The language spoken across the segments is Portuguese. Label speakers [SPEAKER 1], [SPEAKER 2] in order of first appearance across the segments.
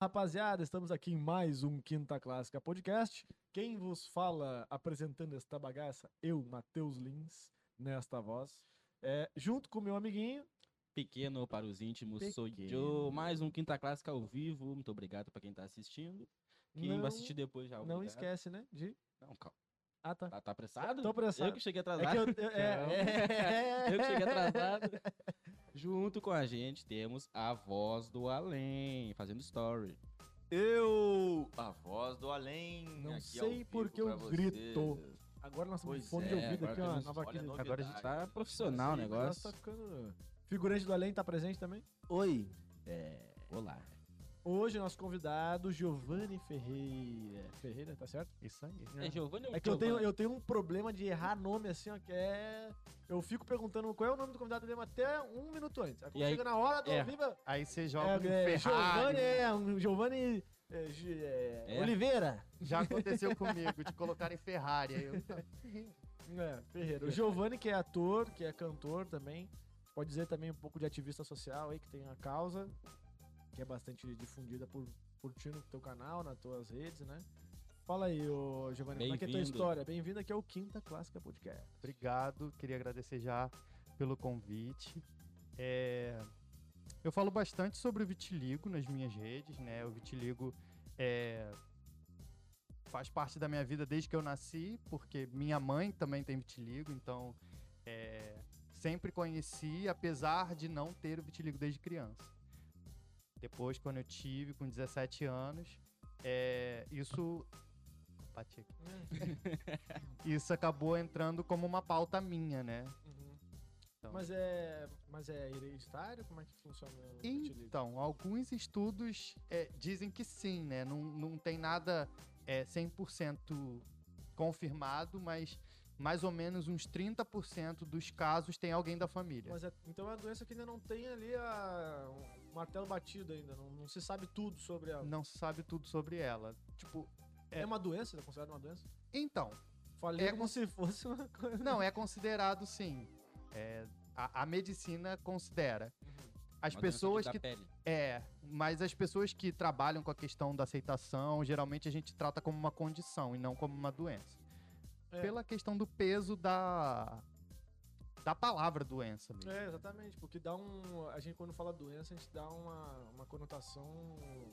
[SPEAKER 1] rapaziada, estamos aqui em mais um Quinta Clássica Podcast. Quem vos fala apresentando esta bagaça? Eu, Matheus Lins, nesta voz. É, junto com meu amiguinho,
[SPEAKER 2] Pequeno para os íntimos, sou
[SPEAKER 1] Pequeno.
[SPEAKER 2] eu. Mais um Quinta Clássica ao vivo. Muito obrigado para quem tá assistindo. Quem
[SPEAKER 1] Não-
[SPEAKER 2] vai assistir depois já.
[SPEAKER 1] não
[SPEAKER 2] obrigado.
[SPEAKER 1] esquece, né? De...
[SPEAKER 2] Não, calma.
[SPEAKER 1] Ah, tá.
[SPEAKER 2] Tá, tá apressado?
[SPEAKER 1] Tô apressado.
[SPEAKER 2] Eu que cheguei
[SPEAKER 1] É que
[SPEAKER 2] atrasado.
[SPEAKER 1] eu, eu- é-
[SPEAKER 2] Eu que cheguei atrasado. Junto com a gente temos a voz do além, fazendo story.
[SPEAKER 3] Eu, a voz do além.
[SPEAKER 1] Não
[SPEAKER 3] aqui
[SPEAKER 1] sei
[SPEAKER 3] ao vivo
[SPEAKER 1] por que eu
[SPEAKER 3] pra vocês.
[SPEAKER 1] grito. Agora nós temos
[SPEAKER 3] Pois
[SPEAKER 1] fone de
[SPEAKER 3] é,
[SPEAKER 1] ouvido
[SPEAKER 2] agora
[SPEAKER 1] aqui, ó.
[SPEAKER 2] temos-
[SPEAKER 1] Nova
[SPEAKER 3] olha,
[SPEAKER 1] aqui.
[SPEAKER 3] novidade.
[SPEAKER 2] Agora a gente tá profissional o
[SPEAKER 1] Sim,
[SPEAKER 2] negócio.
[SPEAKER 1] Tá ficando... Figurante do Além tá presente também.
[SPEAKER 2] Oi. É, olá.
[SPEAKER 1] Hoje, nosso convidado, Giovanni Ferreira. Ferreira, tá certo?
[SPEAKER 4] Isso aí.
[SPEAKER 2] É Giovanni ou
[SPEAKER 1] É que eu tenho,
[SPEAKER 2] Giovanni?
[SPEAKER 1] eu tenho um problema de errar nome assim, ó, que é. Eu fico perguntando qual é o nome do convidado mesmo até um minuto antes. Aí quando
[SPEAKER 2] E aí-
[SPEAKER 1] chega na hora do
[SPEAKER 4] é.
[SPEAKER 1] ao vivo, é,
[SPEAKER 4] Aí você joga um
[SPEAKER 1] é, Giovanni,
[SPEAKER 4] Ferrari.
[SPEAKER 1] é, um Giovanni é, Gi- é,
[SPEAKER 2] É.
[SPEAKER 1] Oliveira.
[SPEAKER 4] Já aconteceu comigo de colocarem Ferrari. Aí eu...
[SPEAKER 1] É, Ferreira. O Giovanni, que é ator, que é cantor também. Pode dizer também um pouco de ativista social aí, que tem a causa, que é bastante difundida por curtindo o teu canal, nas tuas redes, né? Fala aí, ô, Giovanni, como é que é a tua
[SPEAKER 2] Bem-vindo.
[SPEAKER 1] história? Bem-vindo aqui ao Quinta Clássica Podcast.
[SPEAKER 4] Obrigado, queria agradecer já pelo convite. É, Eu falo bastante sobre o vitiligo nas minhas redes, né? O vitiligo é, faz parte da minha vida desde que eu nasci, porque minha mãe também tem vitiligo, então é, sempre conheci, apesar de não ter o vitiligo desde criança. Depois, quando eu tive, com 17 anos, é, isso. Bati aqui. Isso acabou entrando como uma pauta minha, né? Então.
[SPEAKER 1] Uhum. Mas é. Mas é hereditário? Como é que funciona o vitiligo?
[SPEAKER 4] Então, alguns estudos é, dizem que sim, né? Não, não tem nada é, 100% confirmado, mas mais ou menos uns 30% dos casos tem alguém da família.
[SPEAKER 1] Mas é- então é uma doença que ainda não tem ali a, um martelo batido ainda, não, não se sabe tudo sobre ela.
[SPEAKER 4] Não se sabe tudo sobre ela. Tipo,
[SPEAKER 1] É, uma doença? É considerada uma doença?
[SPEAKER 4] então,
[SPEAKER 1] Falei
[SPEAKER 4] É
[SPEAKER 1] como se fosse uma coisa.
[SPEAKER 4] não, é considerado sim. É, a, a medicina considera. As
[SPEAKER 2] Uma doença
[SPEAKER 4] pessoas
[SPEAKER 2] da
[SPEAKER 4] que
[SPEAKER 2] pele.
[SPEAKER 4] É, mas as pessoas que trabalham com a questão da aceitação, geralmente a gente trata como uma condição e não como uma doença.
[SPEAKER 1] É.
[SPEAKER 4] Pela questão do peso da da palavra doença mesmo.
[SPEAKER 1] É, exatamente, porque dá um. A gente, quando fala doença, a gente dá uma, uma conotação.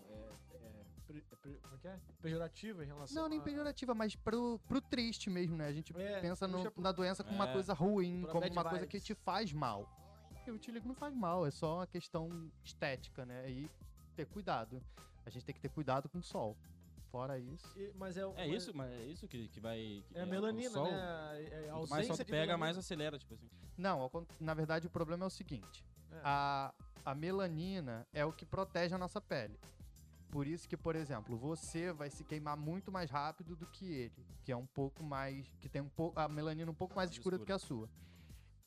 [SPEAKER 1] É, é, pre- pre- como é que é? Pejorativa em relação
[SPEAKER 4] Não, nem
[SPEAKER 1] a-
[SPEAKER 4] pejorativa, mas pro, pro triste mesmo, né? A gente
[SPEAKER 1] É,
[SPEAKER 4] pensa no-
[SPEAKER 1] puxa pro-
[SPEAKER 4] na doença como uma
[SPEAKER 2] É.
[SPEAKER 4] coisa ruim,
[SPEAKER 1] Pra
[SPEAKER 4] como
[SPEAKER 1] bad
[SPEAKER 4] uma coisa que
[SPEAKER 1] vibes.
[SPEAKER 4] te faz mal. E o vitiligo não faz mal, é só uma questão estética, né? E ter cuidado. A gente tem que ter cuidado com o sol. Fora isso.
[SPEAKER 1] E- mas é,
[SPEAKER 2] É
[SPEAKER 1] mas-
[SPEAKER 2] isso, mas é isso que, que vai. que
[SPEAKER 1] É a
[SPEAKER 2] o
[SPEAKER 1] melanina,
[SPEAKER 2] sol.
[SPEAKER 1] né? É a
[SPEAKER 2] Quanto
[SPEAKER 1] ausência
[SPEAKER 2] mais sol
[SPEAKER 1] de
[SPEAKER 2] tu pega,
[SPEAKER 1] melanina.
[SPEAKER 2] mais acelera, tipo assim.
[SPEAKER 4] Não, ao con- na verdade o problema é o seguinte:
[SPEAKER 1] É.
[SPEAKER 4] a, a melanina é o que protege a nossa pele. Por isso que, por exemplo, você vai se queimar muito mais rápido do que ele, que é um pouco mais, que tem um pouco a melanina um pouco mais
[SPEAKER 2] Mais
[SPEAKER 4] escura do
[SPEAKER 2] escura.
[SPEAKER 4] que a sua.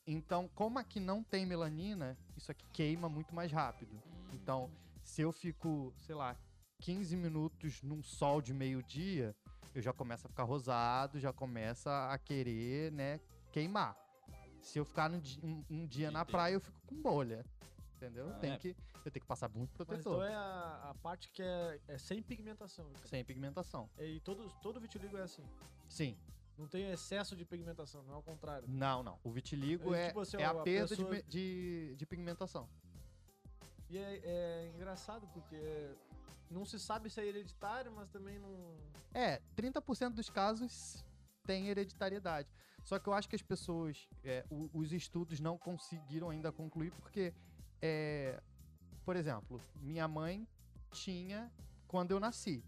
[SPEAKER 4] Então, como aqui não tem melanina, isso aqui queima muito mais rápido. Então, se eu fico, sei lá, 15 minutos num sol de meio-dia, eu já começo a ficar rosado, já começa a querer, né, queimar. Se eu ficar no di- um, um dia na
[SPEAKER 2] Entendi.
[SPEAKER 4] praia, eu fico com bolha. Entendeu?
[SPEAKER 2] Ah,
[SPEAKER 4] Tem
[SPEAKER 2] é.
[SPEAKER 4] que, eu tenho que passar muito
[SPEAKER 1] Mas
[SPEAKER 4] protetor.
[SPEAKER 1] então é a, a parte que é, é sem pigmentação. então.
[SPEAKER 4] Sem pigmentação.
[SPEAKER 1] E todo, todo vitiligo é assim.
[SPEAKER 4] Sim.
[SPEAKER 1] Não tem excesso de pigmentação, não é ao contrário.
[SPEAKER 4] Não, não. O vitiligo
[SPEAKER 1] É
[SPEAKER 4] é,
[SPEAKER 1] tipo assim,
[SPEAKER 4] é
[SPEAKER 1] ó,
[SPEAKER 4] a
[SPEAKER 1] a
[SPEAKER 4] perda de
[SPEAKER 1] pessoa-
[SPEAKER 4] me- de, de pigmentação.
[SPEAKER 1] E é, é engraçado porque não se sabe se é hereditário, mas também não.
[SPEAKER 4] É, 30% dos casos tem hereditariedade. Só que eu acho que as pessoas, é, o- os estudos não conseguiram ainda concluir, porque, é, por exemplo, minha mãe tinha quando eu nasci,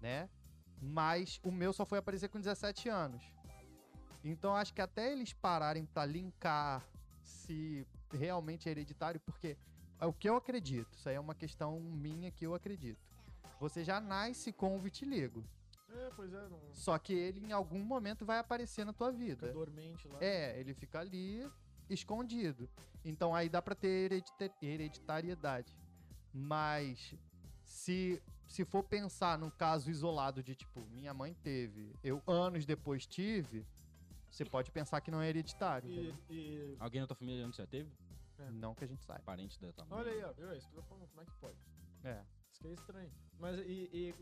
[SPEAKER 4] né? Mas o meu só foi aparecer com 17 anos. Então acho que até eles pararem pra linkar se realmente é hereditário, porque é o que eu acredito, isso aí é uma questão minha que eu acredito. Você já nasce com o vitiligo.
[SPEAKER 1] É, pois é, não.
[SPEAKER 4] Só que ele em algum momento vai aparecer na tua
[SPEAKER 1] Fica
[SPEAKER 4] vida.
[SPEAKER 1] dormente lá.
[SPEAKER 4] É, ele fica ali escondido. Então aí dá pra ter heredita- hereditariedade. Mas se se for pensar num caso isolado de tipo, minha mãe teve, eu anos depois tive, você pode pensar que não é hereditário.
[SPEAKER 1] E,
[SPEAKER 4] entendeu?
[SPEAKER 1] e-
[SPEAKER 2] Alguém na tua família antes já teve?
[SPEAKER 1] e-
[SPEAKER 4] Não que a gente saiba.
[SPEAKER 2] Parente da tua mãe?
[SPEAKER 1] Olha aí, ó, viu? Isso que eu tô falando, como é que é pode?
[SPEAKER 4] É.
[SPEAKER 1] Isso que é estranho. Mas e, e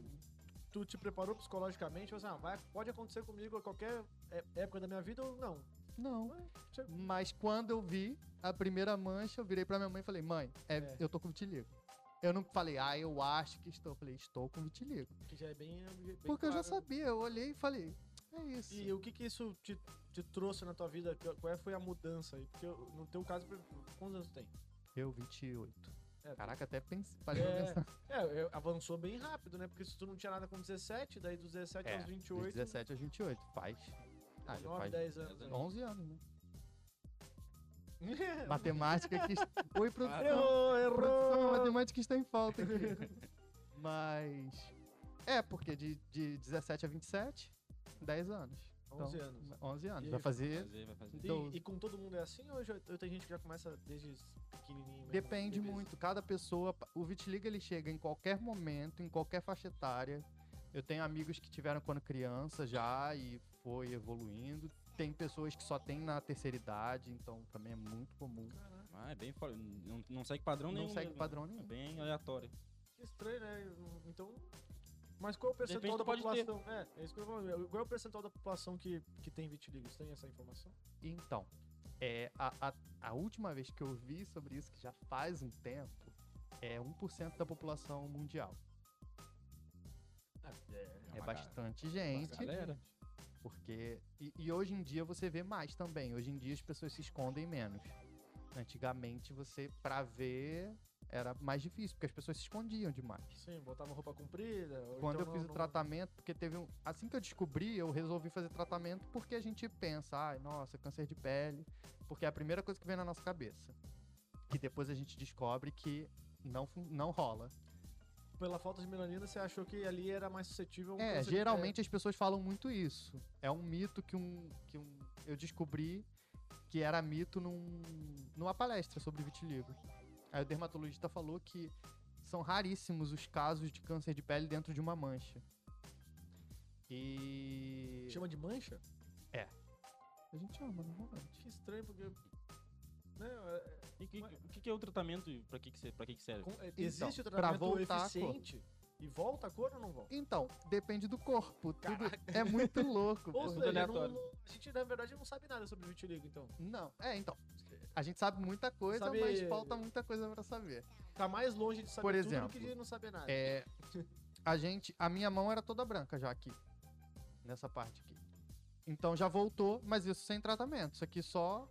[SPEAKER 1] tu te preparou psicologicamente? Falou assim, ah, vai- pode acontecer comigo a qualquer é- época da minha vida ou não?
[SPEAKER 4] Não.
[SPEAKER 1] tchau.
[SPEAKER 4] Mas quando eu vi a primeira mancha, eu virei pra minha mãe e falei, mãe, é-
[SPEAKER 1] É.
[SPEAKER 4] eu tô com vitiligo. Eu não falei, ah, eu acho que estou. Eu falei, estou com vitiligo.
[SPEAKER 1] Que já é bem. bem
[SPEAKER 4] Porque eu já
[SPEAKER 1] claro. né?
[SPEAKER 4] sabia, eu olhei e falei, é isso.
[SPEAKER 1] E o que que isso te, te trouxe na tua vida? Qu- Qual é, foi a mudança aí? Porque eu- no teu caso, por exemplo, quantos anos tu tem?
[SPEAKER 4] Eu, 28.
[SPEAKER 1] É,
[SPEAKER 4] Caraca, até pensei. parei pra
[SPEAKER 1] É,
[SPEAKER 4] pensar.
[SPEAKER 1] é, eu- avançou bem rápido, né? Porque se tu não tinha nada com 17, daí dos 17
[SPEAKER 4] É,
[SPEAKER 1] aos
[SPEAKER 4] dos
[SPEAKER 1] 28,
[SPEAKER 4] De 17 a 28. Faz. Ah, já
[SPEAKER 1] 9,
[SPEAKER 4] faz
[SPEAKER 1] 10 anos. né?
[SPEAKER 4] 11 anos, né?
[SPEAKER 1] Errou,
[SPEAKER 4] Matemática que. est- Oi, produção. Produção,
[SPEAKER 1] errou!
[SPEAKER 4] matemática está em falta aqui. Mas. É, porque de, de 17 a 27, 10 anos.
[SPEAKER 1] 11 anos.
[SPEAKER 4] 11 anos.
[SPEAKER 1] E
[SPEAKER 4] Vai
[SPEAKER 1] aí,
[SPEAKER 4] fazer.
[SPEAKER 2] Fazer, vai fazer.
[SPEAKER 1] E,
[SPEAKER 4] 12.
[SPEAKER 1] e com todo mundo é assim ou já, ou tem gente que já começa desde pequenininho?
[SPEAKER 2] é
[SPEAKER 1] mesmo,
[SPEAKER 2] assim
[SPEAKER 4] Depende
[SPEAKER 1] bebês?
[SPEAKER 4] muito. Cada pessoa. O vitiligo ele chega em qualquer momento, em qualquer faixa etária. Eu tenho amigos que tiveram quando criança já e foi evoluindo. Tem pessoas que só tem na terceira idade, então também é muito comum.
[SPEAKER 1] Caraca,
[SPEAKER 2] Ah, é bem fora. Não, não segue padrão
[SPEAKER 4] Não
[SPEAKER 2] nenhum.
[SPEAKER 4] segue
[SPEAKER 2] mesmo,
[SPEAKER 4] padrão
[SPEAKER 2] né?
[SPEAKER 4] nenhum.
[SPEAKER 2] É bem aleatório.
[SPEAKER 1] que estranho, né? Então. Mas qual é o percentual
[SPEAKER 2] Depende,
[SPEAKER 1] da
[SPEAKER 2] pode ter.
[SPEAKER 1] população? É, é isso que eu vou falar. Qual é o percentual da população que, que tem vitiligo? Você tem essa informação?
[SPEAKER 4] Então, é, a, a- a última vez que eu vi sobre isso, que já faz um tempo, é 1% da população mundial. É,
[SPEAKER 2] uma
[SPEAKER 4] bastante
[SPEAKER 2] ga-
[SPEAKER 4] gente,
[SPEAKER 2] Galera.
[SPEAKER 4] porque. E, e hoje em dia você vê mais também. Hoje em dia as pessoas se escondem menos. Antigamente você, pra ver, era mais difícil, porque as pessoas se escondiam demais.
[SPEAKER 1] Sim, botava roupa comprida. ou
[SPEAKER 4] Quando
[SPEAKER 1] então
[SPEAKER 4] eu fiz
[SPEAKER 1] não-
[SPEAKER 4] o
[SPEAKER 1] não-
[SPEAKER 4] tratamento, porque teve um. Assim que eu descobri, eu resolvi fazer tratamento porque a gente pensa, ai, nossa, câncer de pele. Porque é a primeira coisa que vem na nossa cabeça. E depois a gente descobre que não, fun- não rola.
[SPEAKER 1] Pela falta de melanina, você achou que ali era mais suscetível a um
[SPEAKER 4] É,
[SPEAKER 1] câncer de
[SPEAKER 4] geralmente as pessoas falam muito isso. É um mito que um. Que um eu descobri que era mito num, numa palestra sobre vitiligo. Aí o dermatologista falou que são raríssimos os casos de câncer de pele dentro de uma mancha. E.
[SPEAKER 1] pele. Chama de mancha?
[SPEAKER 4] A gente é? ama normalmente.
[SPEAKER 1] Que estranho, porque. Né, é-
[SPEAKER 2] E que- o que, que é o tratamento e pra que, que, se- pra que, que serve?
[SPEAKER 1] com- é- existe o
[SPEAKER 4] Então, pra
[SPEAKER 1] tratamento
[SPEAKER 4] voltar a cor.
[SPEAKER 1] eficiente e volta a cor ou não volta?
[SPEAKER 4] Então, depende do corpo. Tudo é muito louco.
[SPEAKER 1] Ou seja,
[SPEAKER 4] porque-
[SPEAKER 1] não,
[SPEAKER 2] aleatório.
[SPEAKER 1] não- a gente na verdade não sabe nada sobre vitiligo, então.
[SPEAKER 4] Não, é, então. A gente sabe muita coisa,
[SPEAKER 1] Sabe-
[SPEAKER 4] mas falta muita coisa pra saber.
[SPEAKER 1] Tá mais longe de saber
[SPEAKER 4] Por
[SPEAKER 1] tudo que
[SPEAKER 4] exemplo,
[SPEAKER 1] de não saber nada.
[SPEAKER 4] É, a gente, a minha mão era toda branca já aqui, nessa parte aqui. Então já voltou, mas isso sem tratamento. Isso aqui só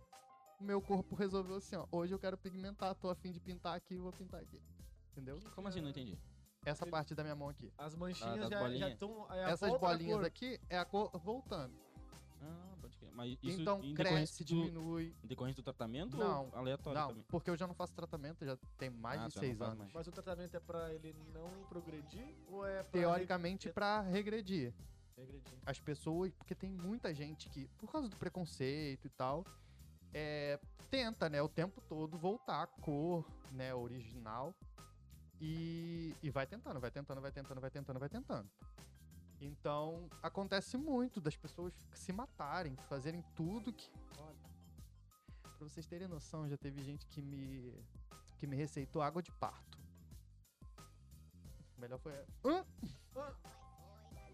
[SPEAKER 4] o meu corpo resolveu assim, ó. Hoje eu quero pigmentar, tô afim de pintar aqui, vou pintar aqui. Entendeu?
[SPEAKER 2] Como assim? Não entendi.
[SPEAKER 4] Essa parte da minha mão aqui.
[SPEAKER 1] As manchinhas
[SPEAKER 2] das
[SPEAKER 1] já- já
[SPEAKER 2] bolinhas.
[SPEAKER 1] estão. É a
[SPEAKER 4] Ah, Essas
[SPEAKER 1] volta da
[SPEAKER 4] bolinhas
[SPEAKER 1] cor.
[SPEAKER 4] aqui é a cor voltando.
[SPEAKER 2] Ah, pode crer. Mas isso
[SPEAKER 4] então
[SPEAKER 2] em decorrência do,
[SPEAKER 4] cresce, diminui.
[SPEAKER 2] em decorrência do tratamento
[SPEAKER 4] Não,
[SPEAKER 2] ou aleatório
[SPEAKER 4] Não,
[SPEAKER 2] também?
[SPEAKER 4] porque eu já não faço tratamento, já tem mais
[SPEAKER 2] Ah, tu
[SPEAKER 4] de
[SPEAKER 2] já não
[SPEAKER 4] seis
[SPEAKER 2] faz
[SPEAKER 4] anos.
[SPEAKER 2] mais.
[SPEAKER 1] Mas o tratamento é pra ele não progredir ou é pra
[SPEAKER 4] Teoricamente, pra regredir
[SPEAKER 1] re- regredir?
[SPEAKER 4] as pessoas, porque tem muita gente que, por causa do preconceito e tal, é, tenta, né, o tempo todo voltar à cor, né, original. E, e vai tentando, vai tentando, vai tentando, vai tentando, vai tentando. Então, acontece muito das pessoas se matarem, fazerem tudo que
[SPEAKER 1] Olha,
[SPEAKER 4] Pra vocês terem noção, já teve gente que me que me receitou água de parto. O melhor foi. Hã?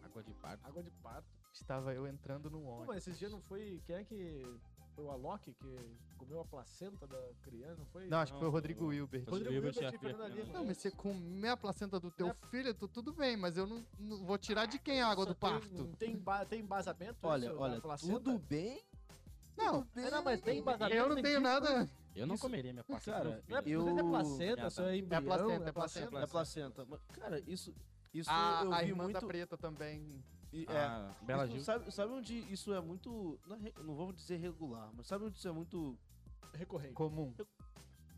[SPEAKER 2] Água de parto.
[SPEAKER 1] água de parto.
[SPEAKER 4] Estava eu entrando no
[SPEAKER 1] Pô,
[SPEAKER 4] ônibus.
[SPEAKER 1] mas esses dias não foi. Quem é que. Foi o Alok que comeu a placenta da criança? Não foi?
[SPEAKER 4] Não, acho que
[SPEAKER 2] Não,
[SPEAKER 4] foi o
[SPEAKER 2] foi
[SPEAKER 4] Rodrigo
[SPEAKER 2] o-
[SPEAKER 4] Wilbert.
[SPEAKER 2] Rodrigo Hilbert e a filha
[SPEAKER 1] Fernanda
[SPEAKER 2] Fernanda
[SPEAKER 1] Lima.
[SPEAKER 4] Não, mas você comer a placenta do teu
[SPEAKER 1] É.
[SPEAKER 4] filho, tu- tudo bem, mas eu não, não vou tirar de quem a água
[SPEAKER 1] Só
[SPEAKER 4] do
[SPEAKER 1] tem-
[SPEAKER 4] parto.
[SPEAKER 1] Tem, ba- tem embasamento?
[SPEAKER 3] Olha,
[SPEAKER 1] isso, da
[SPEAKER 3] olha,
[SPEAKER 1] placenta?
[SPEAKER 3] tudo bem?
[SPEAKER 4] Não,
[SPEAKER 3] Tudo bem.
[SPEAKER 1] Não, é, mas tem embasamento.
[SPEAKER 4] eu não tenho nada.
[SPEAKER 2] Eu não
[SPEAKER 1] Isso-
[SPEAKER 2] comeria minha parte.
[SPEAKER 3] Cara,
[SPEAKER 1] Não é,
[SPEAKER 3] Eu-
[SPEAKER 1] não é placenta,
[SPEAKER 2] Ah,
[SPEAKER 1] isso
[SPEAKER 2] tá.
[SPEAKER 1] é embrião.
[SPEAKER 4] placenta, é
[SPEAKER 1] placenta.
[SPEAKER 3] É placenta. Mas, Cara, isso, isso eu
[SPEAKER 4] A, a
[SPEAKER 3] vi
[SPEAKER 4] irmã tá da
[SPEAKER 3] muito...
[SPEAKER 4] preta também.
[SPEAKER 3] e- é,
[SPEAKER 2] Ah, Bela
[SPEAKER 3] isso-
[SPEAKER 2] Gil.
[SPEAKER 3] Sabe, sabe onde isso é muito... Não, é re- não vamos dizer regular, mas sabe onde isso é muito...
[SPEAKER 1] Recorrente.
[SPEAKER 4] Comum.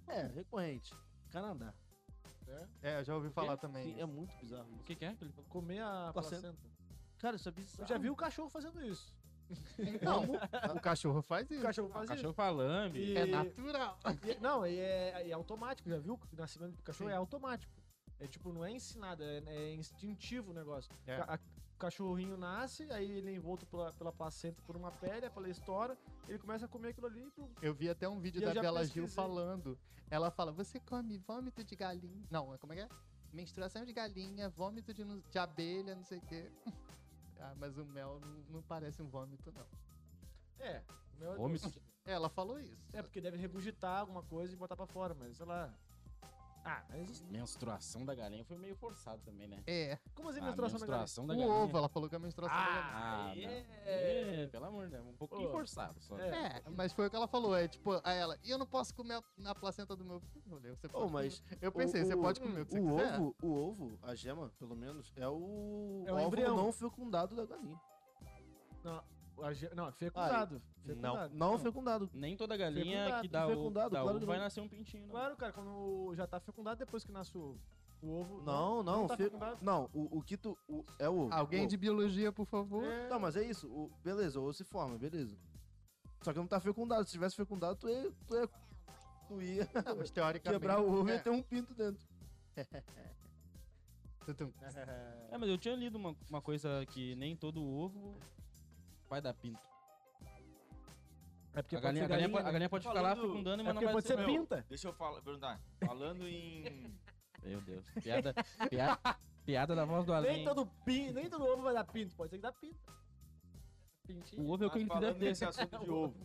[SPEAKER 3] É, recorrente. Canadá.
[SPEAKER 1] né?
[SPEAKER 4] É, eu já ouvi falar também.
[SPEAKER 3] Sim, é
[SPEAKER 4] isso.
[SPEAKER 3] muito bizarro.
[SPEAKER 2] O que, que é? que ele falou?
[SPEAKER 1] Comer a placenta.
[SPEAKER 3] Placenta. Cara, isso é bizarro.
[SPEAKER 1] Eu já vi um- o cachorro fazendo isso.
[SPEAKER 4] Então, o cachorro faz
[SPEAKER 1] O
[SPEAKER 4] isso.
[SPEAKER 1] cachorro
[SPEAKER 2] Ah, o
[SPEAKER 1] faz isso.
[SPEAKER 2] cachorro falando.
[SPEAKER 1] E-
[SPEAKER 4] É natural.
[SPEAKER 1] E- não, e é, e é automático, já viu? O nascimento do cachorro
[SPEAKER 4] Sim.
[SPEAKER 1] é automático. É tipo, não é ensinado, é, é instintivo o negócio.
[SPEAKER 4] É.
[SPEAKER 1] Ca- a- o cachorrinho nasce, aí ele é envolto pela, pela placenta por uma pele, pela história, ele começa a comer aquilo ali e pum,
[SPEAKER 4] Eu vi até um vídeo
[SPEAKER 1] E eu
[SPEAKER 4] da
[SPEAKER 1] já
[SPEAKER 4] Bela Gil
[SPEAKER 1] pesquisei.
[SPEAKER 4] falando. Ela fala, você come vômito de galinha. Não, como é que é? menstruação de galinha, vômito de, nu- de abelha, não sei o quê. Ah, mas o mel não, não parece um vômito, não.
[SPEAKER 1] É. o meu é
[SPEAKER 2] Vômito.
[SPEAKER 1] doce.
[SPEAKER 4] Ela falou isso.
[SPEAKER 1] É, porque deve regurgitar alguma coisa e botar pra fora, mas sei lá. Ah, mas
[SPEAKER 2] Menstruação da galinha foi meio forçado também, né?
[SPEAKER 4] É,
[SPEAKER 1] como assim
[SPEAKER 2] Ah,
[SPEAKER 1] menstruação na galinha?
[SPEAKER 2] menstruação
[SPEAKER 4] o
[SPEAKER 2] da galinha.
[SPEAKER 4] ovo, ela falou que é a menstruação da galinha.
[SPEAKER 2] Ah,
[SPEAKER 1] Ah,
[SPEAKER 2] não.
[SPEAKER 1] é.
[SPEAKER 2] É, pelo amor de Deus, um pouquinho
[SPEAKER 1] Pô.
[SPEAKER 2] forçado só.
[SPEAKER 1] É.
[SPEAKER 4] É, mas foi o que ela falou, é tipo, a ela, e eu não posso comer a- na placenta do meu filho. Eu falei, Você pode
[SPEAKER 3] mas
[SPEAKER 4] comer- eu pensei, você
[SPEAKER 3] o-
[SPEAKER 4] pode comer o que você
[SPEAKER 3] O
[SPEAKER 4] quiser.
[SPEAKER 3] ovo, o ovo, a gema, pelo menos, é o,
[SPEAKER 1] É o
[SPEAKER 3] óvulo
[SPEAKER 1] embrião.
[SPEAKER 3] não fecundado da galinha.
[SPEAKER 1] A ge- Não, é fecundado.
[SPEAKER 3] Não,
[SPEAKER 1] fecundado.
[SPEAKER 3] não fecundado.
[SPEAKER 2] Nem toda galinha
[SPEAKER 1] Fecundado,
[SPEAKER 2] que dá o
[SPEAKER 3] fecundado,
[SPEAKER 2] dá
[SPEAKER 3] claro
[SPEAKER 2] ovo
[SPEAKER 3] que
[SPEAKER 2] vai
[SPEAKER 3] não.
[SPEAKER 2] nascer um pintinho. não.
[SPEAKER 1] Claro, cara, quando já tá fecundado, depois que nasce o, o ovo.
[SPEAKER 3] Não, não,
[SPEAKER 1] tá
[SPEAKER 3] fe-
[SPEAKER 1] fecundado.
[SPEAKER 3] não, o, o que tu. o- é o ovo.
[SPEAKER 4] Alguém
[SPEAKER 3] o
[SPEAKER 4] de biologia, por favor.
[SPEAKER 1] É.
[SPEAKER 3] Não, mas é isso. o- beleza, o ovo se forma, beleza. Só que não tá fecundado. Se tivesse fecundado, tu ia, tu ia, tu ia
[SPEAKER 4] Não, mas teoricamente.
[SPEAKER 3] quebrar o ovo e
[SPEAKER 4] é.
[SPEAKER 3] ia ter um pinto dentro.
[SPEAKER 4] Tutum.
[SPEAKER 2] É, mas eu tinha lido uma, uma coisa que nem todo ovo vai dar pinto.
[SPEAKER 1] É porque
[SPEAKER 2] a, galinha, a, galinha, né? po- a galinha pode ficar lá
[SPEAKER 5] Falando-
[SPEAKER 2] fecundando,
[SPEAKER 1] né?
[SPEAKER 2] mas
[SPEAKER 1] É
[SPEAKER 2] não
[SPEAKER 1] porque
[SPEAKER 2] vai
[SPEAKER 1] pode ser
[SPEAKER 5] meu.
[SPEAKER 1] pinta.
[SPEAKER 5] Deixa eu fala- perguntar. Falando em.
[SPEAKER 2] Meu Deus. Piada, piada, piada da voz do além.
[SPEAKER 1] Nem todo, pin... Nem todo ovo vai dar pinto, pode ser que dá pinta. Pintinho.
[SPEAKER 2] O ovo é o que
[SPEAKER 5] mas
[SPEAKER 2] ele
[SPEAKER 5] falando
[SPEAKER 2] deve ter.
[SPEAKER 5] nesse assunto de ovo.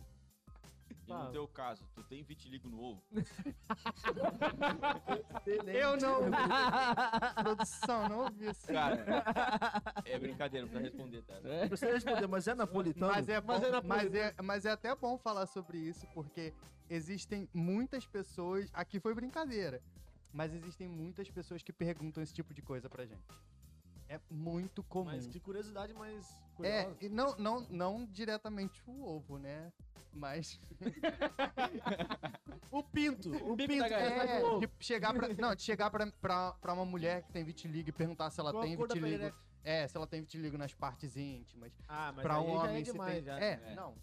[SPEAKER 5] E
[SPEAKER 1] Fala.
[SPEAKER 5] no teu caso, tu tem vitiligo no ovo?
[SPEAKER 4] Eu não. Produção, não ouvi assim. isso.
[SPEAKER 5] Cara, é brincadeira pra responder, tá?
[SPEAKER 2] É.
[SPEAKER 3] Eu sei responder, mas é napolitano.
[SPEAKER 4] Mas é, bom, mas,
[SPEAKER 1] Mas era
[SPEAKER 4] é mas é até bom falar sobre isso, porque existem muitas pessoas. Aqui foi brincadeira. Mas existem muitas pessoas que perguntam esse tipo de coisa pra gente. É muito comum.
[SPEAKER 1] Mas que curiosidade mais
[SPEAKER 4] É,
[SPEAKER 1] curiosa.
[SPEAKER 4] e não, não, não diretamente o ovo, né? Mas.
[SPEAKER 1] O pinto. O
[SPEAKER 2] bico
[SPEAKER 1] pinto.
[SPEAKER 2] da galinha. tá
[SPEAKER 1] é,
[SPEAKER 4] É,
[SPEAKER 1] o ovo.
[SPEAKER 4] de chegar pra, não, de chegar pra, pra, pra uma mulher que tem vitiligo e perguntar se ela
[SPEAKER 1] Qual a
[SPEAKER 4] tem
[SPEAKER 1] cor da
[SPEAKER 4] vitiligo.
[SPEAKER 1] perereca?
[SPEAKER 4] É, se ela tem vitiligo nas partes íntimas.
[SPEAKER 1] Ah, mas
[SPEAKER 4] pra
[SPEAKER 1] aí
[SPEAKER 4] um
[SPEAKER 1] já
[SPEAKER 4] homem
[SPEAKER 1] é
[SPEAKER 4] se
[SPEAKER 1] demais,
[SPEAKER 4] tem.
[SPEAKER 1] já.
[SPEAKER 4] É,
[SPEAKER 5] É.
[SPEAKER 4] não.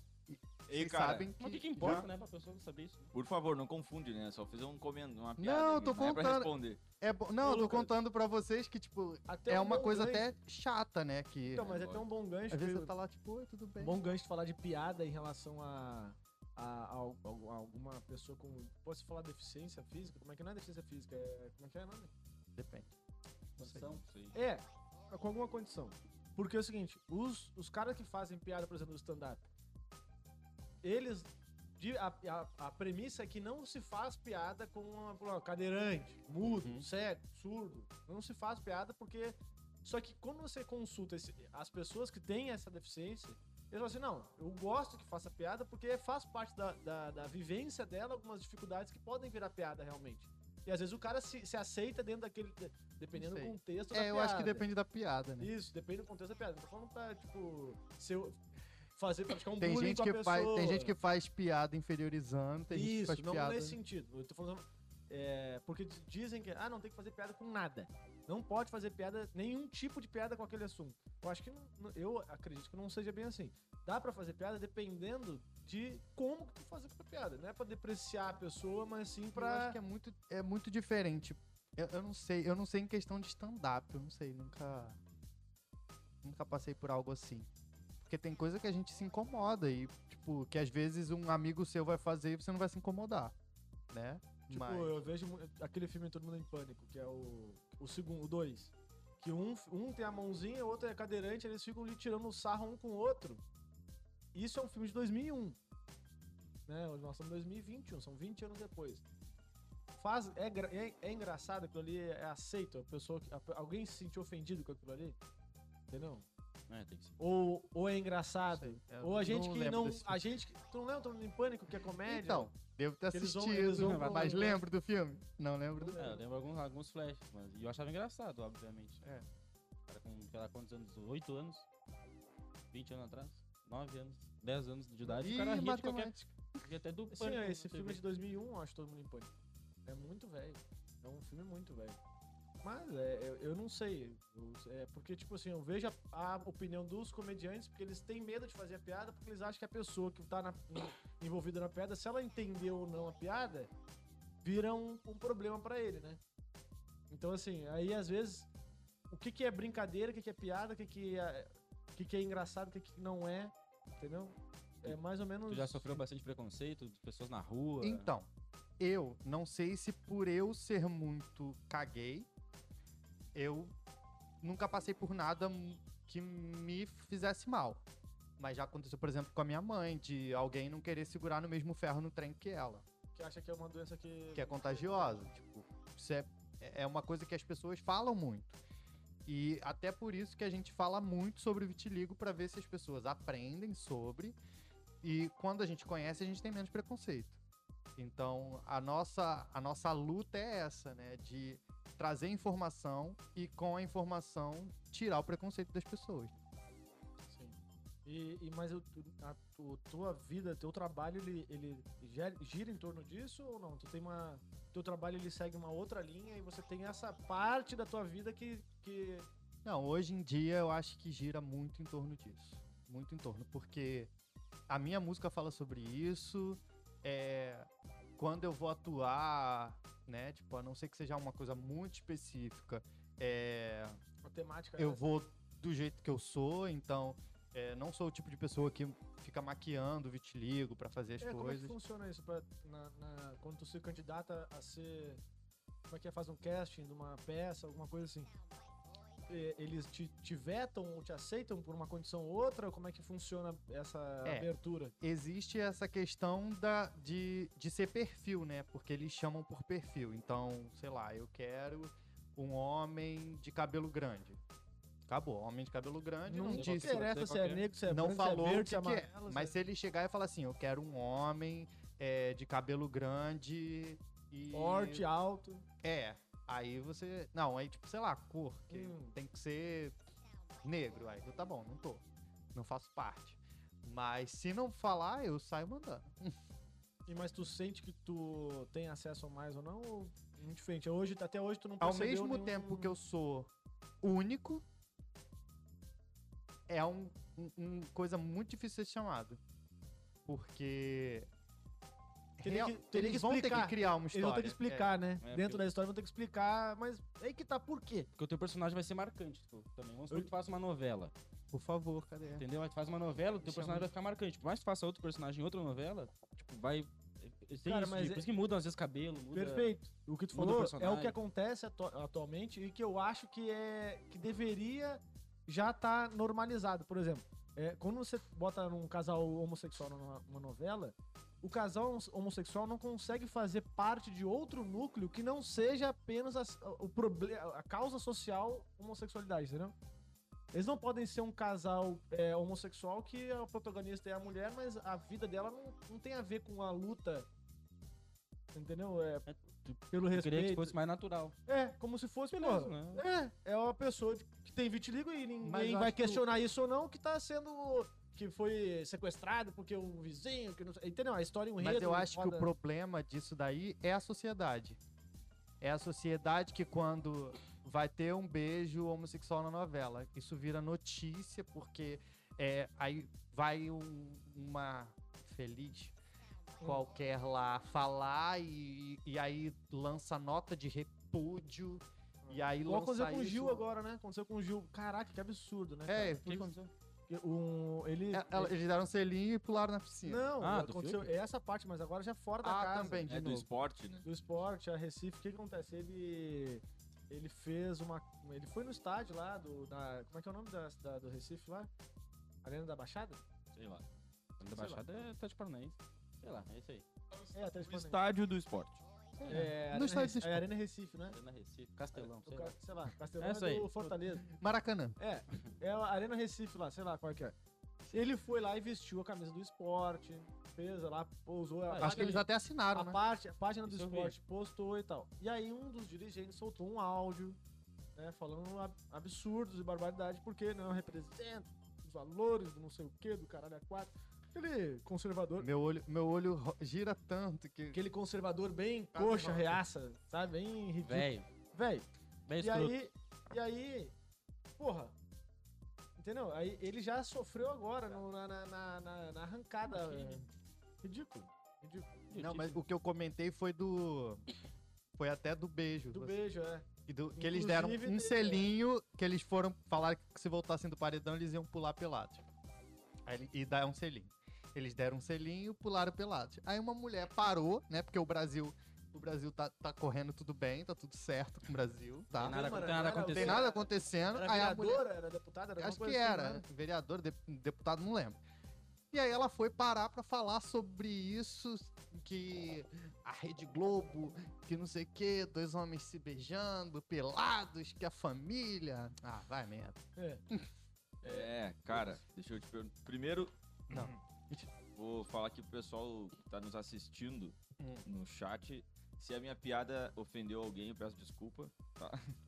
[SPEAKER 5] Ei,
[SPEAKER 4] vocês
[SPEAKER 5] cara,
[SPEAKER 4] sabem que.
[SPEAKER 2] Mas o que, que importa, né, pra pessoa saber isso?
[SPEAKER 5] por favor, não confunde, né? Só fiz um comendo, uma piada.
[SPEAKER 4] Não,
[SPEAKER 5] aqui,
[SPEAKER 4] tô
[SPEAKER 5] não é pra
[SPEAKER 4] contando.
[SPEAKER 5] responder.
[SPEAKER 4] É bo- Não,
[SPEAKER 1] Ô,
[SPEAKER 4] eu tô
[SPEAKER 1] Lucas.
[SPEAKER 4] contando pra vocês que, tipo,
[SPEAKER 1] Até
[SPEAKER 4] é
[SPEAKER 1] um
[SPEAKER 4] uma
[SPEAKER 1] bom
[SPEAKER 4] coisa
[SPEAKER 1] gancho.
[SPEAKER 4] até chata, né? Que
[SPEAKER 1] Então, mas é até um bom gancho.
[SPEAKER 4] às vezes
[SPEAKER 1] que-
[SPEAKER 4] você tá lá, tipo, oi, tudo bem.
[SPEAKER 1] bom gancho de falar de piada em relação a, a, a al- al- a alguma pessoa com. Posso falar deficiência física? Como é que não é deficiência física? É, como é que é o nome?
[SPEAKER 4] Depende. Não sei.
[SPEAKER 2] São-
[SPEAKER 1] É, com alguma condição. Porque é o seguinte, os, os caras que fazem piada, por exemplo, no stand-up, eles. de- A, a, a premissa é que não se faz piada com uma, com uma cadeirante, mudo,
[SPEAKER 2] Uhum.
[SPEAKER 1] cego, surdo. Não se faz piada porque. Só que quando você consulta esse- as pessoas que têm essa deficiência, eles falam assim: não, eu gosto que faça piada porque faz parte da, da, da vivência dela algumas dificuldades que podem virar piada realmente. E às vezes o cara se, se aceita dentro daquele. Dependendo do
[SPEAKER 4] sei.
[SPEAKER 1] contexto da
[SPEAKER 4] É, eu acho que
[SPEAKER 1] piada.
[SPEAKER 4] depende da piada, né?
[SPEAKER 1] Isso, depende do contexto da piada. Não tô falando pra, tipo, se eu fazer praticar um
[SPEAKER 4] Tem
[SPEAKER 1] bullying
[SPEAKER 4] gente,
[SPEAKER 1] com a
[SPEAKER 4] que
[SPEAKER 1] pessoa.
[SPEAKER 4] faz, tem gente que faz piada inferiorizando, tem gente que
[SPEAKER 1] Isso,
[SPEAKER 4] faz
[SPEAKER 1] não
[SPEAKER 4] piada. né?
[SPEAKER 1] nesse sentido. Eu tô falando. é, porque di- dizem que, ah, não tem que fazer piada com nada. Não pode fazer piada, nenhum tipo de piada com aquele assunto. Eu acho que. não- não- eu acredito que não seja bem assim. Dá pra fazer piada dependendo de como que tu fazer com a piada. Não é pra depreciar a pessoa, mas sim
[SPEAKER 4] Eu acho
[SPEAKER 1] pra.
[SPEAKER 4] que é muito, é muito diferente. Eu, eu não sei, eu não sei em questão de stand-up, eu não sei, nunca. Nunca passei por algo assim. Porque tem coisa que a gente se incomoda e, tipo, que às vezes um amigo seu vai fazer e você não vai se incomodar, né?
[SPEAKER 1] Tipo,
[SPEAKER 4] Mas-
[SPEAKER 1] eu vejo mu- aquele filme Todo Mundo em Pânico, que é o, o segundo, o dois. Que um, um tem a mãozinha, o outro é cadeirante, eles ficam ali tirando o sarro um com o outro. Isso é um filme de 2001. Né? Hoje Nós estamos em 2021, são 20 anos depois. Faz, é, gra- é, é engraçado aquilo ali, é aceito. A pessoa, que- a pe- alguém se sentiu ofendido com aquilo ali? Entendeu?
[SPEAKER 2] É, tem que ser.
[SPEAKER 1] Ou, ou é engraçado.
[SPEAKER 4] Eu
[SPEAKER 1] Ou a gente que
[SPEAKER 4] lembro
[SPEAKER 1] não.
[SPEAKER 4] desse
[SPEAKER 1] A gente que. Tu não lembra Todo Mundo em Pânico, que é comédia?
[SPEAKER 4] Então, devo ter
[SPEAKER 1] que eles vão-
[SPEAKER 4] assistido,
[SPEAKER 1] eles vão pra um
[SPEAKER 4] mas
[SPEAKER 1] lugar-
[SPEAKER 4] lembro do filme? Não lembro do
[SPEAKER 2] É, eu
[SPEAKER 4] filme.
[SPEAKER 2] lembro alguns, alguns flashes, mas e eu achava engraçado, obviamente.
[SPEAKER 4] É.
[SPEAKER 2] O cara com, sei lá, quantos anos? 8 anos? 20 anos atrás? 9 anos? 10 anos de idade? o cara
[SPEAKER 4] Ih,
[SPEAKER 2] ria de qualquer...
[SPEAKER 4] matemática.
[SPEAKER 2] ria até do
[SPEAKER 1] Sim,
[SPEAKER 2] pânico na
[SPEAKER 1] esse filme é
[SPEAKER 2] TV.
[SPEAKER 1] de 2001, eu acho Todo Mundo em Pânico. É muito velho. É um filme muito velho. Mas é, eu, eu não sei. Eu- é porque, tipo assim, eu vejo a, a opinião dos comediantes, porque eles têm medo de fazer a piada, porque eles acham que a pessoa que tá na- em- envolvida na piada, se ela entendeu ou não a piada, vira um, um problema pra ele, né? Então, assim, aí às vezes, o que, que é brincadeira, o que, que é piada, o que, que, é, o que, que é engraçado, o que, que não é, entendeu? É mais ou menos.
[SPEAKER 2] Tu já sofreu bastante preconceito de pessoas na rua?
[SPEAKER 4] Então, eu não sei se por eu ser muito caguei eu nunca passei por nada m- que me fizesse mal. Mas já aconteceu, por exemplo, com a minha mãe, de alguém não querer segurar no mesmo ferro no trem que ela,
[SPEAKER 1] Que acha que é uma doença que.
[SPEAKER 4] que é contagiosa. Tipo, isso é, é uma coisa que as pessoas falam muito. E até por isso que a gente fala muito sobre vitiligo para ver se as pessoas aprendem sobre. E quando a gente conhece, a gente tem menos preconceito. Então, a nossa, a nossa luta é essa, né? De trazer informação e, com a informação, tirar o preconceito das pessoas.
[SPEAKER 1] Sim. E, e- mas o- tu- a tu- tua vida, teu trabalho, ele, ele ger- gira em torno disso ou não? Tu tem uma. Teu trabalho ele segue uma outra linha e você tem essa parte da tua vida que. que
[SPEAKER 4] Não, hoje em dia eu acho que gira muito em torno disso. Muito em torno, porque a minha música fala sobre isso. é, quando eu vou atuar, né? Tipo, a não ser que seja uma coisa muito específica, é,
[SPEAKER 1] a temática. é
[SPEAKER 4] eu
[SPEAKER 1] essa.
[SPEAKER 4] vou do jeito que eu sou, então é, não sou o tipo de pessoa que fica maquiando o vitiligo pra fazer as
[SPEAKER 1] É, como é que
[SPEAKER 4] coisas.
[SPEAKER 1] funciona isso pra, na, na- quando tu se candidata a ser. Como é que é? Faz um casting de uma peça, alguma coisa assim. E- Eles te, te vetam ou te aceitam por uma condição ou outra? Como é que funciona essa
[SPEAKER 4] É.
[SPEAKER 1] abertura?
[SPEAKER 4] existe essa questão da, de, de ser perfil, né? Porque eles chamam por perfil. Então, sei lá, eu quero um homem de cabelo grande. Acabou, homem de cabelo grande não,
[SPEAKER 1] Não
[SPEAKER 2] sei
[SPEAKER 4] disse.
[SPEAKER 2] qual que é.
[SPEAKER 1] interessa se é
[SPEAKER 2] qualquer.
[SPEAKER 1] negro, se é
[SPEAKER 4] não
[SPEAKER 1] branco,
[SPEAKER 4] falou
[SPEAKER 1] se é
[SPEAKER 4] o
[SPEAKER 1] verde, se
[SPEAKER 4] que,
[SPEAKER 1] é
[SPEAKER 4] que é.
[SPEAKER 1] amarelo.
[SPEAKER 4] Mas
[SPEAKER 1] se
[SPEAKER 4] se ele chegar e falar assim, eu quero um homem é, de cabelo grande e...
[SPEAKER 1] é forte, alto.
[SPEAKER 4] É, aí você... Não, aí tipo, sei lá, cor, que
[SPEAKER 1] Hum.
[SPEAKER 4] tem que ser negro. Aí eu, tá bom, não tô, não faço parte. Mas se não falar, eu saio mandando.
[SPEAKER 1] E mas tu sente que tu tem acesso a mais ou não? Ou indiferente? Hoje, até hoje tu não
[SPEAKER 4] Ao
[SPEAKER 1] percebeu
[SPEAKER 4] mesmo
[SPEAKER 1] nenhum-
[SPEAKER 4] tempo que eu sou único, é um, um- um coisa muito difícil de ser chamado. Porque.
[SPEAKER 1] Teria que- teria que
[SPEAKER 4] eles vão ter
[SPEAKER 1] explicar.
[SPEAKER 4] que criar uma
[SPEAKER 1] Eles vão
[SPEAKER 4] história.
[SPEAKER 1] ter que explicar, né?
[SPEAKER 2] É,
[SPEAKER 1] Dentro
[SPEAKER 2] porque-
[SPEAKER 1] da história vão ter que explicar, mas aí que tá por quê?
[SPEAKER 2] Porque o teu personagem vai ser marcante tu, também. Vamos supor que tu faça uma novela,
[SPEAKER 4] É, Por favor, cadê?
[SPEAKER 2] entendeu? Aí tu faz uma novela, o teu
[SPEAKER 1] Isso é
[SPEAKER 2] personagem
[SPEAKER 1] muito-
[SPEAKER 2] vai ficar marcante. Por mais que tu faça outro personagem em outra novela, tipo, vai... Tem
[SPEAKER 1] Cara,
[SPEAKER 2] isso,
[SPEAKER 1] mas
[SPEAKER 2] de-
[SPEAKER 1] é-
[SPEAKER 2] por isso que mudam às vezes cabelo, muda...
[SPEAKER 1] Perfeito. O que tu
[SPEAKER 2] muda o
[SPEAKER 1] falou é o
[SPEAKER 2] personagem.
[SPEAKER 1] que acontece atu- atualmente e que eu acho que é que deveria já estar normalizado. Por exemplo, é, quando você bota um casal homossexual numa, numa novela, o casal homo- homossexual não consegue fazer parte de outro núcleo que não seja apenas as- o proble- a causa social homossexualidade, entendeu? Eles não podem ser um casal é, homossexual que a protagonista é a mulher, mas a vida dela não, não tem a ver com a luta. Entendeu? É, pelo
[SPEAKER 2] Eu queria que
[SPEAKER 1] respeito.
[SPEAKER 2] fosse mais natural.
[SPEAKER 1] É, como se fosse, pô.
[SPEAKER 2] Beleza, né?
[SPEAKER 1] É, é uma pessoa de- que tem vitiligo e
[SPEAKER 4] Mas eu
[SPEAKER 1] ninguém
[SPEAKER 4] acho
[SPEAKER 1] vai
[SPEAKER 4] que o-
[SPEAKER 1] questionar isso ou não, que tá sendo. que foi sequestrado porque o vizinho. Que não... sei- Entendeu? A história é um
[SPEAKER 4] Mas
[SPEAKER 1] enredo,
[SPEAKER 4] eu acho que
[SPEAKER 1] roda-
[SPEAKER 4] o problema disso daí é a sociedade. É a sociedade que quando vai ter um beijo homossexual na novela, isso vira notícia, porque é, aí vai um- uma feliz qualquer lá falar e, e aí lança nota de repúdio. E aí
[SPEAKER 1] Igual
[SPEAKER 4] lança
[SPEAKER 1] aconteceu com o
[SPEAKER 4] isso-
[SPEAKER 1] Gil agora, né? Aconteceu com o Gil. Caraca, que absurdo, né?
[SPEAKER 4] É,
[SPEAKER 1] cara?
[SPEAKER 4] por-
[SPEAKER 1] Que Um, ele.
[SPEAKER 4] ela- ela- eles deram um selinho e pularam na piscina.
[SPEAKER 1] Não,
[SPEAKER 2] Ah, do
[SPEAKER 1] aconteceu essa parte, mas agora já é fora da
[SPEAKER 4] ah,
[SPEAKER 1] casa.
[SPEAKER 4] também, de
[SPEAKER 5] É do
[SPEAKER 4] novo.
[SPEAKER 5] esporte, né?
[SPEAKER 1] do esporte, a Recife, o que que acontece? Ele. Ele fez uma. Ele foi no estádio lá do. Da, como é que é o nome da, da- do Recife lá? Arena da Baixada?
[SPEAKER 5] Sei lá.
[SPEAKER 2] Da Baixada é Atlético Paranaense. Sei lá, é isso aí.
[SPEAKER 1] É, até
[SPEAKER 5] O estádio do esporte.
[SPEAKER 1] É,
[SPEAKER 4] No
[SPEAKER 1] Arena,
[SPEAKER 4] estádio do
[SPEAKER 1] Recife,
[SPEAKER 4] esporte.
[SPEAKER 1] é Arena Recife, né?
[SPEAKER 2] Na Recife,
[SPEAKER 1] Castelão,
[SPEAKER 2] Castelão, sei lá.
[SPEAKER 1] sei lá, Castelão
[SPEAKER 2] É
[SPEAKER 1] é,
[SPEAKER 2] isso aí.
[SPEAKER 1] do Fortaleza.
[SPEAKER 4] Maracanã.
[SPEAKER 1] É, é a Arena Recife lá, sei lá qual é que é. Ele foi lá e vestiu a camisa do esporte, fez lá, pousou.
[SPEAKER 5] É
[SPEAKER 1] a-
[SPEAKER 4] Acho que eles até assinaram,
[SPEAKER 1] a,
[SPEAKER 4] né?
[SPEAKER 1] parte, a página do
[SPEAKER 2] Isso eu vi.
[SPEAKER 1] esporte postou e tal. E aí um dos dirigentes soltou um áudio, né, falando ab- absurdos e barbaridade, porque não representa os valores do não sei o que, do caralho a quatro. Aquele conservador,
[SPEAKER 4] Meu olho, meu olho ro- gira tanto que.
[SPEAKER 1] aquele conservador bem
[SPEAKER 4] Tá
[SPEAKER 1] coxa,
[SPEAKER 2] né?
[SPEAKER 4] bom.
[SPEAKER 1] reaça, sabe? Bem ridículo.
[SPEAKER 2] Velho,
[SPEAKER 1] Véi,
[SPEAKER 2] velho
[SPEAKER 1] e
[SPEAKER 2] escroto.
[SPEAKER 1] aí, e aí, porra, entendeu? Aí ele já sofreu agora no- na, na- na- na- na arrancada. é. Ridículo. Ridículo.
[SPEAKER 4] Não, mas o que eu comentei foi do. Foi até do beijo.
[SPEAKER 1] Do
[SPEAKER 4] você-
[SPEAKER 1] beijo, é.
[SPEAKER 4] e do- que eles
[SPEAKER 1] Inclusive,
[SPEAKER 4] deram
[SPEAKER 1] tem-
[SPEAKER 4] um selinho que eles foram falar que se voltassem do paredão eles iam pular pelados. Aí ele- e dá um selinho. Eles deram um selinho e pularam pelados. Aí uma mulher parou, né? Porque o Brasil O Brasil tá, tá correndo tudo bem, tá tudo certo com o Brasil, tá?
[SPEAKER 2] Tem nada,
[SPEAKER 1] Câmara,
[SPEAKER 2] tem nada
[SPEAKER 1] era-
[SPEAKER 4] Não
[SPEAKER 2] acontecendo.
[SPEAKER 4] tem nada acontecendo.
[SPEAKER 1] Era
[SPEAKER 4] aí a mulher-
[SPEAKER 1] vereadora, era deputada, era
[SPEAKER 4] Acho
[SPEAKER 1] alguma
[SPEAKER 4] que
[SPEAKER 1] coisa
[SPEAKER 4] era,
[SPEAKER 1] assim, né?
[SPEAKER 4] vereador, de- deputado, não lembro. E aí ela foi parar pra falar sobre isso, que a Rede Globo, que não sei o quê, dois homens se beijando, pelados, que a família... Ah, vai merda.
[SPEAKER 1] né?
[SPEAKER 5] É, cara, deixa eu te perguntar. Primeiro,
[SPEAKER 4] Não.
[SPEAKER 5] vou falar aqui pro pessoal que tá nos assistindo
[SPEAKER 4] Hum.
[SPEAKER 5] no chat. Se a minha piada ofendeu alguém, eu peço desculpa.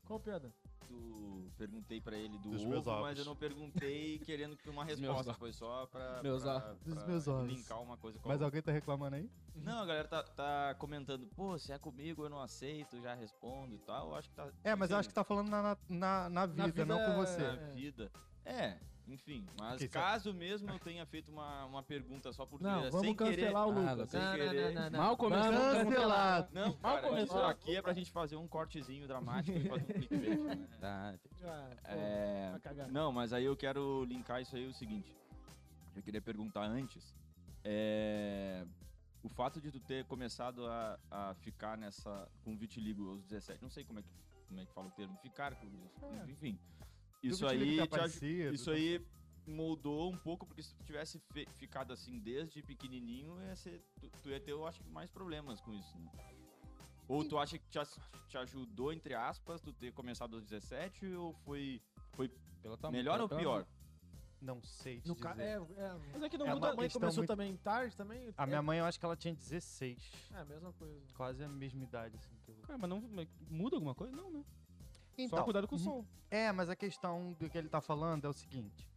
[SPEAKER 1] Qual piada?
[SPEAKER 5] Do... Perguntei pra ele do
[SPEAKER 4] Dos
[SPEAKER 5] ovo,
[SPEAKER 4] meus ovos.
[SPEAKER 5] mas eu não perguntei querendo que uma
[SPEAKER 2] Dos meus
[SPEAKER 5] resposta.
[SPEAKER 2] ovos.
[SPEAKER 5] Foi só pra,
[SPEAKER 2] Meus
[SPEAKER 5] pra-
[SPEAKER 2] ovos.
[SPEAKER 4] Dos
[SPEAKER 5] pra
[SPEAKER 4] meus ovos.
[SPEAKER 5] linkar uma coisa com a
[SPEAKER 4] Mas
[SPEAKER 5] outra.
[SPEAKER 4] alguém tá reclamando aí?
[SPEAKER 5] Não, a galera tá, tá comentando, pô, se é comigo eu não aceito, já respondo e tal. Eu Acho que tá.
[SPEAKER 4] É, mas eu
[SPEAKER 5] assim,
[SPEAKER 4] acho que tá falando na, na, na- na vida,
[SPEAKER 1] vida
[SPEAKER 4] não com
[SPEAKER 1] é-
[SPEAKER 4] você.
[SPEAKER 5] na vida. É, enfim. Mas
[SPEAKER 4] Que isso é-
[SPEAKER 5] caso mesmo eu tenha feito uma, uma pergunta só por
[SPEAKER 1] Não,
[SPEAKER 5] dizer,
[SPEAKER 1] vamos
[SPEAKER 5] sem querer.
[SPEAKER 1] cancelar o
[SPEAKER 2] Ah,
[SPEAKER 1] Lucas.
[SPEAKER 5] sem querer.
[SPEAKER 2] Mal começou,
[SPEAKER 4] Cancelado.
[SPEAKER 5] Não,
[SPEAKER 2] Mal
[SPEAKER 5] cara, isso
[SPEAKER 2] começou.
[SPEAKER 5] aqui é pra gente fazer um cortezinho dramático e fazer um clickbait, né?
[SPEAKER 2] Tá.
[SPEAKER 1] Já, pô,
[SPEAKER 5] É,
[SPEAKER 1] vai cagar.
[SPEAKER 5] Não, mas aí eu quero linkar isso aí o seguinte. Eu queria perguntar antes. é, O fato de tu ter começado a, a ficar nessa. com vitiligo aos 17, não sei como é que, como é que fala o termo, ficar com.
[SPEAKER 4] É.
[SPEAKER 5] Enfim. Isso
[SPEAKER 4] Eu vi que
[SPEAKER 5] aí,
[SPEAKER 4] tá
[SPEAKER 5] te aj-
[SPEAKER 4] parecido,
[SPEAKER 5] isso
[SPEAKER 4] tá-
[SPEAKER 5] aí moldou um pouco, porque se tu tivesse fe- ficado assim desde pequenininho, ia ser- tu, tu ia ter, eu acho que, mais problemas com isso, né? Ou tu acha que te, as- te ajudou, entre aspas, tu ter começado aos 17, ou foi
[SPEAKER 2] Pela tua-
[SPEAKER 5] melhor
[SPEAKER 2] pela
[SPEAKER 5] ou
[SPEAKER 2] tua-
[SPEAKER 5] pior?
[SPEAKER 4] Não sei te
[SPEAKER 1] No ca...
[SPEAKER 4] dizer.
[SPEAKER 1] é, é,
[SPEAKER 2] Mas é que não
[SPEAKER 4] É
[SPEAKER 1] a
[SPEAKER 4] uma
[SPEAKER 1] minha
[SPEAKER 2] muda.
[SPEAKER 1] mãe
[SPEAKER 4] questão
[SPEAKER 1] começou
[SPEAKER 4] muito-
[SPEAKER 1] também tarde também.
[SPEAKER 4] A minha mãe, eu acho que ela tinha 16.
[SPEAKER 1] É a mesma coisa.
[SPEAKER 4] Quase a mesma idade, assim, que eu...
[SPEAKER 2] Cara, mas não mas muda alguma coisa? Não, né?
[SPEAKER 4] Então,
[SPEAKER 2] Só cuidado com o
[SPEAKER 4] hum,
[SPEAKER 2] som.
[SPEAKER 4] É, mas a questão do que ele tá falando é o seguinte.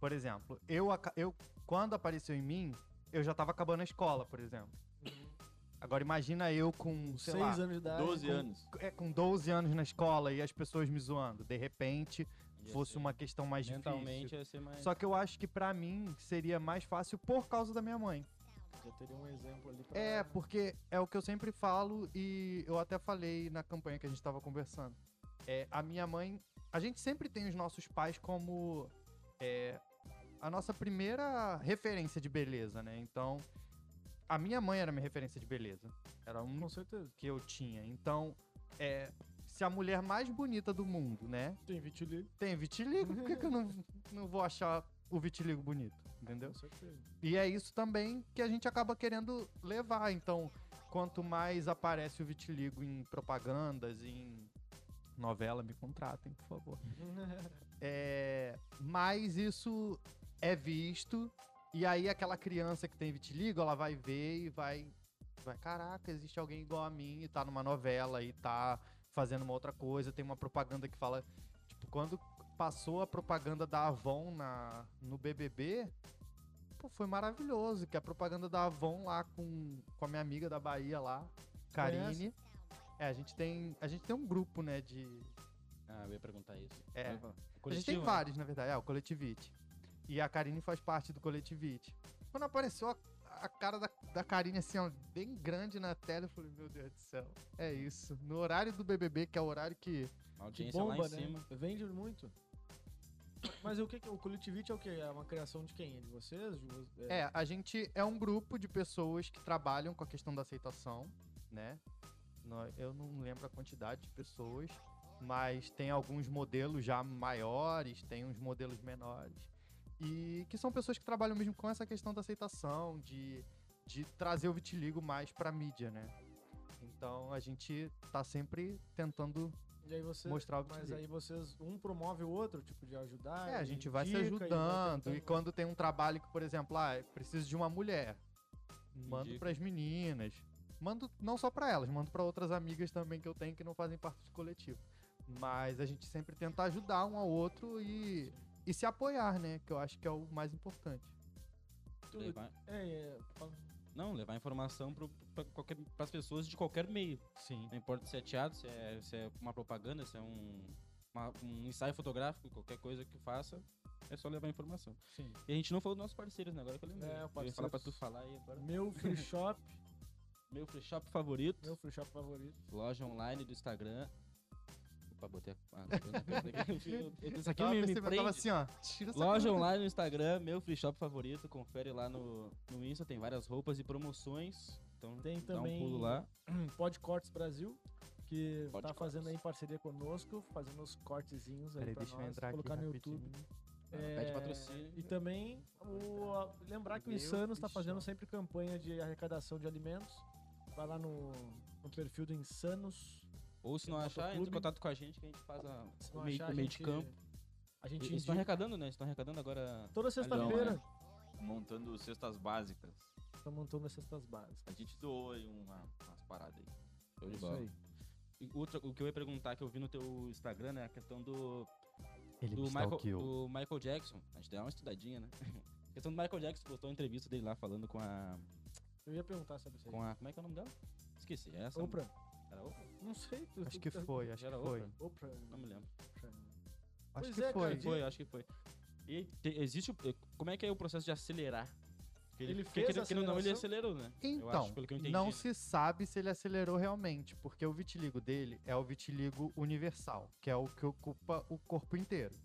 [SPEAKER 4] Por exemplo, eu, aca- eu quando apareceu em mim, eu já tava acabando a escola, por exemplo. Agora imagina eu com, sei
[SPEAKER 1] Seis
[SPEAKER 4] lá,
[SPEAKER 1] anos de idade.
[SPEAKER 5] 12
[SPEAKER 1] Tá, com-
[SPEAKER 5] anos.
[SPEAKER 4] é, com 12 anos na escola e as pessoas me zoando. De repente, fosse uma questão mais
[SPEAKER 2] Mentalmente né?
[SPEAKER 4] difícil.
[SPEAKER 2] ia ser mais.
[SPEAKER 4] Só que eu acho que pra mim seria mais fácil por causa da minha mãe.
[SPEAKER 1] Já teria um exemplo ali pra...
[SPEAKER 4] É, porque é o que eu sempre falo e eu até falei na campanha que a gente tava conversando. É, a minha mãe. A gente sempre tem os nossos pais como é, a nossa primeira referência de beleza, né? Então, a minha mãe era minha referência de beleza. Era um
[SPEAKER 1] Com certeza.
[SPEAKER 4] que eu tinha. Então, é, se a mulher mais bonita do mundo, né,
[SPEAKER 1] Tem vitiligo.
[SPEAKER 4] tem vitiligo, por que, que eu não, não vou achar o vitiligo bonito? Entendeu?
[SPEAKER 1] Com certeza.
[SPEAKER 4] E é isso também que a gente acaba querendo levar. Então, quanto mais aparece o vitiligo em propagandas, em novela, me contratem, por favor. É, mais isso é visto. E aí aquela criança que tem vitiligo, ela vai ver e vai, vai, caraca, existe alguém igual a mim e tá numa novela e tá fazendo uma outra coisa. Tem uma propaganda que fala, tipo, quando passou a propaganda da Avon na, no BBB, pô, foi maravilhoso, que a propaganda da Avon lá com, com a minha amiga da Bahia lá, Karine. É, a gente tem, a gente tem um grupo, né, de
[SPEAKER 2] Ah, eu ia perguntar isso.
[SPEAKER 4] É.
[SPEAKER 2] Vai falar.
[SPEAKER 4] a gente tem
[SPEAKER 2] Coletivo, né?
[SPEAKER 4] vários, na verdade. É, o Coletivite. E a Karine faz parte do Coletivite. Quando apareceu a, a cara da, da Karine, assim, ó, bem grande na tela, eu falei, meu Deus do céu, é isso. No horário do BBB, que é o horário que...
[SPEAKER 2] A
[SPEAKER 1] Que
[SPEAKER 2] Audiência
[SPEAKER 1] bomba,
[SPEAKER 2] lá em
[SPEAKER 1] né?
[SPEAKER 2] cima.
[SPEAKER 1] Vende muito. Mas o que que- o Collectivity é o quê? É uma criação de quem? É de vocês? De vo- é,
[SPEAKER 4] É, a gente é um grupo de pessoas que trabalham com a questão da aceitação, né? Nó- Eu não lembro a quantidade de pessoas, mas tem alguns modelos já maiores, tem uns modelos menores. E que são pessoas que trabalham mesmo com essa questão da aceitação, de, de trazer o vitiligo mais pra mídia, né? Então a gente tá sempre tentando.
[SPEAKER 1] E aí você...
[SPEAKER 4] mostrar o
[SPEAKER 1] Mas
[SPEAKER 4] vitiligo.
[SPEAKER 1] aí vocês... Um promove o outro, tipo, de ajudar.
[SPEAKER 4] É, a
[SPEAKER 1] e
[SPEAKER 4] gente vai
[SPEAKER 1] indica
[SPEAKER 4] se
[SPEAKER 1] e vai
[SPEAKER 4] ajudando.
[SPEAKER 1] tentando-
[SPEAKER 4] E quando tem um trabalho que, por exemplo, ah, eu preciso de uma mulher, mando
[SPEAKER 2] Indica.
[SPEAKER 4] pras meninas. Mando não só pra elas, mando pra outras amigas também que eu tenho que não fazem parte do coletivo. Mas a gente sempre tenta ajudar um ao outro e, e se apoiar, né? Que eu acho que é o mais importante.
[SPEAKER 1] Tu-
[SPEAKER 2] Levar-
[SPEAKER 1] É, é, fala.
[SPEAKER 2] Não, levar informação pro, pra qualquer, pras pessoas de qualquer meio.
[SPEAKER 4] Sim.
[SPEAKER 2] Não importa se é teatro, se é, se é uma propaganda, se é um, uma- um ensaio fotográfico, qualquer coisa que faça, é só levar informação.
[SPEAKER 4] Sim.
[SPEAKER 2] E a gente não falou dos nossos parceiros, né? Agora que eu lembrei.
[SPEAKER 1] É,
[SPEAKER 2] eu ia falar pra tu
[SPEAKER 1] parceiros.
[SPEAKER 2] falar aí agora.
[SPEAKER 1] Meu free shop,
[SPEAKER 2] Meu free shop favorito,
[SPEAKER 1] meu free shop favorito.
[SPEAKER 2] loja online do Instagram. Opa, botei a... Ah, botei na câmera aqui. Eu- eu- Isso aqui
[SPEAKER 4] Tava
[SPEAKER 2] me, me
[SPEAKER 4] percebendo, tava
[SPEAKER 2] prende.
[SPEAKER 4] assim, ó. Tira essa
[SPEAKER 2] Loja
[SPEAKER 4] câmera.
[SPEAKER 2] online no Instagram, meu free shop favorito. Confere lá no, no Insta, tem várias roupas e promoções. Então
[SPEAKER 1] Tem
[SPEAKER 2] dá
[SPEAKER 1] também-
[SPEAKER 2] um pulo lá.
[SPEAKER 1] Pode Cortes Brasil, que
[SPEAKER 6] Pode
[SPEAKER 1] tá
[SPEAKER 6] Cortes.
[SPEAKER 1] fazendo aí em parceria conosco, fazendo os cortezinhos aí
[SPEAKER 4] Peraí,
[SPEAKER 1] pra
[SPEAKER 4] deixa eu
[SPEAKER 1] nós,
[SPEAKER 4] entrar aqui
[SPEAKER 1] colocar no YouTube.
[SPEAKER 4] rapidinho.
[SPEAKER 2] Pede
[SPEAKER 1] É,
[SPEAKER 2] patrocínio.
[SPEAKER 1] E também o- a- lembrar que o
[SPEAKER 4] Meu
[SPEAKER 1] Insanos está
[SPEAKER 4] bichão.
[SPEAKER 1] fazendo sempre campanha de arrecadação de alimentos. Vai lá no, no perfil do Insanos.
[SPEAKER 2] Ou se não
[SPEAKER 1] Tem um
[SPEAKER 2] achar, entra em
[SPEAKER 1] motoclube.
[SPEAKER 2] contato com a gente que a gente faz a,
[SPEAKER 1] Se
[SPEAKER 2] o
[SPEAKER 1] não
[SPEAKER 2] meio,
[SPEAKER 1] achar,
[SPEAKER 2] o
[SPEAKER 1] a
[SPEAKER 2] meio
[SPEAKER 1] gente-
[SPEAKER 2] de campo.
[SPEAKER 1] A gente
[SPEAKER 2] Eles estão
[SPEAKER 1] indica-
[SPEAKER 2] arrecadando, né? Eles estão arrecadando agora.
[SPEAKER 1] toda sexta-feira.
[SPEAKER 5] Montando cestas básicas.
[SPEAKER 1] Estão tá montando as cestas básicas.
[SPEAKER 5] A gente doou aí uma, umas paradas aí.
[SPEAKER 2] Show
[SPEAKER 1] É
[SPEAKER 2] de
[SPEAKER 1] isso
[SPEAKER 2] bola.
[SPEAKER 1] aí.
[SPEAKER 2] E outra- o que eu ia perguntar que eu vi no teu Instagram, né? A questão do,
[SPEAKER 4] Ele
[SPEAKER 2] do,
[SPEAKER 4] me
[SPEAKER 2] Michael,
[SPEAKER 4] stalkeou.
[SPEAKER 2] do Michael Jackson. A gente deu uma estudadinha, né? A questão do Michael Jackson postou uma entrevista dele lá falando com a.
[SPEAKER 1] Eu ia perguntar sobre isso aí.
[SPEAKER 2] Com a. Como é que é o nome dela? Esqueci. é Essa
[SPEAKER 1] Oprah?
[SPEAKER 2] Era Oprah?
[SPEAKER 1] Não sei. tu-
[SPEAKER 4] Acho
[SPEAKER 1] tu-
[SPEAKER 4] que
[SPEAKER 1] tá-
[SPEAKER 4] foi, acho que
[SPEAKER 2] Era
[SPEAKER 4] foi.
[SPEAKER 2] Oprah?
[SPEAKER 1] Oprah.
[SPEAKER 2] Não me lembro.
[SPEAKER 4] Acho
[SPEAKER 1] Pois
[SPEAKER 4] que
[SPEAKER 1] é, cara,
[SPEAKER 4] foi.
[SPEAKER 1] de-
[SPEAKER 2] Foi, acho que foi. E te- existe o. Como é que é o processo de acelerar? Porque
[SPEAKER 1] Ele
[SPEAKER 2] porque,
[SPEAKER 1] fez
[SPEAKER 2] querendo-
[SPEAKER 1] a
[SPEAKER 2] querendo ou não, ele
[SPEAKER 1] aceleração?
[SPEAKER 2] acelerou, né? eu
[SPEAKER 4] Então,
[SPEAKER 2] acho, pelo que eu entendi.
[SPEAKER 4] não
[SPEAKER 2] né?
[SPEAKER 4] se sabe se ele acelerou realmente, porque o vitiligo dele é o vitiligo universal, que é o que ocupa o corpo inteiro,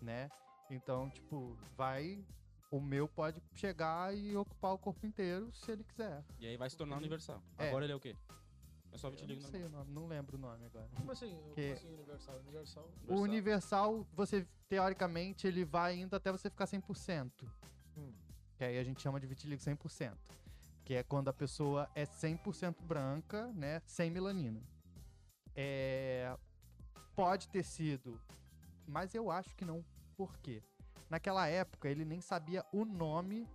[SPEAKER 4] né? Então, tipo, vai. O meu pode chegar e ocupar o corpo inteiro se ele quiser.
[SPEAKER 2] E aí vai se tornar universal.
[SPEAKER 4] É.
[SPEAKER 2] Agora ele é o quê? É só
[SPEAKER 4] Eu
[SPEAKER 2] vitiligo
[SPEAKER 4] não
[SPEAKER 2] normal.
[SPEAKER 4] sei o nome, não lembro o nome agora.
[SPEAKER 1] Como assim? Como
[SPEAKER 4] Que-
[SPEAKER 1] assim universal? Universal.
[SPEAKER 4] O
[SPEAKER 5] Universal.
[SPEAKER 4] universal, você teoricamente, ele vai indo até você ficar 100%.
[SPEAKER 1] Hum.
[SPEAKER 4] Que aí a gente chama de vitiligo 100%. Que é quando a pessoa é 100% branca, né? Sem melanina. É, Pode ter sido, mas eu acho que não. Por quê? Naquela época, ele nem sabia o nome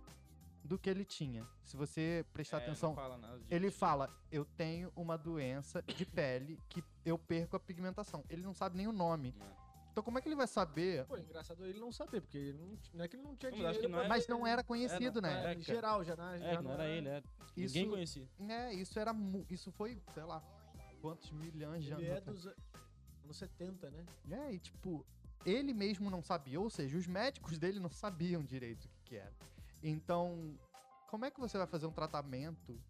[SPEAKER 4] do que ele tinha. Se você prestar
[SPEAKER 2] É,
[SPEAKER 4] atenção,
[SPEAKER 2] não fala nada de
[SPEAKER 4] ele
[SPEAKER 2] vitiligo.
[SPEAKER 4] fala, eu tenho uma doença de pele que eu perco a pigmentação. Ele não sabe nem o nome. Então como é que ele vai saber?
[SPEAKER 1] Pô, engraçado ele não saber, porque ele não, t- não é que ele não tinha
[SPEAKER 2] Não, mas acho
[SPEAKER 1] dinheiro.
[SPEAKER 2] que não
[SPEAKER 1] pra-
[SPEAKER 2] é-
[SPEAKER 4] Mas não era conhecido,
[SPEAKER 2] não,
[SPEAKER 4] né?
[SPEAKER 2] é.
[SPEAKER 1] em geral, já, na,
[SPEAKER 2] É,
[SPEAKER 1] já
[SPEAKER 2] que não era ele, era.
[SPEAKER 4] Isso-
[SPEAKER 2] Ninguém conhecia.
[SPEAKER 4] É, isso era mu- isso foi, sei lá, quantos milhões de
[SPEAKER 1] Ele
[SPEAKER 4] anos.
[SPEAKER 1] é
[SPEAKER 4] atrás.
[SPEAKER 1] dos a- anos 70, né?
[SPEAKER 4] É, e tipo, ele mesmo não sabia, ou seja, os médicos dele não sabiam direito o que, que era. Então, como é que você vai fazer um tratamento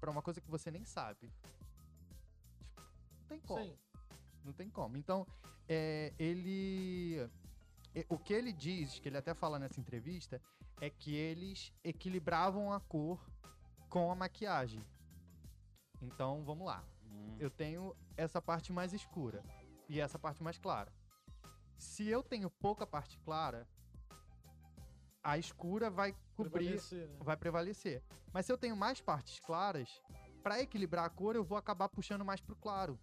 [SPEAKER 4] pra uma coisa que você nem sabe? Tipo, Não tem como.
[SPEAKER 1] Sim.
[SPEAKER 4] Não tem como. Então, é, ele. e- O que ele diz, que ele até fala nessa entrevista, é que eles equilibravam a cor com a maquiagem. Então, vamos lá. Eu tenho essa parte mais escura e essa parte mais clara. Se eu tenho pouca parte clara, a escura vai cobrir
[SPEAKER 1] Prevalecer, né?
[SPEAKER 4] vai prevalecer. Mas se eu tenho mais partes claras, para equilibrar a cor, eu vou acabar puxando mais pro claro.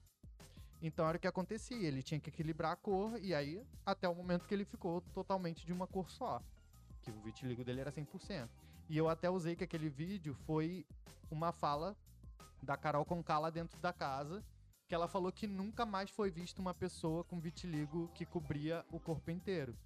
[SPEAKER 4] Então era o que acontecia, ele tinha que equilibrar a cor e aí até o momento que ele ficou totalmente de uma cor só, que o vitiligo dele era 100%. E eu até usei que aquele vídeo foi uma fala da Carol Conká lá dentro da casa, que ela falou que nunca mais foi vista uma pessoa com vitiligo que cobria o corpo inteiro.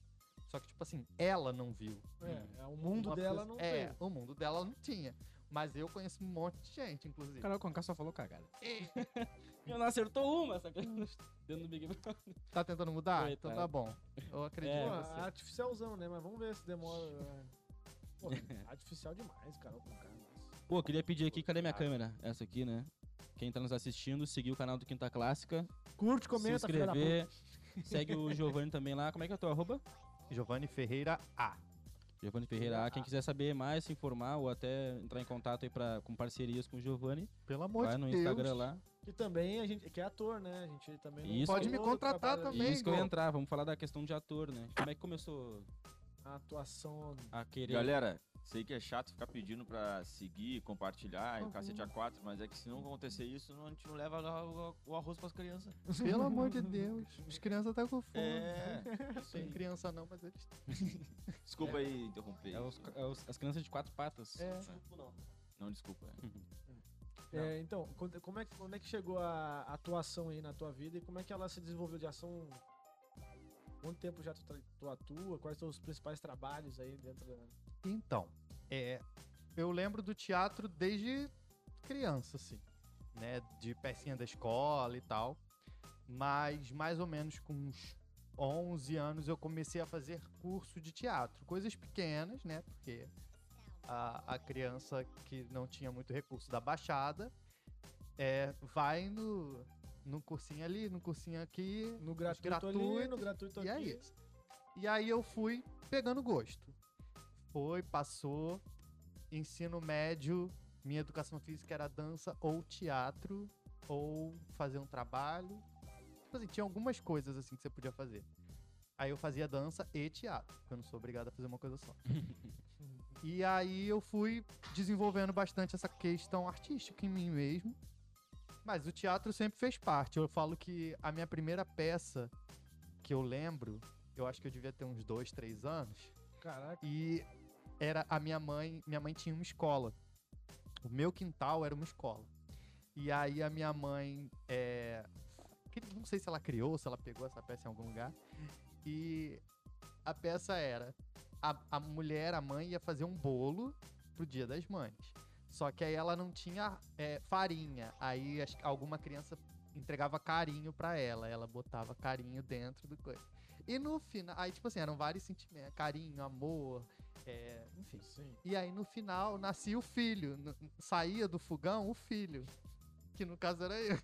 [SPEAKER 4] Só que tipo assim, ela não viu.
[SPEAKER 1] É, é, o mundo
[SPEAKER 4] um Uma
[SPEAKER 1] dela
[SPEAKER 4] pessoa-
[SPEAKER 1] não
[SPEAKER 4] é,
[SPEAKER 1] tem.
[SPEAKER 4] o mundo dela não tinha. Mas eu conheço um monte de gente, inclusive.
[SPEAKER 2] Carol Conká só falou cagada. É. eu não acertou uma, sacanagem. Dentro do Big Brother.
[SPEAKER 4] Tá tentando mudar?
[SPEAKER 2] Coitado.
[SPEAKER 4] Então tá bom. Eu acredito
[SPEAKER 2] É,
[SPEAKER 1] Pô,
[SPEAKER 4] em
[SPEAKER 1] a-
[SPEAKER 4] você.
[SPEAKER 1] artificialzão, né? Mas vamos ver se demora. né? Pô, artificial demais, cara. Com cara mas-
[SPEAKER 2] Pô, queria pedir aqui, cadê minha câmera? Essa aqui, né? Quem tá nos assistindo, seguir o canal do Quinta Clássica.
[SPEAKER 1] Curte, comenta,
[SPEAKER 2] se
[SPEAKER 1] filha da puta.
[SPEAKER 2] inscrever. Segue o Giovanni também lá. Como é que é o teu arroba?
[SPEAKER 4] Giovanni Ferreira A.
[SPEAKER 2] Giovanni Ferreira. A. Quem quiser saber mais, se informar ou até entrar em contato aí pra, com parcerias com o Giovanni,
[SPEAKER 4] Pelo amor
[SPEAKER 2] vai
[SPEAKER 4] de
[SPEAKER 2] no
[SPEAKER 4] Deus.
[SPEAKER 2] Instagram lá.
[SPEAKER 1] Que também a gente. Que é ator, né? A gente também não
[SPEAKER 2] Isso.
[SPEAKER 1] falou
[SPEAKER 4] Pode me
[SPEAKER 1] do
[SPEAKER 4] contratar
[SPEAKER 1] trabalho-
[SPEAKER 4] também.
[SPEAKER 2] E isso que eu ia
[SPEAKER 4] Igor.
[SPEAKER 2] entrar, vamos falar da questão de ator, né? Como é que começou
[SPEAKER 1] A atuação.
[SPEAKER 2] a querer.
[SPEAKER 5] Galera, sei que é chato ficar pedindo pra seguir, compartilhar, e o cacete A4, mas é que se não acontecer isso, não- a gente não leva lá o, o arroz pras crianças.
[SPEAKER 4] Pelo amor de Deus. As crianças estão com fome.
[SPEAKER 1] É,
[SPEAKER 5] É, isso
[SPEAKER 4] Tem
[SPEAKER 5] aí.
[SPEAKER 4] criança não, mas eles.
[SPEAKER 5] Desculpa aí interromper.
[SPEAKER 2] É os- é os- as crianças de quatro patas.
[SPEAKER 4] É.
[SPEAKER 5] Não, desculpa.
[SPEAKER 1] É, então, quando- como é, que- quando é que chegou a atuação aí na tua vida e como é que ela se desenvolveu de ação? Quanto tempo já tu, tra- tu atua? Quais são os principais trabalhos aí dentro da.
[SPEAKER 4] Então, é, eu lembro do teatro desde criança, assim, né? De pecinha da escola e tal. Mas mais ou menos com uns 11 anos eu comecei a fazer curso de teatro. Coisas pequenas, né? Porque a, a criança que não tinha muito recurso da Baixada é, vai no, num cursinho ali, num cursinho aqui,
[SPEAKER 1] No gratuito, ali, no gratuito
[SPEAKER 4] gratuitos, e é
[SPEAKER 1] aqui.
[SPEAKER 4] isso. E aí eu fui pegando gosto. Foi, passou. Ensino médio, Minha educação física era dança ou teatro ou fazer um trabalho. Tipo assim, tinha algumas coisas assim que você podia fazer. Aí eu fazia dança e teatro, porque eu não sou obrigado a fazer uma coisa só. e aí eu fui desenvolvendo bastante essa questão artística em mim mesmo. Mas o teatro sempre fez parte. Eu falo que a minha primeira peça que eu lembro, eu acho que eu devia ter uns dois, três anos.
[SPEAKER 1] Caraca.
[SPEAKER 4] E era a minha mãe, minha mãe tinha uma escola. O meu quintal era uma escola. E aí a minha mãe, é, que- não sei se ela criou, se ela pegou essa peça em algum lugar. E a peça era a, a mulher, a mãe ia fazer um bolo pro Dia das Mães. Só que aí ela não tinha é, farinha. Aí acho que alguma criança entregava carinho pra ela. Ela botava carinho dentro do coisa. E no final, aí tipo assim, eram vários sentimentos, carinho, amor, é, enfim.
[SPEAKER 1] Sim.
[SPEAKER 4] E aí no final nascia o filho. n- n- Saía do fogão o filho. Que no caso era eu.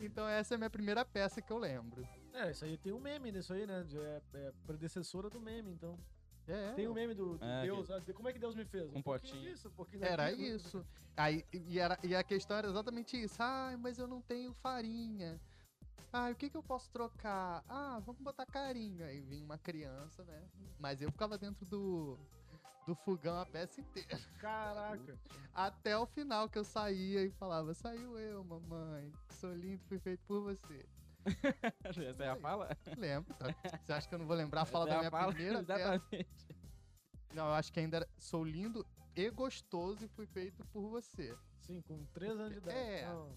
[SPEAKER 4] então essa é a minha primeira peça que eu lembro.
[SPEAKER 1] É, isso aí tem um meme disso aí, né? De- É, é predecessora do meme, então.
[SPEAKER 4] É.
[SPEAKER 1] Tem um meme do, do
[SPEAKER 2] É,
[SPEAKER 1] Deus. ah, Como é que Deus me fez?
[SPEAKER 2] Um
[SPEAKER 1] pouquinho
[SPEAKER 2] potinho.
[SPEAKER 1] disso, um pouquinho
[SPEAKER 4] Era
[SPEAKER 1] daquilo.
[SPEAKER 4] isso. Aí, e, era, e a questão era exatamente isso. Ai, mas eu não tenho farinha. Ai, o que, que eu posso trocar? Ah, vamos botar carinho. Aí vinha uma criança, né? Mas eu ficava dentro do, do fogão a peça inteira.
[SPEAKER 1] Caraca.
[SPEAKER 4] Até o final que eu saía e falava, saiu eu, mamãe. Sou lindo, fui feito por você.
[SPEAKER 2] Essa é a fala?
[SPEAKER 4] Lembro. tá? Você acha que eu não vou lembrar a fala
[SPEAKER 2] Essa é
[SPEAKER 4] da
[SPEAKER 2] a
[SPEAKER 4] minha
[SPEAKER 2] fala?
[SPEAKER 4] primeira? peça?
[SPEAKER 2] Exatamente.
[SPEAKER 4] Não, eu acho que ainda era. Sou lindo e gostoso e fui feito por você.
[SPEAKER 1] Sim, com 3 anos de idade.
[SPEAKER 4] É.
[SPEAKER 1] Não.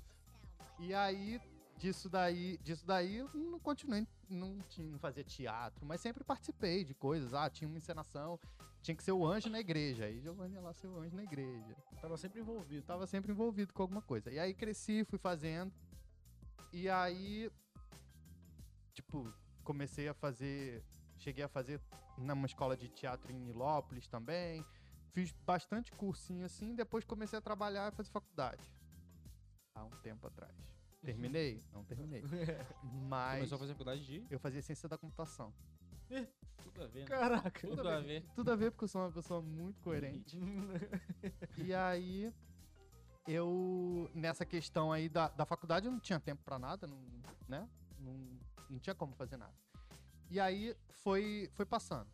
[SPEAKER 4] E aí, disso daí, disso daí, eu não continuei, não, tinha, não fazia teatro, mas sempre participei de coisas. Ah, tinha uma encenação, tinha que ser o anjo na igreja. Aí Giovanni ia lá ser o anjo na igreja.
[SPEAKER 1] Tava sempre envolvido.
[SPEAKER 4] tava sempre envolvido com alguma coisa. E aí cresci, fui fazendo. E aí, tipo, comecei a fazer. Cheguei a fazer numa escola de teatro em Nilópolis também. Fiz bastante cursinho assim, depois comecei a trabalhar e fazer faculdade. Há um tempo atrás. Terminei? Não terminei. Mas
[SPEAKER 2] Uhum. Começou a fazer faculdade de.
[SPEAKER 4] eu fazia ciência da computação.
[SPEAKER 2] Tudo a ver, né?
[SPEAKER 1] Caraca.
[SPEAKER 2] Tudo a ver.
[SPEAKER 4] Tudo a ver, porque eu sou uma pessoa muito coerente. E aí, eu, nessa questão aí da, da faculdade, eu não tinha tempo pra nada, não, né? Não, não tinha como fazer nada. E aí, foi, foi passando.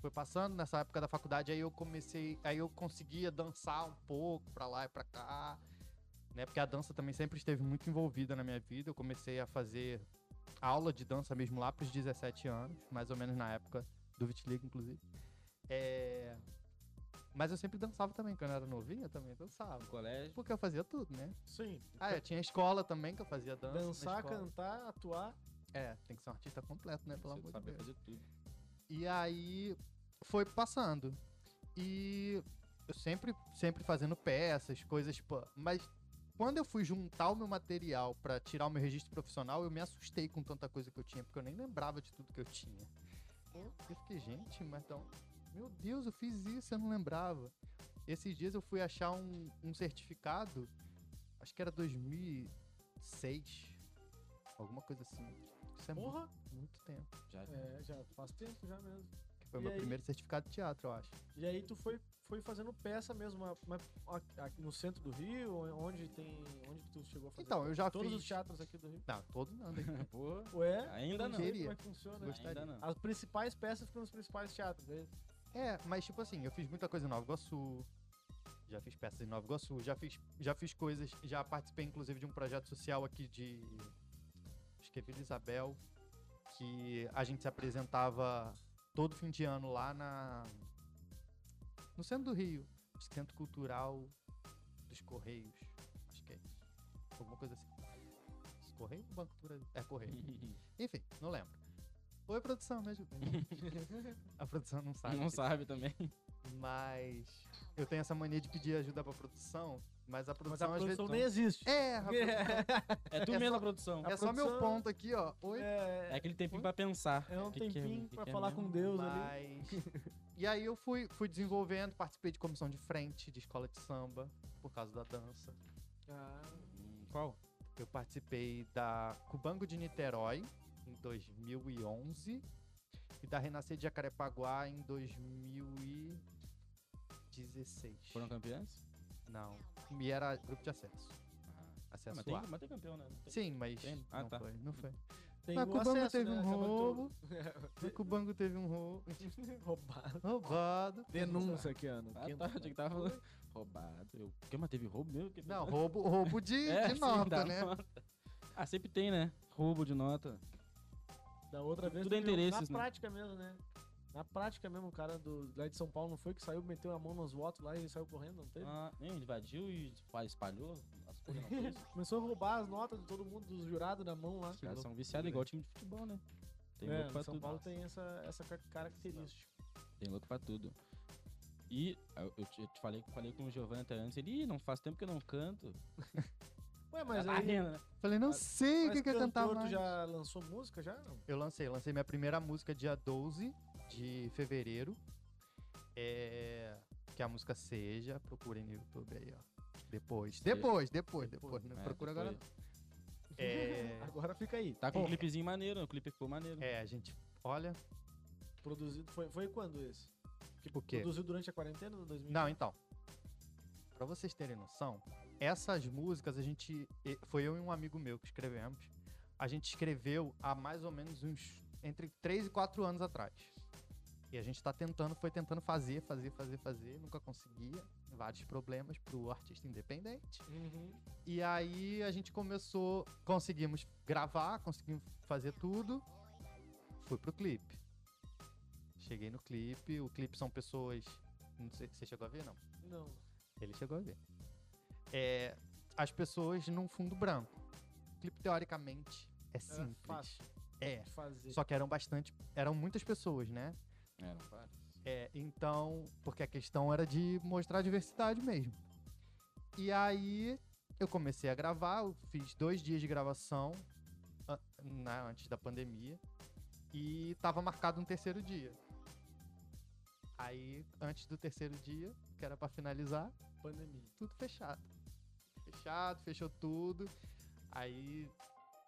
[SPEAKER 4] Foi passando, nessa época da faculdade, aí eu comecei, aí eu conseguia dançar um pouco pra lá e pra cá, né? Porque a dança também sempre esteve muito envolvida na minha vida. Eu comecei a fazer aula de dança mesmo lá pros 17 anos, mais ou menos na época do Vitiligo, inclusive. É... Mas eu sempre dançava também, quando eu era novinha também dançava.
[SPEAKER 2] No colégio.
[SPEAKER 4] Porque eu fazia tudo, né?
[SPEAKER 1] Sim.
[SPEAKER 4] Ah, eu tinha escola também que eu fazia dança. na
[SPEAKER 1] Dançar,
[SPEAKER 4] escola.
[SPEAKER 1] cantar, atuar.
[SPEAKER 4] É, tem que ser um artista completo, né? Pelo
[SPEAKER 2] Você
[SPEAKER 4] amor de
[SPEAKER 2] sabe
[SPEAKER 4] Deus.
[SPEAKER 2] fazer tudo.
[SPEAKER 4] E aí foi passando. E eu sempre, sempre fazendo peças, coisas, tipo, mas quando eu fui juntar o meu material pra tirar o meu registro profissional, eu me assustei com tanta coisa que eu tinha, porque eu nem lembrava de tudo que eu tinha. Eu fiquei, gente, mas então, meu Deus, eu fiz isso, eu não lembrava. Esses dias eu fui achar um, um certificado, acho que era 2006, alguma coisa assim. Isso é mu-
[SPEAKER 1] Porra.
[SPEAKER 4] muito tempo.
[SPEAKER 2] Já.
[SPEAKER 1] É, já faz tempo já mesmo.
[SPEAKER 4] Que foi
[SPEAKER 1] E
[SPEAKER 4] meu
[SPEAKER 1] aí?
[SPEAKER 4] primeiro certificado de teatro, eu acho.
[SPEAKER 1] E aí tu foi, foi fazendo peça mesmo a- mas a- a- no centro do Rio, onde tem. Onde que tu chegou a fazer?
[SPEAKER 4] Então, eu já
[SPEAKER 1] Todos
[SPEAKER 4] fiz.
[SPEAKER 1] os teatros aqui do Rio.
[SPEAKER 4] Não, todo não. né?
[SPEAKER 2] Porra.
[SPEAKER 1] Ué?
[SPEAKER 2] Ainda
[SPEAKER 1] Eu
[SPEAKER 2] não.
[SPEAKER 1] sei
[SPEAKER 4] Queria.
[SPEAKER 1] Como é que funciona?
[SPEAKER 4] Gostaria. Ah,
[SPEAKER 2] Ainda não.
[SPEAKER 1] As principais peças ficam nos principais teatros. né?
[SPEAKER 4] é, mas tipo assim, eu fiz muita coisa em Nova Iguaçu. Já fiz peças em Nova Iguaçu, já fiz, já fiz coisas, já participei inclusive de um projeto social aqui de. Acho que é Vila Isabel, que a gente se apresentava todo fim de ano lá na. No centro do Rio. Centro Cultural dos Correios. Acho que é isso. Alguma coisa assim. Correio ou Banco do Brasil? É Correio. Enfim, não lembro. Oi, produção, me ajuda. a produção não sabe.
[SPEAKER 2] Não sabe também.
[SPEAKER 4] Mas eu tenho essa mania de pedir ajuda pra produção, mas a
[SPEAKER 1] Mas
[SPEAKER 4] produção
[SPEAKER 1] a
[SPEAKER 4] às vezes.
[SPEAKER 1] produção nem existe.
[SPEAKER 4] É, rapaz.
[SPEAKER 2] É tu
[SPEAKER 4] É
[SPEAKER 2] mesmo
[SPEAKER 4] só-
[SPEAKER 2] a produção.
[SPEAKER 4] É só meu
[SPEAKER 1] produção-
[SPEAKER 4] ponto aqui, ó. Oi,
[SPEAKER 1] É,
[SPEAKER 2] É aquele tempinho pra pensar.
[SPEAKER 1] é um
[SPEAKER 2] Que que
[SPEAKER 1] tempinho
[SPEAKER 2] que
[SPEAKER 1] pra
[SPEAKER 2] que é
[SPEAKER 1] falar
[SPEAKER 2] mesmo?
[SPEAKER 1] com Deus ali.
[SPEAKER 4] mas... E aí eu fui, fui desenvolvendo, participei de comissão de frente, de escola de samba, por causa da dança.
[SPEAKER 1] Ah,
[SPEAKER 2] Hum, Qual?
[SPEAKER 4] Eu participei da Cubango de Niterói em 2011 e da Renascer de Jacarepaguá em 2012. 16.
[SPEAKER 2] Foram campeãs?
[SPEAKER 4] Não. E era grupo de acesso.
[SPEAKER 2] Ah,
[SPEAKER 4] Acesso
[SPEAKER 2] mas, tem,
[SPEAKER 4] A.
[SPEAKER 2] mas tem campeão, né? Não tem-
[SPEAKER 4] Sim, mas
[SPEAKER 2] Tem? Ah,
[SPEAKER 4] não
[SPEAKER 2] tá.
[SPEAKER 4] foi, não foi.
[SPEAKER 1] Tem
[SPEAKER 4] Mas
[SPEAKER 1] o
[SPEAKER 4] o Bangu
[SPEAKER 1] acesso,
[SPEAKER 4] teve
[SPEAKER 1] né?
[SPEAKER 4] um
[SPEAKER 1] Acaba
[SPEAKER 4] roubo.
[SPEAKER 1] tudo.
[SPEAKER 4] Só que o Bangu teve um roubo.
[SPEAKER 1] Roubado.
[SPEAKER 4] Roubado.
[SPEAKER 1] Denúncia aqui, Ana.
[SPEAKER 2] Ah,
[SPEAKER 1] Quinta-
[SPEAKER 2] tá, tinha que tava falando. Roubado. Eu... O que, mas teve roubo mesmo? Que- tá
[SPEAKER 4] Não, roubo, roubo de,
[SPEAKER 2] É,
[SPEAKER 4] de
[SPEAKER 2] sim,
[SPEAKER 4] nota,
[SPEAKER 2] da
[SPEAKER 4] né?
[SPEAKER 2] nota. Ah, sempre tem, né? Roubo de nota.
[SPEAKER 1] Da outra vez.
[SPEAKER 2] Tudo é
[SPEAKER 1] teve-
[SPEAKER 2] interesses,
[SPEAKER 1] Na
[SPEAKER 2] né?
[SPEAKER 1] prática mesmo, né? Na prática mesmo, o cara do, lá de São Paulo não foi que saiu, meteu a mão nos votos lá e saiu correndo, não teve?
[SPEAKER 2] Ah, hein, invadiu e fa- espalhou. as coisas na coisa.
[SPEAKER 1] Começou a roubar as notas de todo mundo, dos jurados na mão lá.
[SPEAKER 2] Os caras são viciados igual time de futebol, né? Tem
[SPEAKER 1] É,
[SPEAKER 2] louco pra
[SPEAKER 1] São
[SPEAKER 2] tudo.
[SPEAKER 1] Paulo tem essa, essa car- característica.
[SPEAKER 2] Tem louco pra tudo. E ah, eu te, eu te falei, falei com o Giovanni até antes, ele, "Ih, não faz tempo que eu não canto.
[SPEAKER 1] Ué, mas
[SPEAKER 2] Tá
[SPEAKER 1] aí.
[SPEAKER 2] barrendo, né?
[SPEAKER 4] Falei, não sei o
[SPEAKER 1] mas
[SPEAKER 4] que, que é cantar
[SPEAKER 1] cantor, tu
[SPEAKER 4] mais.
[SPEAKER 1] já lançou música já? Não.
[SPEAKER 4] Eu lancei, lancei minha primeira música dia 12 de fevereiro. É, Que a música seja, procurem no YouTube aí, ó. Depois,
[SPEAKER 2] Seja.
[SPEAKER 4] depois, depois, depois.
[SPEAKER 1] Depois.
[SPEAKER 4] Não
[SPEAKER 2] É,
[SPEAKER 4] procura agora não.
[SPEAKER 2] depois.
[SPEAKER 4] É,
[SPEAKER 1] Agora fica aí.
[SPEAKER 2] Tá com um
[SPEAKER 4] É.
[SPEAKER 2] clipezinho maneiro, o clipe ficou maneiro.
[SPEAKER 4] é, a gente, olha,
[SPEAKER 1] Produzido. Foi, foi quando esse? Que
[SPEAKER 4] tipo O quê?
[SPEAKER 1] Produziu durante a quarentena de 2000?
[SPEAKER 4] Não, então. Pra vocês terem noção, essas músicas a gente. e- Foi eu e um amigo meu que escrevemos. A gente escreveu há mais ou menos uns. Entre 3 e 4 anos atrás. E a gente tá tentando, foi tentando fazer, fazer, fazer, fazer. Nunca conseguia. Vários problemas pro artista independente.
[SPEAKER 1] Uhum.
[SPEAKER 4] E aí a gente começou, conseguimos gravar, conseguimos fazer tudo. Fui pro clipe. Cheguei no clipe, o clipe são pessoas. Não sei, você chegou a ver, não?
[SPEAKER 1] Não.
[SPEAKER 4] Ele chegou a ver. É, as pessoas num fundo branco. O clipe, teoricamente, é
[SPEAKER 1] Era
[SPEAKER 4] simples.
[SPEAKER 1] fácil
[SPEAKER 4] É.
[SPEAKER 1] de fazer.
[SPEAKER 4] Só que eram bastante. Eram muitas pessoas, né?
[SPEAKER 2] É, não para.
[SPEAKER 4] É, então, porque a questão era de mostrar a diversidade mesmo. E aí eu comecei a gravar, eu fiz dois dias de gravação a- na- antes da pandemia e tava marcado um terceiro dia. Aí, antes do terceiro dia, que era pra finalizar,
[SPEAKER 1] Pandemia.
[SPEAKER 4] tudo fechado. Fechado, fechou tudo. Aí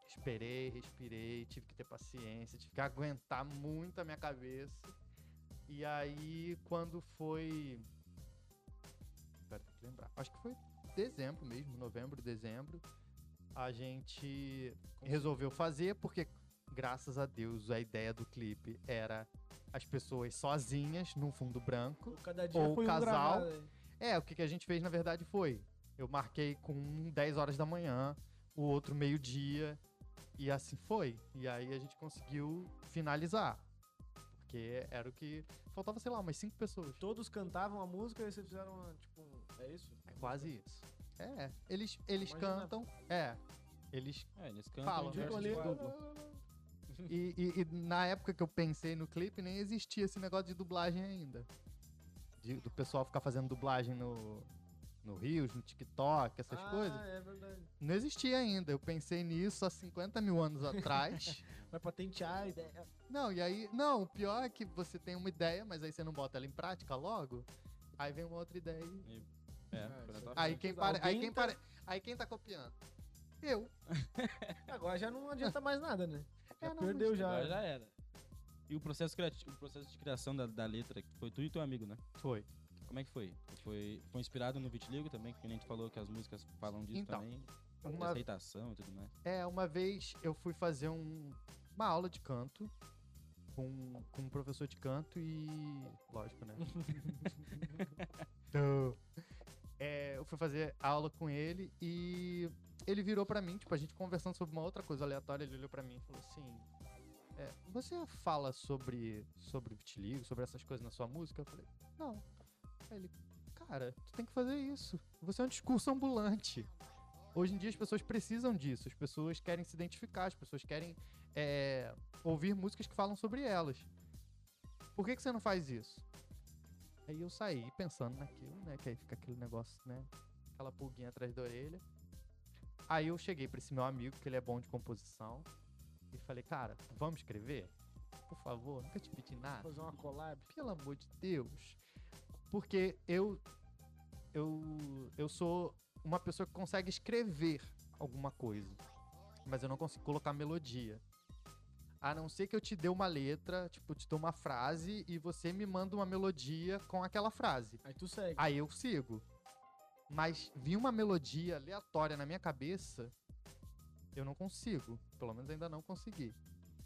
[SPEAKER 4] esperei, respirei, tive que ter paciência, tive que aguentar muito a minha cabeça. E aí, quando foi. Pera, tem que lembrar. Acho que foi dezembro mesmo, novembro, dezembro. A gente resolveu fazer, porque, graças a Deus, a ideia do clipe era as pessoas sozinhas, num fundo branco.
[SPEAKER 1] Cada dia
[SPEAKER 4] Ou
[SPEAKER 1] foi um
[SPEAKER 4] casal.
[SPEAKER 1] gravado, né?
[SPEAKER 4] É, o que, que a gente fez na verdade foi: eu marquei com um 10 horas da manhã, o outro meio-dia, e assim foi. E aí a gente conseguiu finalizar. Porque era o que. Faltava, sei lá, umas 5 pessoas.
[SPEAKER 1] Todos cantavam a música e vocês fizeram uma, tipo, é isso?
[SPEAKER 4] É quase isso. É, eles, eles
[SPEAKER 1] Imagina.
[SPEAKER 4] cantam. É. Eles.
[SPEAKER 2] É, eles cantam
[SPEAKER 4] Fala,
[SPEAKER 2] em
[SPEAKER 4] né? Tipo,
[SPEAKER 2] verso
[SPEAKER 1] Ficam ali-
[SPEAKER 2] de dupla.
[SPEAKER 4] E, e- e na época que eu pensei no clipe, nem existia esse negócio de dublagem ainda. De- do pessoal ficar fazendo dublagem no. No Rios, no TikTok, essas
[SPEAKER 1] ah,
[SPEAKER 4] coisas.
[SPEAKER 1] é verdade.
[SPEAKER 4] Não existia ainda. Eu pensei nisso há 50 mil anos atrás.
[SPEAKER 1] Vai patentear a ideia.
[SPEAKER 4] não, e aí. Não, o pior é que você tem uma ideia, mas aí você não bota ela em prática logo. Aí vem uma outra ideia. e-
[SPEAKER 2] É,
[SPEAKER 1] Ah,
[SPEAKER 2] foi
[SPEAKER 1] isso
[SPEAKER 2] na tua
[SPEAKER 4] Aí
[SPEAKER 2] frente.
[SPEAKER 4] quem, pare- aí,
[SPEAKER 1] Alguém
[SPEAKER 4] quem
[SPEAKER 1] tá-
[SPEAKER 4] pare- aí quem tá copiando? Eu.
[SPEAKER 1] É, Agora já não adianta mais nada, né? Já
[SPEAKER 4] É, não,
[SPEAKER 1] perdeu
[SPEAKER 4] mas-
[SPEAKER 1] já.
[SPEAKER 2] Agora já era. E o processo, criativo, o processo de criação da, da letra, que foi tu e teu amigo, né?
[SPEAKER 4] Foi.
[SPEAKER 2] Como é que foi? Foi, foi inspirado no Vitiligo também, que a gente falou que as músicas falam disso
[SPEAKER 4] Então,
[SPEAKER 2] também. de
[SPEAKER 4] Uma,
[SPEAKER 2] aceitação e tudo mais.
[SPEAKER 4] é, uma vez eu fui fazer um- uma aula de canto com, com um professor de canto e. Lógico, né? Tô. É, eu fui fazer aula com ele e ele virou pra mim, tipo, a gente conversando sobre uma outra coisa aleatória, ele olhou pra mim e falou assim: é, Você fala sobre, sobre vitiligo, sobre essas coisas na sua música? Eu falei: Não. Aí ele: Cara, tu tem que fazer isso. Você é um discurso ambulante. Hoje em dia as pessoas precisam disso, as pessoas querem se identificar, as pessoas querem é, ouvir músicas que falam sobre elas. Por que, que você não faz isso? Aí eu saí pensando naquilo, né? Que aí fica aquele negócio, né? Aquela pulguinha atrás da orelha. Aí eu cheguei pra esse meu amigo, que ele é bom de composição, e falei, cara, vamos escrever? Por favor, nunca te pedi nada
[SPEAKER 1] Fazer uma collab.
[SPEAKER 4] pelo amor de Deus. Porque eu eu eu sou uma pessoa que consegue escrever alguma coisa, mas eu não consigo colocar melodia. A não ser que eu te dê uma letra, tipo, te dou uma frase e você me manda uma melodia com aquela frase.
[SPEAKER 1] Aí tu segue.
[SPEAKER 4] Aí eu sigo. Mas vir uma melodia aleatória na minha cabeça, eu não consigo. Pelo menos ainda não consegui.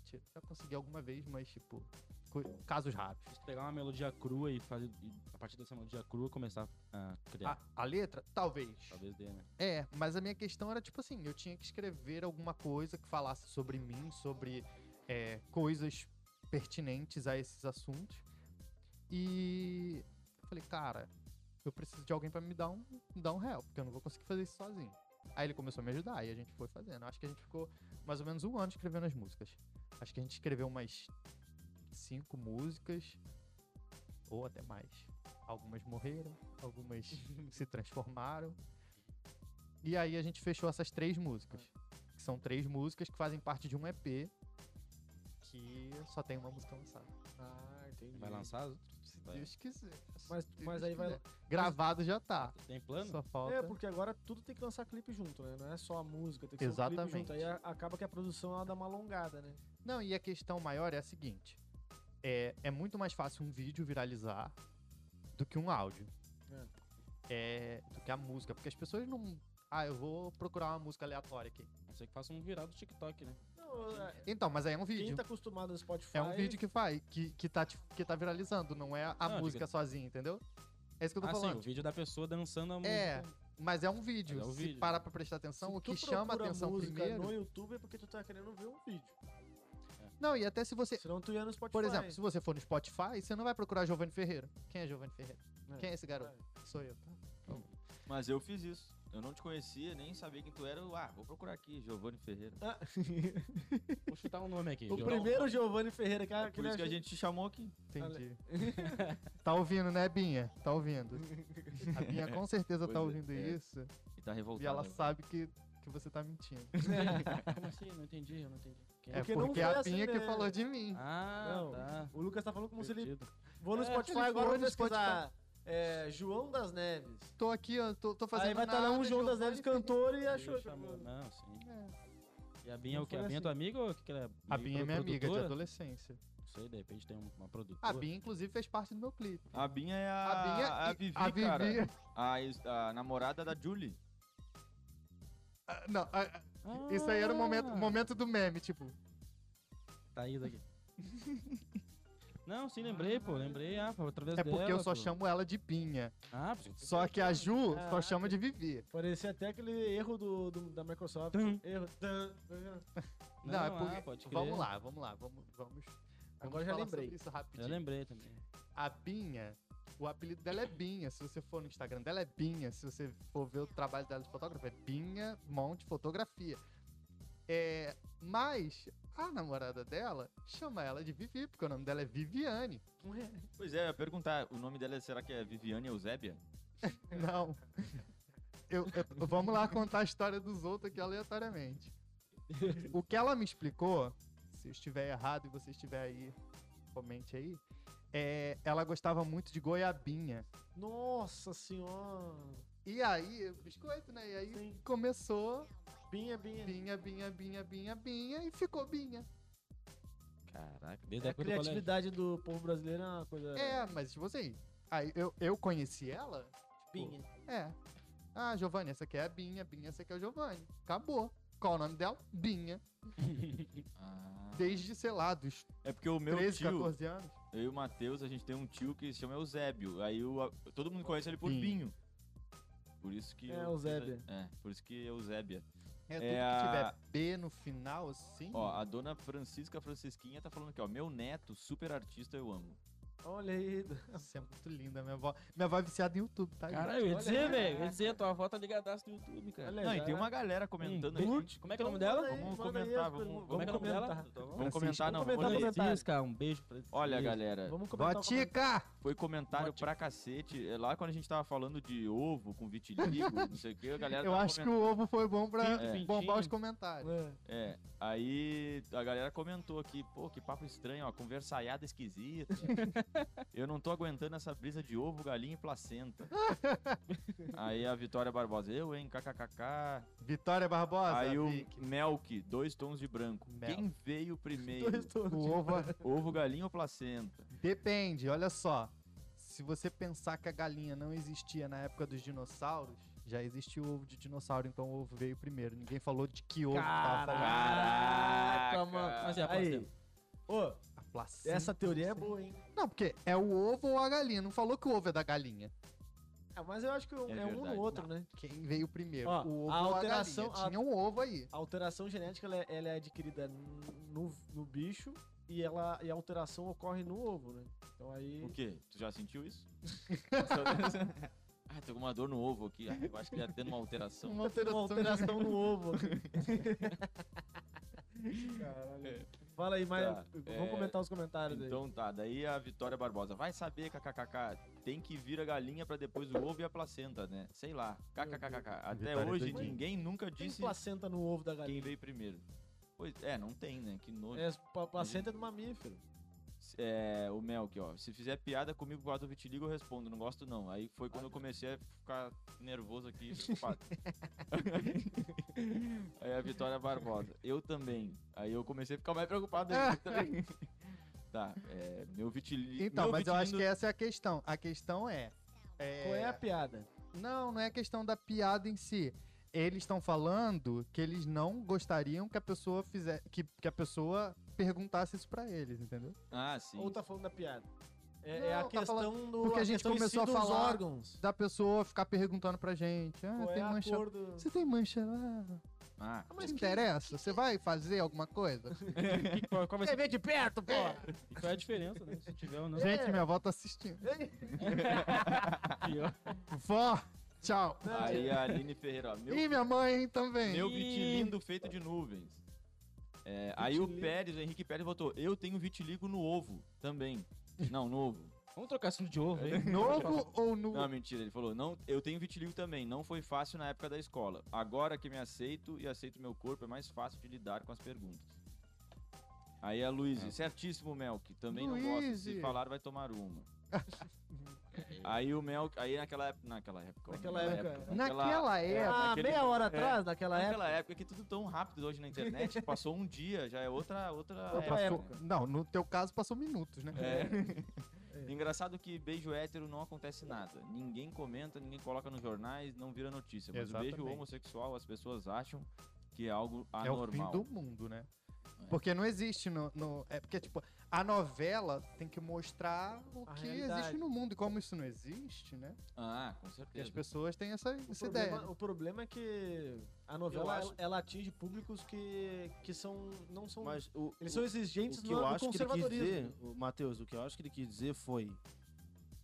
[SPEAKER 4] Ti- Já consegui alguma vez, mas, tipo, co- casos raros.
[SPEAKER 2] Se tu pegar uma melodia crua e, fazer, e a partir dessa melodia crua começar a criar.
[SPEAKER 1] Ah.
[SPEAKER 4] A, a letra, talvez.
[SPEAKER 2] Talvez dê, né?
[SPEAKER 4] É, mas a minha questão era tipo assim, eu tinha que escrever alguma coisa que falasse sobre mim, sobre é, coisas pertinentes a esses assuntos. E eu falei, cara, eu preciso de alguém pra me dar um, me dar um help, porque eu não vou conseguir fazer isso sozinho. Aí ele começou a me ajudar e a gente foi fazendo. Acho que a gente ficou mais ou menos um ano escrevendo as músicas. Acho que a gente escreveu umas cinco músicas, ou até mais. Algumas morreram, algumas se transformaram. E aí a gente fechou essas três músicas. Que são três músicas que fazem parte de um EP que só tem uma música lançada.
[SPEAKER 1] Ah, entendi.
[SPEAKER 2] Vai lançar as outras?
[SPEAKER 4] Se
[SPEAKER 2] Vai.
[SPEAKER 4] Deus quiser. se
[SPEAKER 1] Mas-
[SPEAKER 4] Deus
[SPEAKER 1] mas aí vai
[SPEAKER 4] quiser. Gravado já tá.
[SPEAKER 2] Tem plano?
[SPEAKER 4] Só falta.
[SPEAKER 1] É, porque agora tudo tem que lançar clipe junto, né? Não é só a música, tem que ser um clipe
[SPEAKER 4] Exatamente.
[SPEAKER 1] junto. Aí a- acaba que a produção ela dá uma alongada, né?
[SPEAKER 4] Não, e a questão maior é a seguinte: é, é muito mais fácil um vídeo viralizar do que um áudio.
[SPEAKER 1] É.
[SPEAKER 4] É, do que a música. Porque as pessoas não. Ah, eu vou procurar uma música aleatória aqui.
[SPEAKER 2] A não ser que faça um viral do TikTok, né?
[SPEAKER 1] Não, é-
[SPEAKER 4] Então, mas aí é um
[SPEAKER 1] quem
[SPEAKER 4] vídeo.
[SPEAKER 1] tá acostumado no Spotify.
[SPEAKER 4] É um vídeo que faz, que, que, tá, te- que tá viralizando, não é a
[SPEAKER 2] Não,
[SPEAKER 4] música
[SPEAKER 2] diga-
[SPEAKER 4] sozinha, entendeu? É isso que eu tô
[SPEAKER 2] Ah, sim, o
[SPEAKER 4] falando.
[SPEAKER 2] vídeo da pessoa dançando a música.
[SPEAKER 4] é, mas é um vídeo.
[SPEAKER 2] Mas é um
[SPEAKER 4] Se
[SPEAKER 2] vídeo.
[SPEAKER 4] parar pra prestar atenção,
[SPEAKER 1] se
[SPEAKER 4] o
[SPEAKER 1] tu
[SPEAKER 4] que chama
[SPEAKER 1] procura
[SPEAKER 4] atenção
[SPEAKER 1] música
[SPEAKER 4] primeiro.
[SPEAKER 1] no YouTube é porque tu tá querendo ver um vídeo.
[SPEAKER 4] Não, e até se você.
[SPEAKER 1] Senão tu ia no Spotify.
[SPEAKER 4] Por exemplo, se você for no Spotify, você não vai procurar Giovanni Ferreira. Quem é Giovanni Ferreira?
[SPEAKER 1] É.
[SPEAKER 4] Quem é esse garoto? Sou eu, tá?
[SPEAKER 5] Mas eu fiz isso. Eu não te conhecia, nem sabia quem tu era. Eu, ah, vou procurar aqui, Giovanni Ferreira.
[SPEAKER 1] Ah,
[SPEAKER 2] Vou chutar um nome aqui.
[SPEAKER 1] o
[SPEAKER 2] Giovanni.
[SPEAKER 1] primeiro Giovanni Ferreira, cara, né,
[SPEAKER 5] É por isso que a gente te chamou aqui.
[SPEAKER 4] Entendi. tá ouvindo, né, Binha? Tá ouvindo. A Binha com certeza
[SPEAKER 5] Pois
[SPEAKER 4] tá
[SPEAKER 5] é,
[SPEAKER 4] ouvindo
[SPEAKER 5] é.
[SPEAKER 4] isso.
[SPEAKER 5] E tá revoltado.
[SPEAKER 4] E
[SPEAKER 2] né?
[SPEAKER 4] ela sabe que, que você tá mentindo.
[SPEAKER 2] Como assim? Não entendi, eu não entendi. Quem
[SPEAKER 4] É
[SPEAKER 2] é?
[SPEAKER 1] porque
[SPEAKER 4] porque,
[SPEAKER 1] não foi
[SPEAKER 4] a
[SPEAKER 1] assim,
[SPEAKER 4] Binha que
[SPEAKER 1] né?
[SPEAKER 4] falou de mim.
[SPEAKER 2] Ah,
[SPEAKER 1] Não.
[SPEAKER 2] tá.
[SPEAKER 1] O Lucas tá falando como se ele.
[SPEAKER 2] Perdido.
[SPEAKER 1] Vou no
[SPEAKER 2] É, se
[SPEAKER 1] Spotify
[SPEAKER 4] ele
[SPEAKER 1] agora
[SPEAKER 4] for
[SPEAKER 1] vou
[SPEAKER 4] no Spotify.
[SPEAKER 1] pesquisar. É, João das Neves.
[SPEAKER 4] Tô aqui, ó, tô, tô fazendo
[SPEAKER 1] Aí vai estar lá um
[SPEAKER 4] nada,
[SPEAKER 1] João das
[SPEAKER 4] Giovanni
[SPEAKER 1] Neves cantor e
[SPEAKER 2] Ele
[SPEAKER 1] achou.
[SPEAKER 2] chamou. Não, sim.
[SPEAKER 4] É.
[SPEAKER 2] E a Binha é
[SPEAKER 1] Não
[SPEAKER 2] o que? A
[SPEAKER 1] foi
[SPEAKER 2] Binha é tua
[SPEAKER 1] assim.
[SPEAKER 2] amiga ou o que que ela é?
[SPEAKER 4] A Binha é minha amiga de
[SPEAKER 2] produtora?
[SPEAKER 4] adolescência.
[SPEAKER 2] Não sei, de repente tem um- uma produtora.
[SPEAKER 4] A Binha, inclusive, fez parte do meu clipe.
[SPEAKER 5] A Binha é a,
[SPEAKER 2] Ah,
[SPEAKER 4] A Binha
[SPEAKER 5] a
[SPEAKER 4] e-
[SPEAKER 5] Vivi,
[SPEAKER 4] a Vivi-
[SPEAKER 5] cara. A, ex- a namorada da Julie.
[SPEAKER 4] Ah, Não, ah, ah, isso aí era o momento, o
[SPEAKER 2] Ah,
[SPEAKER 4] momento do meme, tipo.
[SPEAKER 2] Tá indo aqui. Não, sim, lembrei, pô. Lembrei, ah, pô, através
[SPEAKER 4] É
[SPEAKER 2] dela.
[SPEAKER 4] porque eu só
[SPEAKER 2] pô.
[SPEAKER 4] chamo ela de Binha.
[SPEAKER 2] Ah, porque...
[SPEAKER 4] Só que a Ju só
[SPEAKER 2] Caraca.
[SPEAKER 4] chama de Vivi.
[SPEAKER 1] Parecia até aquele erro do, do- da Microsoft.
[SPEAKER 2] Tum.
[SPEAKER 1] Erro. tum.
[SPEAKER 4] Não, é porque-
[SPEAKER 2] ah, pode crer.
[SPEAKER 4] Vamos lá, vamos lá, vamos. vamos
[SPEAKER 1] Agora
[SPEAKER 4] vamos
[SPEAKER 1] já
[SPEAKER 4] falar
[SPEAKER 1] lembrei.
[SPEAKER 4] sobre Isso
[SPEAKER 2] Eu
[SPEAKER 4] rapidinho.
[SPEAKER 2] lembrei também.
[SPEAKER 4] A Binha, o apelido dela é Binha. Se você for no Instagram dela, é Binha. Se você for ver o trabalho dela de fotógrafa, é Binha Monte Fotografia. É, mas a namorada dela chama ela de Vivi, porque o nome dela é Viviane.
[SPEAKER 5] Pois é, eu ia perguntar, o nome dela será que é Viviane Eusébia?
[SPEAKER 4] Não. Eu- eu- vamos lá contar a história dos outros aqui aleatoriamente. O que ela me explicou, se eu estiver errado e você estiver aí, comente aí. é, ela gostava muito de goiabinha.
[SPEAKER 1] Nossa senhora.
[SPEAKER 4] E aí, biscoito, né? E aí
[SPEAKER 1] Sim.
[SPEAKER 4] começou
[SPEAKER 1] Binha, binha.
[SPEAKER 4] binha, binha, binha, binha, binha e ficou binha.
[SPEAKER 2] Caraca, desde
[SPEAKER 1] A
[SPEAKER 2] a época do colégio.
[SPEAKER 1] criatividade do povo brasileiro é uma coisa.
[SPEAKER 4] É, mas tipo assim, aí eu, eu conheci ela,
[SPEAKER 1] Binha.
[SPEAKER 4] é. Ah, Giovanni, essa aqui é a Binha, Binha, essa aqui é o Giovanni. Acabou. Qual o nome dela? Binha. Desde, sei lá, dos
[SPEAKER 5] É porque o meu
[SPEAKER 4] 13,
[SPEAKER 5] tio,
[SPEAKER 4] 14 anos.
[SPEAKER 5] eu e o Matheus, a gente tem um tio que se chama Eusébio. Aí o- a- todo mundo conhece ele por
[SPEAKER 4] Binho.
[SPEAKER 5] Binho. Por isso que...
[SPEAKER 1] É,
[SPEAKER 5] eu-
[SPEAKER 1] Eusébia.
[SPEAKER 5] É, por isso que Eusébia.
[SPEAKER 4] É tudo
[SPEAKER 5] É a-
[SPEAKER 4] que tiver B no final, assim.
[SPEAKER 5] Ó, a dona Francisca Francisquinha tá falando aqui, ó. Meu neto, super artista, eu amo.
[SPEAKER 1] Olha aí.
[SPEAKER 4] Isso é muito lindo. Minha avó, minha avó é viciada em YouTube, tá? gente?
[SPEAKER 2] Caralho, eu ia
[SPEAKER 1] Olha
[SPEAKER 2] dizer,
[SPEAKER 1] aí.
[SPEAKER 2] velho. Eu ia dizer, tua avó tá ligadaço no YouTube, cara.
[SPEAKER 1] Olha aí, né?
[SPEAKER 5] Não, e
[SPEAKER 1] já-
[SPEAKER 5] tem uma galera comentando
[SPEAKER 2] Um
[SPEAKER 5] aqui.
[SPEAKER 2] curte. Como é que é o nome
[SPEAKER 1] Então
[SPEAKER 2] dela?
[SPEAKER 1] manda aí,
[SPEAKER 5] Vamos
[SPEAKER 1] manda aí
[SPEAKER 5] comentar,
[SPEAKER 1] as
[SPEAKER 5] vamos-
[SPEAKER 1] perguntas.
[SPEAKER 2] Como é que é o nome dela?
[SPEAKER 1] comentar.
[SPEAKER 5] Vamos comentar, não.
[SPEAKER 1] comentar,
[SPEAKER 5] Vamos...
[SPEAKER 1] vamos-
[SPEAKER 2] Francisca, um beijo pra
[SPEAKER 5] Olha, galera,
[SPEAKER 1] Vamos
[SPEAKER 4] Vó
[SPEAKER 1] comentar. o comentário.
[SPEAKER 4] Tica!
[SPEAKER 5] Foi comentário pra cacete. É, Lá quando a gente tava falando de ovo com vitiligo, não sei o que, a galera
[SPEAKER 4] Eu
[SPEAKER 5] tava
[SPEAKER 4] acho que o ovo foi bom pra
[SPEAKER 5] É.
[SPEAKER 4] bombar os comentários.
[SPEAKER 1] É.
[SPEAKER 5] É, aí a galera comentou aqui, pô, que papo estranho, ó, conversaiada esquisita. Eu não tô aguentando essa brisa de ovo, galinha e placenta. Aí a Vitória Barbosa, eu, hein, kkkk.
[SPEAKER 4] Vitória Barbosa,
[SPEAKER 5] Aí o
[SPEAKER 4] Vic.
[SPEAKER 5] Melk, dois tons de branco.
[SPEAKER 4] Melk.
[SPEAKER 5] Quem veio primeiro?
[SPEAKER 4] o ovo
[SPEAKER 5] Ovo, é galinha ou placenta?
[SPEAKER 4] Depende, olha só. Se você pensar que a galinha não existia na época dos dinossauros, já existia o ovo de dinossauro, então o ovo veio primeiro. Ninguém falou de que ovo tava falando.
[SPEAKER 1] Caraca, mano.
[SPEAKER 2] Mas é a
[SPEAKER 1] Aí. Ô,
[SPEAKER 4] A placenta.
[SPEAKER 1] essa teoria é boa, hein?
[SPEAKER 4] Não, porque é o ovo ou a galinha. Não falou que o ovo é da galinha.
[SPEAKER 1] Ah, mas eu acho que é, um
[SPEAKER 5] verdade.
[SPEAKER 1] no outro, né?
[SPEAKER 4] Quem veio primeiro?
[SPEAKER 1] Ó,
[SPEAKER 4] o ovo
[SPEAKER 1] a
[SPEAKER 4] ou a
[SPEAKER 1] alteração-
[SPEAKER 4] galinha?
[SPEAKER 1] a-
[SPEAKER 4] Tinha um ovo aí.
[SPEAKER 1] A alteração genética ela é, ela é adquirida no, no bicho e, ela, e a alteração ocorre no ovo, né? Então aí.
[SPEAKER 5] O quê? Tu já sentiu isso? ah, tô com uma dor no ovo aqui. Ah, eu acho que já tendo uma alteração.
[SPEAKER 4] Uma alteração.
[SPEAKER 1] Uma
[SPEAKER 4] Então
[SPEAKER 1] alteração no ovo. Caralho. Fala aí, mas
[SPEAKER 5] É. Tá, é,
[SPEAKER 1] vamos comentar os comentários aí.
[SPEAKER 5] Então tá, daí a Vitória Barbosa. Vai saber, kkkk. Tem que vir a galinha pra depois o ovo e a placenta, né? Sei lá. Kkkk. Até
[SPEAKER 4] Vitória é
[SPEAKER 5] hoje
[SPEAKER 4] doidinha.
[SPEAKER 5] ninguém nunca
[SPEAKER 1] Tem
[SPEAKER 5] disse
[SPEAKER 1] placenta no ovo da
[SPEAKER 5] quem
[SPEAKER 1] galinha.
[SPEAKER 5] veio primeiro. Pois é, não tem, né? Que nojo.
[SPEAKER 1] É, pla- placenta é do mamífero.
[SPEAKER 5] É, o Mel aqui, ó. Se fizer piada comigo por causa do vitiligo, eu respondo. Não gosto, não. Aí foi
[SPEAKER 1] Ah,
[SPEAKER 5] quando eu
[SPEAKER 1] tá.
[SPEAKER 5] comecei a ficar nervoso aqui e preocupado. Aí a Vitória Barbosa. Eu também. Aí eu comecei a ficar mais preocupado ainda também. Tá, é, meu vitiligo...
[SPEAKER 4] Então, mas eu acho que essa é a questão. A questão é. é-
[SPEAKER 1] Qual é a piada?
[SPEAKER 4] Não, não é questão da piada em si. Eles estão falando que eles não gostariam que a pessoa fizesse. Que, que a pessoa perguntasse isso pra eles, entendeu?
[SPEAKER 5] Ah, sim.
[SPEAKER 1] Ou tá falando da piada? É, é a
[SPEAKER 4] Não, tá
[SPEAKER 1] questão
[SPEAKER 4] falando-
[SPEAKER 1] do.
[SPEAKER 4] porque a gente
[SPEAKER 1] questão em
[SPEAKER 4] começou a
[SPEAKER 1] dos
[SPEAKER 4] falar-
[SPEAKER 1] órgãos.
[SPEAKER 4] Da pessoa ficar perguntando pra gente. Ah,
[SPEAKER 1] Qual é
[SPEAKER 4] tem
[SPEAKER 1] a
[SPEAKER 4] mancha.
[SPEAKER 1] cor do...
[SPEAKER 4] Você tem mancha lá?
[SPEAKER 5] Ah,
[SPEAKER 1] Ah,
[SPEAKER 4] Não
[SPEAKER 1] mas
[SPEAKER 4] te
[SPEAKER 1] que- É.
[SPEAKER 4] interessa? Você vai fazer alguma coisa?
[SPEAKER 2] Que- qual, qual vai
[SPEAKER 1] Você
[SPEAKER 2] ser-
[SPEAKER 1] vê de perto, pô!
[SPEAKER 2] qual é a diferença, né? Se tiver ou não.
[SPEAKER 4] Gente, minha avó tá assistindo. Vó, tchau.
[SPEAKER 5] aí
[SPEAKER 1] é.
[SPEAKER 5] a Aline Ferreira, ó. Meu
[SPEAKER 4] E minha mãe hein, também.
[SPEAKER 5] Meu
[SPEAKER 2] Ih.
[SPEAKER 5] vitiligo feito de nuvens. É, aí o
[SPEAKER 1] Vitiligo.
[SPEAKER 5] Pérez, o Henrique Pérez votou, eu tenho vitiligo no ovo também. Não, no ovo.
[SPEAKER 2] Vamos trocar assunto de ovo, hein?
[SPEAKER 4] Novo ou nu?
[SPEAKER 5] Não, mentira, ele falou, não, eu tenho vitiligo também, não foi fácil na época da escola. Agora que me aceito e aceito meu corpo, é mais fácil de lidar com as perguntas. Aí a
[SPEAKER 1] É.
[SPEAKER 5] Luiz, certíssimo, Melk, também não gosta, se
[SPEAKER 4] Luiz.
[SPEAKER 5] falar vai tomar uma. aí o Melk, aí naquela, ép- naquela época, ó,
[SPEAKER 1] Naquela época.
[SPEAKER 4] Naquela época.
[SPEAKER 1] Ah,
[SPEAKER 5] naquele-
[SPEAKER 1] meia hora atrás, naquela época.
[SPEAKER 5] Naquela época que tudo tão rápido hoje na internet, passou um dia, já é outra, outra,
[SPEAKER 1] Outra
[SPEAKER 5] época.
[SPEAKER 1] época.
[SPEAKER 4] Não, no teu caso passou minutos, né?
[SPEAKER 5] É. Engraçado que beijo hétero não acontece nada. Ninguém comenta, ninguém coloca nos jornais, não vira notícia. Mas o beijo
[SPEAKER 4] Exatamente.
[SPEAKER 5] homossexual as pessoas acham que é algo
[SPEAKER 3] Ah,
[SPEAKER 4] É o fim
[SPEAKER 5] anormal.
[SPEAKER 4] do mundo, né?
[SPEAKER 3] É.
[SPEAKER 4] Porque não existe no, no- É porque, tipo, a novela tem que mostrar o
[SPEAKER 1] A
[SPEAKER 4] que existe
[SPEAKER 1] realidade.
[SPEAKER 4] no mundo. E como isso não existe, né?
[SPEAKER 5] Ah, com
[SPEAKER 4] E as
[SPEAKER 5] certeza.
[SPEAKER 4] pessoas têm essa,
[SPEAKER 1] O
[SPEAKER 4] essa
[SPEAKER 1] problema,
[SPEAKER 4] ideia.
[SPEAKER 1] o problema é que a novela
[SPEAKER 3] acho-
[SPEAKER 1] ela, ela atinge públicos que, que são não são
[SPEAKER 3] Mas o,
[SPEAKER 1] eles
[SPEAKER 3] o-
[SPEAKER 1] são exigentes
[SPEAKER 3] o que
[SPEAKER 1] no,
[SPEAKER 3] eu
[SPEAKER 1] no
[SPEAKER 3] acho que ele quis
[SPEAKER 1] conservadorismo.
[SPEAKER 3] dizer, o- Matheus, o que eu acho que ele quis dizer foi.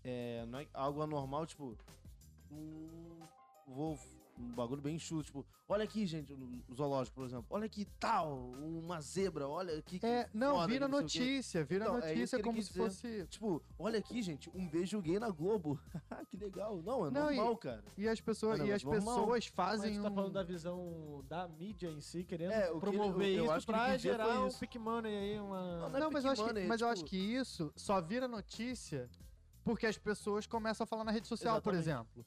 [SPEAKER 3] É, não é algo anormal, tipo. Um, vou, um bagulho bem chulo, tipo, olha aqui, gente, no zoológico, por exemplo. Olha que tal, uma zebra, olha aqui. que
[SPEAKER 4] É, não,
[SPEAKER 3] foda,
[SPEAKER 4] vira
[SPEAKER 3] que não sei o quê."
[SPEAKER 4] notícia, vira
[SPEAKER 3] Então, é isso
[SPEAKER 4] notícia
[SPEAKER 3] que ele
[SPEAKER 4] como
[SPEAKER 3] quis
[SPEAKER 4] se
[SPEAKER 3] dizer.
[SPEAKER 4] fosse.
[SPEAKER 3] Tipo, olha aqui, gente, um beijo gay na Globo. Ah, que legal. Não, é
[SPEAKER 4] Não, e-
[SPEAKER 3] normal, cara.
[SPEAKER 4] E as pessoas,
[SPEAKER 3] Ah, não,
[SPEAKER 4] e
[SPEAKER 3] mas
[SPEAKER 4] as
[SPEAKER 3] normal.
[SPEAKER 4] pessoas
[SPEAKER 1] Mas
[SPEAKER 4] fazem
[SPEAKER 1] tu tá
[SPEAKER 4] um-
[SPEAKER 1] falando da visão da mídia em si, querendo
[SPEAKER 3] É, o que ele-
[SPEAKER 1] promover
[SPEAKER 3] eu- eu
[SPEAKER 1] isso
[SPEAKER 3] acho que ele
[SPEAKER 1] pra
[SPEAKER 3] quis dizer foi
[SPEAKER 1] gerar um
[SPEAKER 3] isso.
[SPEAKER 1] pick money aí, uma...
[SPEAKER 3] Não, não é
[SPEAKER 4] Não, mas, eu acho, que,
[SPEAKER 3] Pickmoney,
[SPEAKER 4] mas eu
[SPEAKER 3] tipo-
[SPEAKER 4] acho que isso só vira notícia porque as pessoas começam a falar na rede social, por exemplo.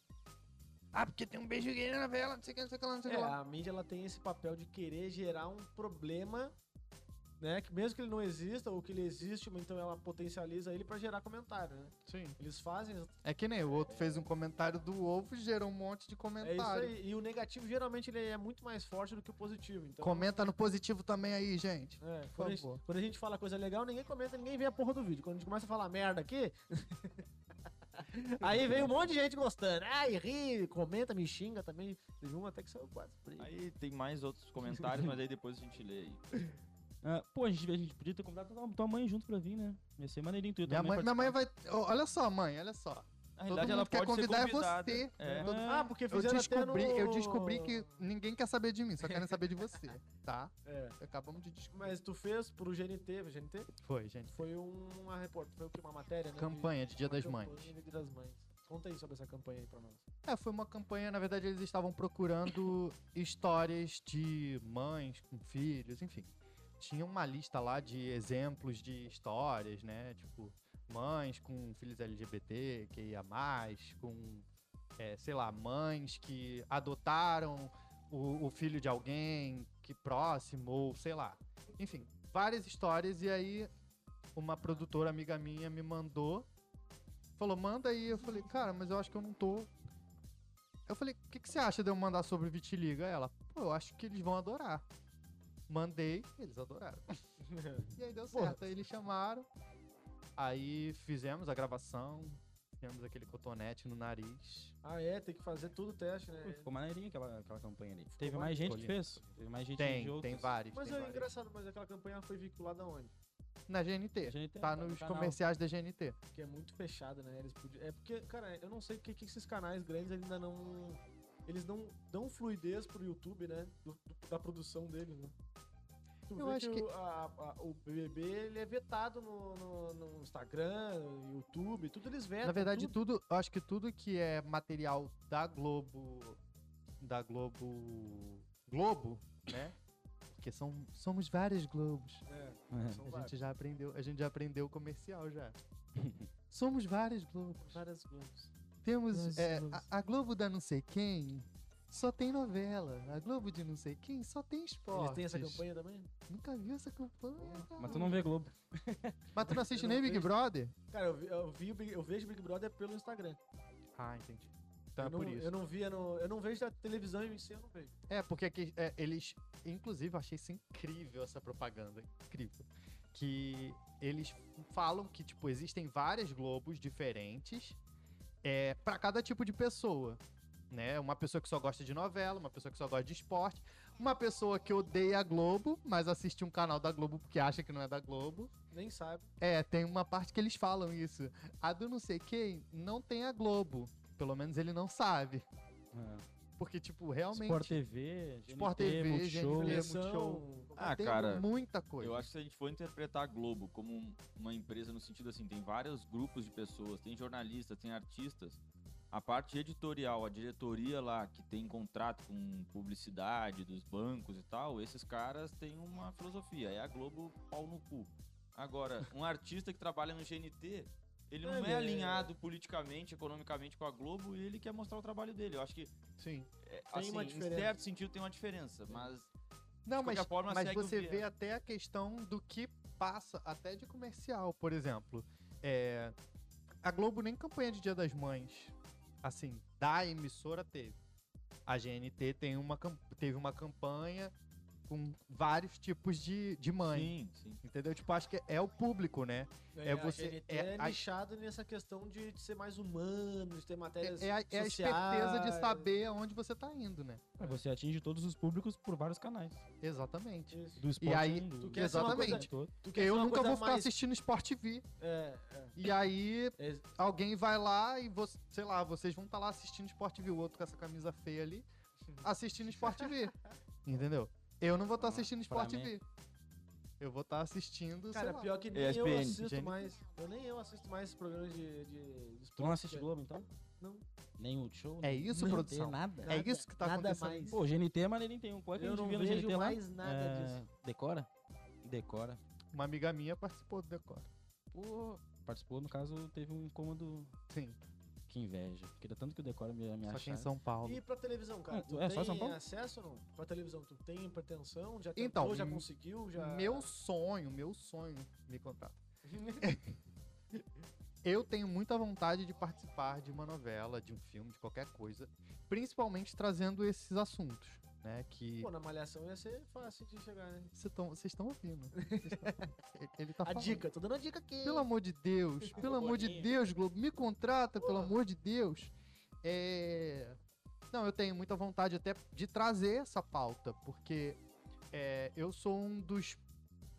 [SPEAKER 4] Ah, porque tem um beijo gay na novela, não sei o que, não sei o que lá, não sei o
[SPEAKER 1] É,
[SPEAKER 4] que lá.
[SPEAKER 1] a mídia ela tem esse papel de querer gerar um problema, né? Que mesmo que ele não exista, ou que ele existe, mas então ela potencializa ele pra gerar comentário, né?
[SPEAKER 4] Sim.
[SPEAKER 1] Eles fazem essa
[SPEAKER 4] É que nem o outro fez um comentário do ovo, gerou um monte de
[SPEAKER 1] É isso
[SPEAKER 4] comentário.
[SPEAKER 1] aí. E o negativo geralmente ele é muito mais forte do que o positivo. Então,
[SPEAKER 4] Comenta no positivo também aí, gente.
[SPEAKER 1] é,
[SPEAKER 4] Por
[SPEAKER 1] quando, a gente,
[SPEAKER 4] favor.
[SPEAKER 1] quando a gente fala coisa legal, ninguém comenta, ninguém vê a porra do vídeo. Quando a gente começa a falar merda aqui, aí vem um monte de gente gostando. Ai, ri, comenta, me xinga também. Teve um até que saiu quase. briga.
[SPEAKER 5] Aí tem mais outros comentários, mas aí depois a gente lê aí.
[SPEAKER 2] Ah, pô, a gente, a gente podia ter convidado tua, tua mãe junto pra vir, né? Ia ser maneirinho tu e tua
[SPEAKER 4] Minha mãe, minha mãe
[SPEAKER 2] participar.
[SPEAKER 4] vai. Ó, Olha só, mãe, olha só.
[SPEAKER 5] Na realidade,
[SPEAKER 4] mundo
[SPEAKER 5] ela
[SPEAKER 4] quer
[SPEAKER 5] pode ser
[SPEAKER 4] convidar é
[SPEAKER 5] convidada.
[SPEAKER 4] você.
[SPEAKER 5] É.
[SPEAKER 4] Todo-
[SPEAKER 1] Ah, porque
[SPEAKER 4] Eu
[SPEAKER 1] fizeram até
[SPEAKER 4] descobri,
[SPEAKER 1] no-
[SPEAKER 4] eu descobri que ninguém quer saber de mim, só querem saber de você, tá?
[SPEAKER 1] É,
[SPEAKER 4] Acabamos de descobrir.
[SPEAKER 1] mas tu fez pro GNT, GNT
[SPEAKER 4] Foi, gente.
[SPEAKER 1] foi uma reportagem, foi o quê? uma matéria, né?
[SPEAKER 4] Campanha de Dia
[SPEAKER 1] Uma
[SPEAKER 4] das
[SPEAKER 1] campanha
[SPEAKER 4] Mães.
[SPEAKER 1] de Dia das Mães. Conta aí sobre essa campanha aí pra nós.
[SPEAKER 4] É, foi uma campanha, na verdade, eles estavam procurando histórias de mães com filhos, enfim. Tinha uma lista lá de exemplos de histórias, né? Tipo, mães com filhos LGBT, que ia mais, com, é, sei lá, mães que adotaram o, o filho de alguém que próximo, ou sei lá. Enfim, várias histórias. E aí, uma produtora amiga minha me mandou, falou, manda aí. Eu falei, cara, mas eu acho que eu não tô. Eu falei, o que, que você acha de eu mandar sobre vitiligo? Aí Ela, pô, eu acho que eles vão adorar. Mandei, eles adoraram. E aí deu
[SPEAKER 1] Porra.
[SPEAKER 4] certo. Aí eles chamaram. Aí fizemos a gravação. Fizemos aquele cotonete no nariz.
[SPEAKER 1] ah, é, tem que fazer tudo o teste, né?
[SPEAKER 2] Ficou maneirinha aquela, aquela campanha ali. Teve
[SPEAKER 1] bom.
[SPEAKER 2] mais gente que
[SPEAKER 4] Ficou
[SPEAKER 2] fez. Teve mais gente de
[SPEAKER 4] Tem,
[SPEAKER 2] outros.
[SPEAKER 4] tem vários.
[SPEAKER 1] Mas
[SPEAKER 4] tem
[SPEAKER 1] é
[SPEAKER 4] vários.
[SPEAKER 1] engraçado, mas aquela campanha foi vinculada aonde?
[SPEAKER 4] Na
[SPEAKER 2] A
[SPEAKER 4] GNT.
[SPEAKER 2] gente
[SPEAKER 4] Tá
[SPEAKER 2] no
[SPEAKER 4] nos
[SPEAKER 2] canal.
[SPEAKER 4] comerciais da GNT.
[SPEAKER 1] que é muito fechada, né? Eles podiam... É porque, cara, eu não sei porque que esses canais grandes ainda não. Eles não dão fluidez pro YouTube, né? Do- do- da produção deles, né? Tu
[SPEAKER 4] Eu
[SPEAKER 1] vê
[SPEAKER 4] acho
[SPEAKER 1] O, a- a- o BBB ele é vetado no, no- no Instagram, no YouTube, tudo eles vetam.
[SPEAKER 4] Na verdade,
[SPEAKER 1] É, tá tudo.
[SPEAKER 4] tudo, eu acho que tudo que é material da Globo. Da Globo. Globo, né? Porque são, somos várias Globos.
[SPEAKER 1] É, são
[SPEAKER 4] A
[SPEAKER 1] vários.
[SPEAKER 4] gente já aprendeu, a gente já aprendeu o comercial já. somos várias Globos.
[SPEAKER 1] Várias grupos.
[SPEAKER 4] Temos
[SPEAKER 1] Nós
[SPEAKER 4] é,
[SPEAKER 1] somos-
[SPEAKER 4] a, a Globo da não sei quem só tem novela. A Globo de não sei quem só tem esporte.
[SPEAKER 1] Eles têm essa campanha também?
[SPEAKER 4] Nunca viu essa campanha, cara.
[SPEAKER 2] É, Mas tu não vê Globo.
[SPEAKER 4] Mas tu não assiste
[SPEAKER 1] Eu
[SPEAKER 4] nem
[SPEAKER 1] não
[SPEAKER 4] Big
[SPEAKER 1] vejo.
[SPEAKER 4] Brother?
[SPEAKER 1] Cara, eu, vi, eu, vi o Big- eu vejo Big Brother pelo Instagram.
[SPEAKER 4] Ah, entendi. Então
[SPEAKER 1] eu,
[SPEAKER 4] é
[SPEAKER 1] não,
[SPEAKER 4] por isso.
[SPEAKER 1] eu não via no- eu não vejo da televisão em si, eu não vejo.
[SPEAKER 4] É, porque aqui, é, eles. Inclusive, eu achei isso incrível essa propaganda. Incrível. Que eles falam que, tipo, existem várias Globos diferentes é, para cada tipo de pessoa. Né? Uma pessoa que só gosta de novela, uma pessoa que só gosta de esporte, uma pessoa que odeia a Globo, mas assiste um canal da Globo porque acha que não é da Globo.
[SPEAKER 1] Nem sabe.
[SPEAKER 4] É, tem uma parte que eles falam isso. A do não sei quem não tem a Globo. Pelo menos ele não sabe.
[SPEAKER 2] É.
[SPEAKER 4] Porque, tipo, realmente.
[SPEAKER 2] Sport TV, GNT,
[SPEAKER 4] Sport TV,
[SPEAKER 2] Multishow.
[SPEAKER 4] GNT.
[SPEAKER 1] Seleção.
[SPEAKER 5] Ah,
[SPEAKER 4] tem
[SPEAKER 5] cara,
[SPEAKER 4] muita coisa.
[SPEAKER 5] Eu acho que se a gente for interpretar a Globo como um- uma empresa no sentido assim, tem vários grupos de pessoas, tem jornalistas, tem artistas. A parte editorial, a diretoria lá que tem contrato com publicidade dos bancos e tal, esses caras têm uma filosofia, é a Globo pau no cu. Agora, um artista que trabalha no GNT, ele não
[SPEAKER 1] Ele
[SPEAKER 5] é
[SPEAKER 1] é-
[SPEAKER 5] alinhado politicamente, economicamente com a Globo e ele quer mostrar o trabalho dele. Eu acho que,
[SPEAKER 4] Sim.
[SPEAKER 5] é,
[SPEAKER 1] Tem
[SPEAKER 5] assim,
[SPEAKER 1] uma
[SPEAKER 5] em
[SPEAKER 1] diferença.
[SPEAKER 5] certo sentido tem uma diferença, mas
[SPEAKER 4] Não,
[SPEAKER 5] De qualquer
[SPEAKER 4] mas,
[SPEAKER 5] forma,
[SPEAKER 4] mas
[SPEAKER 5] segue o
[SPEAKER 4] você
[SPEAKER 5] viés.
[SPEAKER 4] vê até a questão do que passa, até de comercial, por exemplo. É, a Globo nem campanha de Dia das Mães, assim, da emissora teve. A GNT tem uma, cam- teve uma campanha com vários tipos de, de mãe.
[SPEAKER 5] sim, sim.
[SPEAKER 4] Entendeu? Tipo, acho que é o público, né? É
[SPEAKER 1] a
[SPEAKER 4] você-
[SPEAKER 1] GNT
[SPEAKER 4] é
[SPEAKER 1] é,
[SPEAKER 4] a-
[SPEAKER 1] nichado nessa questão de, de ser mais humano, de ter matérias
[SPEAKER 4] É, é a, é a esperteza
[SPEAKER 1] sociais.
[SPEAKER 4] de saber aonde você tá indo, né?
[SPEAKER 2] É, Você atinge todos os públicos por vários canais.
[SPEAKER 4] Exatamente.
[SPEAKER 1] Isso.
[SPEAKER 2] Do esporte
[SPEAKER 4] aí-
[SPEAKER 2] um, do-
[SPEAKER 1] Tu quer ser uma coisa-
[SPEAKER 2] do todo.
[SPEAKER 1] Tu quer ser
[SPEAKER 5] é
[SPEAKER 4] Eu
[SPEAKER 1] uma
[SPEAKER 4] nunca
[SPEAKER 1] coisa
[SPEAKER 4] vou ficar
[SPEAKER 1] mais-
[SPEAKER 4] assistindo Sport TV.
[SPEAKER 1] É, é.
[SPEAKER 4] E aí,
[SPEAKER 1] É,
[SPEAKER 4] alguém vai lá e, você, sei lá, vocês vão estar lá assistindo Sport TV, o outro com essa camisa feia ali, assistindo Sport TV. Entendeu? Eu não vou estar
[SPEAKER 2] Ah,
[SPEAKER 4] assistindo
[SPEAKER 2] pra
[SPEAKER 4] Sport
[SPEAKER 2] mim-
[SPEAKER 4] TV. Eu vou estar assistindo, sei
[SPEAKER 1] Cara, é
[SPEAKER 4] lá.
[SPEAKER 1] pior que nem eu
[SPEAKER 5] ESPN.
[SPEAKER 1] assisto
[SPEAKER 4] GNT.
[SPEAKER 1] mais. Eu nem eu assisto mais esses programas de, de, de
[SPEAKER 2] Tu não
[SPEAKER 1] esporte, é.
[SPEAKER 2] assiste
[SPEAKER 1] cara.
[SPEAKER 2] Globo, então?
[SPEAKER 1] Não.
[SPEAKER 2] Nem Multishow?
[SPEAKER 4] É isso,
[SPEAKER 2] Não
[SPEAKER 4] produção?
[SPEAKER 2] tem nada.
[SPEAKER 4] É isso que tá
[SPEAKER 1] nada
[SPEAKER 4] acontecendo?
[SPEAKER 1] mais.
[SPEAKER 2] Pô, GNT é maneirinho, tem um. Qual é que a
[SPEAKER 1] Eu
[SPEAKER 2] gente
[SPEAKER 1] não
[SPEAKER 2] via no
[SPEAKER 1] vejo
[SPEAKER 2] GNT lá?
[SPEAKER 1] mais nada
[SPEAKER 2] É,
[SPEAKER 1] disso.
[SPEAKER 2] Decora? Decora.
[SPEAKER 4] Uma amiga minha participou do Decor.
[SPEAKER 2] Pô, participou, no caso, teve um incômodo
[SPEAKER 4] Sim,
[SPEAKER 2] que inveja. Queria tanto que o Decora me, me
[SPEAKER 4] só que em
[SPEAKER 2] achasse.
[SPEAKER 4] São Paulo.
[SPEAKER 1] E pra televisão, cara?
[SPEAKER 2] Ah,
[SPEAKER 1] Tu
[SPEAKER 2] é só
[SPEAKER 1] tem
[SPEAKER 2] São Paulo?
[SPEAKER 1] acesso ou não? Pra televisão, tu tem pretensão? Já tentou,
[SPEAKER 4] Então,
[SPEAKER 1] já
[SPEAKER 4] m-
[SPEAKER 1] conseguiu? Já...
[SPEAKER 4] Meu sonho, meu sonho, me contar. Eu tenho muita vontade de participar de uma novela, de um filme, de qualquer coisa, principalmente trazendo esses assuntos, né? Que
[SPEAKER 1] Pô, na malhação ia ser fácil de chegar, né?
[SPEAKER 4] vocês estão ouvindo. Cês tão- Ele tá
[SPEAKER 1] a
[SPEAKER 4] falando.
[SPEAKER 1] dica, tô dando a dica aqui.
[SPEAKER 4] Pelo amor de Deus, pelo amor de
[SPEAKER 2] Globoninho.
[SPEAKER 4] Deus, Globo, me contrata, pelo
[SPEAKER 1] Porra.
[SPEAKER 4] amor de Deus. É... Não, eu tenho muita vontade até de trazer essa pauta, porque é, eu sou um dos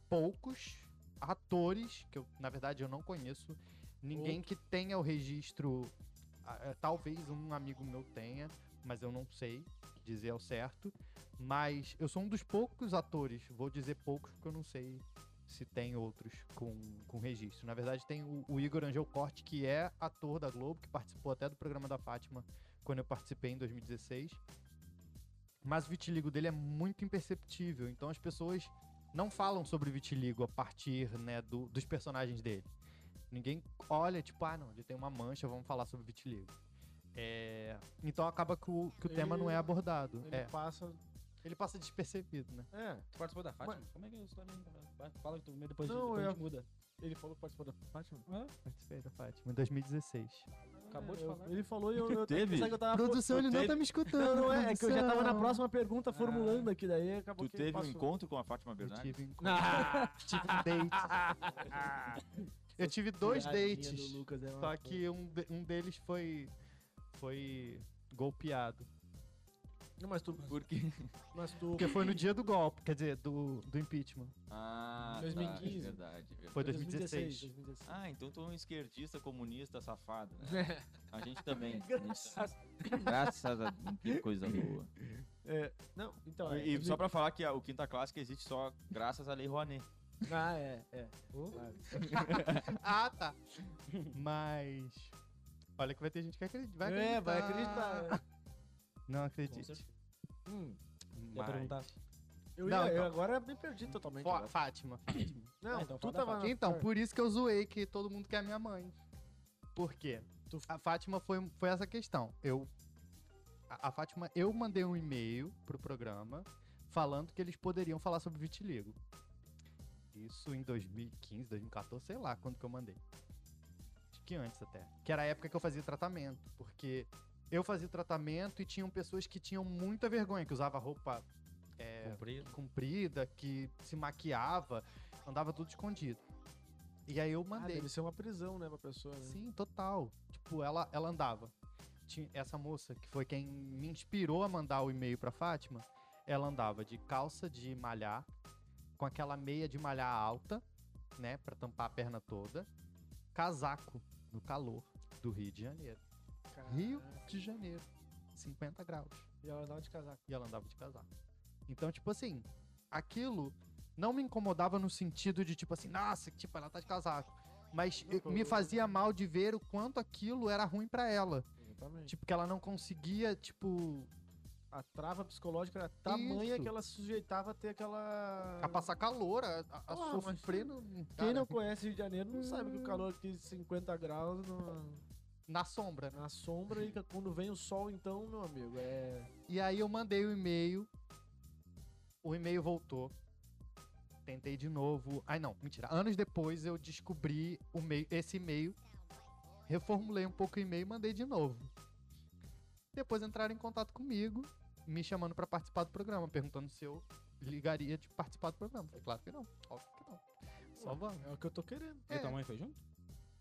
[SPEAKER 4] poucos atores, que eu, na verdade eu não conheço, ninguém que tenha o registro, ah, eh, talvez um amigo meu tenha, mas eu não sei dizer ao certo, mas eu sou um dos poucos atores, vou dizer poucos porque eu não sei se tem outros com, com registro. Na verdade, tem o, o Igor Angel Corte, que é ator da Globo, que participou até do programa da Fátima quando eu participei em 2016. Mas o vitiligo dele é muito imperceptível, então as pessoas não falam sobre o vitiligo a partir né, do- dos personagens dele. Ninguém olha, tipo, ah, não, ele tem uma mancha, vamos falar sobre vitiligo. É, então acaba que o, que o tema não é
[SPEAKER 1] Ele-
[SPEAKER 4] abordado.
[SPEAKER 1] Ele
[SPEAKER 4] é,
[SPEAKER 1] passa.
[SPEAKER 4] ele passa despercebido, né?
[SPEAKER 1] É,
[SPEAKER 2] Tu participou da Fátima? Como é que é isso também? Vai, Fala que tu depois,
[SPEAKER 1] Não,
[SPEAKER 2] depois
[SPEAKER 1] eu-
[SPEAKER 2] a gente muda.
[SPEAKER 1] ele falou que participou da Fátima.
[SPEAKER 4] Participei da Fátima, em 2016.
[SPEAKER 2] Acabou de
[SPEAKER 1] Eu-
[SPEAKER 2] falar.
[SPEAKER 1] Ele falou e eu, eu
[SPEAKER 5] Teve?
[SPEAKER 1] sabe que eu tava.
[SPEAKER 4] produção, ele não
[SPEAKER 5] teve-
[SPEAKER 4] tá me escutando.
[SPEAKER 1] Não, não Ah. é, é que eu já tava na
[SPEAKER 4] produção.
[SPEAKER 1] próxima pergunta formulando aqui, daí acabou
[SPEAKER 5] Tu
[SPEAKER 1] que
[SPEAKER 5] teve um
[SPEAKER 1] passou.
[SPEAKER 5] encontro com a
[SPEAKER 1] É
[SPEAKER 5] Fátima
[SPEAKER 4] Eu
[SPEAKER 5] Bernardes?
[SPEAKER 4] tive, um encontro,
[SPEAKER 1] Ah,
[SPEAKER 4] tive um date. eu tive dois
[SPEAKER 1] Piadinha
[SPEAKER 4] dates.
[SPEAKER 1] do Lucas, é uma
[SPEAKER 4] Só
[SPEAKER 1] coisa.
[SPEAKER 4] que um, de- um deles foi. Foi golpeado.
[SPEAKER 1] Não, mas tu.
[SPEAKER 5] Por quê?
[SPEAKER 1] Mas tu.
[SPEAKER 4] Porque foi no dia do golpe, quer dizer, do, do impeachment.
[SPEAKER 5] Ah,
[SPEAKER 1] 2015.
[SPEAKER 5] Tá, verdade, verdade.
[SPEAKER 4] Foi 2016.
[SPEAKER 1] 2016.
[SPEAKER 5] Ah, então tu é um esquerdista, comunista, safado, né? A gente também. a gente
[SPEAKER 1] Graças-
[SPEAKER 5] também. Graças a Deus, que coisa boa.
[SPEAKER 1] É, não, então. é,
[SPEAKER 5] E, e só pra falar que a- o Quinta Clássica existe só graças à Lei Rouanet.
[SPEAKER 1] Ah, é, é. claro.
[SPEAKER 4] Ah, tá. Mas. Olha que vai ter gente que acredita. Vai acreditar.
[SPEAKER 1] É, vai acreditar.
[SPEAKER 4] Não acredite.
[SPEAKER 1] Hum,
[SPEAKER 2] Quer perguntar?
[SPEAKER 1] eu,
[SPEAKER 4] Não,
[SPEAKER 1] ia- eu
[SPEAKER 4] então.
[SPEAKER 1] agora me perdi totalmente.
[SPEAKER 4] Fó-
[SPEAKER 1] agora.
[SPEAKER 4] Fátima, Fátima.
[SPEAKER 1] Não,
[SPEAKER 2] Ah, então
[SPEAKER 1] tu
[SPEAKER 2] fala da
[SPEAKER 1] tava. na-
[SPEAKER 4] Então, por isso que eu zoei que todo mundo quer minha mãe. Por quê?
[SPEAKER 1] Tu-
[SPEAKER 4] A Fátima foi, foi essa questão. Eu. A, a Fátima, eu mandei um e-mail pro programa falando que eles poderiam falar sobre vitiligo. Isso em 2015, 2014, sei lá quando que eu mandei. Acho que antes até. Que era a época que eu fazia tratamento, porque eu fazia tratamento e tinham pessoas que tinham muita vergonha, que usava roupa é,
[SPEAKER 2] Comprido.
[SPEAKER 4] comprida, que se maquiava, andava tudo escondido. E aí eu
[SPEAKER 1] Ah,
[SPEAKER 4] mandei.
[SPEAKER 1] deve ser uma prisão, né, pra pessoa, né?
[SPEAKER 4] Sim, total. Tipo, ela, ela andava. Tinha essa moça, que foi quem me inspirou a mandar o e-mail pra Fátima, ela andava de calça de malhar, com aquela meia de malhar alta, né, pra tampar a perna toda, casaco no calor do Rio de Janeiro.
[SPEAKER 1] Caraca.
[SPEAKER 4] Rio de Janeiro, 50 graus
[SPEAKER 1] E ela andava de casaco.
[SPEAKER 4] e ela andava de casaco. Então, tipo assim, aquilo não me incomodava no sentido de, tipo assim, nossa, que, tipo, ela tá de casaco. Mas eu- me fazia mal de ver o quanto aquilo era ruim pra ela.
[SPEAKER 1] Exatamente.
[SPEAKER 4] Tipo, que ela não conseguia, tipo,
[SPEAKER 1] a trava psicológica era tamanha
[SPEAKER 4] Isso.
[SPEAKER 1] que ela se sujeitava a ter aquela.
[SPEAKER 4] a passar calor, a, a- a
[SPEAKER 1] Ah, mas
[SPEAKER 4] sofrer no-
[SPEAKER 1] Quem
[SPEAKER 4] cara,
[SPEAKER 1] não conhece Rio de Janeiro não sabe que o calor aqui de 50 graus no-
[SPEAKER 4] na sombra. né?
[SPEAKER 1] na sombra e que quando vem o sol, então, meu amigo, é.
[SPEAKER 4] E aí eu mandei o e-mail, o e-mail voltou. Tentei de novo. Ai, não, mentira. Anos depois eu descobri o e-mail- esse e-mail, reformulei um pouco o e-mail e mandei de novo. Depois entraram em contato comigo, me chamando pra participar do programa, perguntando se eu ligaria de participar do programa. Falei, claro que não, óbvio que não. Só vamos.
[SPEAKER 1] É o que eu tô querendo.
[SPEAKER 2] E tua mãe foi junto?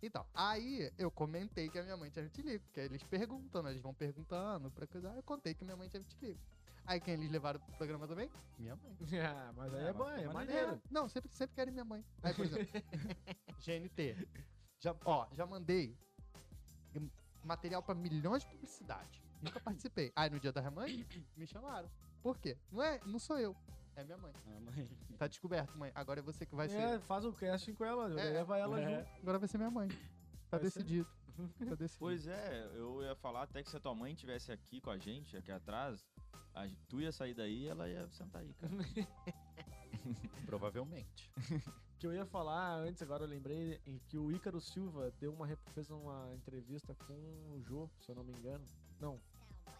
[SPEAKER 4] Então, aí eu comentei que a minha mãe tinha vitiligo, porque aí eles perguntam, né? Eles vão perguntando pra coisa. Ah, eu contei que minha mãe tinha vitiligo. Aí quem eles levaram pro programa também? Minha mãe.
[SPEAKER 1] Ah, mas aí é,
[SPEAKER 2] É, mas
[SPEAKER 1] bom,
[SPEAKER 2] foi
[SPEAKER 1] é
[SPEAKER 2] maneiro.
[SPEAKER 1] maneiro.
[SPEAKER 4] Não, sempre, sempre querem minha mãe. Aí, por exemplo, GNT. Já, ó, já mandei em- material pra milhões de publicidade. Nunca participei. Aí no dia da minha mãe, me chamaram. Por quê? Não é, não sou eu. É minha mãe.
[SPEAKER 2] Ah, mãe.
[SPEAKER 4] Tá descoberto, mãe. Agora é você que vai ser.
[SPEAKER 1] É, faz um casting com ela,
[SPEAKER 4] É.
[SPEAKER 1] leva ela
[SPEAKER 2] É.
[SPEAKER 1] junto.
[SPEAKER 4] Agora vai ser minha mãe. Tá
[SPEAKER 1] Vai ser.
[SPEAKER 4] decidido. Tá decidido.
[SPEAKER 5] Pois é, eu ia falar até que se a tua mãe estivesse aqui com a gente, aqui atrás, a gen- tu ia sair daí e ela ia sentar aí, cara.
[SPEAKER 4] Provavelmente.
[SPEAKER 1] Que eu ia falar antes, agora eu lembrei, em que o Ícaro Silva deu uma, rep- fez uma entrevista com o Jô, se eu não me engano. Não,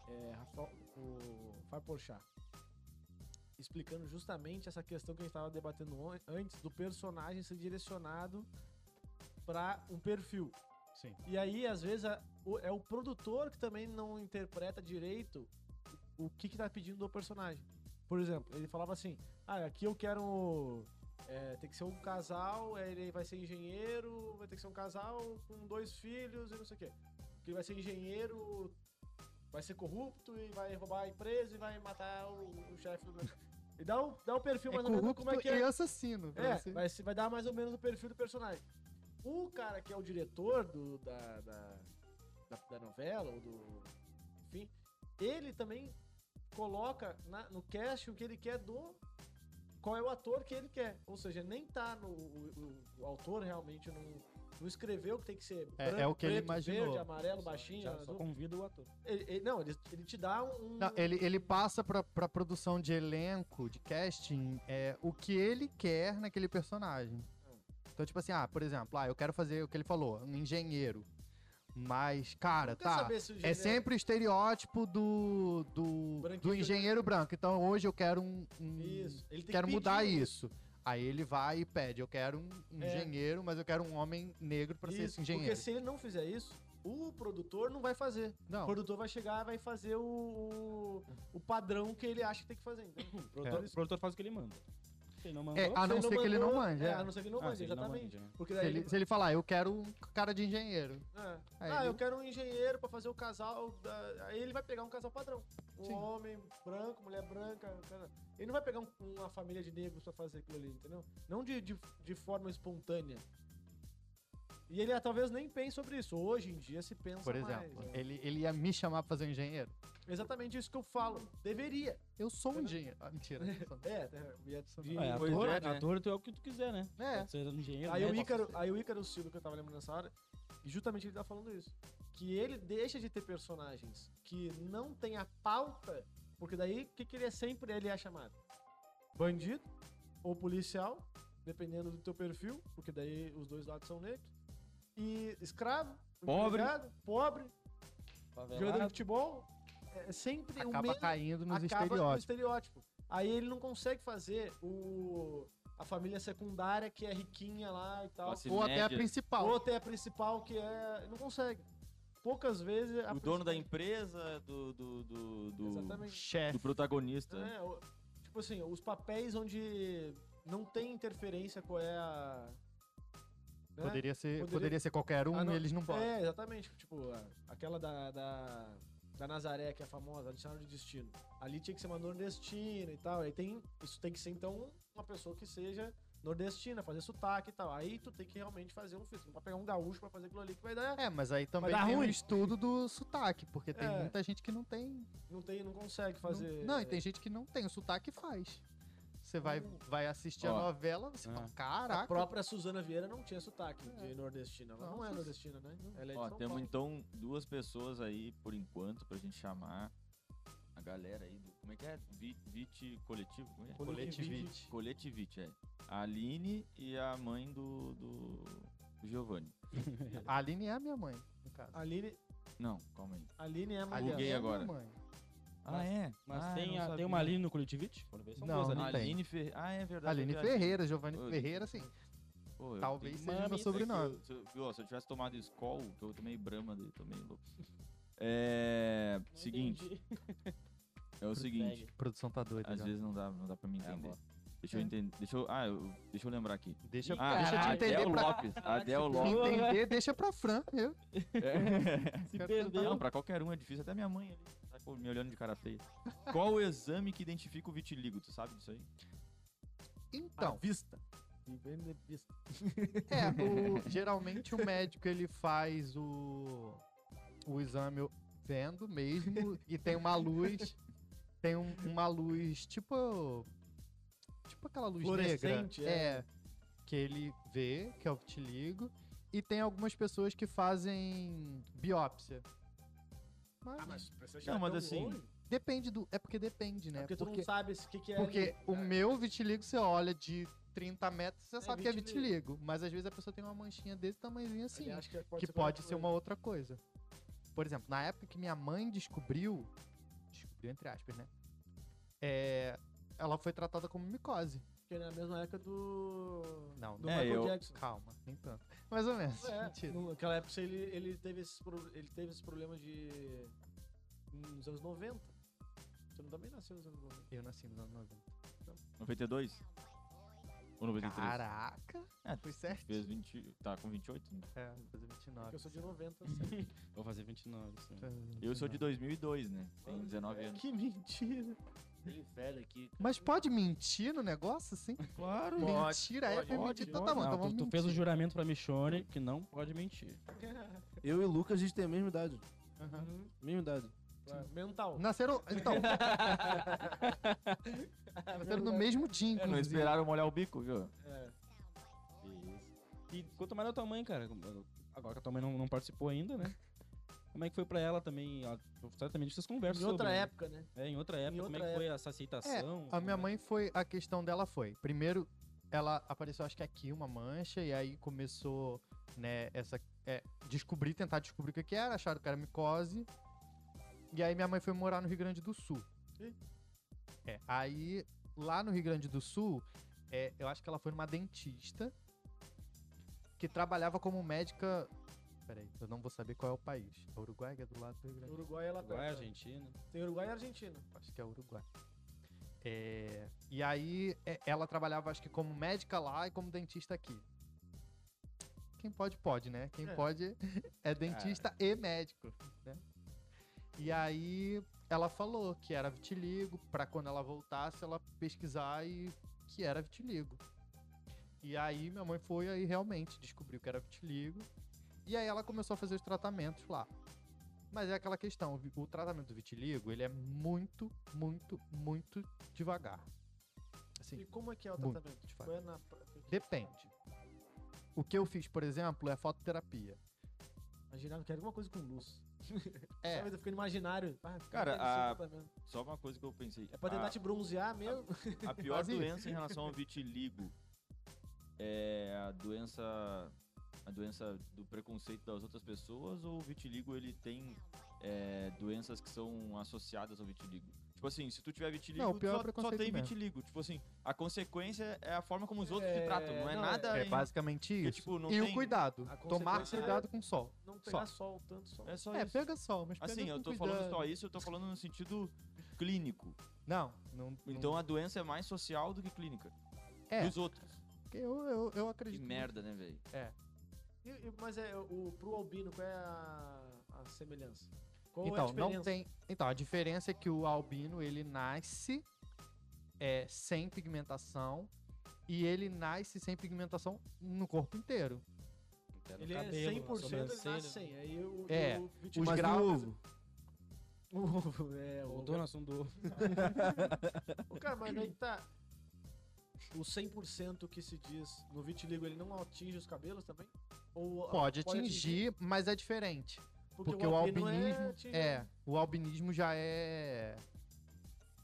[SPEAKER 1] é, Rafael, o Fábio Porchat. Explicando justamente essa questão que a gente estava debatendo on- antes, do personagem ser direcionado para um perfil.
[SPEAKER 4] Sim.
[SPEAKER 1] E aí, às vezes, a- o- é o produtor que também não interpreta direito o que, que tá pedindo do personagem. Por exemplo, ele falava assim: Ah, aqui eu quero. é, tem que ser um casal, é, ele vai ser engenheiro, vai ter que ser um casal com dois filhos e não sei o quê. Porque ele vai ser engenheiro, vai ser corrupto e vai roubar a empresa e vai matar o, o chefe do. E dá o, dá o perfil
[SPEAKER 4] É
[SPEAKER 1] mais ou menos
[SPEAKER 4] corrupto
[SPEAKER 1] como é que é.
[SPEAKER 4] e assassino. assim. pra
[SPEAKER 1] É,
[SPEAKER 4] você.
[SPEAKER 1] vai, se- vai dar mais ou menos o perfil do personagem. O cara que é o diretor do, da, da, da, da novela, ou do. Enfim, ele também coloca na- no cast o que ele quer do. Qual é o ator que ele quer. Ou seja, nem tá no. O, o- o autor realmente não, não escreveu que tem que ser.
[SPEAKER 4] É- é o que ele imaginou.
[SPEAKER 1] Verde, amarelo, baixinho.
[SPEAKER 2] Já só
[SPEAKER 1] azul.
[SPEAKER 2] convida o ator.
[SPEAKER 1] Ele- ele- não, ele, ele te dá um.
[SPEAKER 4] Não, é, ele, ele passa pra, pra produção de elenco, de casting, é, o que ele quer naquele personagem. Então, tipo assim, ah, por exemplo, ah, eu quero fazer o que ele falou, um engenheiro. Mas, cara,
[SPEAKER 1] Quer
[SPEAKER 4] tá.
[SPEAKER 1] saber se o
[SPEAKER 4] É
[SPEAKER 1] gênero-
[SPEAKER 4] sempre o estereótipo do, do,
[SPEAKER 1] Branquinho
[SPEAKER 4] do
[SPEAKER 1] que-
[SPEAKER 4] engenheiro branco. Então hoje eu quero um. um-
[SPEAKER 1] Isso. Ele tem
[SPEAKER 4] Quero
[SPEAKER 1] que
[SPEAKER 4] mudar
[SPEAKER 1] pedir. né? um
[SPEAKER 4] isso. Aí ele vai e pede: Eu quero um, um
[SPEAKER 1] É.
[SPEAKER 4] engenheiro, mas eu quero um homem negro pra ser
[SPEAKER 1] Isso,
[SPEAKER 4] esse engenheiro.
[SPEAKER 1] Porque se ele não fizer isso, o produtor não vai fazer. O
[SPEAKER 4] Não,
[SPEAKER 1] produtor vai chegar e vai fazer o, o, o padrão que ele acha que tem que fazer. entendeu?
[SPEAKER 2] O produtor, o produtor faz o que ele manda. Se ele não mandou,
[SPEAKER 4] É, a
[SPEAKER 1] Se
[SPEAKER 4] não
[SPEAKER 1] um ele
[SPEAKER 4] ser que ele não
[SPEAKER 1] mandou-
[SPEAKER 4] mande,
[SPEAKER 1] É,
[SPEAKER 4] é.
[SPEAKER 1] a não ser que ele não
[SPEAKER 2] Ah,
[SPEAKER 1] mande,
[SPEAKER 2] se ele não
[SPEAKER 1] exatamente.
[SPEAKER 2] mande, né?
[SPEAKER 1] Porque
[SPEAKER 4] se
[SPEAKER 1] daí
[SPEAKER 4] ele, se ele falar, eu quero um cara de engenheiro.
[SPEAKER 1] É.
[SPEAKER 4] Aí
[SPEAKER 1] ah,
[SPEAKER 4] ele-
[SPEAKER 1] eu quero um engenheiro pra fazer o casal. da- Aí ele vai pegar um casal padrão. Um
[SPEAKER 4] Sim.
[SPEAKER 1] homem branco, mulher branca. um cara- Ele não vai pegar um- uma família de negros pra fazer aquilo ali, entendeu? Não de, de, de forma espontânea. E ele ah, talvez nem pense sobre isso. Hoje em dia se pensa
[SPEAKER 4] Por
[SPEAKER 1] mais,
[SPEAKER 4] exemplo,
[SPEAKER 1] né?
[SPEAKER 4] ele, ele ia me chamar pra fazer um engenheiro.
[SPEAKER 1] Exatamente isso que eu falo. Deveria.
[SPEAKER 4] Eu sou um engenheiro. Ah, mentira. eu sou-
[SPEAKER 1] É, é, eu ia-
[SPEAKER 4] sou-
[SPEAKER 1] de-
[SPEAKER 2] É,
[SPEAKER 5] Pois
[SPEAKER 2] ator,
[SPEAKER 5] é, né?
[SPEAKER 2] ator, tu é o que tu quiser, né?
[SPEAKER 4] É.
[SPEAKER 2] Pode ser um engenheiro,
[SPEAKER 1] Aí o,
[SPEAKER 2] médico,
[SPEAKER 1] Ícaro, aí o Ícaro Silva, que eu tava lembrando nessa hora, e justamente ele tá falando isso. Que ele deixa de ter personagens que não tem a pauta, porque daí o que, que ele é sempre ele é chamado? Bandido ou policial, dependendo do teu perfil, porque daí os dois lados são negros. E escravo,
[SPEAKER 5] Pobre.
[SPEAKER 1] empregado, pobre,
[SPEAKER 2] favelado.
[SPEAKER 1] jogador de futebol. É sempre o
[SPEAKER 4] Acaba
[SPEAKER 1] mesmo
[SPEAKER 4] caindo nos
[SPEAKER 1] acaba no
[SPEAKER 4] estereótipos.
[SPEAKER 1] estereótipo. Aí ele não consegue fazer o a família secundária que é riquinha lá e tal.
[SPEAKER 5] Classe
[SPEAKER 4] Ou até a
[SPEAKER 5] média.
[SPEAKER 4] principal.
[SPEAKER 1] Ou até a principal que é. Não consegue. Poucas vezes. a
[SPEAKER 5] O dono da
[SPEAKER 1] principal-
[SPEAKER 5] empresa, do, do, do, né? do,
[SPEAKER 1] Exatamente.
[SPEAKER 4] Chefe.
[SPEAKER 5] do protagonista.
[SPEAKER 1] É, o- tipo assim, os papéis onde não tem interferência qual é a. né?
[SPEAKER 4] Poderia ser,
[SPEAKER 1] Poderia-
[SPEAKER 4] poderia... ser qualquer um,
[SPEAKER 1] Ah, não.
[SPEAKER 4] eles não podem.
[SPEAKER 1] É, exatamente. Tipo, a- aquela da, da, da Nazaré, que é famosa, a dicionário de destino. Ali tinha que ser uma nordestina e tal. Aí tem. Isso tem que ser, então, uma pessoa que seja nordestina, fazer sotaque e tal. Aí tu tem que realmente fazer um filtro. Não vai pegar um gaúcho pra fazer aquilo ali que vai dar.
[SPEAKER 4] É, mas aí também
[SPEAKER 1] dar
[SPEAKER 4] tem um
[SPEAKER 1] ruim.
[SPEAKER 4] estudo do sotaque, porque tem
[SPEAKER 1] É.
[SPEAKER 4] muita gente que não tem.
[SPEAKER 1] Não tem, não consegue
[SPEAKER 4] não-
[SPEAKER 1] fazer.
[SPEAKER 4] Não, e tem gente que não tem o sotaque e faz. Você vai,
[SPEAKER 1] Hum.
[SPEAKER 4] vai assistir a
[SPEAKER 5] Ó.
[SPEAKER 4] novela, você
[SPEAKER 2] Ah.
[SPEAKER 4] fala,
[SPEAKER 1] A
[SPEAKER 4] caraca. É.
[SPEAKER 1] própria Suzana Vieira não tinha sotaque de nordestina. Ela não,
[SPEAKER 4] Não,
[SPEAKER 1] é
[SPEAKER 4] Sus-
[SPEAKER 1] nordestina, né? Ela é de
[SPEAKER 5] Ó,
[SPEAKER 1] São
[SPEAKER 5] temos
[SPEAKER 1] Paulo.
[SPEAKER 5] então duas pessoas aí, por enquanto, pra gente chamar a galera aí do. Como é que é? Vi- Vit coletivo? Como é?
[SPEAKER 4] Coletivite.
[SPEAKER 5] Coletivite, é. A Aline e a mãe do, do do Giovanni.
[SPEAKER 4] A Aline é a minha mãe, no caso.
[SPEAKER 1] Aline,
[SPEAKER 5] Não, calma aí.
[SPEAKER 1] Aline é a
[SPEAKER 4] A
[SPEAKER 1] mulher.
[SPEAKER 4] Aline
[SPEAKER 5] Buguei
[SPEAKER 4] é a
[SPEAKER 5] agora.
[SPEAKER 4] minha mãe.
[SPEAKER 5] Ah, é?
[SPEAKER 2] Mas
[SPEAKER 5] Ah,
[SPEAKER 2] tem,
[SPEAKER 5] eu
[SPEAKER 2] a,
[SPEAKER 5] não
[SPEAKER 2] tem uma
[SPEAKER 5] sabia.
[SPEAKER 2] Aline no Colectivite? Quando vê, são
[SPEAKER 4] Não,
[SPEAKER 2] duas
[SPEAKER 4] não
[SPEAKER 2] Aline.
[SPEAKER 4] tem.
[SPEAKER 5] Aline Ferreira. Ah, é verdade.
[SPEAKER 4] Aline
[SPEAKER 5] eu viajei.
[SPEAKER 4] Ferreira, Giovanni
[SPEAKER 5] Oi.
[SPEAKER 4] Ferreira, assim. sim.
[SPEAKER 5] Pô, eu
[SPEAKER 4] Talvez
[SPEAKER 5] tenho-
[SPEAKER 4] seja
[SPEAKER 5] Mami,
[SPEAKER 4] meu sobrenome.
[SPEAKER 5] é que eu- se, eu, viu, ó, se eu tivesse tomado Skol, que eu tomei Brahma dele, tomei louco. É.
[SPEAKER 2] Não
[SPEAKER 5] seguinte,
[SPEAKER 2] entendi.
[SPEAKER 5] é o seguinte.
[SPEAKER 4] A produção tá doida.
[SPEAKER 5] Às
[SPEAKER 4] já.
[SPEAKER 5] vezes não dá, não dá pra me entender.
[SPEAKER 2] bora.
[SPEAKER 5] deixa eu
[SPEAKER 4] É.
[SPEAKER 5] entender. Deixa eu. Ah, eu, deixa eu lembrar aqui.
[SPEAKER 4] Deixa,
[SPEAKER 5] Ah,
[SPEAKER 4] deixa eu te
[SPEAKER 2] Caralho,
[SPEAKER 4] entender
[SPEAKER 5] Adel
[SPEAKER 4] pra.
[SPEAKER 5] Lopes. Adel
[SPEAKER 4] me
[SPEAKER 5] Lopes.
[SPEAKER 4] entender, deixa pra Fran. Eu
[SPEAKER 5] É.
[SPEAKER 2] Se
[SPEAKER 4] quero
[SPEAKER 2] perdeu.
[SPEAKER 5] Não, pra qualquer um é difícil. Até minha mãe ali tá com- me olhando de cara feia. Qual o exame que identifica o vitiligo? Tu sabe disso aí?
[SPEAKER 1] À
[SPEAKER 4] Então,
[SPEAKER 1] vista. E vem de vista.
[SPEAKER 4] é, o- geralmente o médico ele faz o, o exame vendo mesmo e tem uma luz, tem um- uma luz tipo tipo aquela luz negra,
[SPEAKER 1] Fluorescente, é.
[SPEAKER 4] é, que ele vê, que é o vitiligo, e tem algumas pessoas que fazem biópsia. Ah, Mas,
[SPEAKER 1] Ah, precisa
[SPEAKER 5] chegar mas tão assim,
[SPEAKER 4] depende do, é porque depende,
[SPEAKER 1] É
[SPEAKER 4] né?
[SPEAKER 1] porque tu não sabe o que, que é.
[SPEAKER 4] Porque
[SPEAKER 1] ali.
[SPEAKER 4] o meu vitiligo, você olha de 30 metros, você
[SPEAKER 1] É
[SPEAKER 4] sabe que é
[SPEAKER 1] vitiligo.
[SPEAKER 4] vitiligo. Mas às vezes a pessoa tem uma manchinha desse tamanhozinho assim,
[SPEAKER 1] Ele acha que
[SPEAKER 4] que
[SPEAKER 1] qualquer
[SPEAKER 4] pode ser
[SPEAKER 1] coisa.
[SPEAKER 4] uma outra coisa. Por exemplo, na época que minha mãe descobriu, descobriu entre aspas, né? É, ela foi tratada como micose.
[SPEAKER 1] Porque é na mesma época do.
[SPEAKER 4] Não,
[SPEAKER 1] do
[SPEAKER 4] não.
[SPEAKER 5] É,
[SPEAKER 1] Michael
[SPEAKER 5] eu-
[SPEAKER 1] Jackson.
[SPEAKER 4] Calma, nem tanto. Mais ou menos.
[SPEAKER 1] É,
[SPEAKER 4] mentira.
[SPEAKER 1] no- naquela época ele, ele, teve esses pro- ele teve esses problemas de. nos anos 90. Você não também nasceu nos anos 90.
[SPEAKER 4] Eu nasci nos anos 90.
[SPEAKER 5] 92? Ou 93?
[SPEAKER 4] Caraca!
[SPEAKER 5] É,
[SPEAKER 4] Foi certo?
[SPEAKER 5] Fez 20. Tá com 28? né?
[SPEAKER 4] É, vou fazer
[SPEAKER 1] Porque
[SPEAKER 4] 29.
[SPEAKER 1] eu sou de assim. 90, certo?
[SPEAKER 2] Vou fazer 29. Assim.
[SPEAKER 4] Tá É.
[SPEAKER 5] Eu sou de 2002, né? Tenho 19 anos.
[SPEAKER 1] que mentira.
[SPEAKER 3] Tem velho aqui.
[SPEAKER 4] Mas pode mentir no negócio, assim?
[SPEAKER 2] Claro.
[SPEAKER 4] Mentira, é
[SPEAKER 5] pode,
[SPEAKER 4] permitido.
[SPEAKER 5] pode,
[SPEAKER 4] Então tá bom, então vamos
[SPEAKER 2] tu, tu fez o
[SPEAKER 4] mentir.
[SPEAKER 2] juramento pra Michone que não pode mentir.
[SPEAKER 3] Eu e o Lucas, a gente tem a mesma idade.
[SPEAKER 4] Aham.
[SPEAKER 3] Mesma idade.
[SPEAKER 1] Claro, Mental.
[SPEAKER 4] Nasceram. Então. Nasceram no mesmo dia,
[SPEAKER 5] É, Não
[SPEAKER 4] inclusive.
[SPEAKER 5] esperaram molhar o bico, viu?
[SPEAKER 1] É.
[SPEAKER 2] E quanto mais da tua mãe, cara, agora que a tua mãe não, não participou ainda, né? Como é que foi pra ela também? Ela, certamente vocês conversam
[SPEAKER 1] Em outra
[SPEAKER 2] sobre, né?
[SPEAKER 1] época, né?
[SPEAKER 2] É, em outra época. como
[SPEAKER 1] outra
[SPEAKER 2] é que foi essa aceitação?
[SPEAKER 4] a minha mãe foi. A questão dela foi. Primeiro, ela apareceu, acho que aqui, uma mancha, e aí começou, né, essa. É, descobrir, tentar descobrir o que que era, acharam que era micose. E aí minha mãe foi morar no Rio Grande do Sul.
[SPEAKER 1] Ih.
[SPEAKER 4] É, aí lá no Rio Grande do Sul, é, eu acho que ela foi numa dentista que trabalhava como médica. Peraí, eu não vou saber qual é o país. É Uruguai que é do lado do Rio Grande do
[SPEAKER 1] Uruguai ela tá-
[SPEAKER 2] Uruguai, Argentina.
[SPEAKER 1] Tem Uruguai e Argentina.
[SPEAKER 4] acho que é Uruguai. É, e aí é, ela trabalhava, acho que como médica lá e como dentista aqui. Quem pode, pode, né? Quem
[SPEAKER 1] É.
[SPEAKER 4] pode é dentista e médico, né? E aí ela falou que era vitiligo, pra quando ela voltasse ela pesquisar e que era vitiligo. E aí minha mãe foi aí realmente descobriu que era vitiligo. E aí ela começou a fazer os tratamentos lá. Mas é aquela questão, o vi- o tratamento do vitiligo, ele é muito, muito, muito devagar. Assim,
[SPEAKER 1] E como é que é o
[SPEAKER 4] Muito
[SPEAKER 1] tratamento?
[SPEAKER 4] de
[SPEAKER 1] Tipo,
[SPEAKER 4] fato.
[SPEAKER 1] é na...
[SPEAKER 4] depende. O que eu fiz, por exemplo, é fototerapia.
[SPEAKER 1] Imaginar, eu quero alguma coisa com luz.
[SPEAKER 4] É.
[SPEAKER 1] Sabe, eu tô ficando imaginário. Ah, como
[SPEAKER 5] Cara,
[SPEAKER 1] é que é esse
[SPEAKER 5] a-
[SPEAKER 1] tratamento?
[SPEAKER 5] Só uma coisa que eu pensei. Ah,
[SPEAKER 1] É pra tentar te bronzear mesmo?
[SPEAKER 5] a, a pior
[SPEAKER 4] Quase.
[SPEAKER 5] doença em relação ao vitiligo é a doença a doença do preconceito das outras pessoas ou o vitiligo ele tem é, doenças que são associadas ao vitiligo? Tipo assim, se tu tiver vitiligo,
[SPEAKER 4] Não, o
[SPEAKER 5] tu
[SPEAKER 4] pior é
[SPEAKER 5] só,
[SPEAKER 4] o
[SPEAKER 5] só
[SPEAKER 4] preconceito
[SPEAKER 5] tem
[SPEAKER 4] mesmo.
[SPEAKER 5] vitiligo. Tipo assim, a consequência é a forma como os outros
[SPEAKER 1] É,
[SPEAKER 5] te tratam, não é
[SPEAKER 1] não,
[SPEAKER 5] nada.
[SPEAKER 4] É
[SPEAKER 5] em-
[SPEAKER 4] basicamente
[SPEAKER 5] porque,
[SPEAKER 4] isso.
[SPEAKER 5] tipo, não
[SPEAKER 4] e o
[SPEAKER 5] tem-
[SPEAKER 4] cuidado,
[SPEAKER 1] a
[SPEAKER 4] tomar
[SPEAKER 1] consequência é-
[SPEAKER 4] cuidado com o sol.
[SPEAKER 1] Não pegar sol, tanto sol.
[SPEAKER 5] É só
[SPEAKER 4] é,
[SPEAKER 5] isso.
[SPEAKER 4] pega sol, mas pega
[SPEAKER 5] Assim, eu
[SPEAKER 4] com
[SPEAKER 5] tô
[SPEAKER 4] cuidado.
[SPEAKER 5] falando só isso, eu tô falando no sentido clínico.
[SPEAKER 4] Não, não.
[SPEAKER 5] Então a doença é mais social do que clínica.
[SPEAKER 4] não é,
[SPEAKER 5] Dos outros.
[SPEAKER 4] eu, eu, eu
[SPEAKER 5] Que
[SPEAKER 4] acredito. muito.
[SPEAKER 5] merda, né, velho?
[SPEAKER 1] E- e- mas é, o, pro albino, qual é a, a semelhança? Qual é a
[SPEAKER 4] Então,
[SPEAKER 1] diferença?
[SPEAKER 4] não tem. Então, a diferença é que o albino ele nasce é, sem pigmentação e ele nasce sem pigmentação no corpo inteiro.
[SPEAKER 2] Até no
[SPEAKER 1] Ele
[SPEAKER 2] cabelo,
[SPEAKER 1] é
[SPEAKER 2] na
[SPEAKER 1] 100%, ele
[SPEAKER 2] sobrancelha.
[SPEAKER 1] nasce 100. Aí o,
[SPEAKER 4] É,
[SPEAKER 1] o,
[SPEAKER 3] Mas
[SPEAKER 4] Os
[SPEAKER 3] e o
[SPEAKER 4] graus-
[SPEAKER 3] ovo?
[SPEAKER 1] o ovo, é, o
[SPEAKER 2] Voltou no assunto do ovo.
[SPEAKER 1] Ô, Cara, mas aí que tá. O 100% que se diz no vitiligo, ele não atinge os cabelos também? Ou ah, a-
[SPEAKER 4] Pode,
[SPEAKER 1] pode
[SPEAKER 4] atingir, mas é diferente. Porque, o,
[SPEAKER 1] albino é
[SPEAKER 4] albinismo.
[SPEAKER 1] atingido.
[SPEAKER 4] É, o albinismo já é,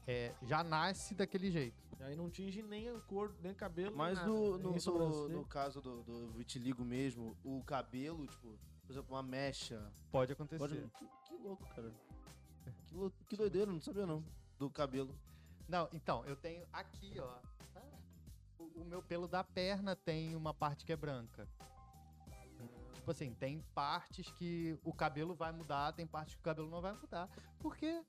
[SPEAKER 4] é. Já nasce daquele jeito.
[SPEAKER 1] Aí não atinge nem a cor, nem o cabelo,
[SPEAKER 3] Mas
[SPEAKER 1] nem nada, né?
[SPEAKER 3] no,
[SPEAKER 1] nem
[SPEAKER 3] no, no,
[SPEAKER 1] sobrancelha.
[SPEAKER 3] no caso do, do vitiligo mesmo, o cabelo, tipo, por exemplo, uma mecha.
[SPEAKER 4] Pode acontecer.
[SPEAKER 3] Pode- Que, que louco, cara. Que, lou- que doideira, não sabia não. Do cabelo.
[SPEAKER 4] Não, então, eu tenho aqui, ó. Ah, O, o meu pelo da perna tem uma parte que é branca. Tipo assim, tem partes que o cabelo vai mudar, tem partes que o cabelo não vai mudar. Porque,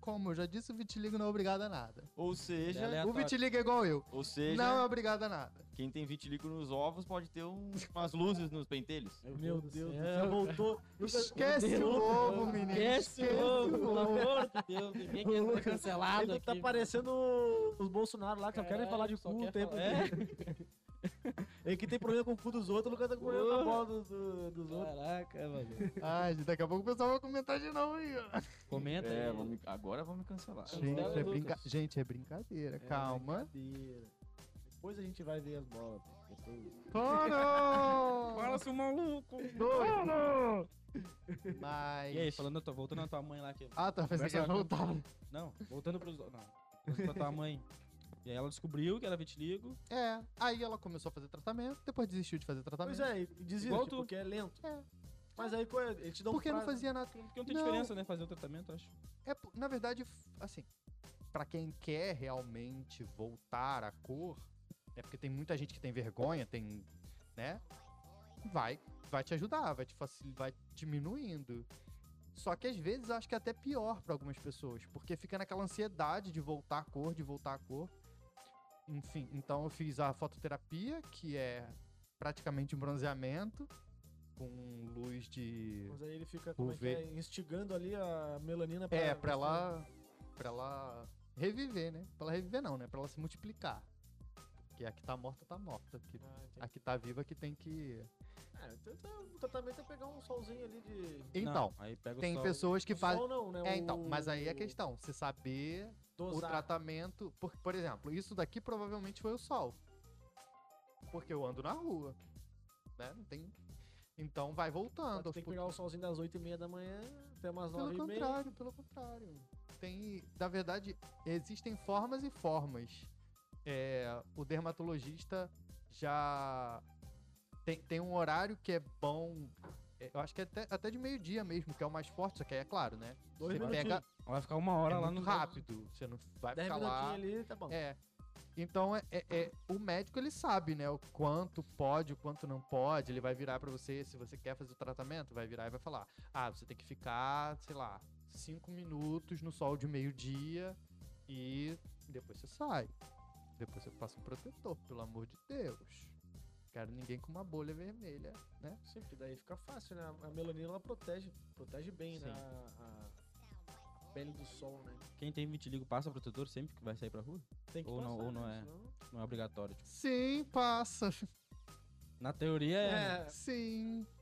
[SPEAKER 4] como eu já disse, o vitiligo não é obrigado a nada.
[SPEAKER 5] Ou seja,
[SPEAKER 2] Ela é
[SPEAKER 4] O
[SPEAKER 2] aleatório.
[SPEAKER 4] vitiligo é igual eu.
[SPEAKER 5] ou seja,
[SPEAKER 4] Não é obrigado a nada.
[SPEAKER 5] quem tem vitiligo nos ovos pode ter um- umas luzes nos pentelhos.
[SPEAKER 1] Meu Deus do
[SPEAKER 2] céu.
[SPEAKER 1] céu, voltou.
[SPEAKER 4] Esquece o ovo, menino.
[SPEAKER 2] Esquece o ovo, pelo amor de Deus. Ninguém quer ser cancelado
[SPEAKER 1] Ele
[SPEAKER 2] aqui.
[SPEAKER 1] tá parecendo os Bolsonaro lá, que só querem
[SPEAKER 2] Caralho,
[SPEAKER 1] falar de
[SPEAKER 2] É, só
[SPEAKER 1] cu o
[SPEAKER 2] quer
[SPEAKER 1] tempo
[SPEAKER 2] falar- É.
[SPEAKER 1] inteiro. Ele que tem problema com o cu dos outros, o Lucas tá com problema com a bola do- do- dos outros.
[SPEAKER 2] Caraca, mano.
[SPEAKER 4] Ai, gente, daqui a pouco o pessoal vai comentar de novo aí, ó.
[SPEAKER 2] Comenta
[SPEAKER 5] É,
[SPEAKER 2] aí.
[SPEAKER 5] vão me- agora vão me cancelar.
[SPEAKER 4] Gente,
[SPEAKER 2] Cancela o
[SPEAKER 4] é,
[SPEAKER 2] Lucas.
[SPEAKER 4] brinca... gente, é brincadeira.
[SPEAKER 1] É
[SPEAKER 4] Calma.
[SPEAKER 1] brincadeira. Depois a gente vai ver as bolas. pô. Depois-
[SPEAKER 4] Claro!
[SPEAKER 2] Fala-se um maluco.
[SPEAKER 4] Mas.
[SPEAKER 2] E aí, falando, eu tô voltando na tua mãe lá que
[SPEAKER 4] Ah, tá, pensei que ia
[SPEAKER 2] Conversa lá com-
[SPEAKER 4] voltar.
[SPEAKER 2] Não, voltando pros. Não, voltando pra tua mãe. E aí ela descobriu que era vitiligo.
[SPEAKER 4] É, aí ela começou a fazer tratamento, depois desistiu de fazer tratamento.
[SPEAKER 1] Pois é, e dizia
[SPEAKER 2] Igual
[SPEAKER 1] que
[SPEAKER 2] tu.
[SPEAKER 1] porque é lento.
[SPEAKER 4] É.
[SPEAKER 1] Mas aí qual é? ele te dá um
[SPEAKER 4] Porque não
[SPEAKER 1] prazo.
[SPEAKER 4] fazia nada.
[SPEAKER 2] Porque não tem
[SPEAKER 4] Não.
[SPEAKER 2] diferença, né? Fazer o tratamento, acho.
[SPEAKER 4] É, po- na verdade, f- assim, pra quem quer realmente voltar à cor, é porque tem muita gente que tem vergonha, tem, né? Vai, vai te ajudar, vai te facil... vai diminuindo. Só que às vezes eu acho que é até pior pra algumas pessoas, porque fica naquela ansiedade de voltar à cor, de voltar à cor. Enfim, então eu fiz a fototerapia, que é praticamente um bronzeamento com luz de
[SPEAKER 1] Mas aí ele fica
[SPEAKER 4] Vou
[SPEAKER 1] como é que
[SPEAKER 4] ver.
[SPEAKER 1] é, instigando ali a melanina pra.
[SPEAKER 4] É, pra ela. pra ela reviver, né? Pra ela reviver, não, né? Pra ela se multiplicar. Porque a que tá morta, tá morta. Que-
[SPEAKER 1] Ah, entendi.
[SPEAKER 4] A que tá viva que tem que.
[SPEAKER 1] É, então, então, o tratamento é pegar um solzinho ali de.
[SPEAKER 4] Então,
[SPEAKER 2] Não, aí pega o
[SPEAKER 4] tem
[SPEAKER 2] sol.
[SPEAKER 4] pessoas que
[SPEAKER 1] um
[SPEAKER 4] fazem.
[SPEAKER 1] sol não, né?
[SPEAKER 4] É, então,
[SPEAKER 1] o-
[SPEAKER 4] mas aí é a questão, se saber o
[SPEAKER 1] Dosar.
[SPEAKER 4] tratamento. Por, por exemplo, isso daqui provavelmente foi o sol. Porque eu ando na rua. Né? Não tem. Então vai
[SPEAKER 1] Mas
[SPEAKER 4] voltando.
[SPEAKER 1] tu
[SPEAKER 4] aos
[SPEAKER 1] Tem que pegar o solzinho das 8h30 da manhã até umas
[SPEAKER 4] Pelo
[SPEAKER 1] 9h30.
[SPEAKER 4] contrário, pelo contrário. Tem, na verdade, existem formas e formas. É, o dermatologista já tem, tem um horário que é bom. é, Eu acho que é até, até de meio-dia mesmo, que é o mais forte, só que aí é claro, né?
[SPEAKER 1] Dois
[SPEAKER 4] Você
[SPEAKER 1] minutinhos.
[SPEAKER 4] pega
[SPEAKER 2] Vai ficar uma hora
[SPEAKER 4] é
[SPEAKER 2] lá
[SPEAKER 4] muito
[SPEAKER 2] no.
[SPEAKER 4] rápido. Você não vai
[SPEAKER 1] Dez
[SPEAKER 4] ficar
[SPEAKER 1] minutinhos
[SPEAKER 4] lá.
[SPEAKER 1] ali, tá bom.
[SPEAKER 4] É. Então é, é- é- o médico ele sabe, né, o quanto pode, o quanto não pode. Ele vai virar pra você, se você quer fazer o tratamento, vai virar e vai falar: "Ah, você tem que ficar, sei lá, cinco minutos no sol de meio-dia e depois você sai. Depois você passa um protetor, pelo amor de Deus. Quero ninguém com uma bolha vermelha.
[SPEAKER 1] Sim, porque daí fica fácil, né? A melanina ela protege, protege bem
[SPEAKER 4] Sim.
[SPEAKER 1] né? a, a pele do sol, né?
[SPEAKER 2] Quem tem vitiligo passa protetor sempre que vai sair pra rua?
[SPEAKER 1] Tem que
[SPEAKER 2] Ou
[SPEAKER 1] passar,
[SPEAKER 2] não- ou não
[SPEAKER 1] né?
[SPEAKER 2] é.
[SPEAKER 1] Senão-
[SPEAKER 2] Não é obrigatório. Tipo,
[SPEAKER 4] Sim, passa.
[SPEAKER 2] na teoria é.
[SPEAKER 1] É,
[SPEAKER 4] Sim. É.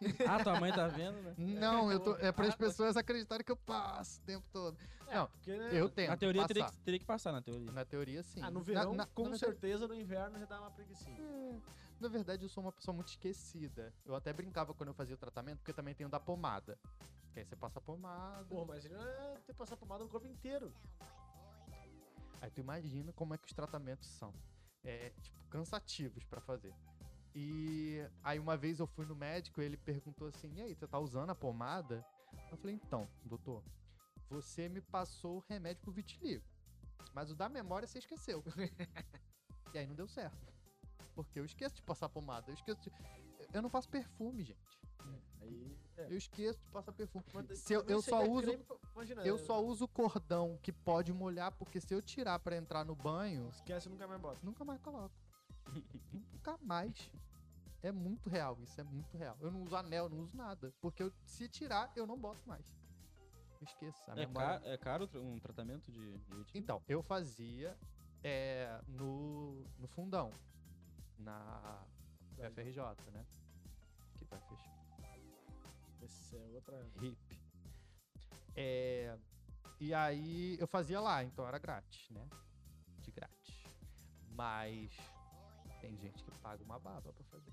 [SPEAKER 2] Ah, tua mãe tá vendo, né?
[SPEAKER 4] Não, eu tô é para as
[SPEAKER 1] Ah,
[SPEAKER 4] pessoas acreditarem que eu passo o tempo todo. É. Não,
[SPEAKER 1] porque, né?
[SPEAKER 4] Eu tento.
[SPEAKER 2] Na teoria
[SPEAKER 4] passar.
[SPEAKER 2] teria que, teria que passar, na teoria.
[SPEAKER 4] Na teoria, sim.
[SPEAKER 1] Ah, no verão,
[SPEAKER 4] na, na,
[SPEAKER 1] com
[SPEAKER 4] na,
[SPEAKER 1] certeza, no inverno já dá uma preguiçinha.
[SPEAKER 4] na verdade, eu sou uma pessoa muito esquecida. Eu até brincava quando eu fazia o tratamento, porque eu também tenho da pomada. Que aí você passa a pomada.
[SPEAKER 1] Pô, mas é ter que passar pomada no corpo inteiro.
[SPEAKER 4] Aí tu imagina como é que os tratamentos são. É, tipo, cansativos pra fazer. E aí uma vez eu fui no médico e ele perguntou assim: "E aí, você tá usando a pomada?" Eu falei: "Então, doutor, você me passou o remédio pro vitiligo, mas o da memória você esqueceu." e aí não deu certo. Porque eu esqueço de passar pomada, eu esqueço de... Eu não passo perfume, gente.
[SPEAKER 1] Aí, é.
[SPEAKER 4] Eu esqueço de passar perfume.
[SPEAKER 1] Mas
[SPEAKER 4] Se eu-
[SPEAKER 1] também
[SPEAKER 4] eu
[SPEAKER 1] isso
[SPEAKER 4] só
[SPEAKER 1] aí é
[SPEAKER 4] uso-
[SPEAKER 1] creme pra- imagina, é,
[SPEAKER 4] Eu só uso o cordão que pode molhar, porque se eu tirar pra entrar no banho,
[SPEAKER 1] Esquece, nunca mais bota.
[SPEAKER 4] Nunca mais coloco. Nunca mais. É muito real, isso é muito real. Eu não uso anel, não uso nada. Porque eu- se tirar, eu não boto mais. Eu esqueço. A
[SPEAKER 2] É,
[SPEAKER 4] memória-
[SPEAKER 2] ca- é caro tra- um tratamento de, de vitiligo?
[SPEAKER 4] Então, eu fazia é, no, no fundão. Na FRJ, né? Que vai fechar.
[SPEAKER 1] Essa é outra...
[SPEAKER 4] Hip. É, e aí eu fazia lá, então era grátis, né? De grátis. Mas tem gente que paga uma baba pra fazer.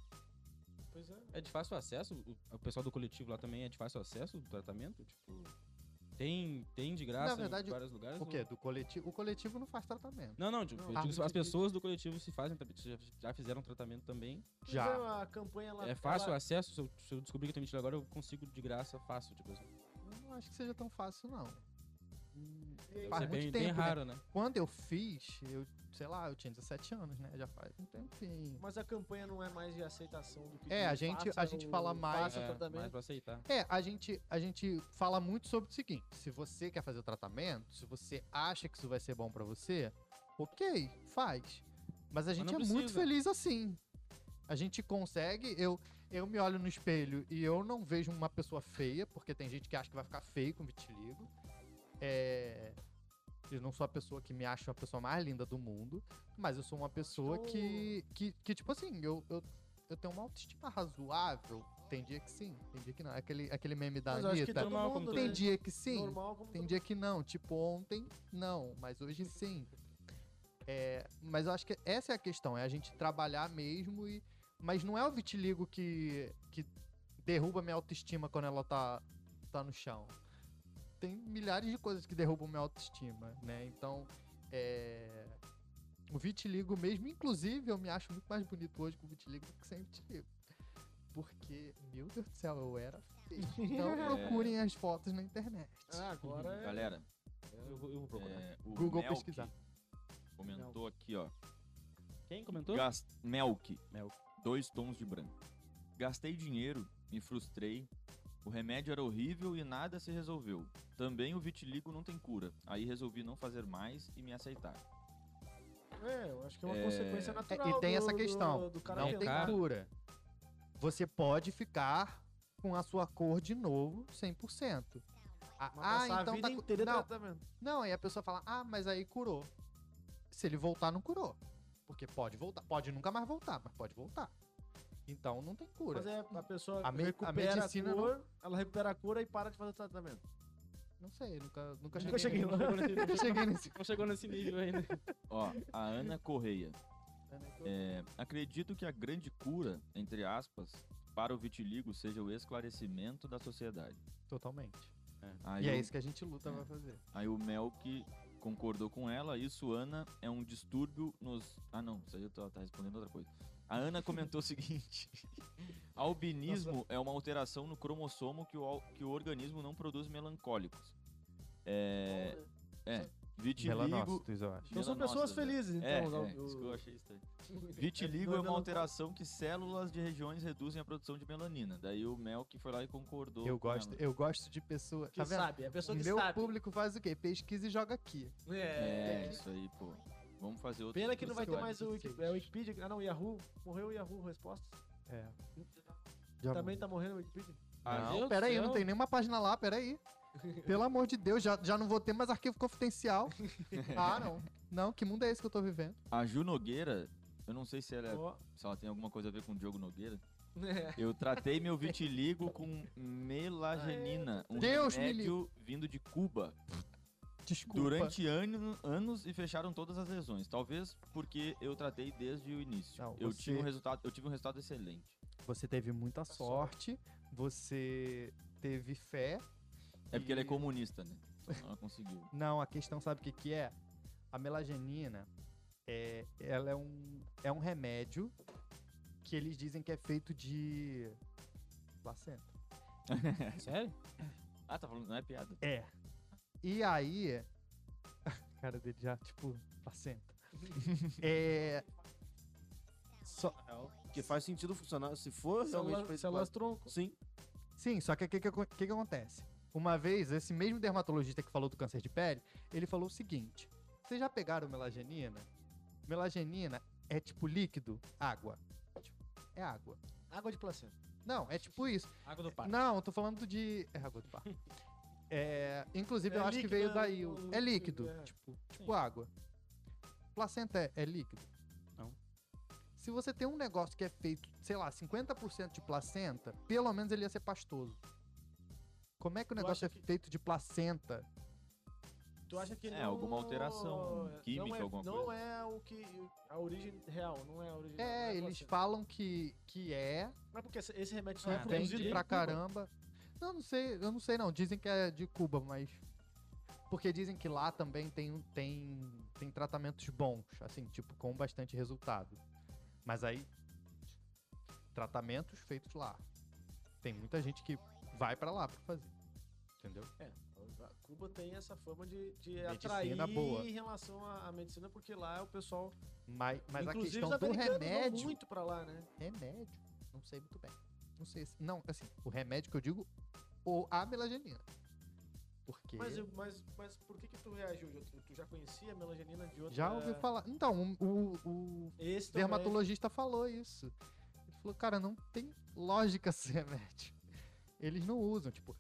[SPEAKER 1] Pois é.
[SPEAKER 2] É de fácil acesso? O- O pessoal do coletivo lá também é de fácil acesso do tratamento? Tipo, tem, tem de graça
[SPEAKER 4] Na verdade,
[SPEAKER 2] em vários lugares?
[SPEAKER 4] O
[SPEAKER 2] ou-
[SPEAKER 4] quê? Do coletivo? O coletivo não faz tratamento.
[SPEAKER 2] Não, não, tipo,
[SPEAKER 1] Não,
[SPEAKER 2] eu
[SPEAKER 1] ah,
[SPEAKER 2] digo,
[SPEAKER 1] entendi.
[SPEAKER 2] as pessoas do coletivo se fazem, tra- já, já fizeram tratamento também.
[SPEAKER 1] Pois
[SPEAKER 4] Já.
[SPEAKER 1] é, a campanha lá...
[SPEAKER 2] é fácil o acesso? Se eu, se eu descobrir que eu tenho vitiligo agora, eu consigo de graça fácil, tipo assim.
[SPEAKER 4] Eu não acho que seja tão fácil, não.
[SPEAKER 2] Deve
[SPEAKER 4] Faz
[SPEAKER 2] ser é bem,
[SPEAKER 4] muito
[SPEAKER 2] bem
[SPEAKER 4] tempo, né?
[SPEAKER 2] raro, né?
[SPEAKER 4] Quando eu fiz, eu, sei lá, eu tinha 17 anos, né? Já faz um tempinho.
[SPEAKER 1] Mas a campanha não é mais de aceitação do que...
[SPEAKER 4] É,
[SPEAKER 1] tu
[SPEAKER 4] a gente- a
[SPEAKER 1] faça
[SPEAKER 4] gente
[SPEAKER 1] o-
[SPEAKER 4] fala mais-
[SPEAKER 1] Faça
[SPEAKER 2] é,
[SPEAKER 1] o
[SPEAKER 2] mais
[SPEAKER 1] tratamento.
[SPEAKER 2] pra aceitar.
[SPEAKER 4] É, a gente, a gente fala muito sobre o seguinte: se você quer fazer o tratamento, se você acha que isso vai ser bom pra você, ok, faz. Mas a gente
[SPEAKER 2] não
[SPEAKER 4] é muito
[SPEAKER 2] precisa.
[SPEAKER 4] feliz assim. A gente consegue. Eu, eu me olho no espelho e eu não vejo uma pessoa feia, porque tem gente que acha que vai ficar feio com vitiligo. É. Eu não sou a pessoa que me acha a pessoa mais linda do mundo, mas eu sou uma pessoa
[SPEAKER 1] que
[SPEAKER 4] que, que, que, tipo assim, eu, eu, eu tenho uma autoestima razoável. Tem dia que sim, tem dia que não. Aquele, aquele meme da
[SPEAKER 1] Mas eu acho que
[SPEAKER 4] Anitta.
[SPEAKER 1] todo
[SPEAKER 2] Normal,
[SPEAKER 1] mundo,
[SPEAKER 2] como todo
[SPEAKER 4] Tem
[SPEAKER 1] né?
[SPEAKER 4] dia que sim,
[SPEAKER 1] Normal como
[SPEAKER 4] tem
[SPEAKER 1] todo
[SPEAKER 4] dia que não. Tipo, ontem não, mas hoje sim. É, mas eu acho que essa é a questão, é a gente trabalhar mesmo e. Mas não é o vitiligo que, que derruba minha autoestima quando ela tá, tá no chão. Tem milhares de coisas que derrubam minha autoestima, né? Então, é. O vitiligo mesmo, inclusive, eu me acho muito mais bonito hoje com vitiligo do que sem vitiligo. Porque, meu Deus do céu, eu era feio. Então
[SPEAKER 5] É.
[SPEAKER 4] procurem as fotos na internet.
[SPEAKER 1] Ah, agora é...
[SPEAKER 5] Então, Galera,
[SPEAKER 2] Eu vou, eu vou procurar.
[SPEAKER 5] é, o
[SPEAKER 4] Google
[SPEAKER 5] Melk
[SPEAKER 4] pesquisar.
[SPEAKER 5] Comentou aqui, ó.
[SPEAKER 2] Quem comentou?
[SPEAKER 5] Gas- Melk.
[SPEAKER 2] Melk.
[SPEAKER 5] Dois tons de branco. Gastei dinheiro, me frustrei. O remédio era horrível e nada se resolveu. Também o vitiligo não tem cura. Aí resolvi não fazer mais e me aceitar.
[SPEAKER 1] É, eu acho que é uma
[SPEAKER 5] É.
[SPEAKER 1] consequência natural.
[SPEAKER 4] e tem
[SPEAKER 1] do-
[SPEAKER 4] essa
[SPEAKER 1] do-
[SPEAKER 4] questão.
[SPEAKER 1] do cara
[SPEAKER 2] Não
[SPEAKER 4] Não tem
[SPEAKER 1] tentar.
[SPEAKER 2] cara.
[SPEAKER 4] cura. Você pode ficar com a sua cor de novo, 100%. Ah,
[SPEAKER 1] Mas
[SPEAKER 4] ah,
[SPEAKER 1] passar
[SPEAKER 4] então
[SPEAKER 1] a vida
[SPEAKER 4] tá... cu-
[SPEAKER 1] inteira é
[SPEAKER 4] não,
[SPEAKER 1] tratamento.
[SPEAKER 4] não, aí a pessoa fala, ah, mas aí curou. Se ele voltar, não curou. Porque pode voltar. Pode nunca mais voltar, mas pode voltar. Então não tem cura.
[SPEAKER 1] Mas é, a pessoa
[SPEAKER 4] A me- a
[SPEAKER 1] recupera a,
[SPEAKER 4] medicina não-
[SPEAKER 1] cor, ela recupera a cor e para de fazer o tratamento.
[SPEAKER 4] Não sei, nunca, nunca,
[SPEAKER 1] Nunca
[SPEAKER 4] cheguei.
[SPEAKER 1] cheguei lá.
[SPEAKER 2] Não chegou nesse-
[SPEAKER 4] Nunca cheguei nesse.
[SPEAKER 2] não chegou nesse nível ainda.
[SPEAKER 5] Ó, a Ana Correia.
[SPEAKER 4] É.
[SPEAKER 5] É, acredito que a grande cura, entre aspas, para o vitiligo seja o esclarecimento da sociedade.
[SPEAKER 4] Totalmente.
[SPEAKER 5] Aí
[SPEAKER 4] E é
[SPEAKER 5] o-
[SPEAKER 4] isso que a gente luta pra fazer.
[SPEAKER 5] Aí o Melk concordou com ela. Isso, Ana, é um distúrbio nos. Ah, não, isso aí eu tô- tá respondendo outra coisa. A A Ana comentou o seguinte: albinismo é uma alteração no cromossomo que o, al- que o organismo não produz melancólicos. É. É. Vitiligo.
[SPEAKER 4] Melanócitos, eu acho.
[SPEAKER 1] Então são pessoas
[SPEAKER 5] melanócitas, né?
[SPEAKER 1] felizes, então.
[SPEAKER 5] É,
[SPEAKER 1] os al-
[SPEAKER 5] é, isso que eu
[SPEAKER 1] o-
[SPEAKER 5] achei estranho. Vitiligo é
[SPEAKER 1] Não,
[SPEAKER 5] uma
[SPEAKER 1] não-
[SPEAKER 5] alteração que células de regiões reduzem a produção de melanina. Daí o Mel que foi lá e concordou.
[SPEAKER 4] Eu
[SPEAKER 5] com
[SPEAKER 4] gosto,
[SPEAKER 5] ela.
[SPEAKER 4] eu gosto de pessoa.
[SPEAKER 6] Que
[SPEAKER 4] Tá vendo?
[SPEAKER 1] é
[SPEAKER 6] sabe, a pessoa
[SPEAKER 4] O
[SPEAKER 6] que
[SPEAKER 4] meu
[SPEAKER 6] sabe.
[SPEAKER 4] público faz o quê? Pesquisa e joga aqui.
[SPEAKER 5] É,
[SPEAKER 6] É,
[SPEAKER 5] isso aí, pô. Vamos fazer outro.
[SPEAKER 1] Pena que não vai ter
[SPEAKER 5] episódio.
[SPEAKER 1] mais o Wiki-
[SPEAKER 4] Suficiente.
[SPEAKER 1] é, o Wikipedia. Ah, não, o Yahoo. Morreu o Yahoo Respostas.
[SPEAKER 4] É. Já
[SPEAKER 1] Também tá morrendo o Wikipedia.
[SPEAKER 2] Ah,
[SPEAKER 4] Não,
[SPEAKER 2] Deus do
[SPEAKER 4] peraí, não
[SPEAKER 2] céu.
[SPEAKER 4] tem nenhuma página lá, peraí. Pelo amor de Deus, já, já não vou ter mais arquivo confidencial. Ah, não. Não, que mundo é esse que eu tô vivendo?
[SPEAKER 5] A Ju Nogueira, eu não sei se ela, é-
[SPEAKER 1] Ó.
[SPEAKER 5] se ela tem alguma coisa a ver com o Diogo Nogueira.
[SPEAKER 1] É.
[SPEAKER 5] Eu tratei meu vitiligo com
[SPEAKER 1] Ah,
[SPEAKER 5] melagenina,
[SPEAKER 1] é.
[SPEAKER 5] um
[SPEAKER 4] Deus me
[SPEAKER 5] remédio vindo de Cuba.
[SPEAKER 4] Desculpa.
[SPEAKER 5] Durante ano- anos e fecharam todas as lesões. Talvez porque eu tratei desde o início.
[SPEAKER 4] Não,
[SPEAKER 5] eu,
[SPEAKER 4] você-
[SPEAKER 5] tive um resultado, eu tive um resultado excelente.
[SPEAKER 4] Você teve muita sorte, você teve fé.
[SPEAKER 5] É porque ele é
[SPEAKER 4] E-
[SPEAKER 5] comunista, né? Então ela conseguiu.
[SPEAKER 4] Não, a questão sabe o que, que é? A melagenina é, ela é um, é um remédio que eles dizem que é feito de placenta.
[SPEAKER 2] Sério?
[SPEAKER 5] Ah, tá falando, não é piada.
[SPEAKER 4] É. E aí. A cara dele já, tipo, placenta. é. Só,
[SPEAKER 3] Que faz sentido funcionar. Se for realmente pra
[SPEAKER 1] Células,
[SPEAKER 3] esse
[SPEAKER 1] células
[SPEAKER 3] lado-
[SPEAKER 1] tronco.
[SPEAKER 3] Sim.
[SPEAKER 4] Sim, só que o que, que, acon- que que acontece? Uma vez, esse mesmo dermatologista que falou do câncer de pele, ele falou o seguinte: vocês já pegaram melagenina? Melagenina é tipo líquido, água. Tipo, É água.
[SPEAKER 1] Água de placenta.
[SPEAKER 4] Não, é tipo isso.
[SPEAKER 2] Água do parque.
[SPEAKER 4] Não, eu tô falando de. É água do bar. É, inclusive,
[SPEAKER 1] É
[SPEAKER 4] eu acho que
[SPEAKER 1] líquido,
[SPEAKER 4] veio
[SPEAKER 1] é
[SPEAKER 4] daí.
[SPEAKER 1] um
[SPEAKER 4] o- É
[SPEAKER 1] líquido,
[SPEAKER 4] líquido,
[SPEAKER 1] é.
[SPEAKER 4] tipo, tipo água. Placenta é, é líquido?
[SPEAKER 2] Não.
[SPEAKER 4] Se você tem um negócio que é feito, sei lá, 50% de placenta, pelo menos ele ia ser pastoso. Como é que o
[SPEAKER 1] Eu
[SPEAKER 4] negócio é
[SPEAKER 1] acho que-
[SPEAKER 4] feito de placenta?
[SPEAKER 1] Tu acha que
[SPEAKER 5] É,
[SPEAKER 1] não-
[SPEAKER 5] alguma alteração química,
[SPEAKER 1] não é,
[SPEAKER 5] alguma
[SPEAKER 1] Não
[SPEAKER 5] coisa.
[SPEAKER 1] é o que... A origem real, não é a origem real, não
[SPEAKER 4] É,
[SPEAKER 1] a
[SPEAKER 4] eles
[SPEAKER 1] placenta.
[SPEAKER 4] falam que, que é,
[SPEAKER 1] Mas porque esse- esse remédio só
[SPEAKER 2] Ah,
[SPEAKER 1] é
[SPEAKER 2] tem
[SPEAKER 1] produzido
[SPEAKER 2] de-
[SPEAKER 1] em
[SPEAKER 4] pra
[SPEAKER 1] Cuba.
[SPEAKER 4] caramba. Não, não sei, eu não sei não. Dizem que é de Cuba, mas. Porque dizem que lá também tem, um, tem, tem tratamentos bons, assim, tipo, com bastante resultado. Mas aí. Tratamentos feitos lá. Tem muita gente que vai pra lá pra fazer. Entendeu?
[SPEAKER 1] É, a Cuba tem essa fama de, de
[SPEAKER 4] Medicina
[SPEAKER 1] atrair
[SPEAKER 4] boa.
[SPEAKER 1] em relação à, à medicina, porque lá é o pessoal.
[SPEAKER 4] Mas, mas a
[SPEAKER 1] inclusive
[SPEAKER 4] questão
[SPEAKER 1] os
[SPEAKER 4] do
[SPEAKER 1] americanos
[SPEAKER 4] remédio.
[SPEAKER 1] vão muito pra lá, né?
[SPEAKER 4] Remédio? Não sei muito bem. Não sei se. Não, assim, o remédio que eu digo, ou a melagenina. Porque.
[SPEAKER 1] Mas, eu- mas, mas por que que tu reagiu? Jô? Tu, tu já conhecia a melagenina de outra?
[SPEAKER 4] Já ouviu falar. Então, o, o
[SPEAKER 1] Esse É. também.
[SPEAKER 4] dermatologista falou isso. Ele falou, cara, não tem lógica esse remédio. Eles não usam, tipo,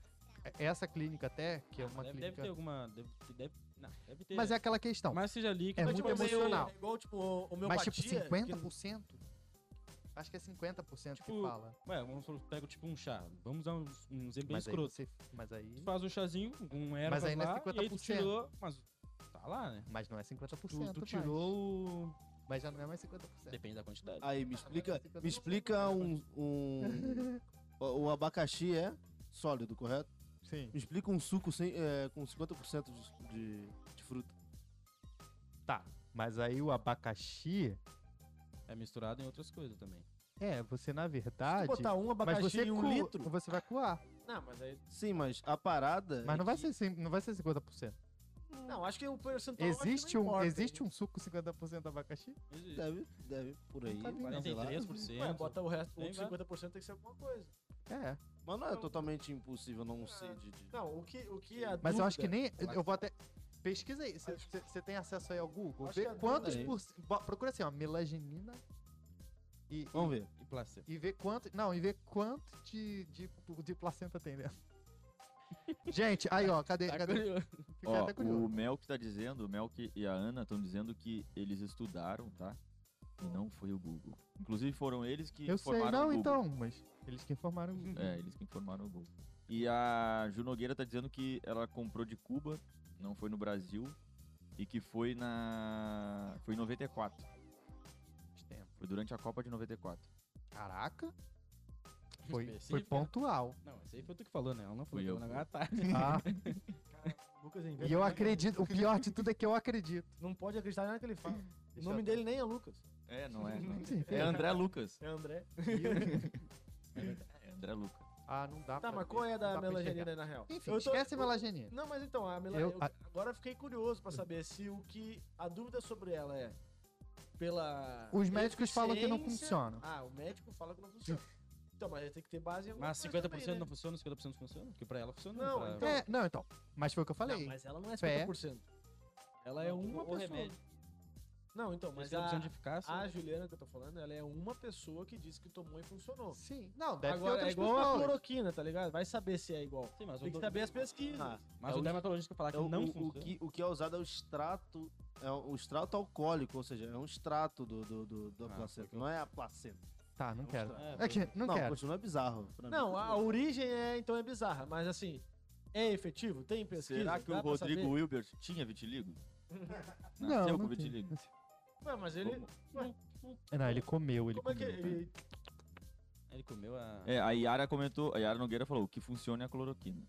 [SPEAKER 4] essa clínica até, que é
[SPEAKER 2] Ah,
[SPEAKER 4] uma
[SPEAKER 2] deve, deve
[SPEAKER 4] clínica.
[SPEAKER 2] ter alguma. Deve, deve, não, deve ter.
[SPEAKER 4] Mas é aquela questão. Mas,
[SPEAKER 2] Mas seja líquido.
[SPEAKER 4] É
[SPEAKER 1] tipo,
[SPEAKER 4] muito
[SPEAKER 1] meio-
[SPEAKER 4] emocional.
[SPEAKER 1] É igual, tipo, o- homeopatia.
[SPEAKER 4] tipo,
[SPEAKER 1] que-
[SPEAKER 4] 50%? Acho que é 50% que
[SPEAKER 2] Tipo,
[SPEAKER 4] fala.
[SPEAKER 2] Ué, vamos supor, pega tipo um chá. Vamos dar um, um exemplo bem
[SPEAKER 4] Mas aí,
[SPEAKER 2] escroto.
[SPEAKER 4] você, mas aí.
[SPEAKER 2] Tu faz um chazinho, um erva
[SPEAKER 4] aí não é
[SPEAKER 2] lá, e aí tu
[SPEAKER 4] 50%.
[SPEAKER 2] tirou, mas tá lá, né?
[SPEAKER 4] Mas não é 50%.
[SPEAKER 2] Tu, tu
[SPEAKER 4] pai.
[SPEAKER 2] tirou o...
[SPEAKER 4] Mas já não é mais 50%.
[SPEAKER 2] Depende da quantidade.
[SPEAKER 3] Aí, me explica,
[SPEAKER 4] mas
[SPEAKER 3] me explica um. um o o abacaxi é sólido, correto?
[SPEAKER 4] Sim.
[SPEAKER 3] Me explica um suco sem, é, com 50% de, de, de fruta.
[SPEAKER 4] Tá. Mas aí o abacaxi.
[SPEAKER 2] É misturado em outras coisas também.
[SPEAKER 4] É, você na
[SPEAKER 1] Se
[SPEAKER 4] verdade.
[SPEAKER 1] tu botar um
[SPEAKER 4] mas
[SPEAKER 1] abacaxi
[SPEAKER 4] você,
[SPEAKER 1] e um
[SPEAKER 4] cu-
[SPEAKER 1] litro.
[SPEAKER 4] você vai coar.
[SPEAKER 1] Não, mas aí.
[SPEAKER 3] Sim, mas a parada.
[SPEAKER 4] Mas
[SPEAKER 3] é
[SPEAKER 4] não vai,
[SPEAKER 3] que-
[SPEAKER 4] ser, cem- não vai ser 50%.
[SPEAKER 1] Não, acho que o percentual. Então, acho que não
[SPEAKER 4] Existe um,
[SPEAKER 1] importa,
[SPEAKER 4] existe
[SPEAKER 1] hein?
[SPEAKER 4] um suco 50% de abacaxi?
[SPEAKER 3] Deve, deve por aí.
[SPEAKER 4] Não tá vindo,
[SPEAKER 3] sei
[SPEAKER 2] 43%.
[SPEAKER 3] lá.
[SPEAKER 4] um
[SPEAKER 1] Ué, bota o
[SPEAKER 5] Tá
[SPEAKER 1] resto,
[SPEAKER 2] Tem,
[SPEAKER 1] o 50% tem que ser alguma coisa.
[SPEAKER 4] É.
[SPEAKER 3] Mas não é totalmente impossível não ser de. de-
[SPEAKER 1] Não, o que, o que é a
[SPEAKER 4] Mas eu acho que
[SPEAKER 1] dúvida-
[SPEAKER 4] nem. Eu vou até. Pesquisa aí. Você tem acesso aí ao Google?
[SPEAKER 1] Acho
[SPEAKER 4] Vê
[SPEAKER 1] que é
[SPEAKER 4] quantos
[SPEAKER 3] dúvida
[SPEAKER 4] por c- bo- Procura assim, ó. Melagenina. E,
[SPEAKER 3] Vamos ver.
[SPEAKER 2] E placebo.
[SPEAKER 4] e vê quanto. Não, e vê quanto de, de, de placenta tem dentro. Gente, aí, ó. Cadê?
[SPEAKER 2] Tá
[SPEAKER 4] cadê?
[SPEAKER 2] curioso.
[SPEAKER 4] Fiquei
[SPEAKER 5] Ó,
[SPEAKER 4] até curioso.
[SPEAKER 5] o Mel que tá dizendo, o Mel que- e a Ana estão dizendo que eles estudaram, tá? E não foi o Google. Inclusive foram eles que
[SPEAKER 4] Eu sei,
[SPEAKER 5] formaram o
[SPEAKER 4] não,
[SPEAKER 5] Google.
[SPEAKER 4] então. Mas eles que informaram. o Google.
[SPEAKER 5] É, eles que informaram o Google. E a Ju Nogueira tá dizendo que ela comprou de Cuba, não foi no Brasil, e que foi na. Foi em 94.
[SPEAKER 4] Faz tempo.
[SPEAKER 5] Foi durante a Copa de 94.
[SPEAKER 4] Caraca. Foi, foi
[SPEAKER 2] Específica.
[SPEAKER 4] pontual.
[SPEAKER 2] Não, esse aí foi tu que falou, né? Ela não
[SPEAKER 5] Fui
[SPEAKER 2] foi.
[SPEAKER 5] eu,
[SPEAKER 2] Na
[SPEAKER 5] fui.
[SPEAKER 2] minha tarde.
[SPEAKER 4] Ah,
[SPEAKER 1] Lucas inventa
[SPEAKER 4] e eu
[SPEAKER 1] muita
[SPEAKER 4] acredito. O pior de tudo é que eu acredito.
[SPEAKER 1] Não pode acreditar em nada que ele fala.
[SPEAKER 4] Deixa
[SPEAKER 1] o nome
[SPEAKER 4] eu-
[SPEAKER 1] dele nem é Lucas.
[SPEAKER 5] É, não é. não. É André Lucas.
[SPEAKER 1] É André.
[SPEAKER 5] É André Lucas.
[SPEAKER 4] Ah, não dá pra
[SPEAKER 1] Tá, mas
[SPEAKER 4] ver,
[SPEAKER 1] qual é a
[SPEAKER 4] não dá
[SPEAKER 1] da
[SPEAKER 4] pra enxergar.
[SPEAKER 1] melangenina na real?
[SPEAKER 4] Enfim,
[SPEAKER 1] Eu tô-
[SPEAKER 4] esquece a melangenina.
[SPEAKER 1] Não, mas então, a Mila,
[SPEAKER 4] Eu-
[SPEAKER 1] eu-
[SPEAKER 4] a-
[SPEAKER 1] agora eu fiquei curioso pra saber se o que. A dúvida sobre ela é pela.
[SPEAKER 4] Os médicos falam que não
[SPEAKER 1] eficiência-
[SPEAKER 4] funciona.
[SPEAKER 1] Ah, o médico fala que não funciona. Então, mas tem que ter base em alguma
[SPEAKER 2] Mas
[SPEAKER 1] coisa
[SPEAKER 2] 50%
[SPEAKER 1] também, né?
[SPEAKER 2] não funciona, 50% funciona? Porque pra ela funciona.
[SPEAKER 1] Não,
[SPEAKER 2] pra-
[SPEAKER 1] então-
[SPEAKER 4] É, não, então. Mas foi o que eu falei.
[SPEAKER 1] Não, mas ela não é
[SPEAKER 4] Fé.
[SPEAKER 1] 50%. Ela é
[SPEAKER 2] Não,
[SPEAKER 1] uma
[SPEAKER 2] o
[SPEAKER 1] pessoa.
[SPEAKER 2] remédio.
[SPEAKER 1] Não, então, mas
[SPEAKER 2] 50%
[SPEAKER 1] a,
[SPEAKER 2] é um de assim, eficácia.
[SPEAKER 1] a Juliana que eu tô falando, ela é uma pessoa que disse que tomou e funcionou.
[SPEAKER 4] Sim. Não, deve ter
[SPEAKER 1] Agora, é
[SPEAKER 4] outras
[SPEAKER 1] igual a
[SPEAKER 4] pessoas.
[SPEAKER 1] cloroquina, tá ligado? Vai saber se é igual.
[SPEAKER 2] Sim, mas o,
[SPEAKER 1] Tem que
[SPEAKER 2] do-
[SPEAKER 1] saber as pesquisas.
[SPEAKER 3] Ah,
[SPEAKER 2] mas
[SPEAKER 3] é
[SPEAKER 2] o
[SPEAKER 3] o-
[SPEAKER 2] dermatologista falar que
[SPEAKER 3] é o,
[SPEAKER 2] não
[SPEAKER 3] o- o
[SPEAKER 2] funciona.
[SPEAKER 3] que, o que é usado é o extrato, é o extrato alcoólico, ou seja, é um extrato do, do, do- da
[SPEAKER 2] Ah, foi
[SPEAKER 3] placenta.
[SPEAKER 2] que eu-
[SPEAKER 3] Não é a placenta.
[SPEAKER 4] Tá, não
[SPEAKER 3] É um
[SPEAKER 4] quero.
[SPEAKER 3] extrato.
[SPEAKER 2] É,
[SPEAKER 4] É que, não,
[SPEAKER 3] Não,
[SPEAKER 4] quero.
[SPEAKER 3] continua bizarro. pra mim. tá
[SPEAKER 1] Não, a origem é, então é bizarra, mas assim, é efetivo? Tem pesquisa?
[SPEAKER 5] Será que
[SPEAKER 1] Dá
[SPEAKER 5] o
[SPEAKER 1] pra
[SPEAKER 5] Rodrigo
[SPEAKER 1] saber?
[SPEAKER 5] Wilbert tinha vitiligo?
[SPEAKER 4] Não,
[SPEAKER 5] Nasceu
[SPEAKER 4] não
[SPEAKER 5] com
[SPEAKER 4] tem.
[SPEAKER 5] vitiligo.
[SPEAKER 1] Não, mas ele.
[SPEAKER 5] Como-
[SPEAKER 4] Não, ele comeu, ele
[SPEAKER 1] Como é que.
[SPEAKER 4] comeu.
[SPEAKER 1] Ele,
[SPEAKER 2] Ele comeu a...
[SPEAKER 5] É, a Yara comentou, a Yara Nogueira falou, o que funciona é a cloroquina.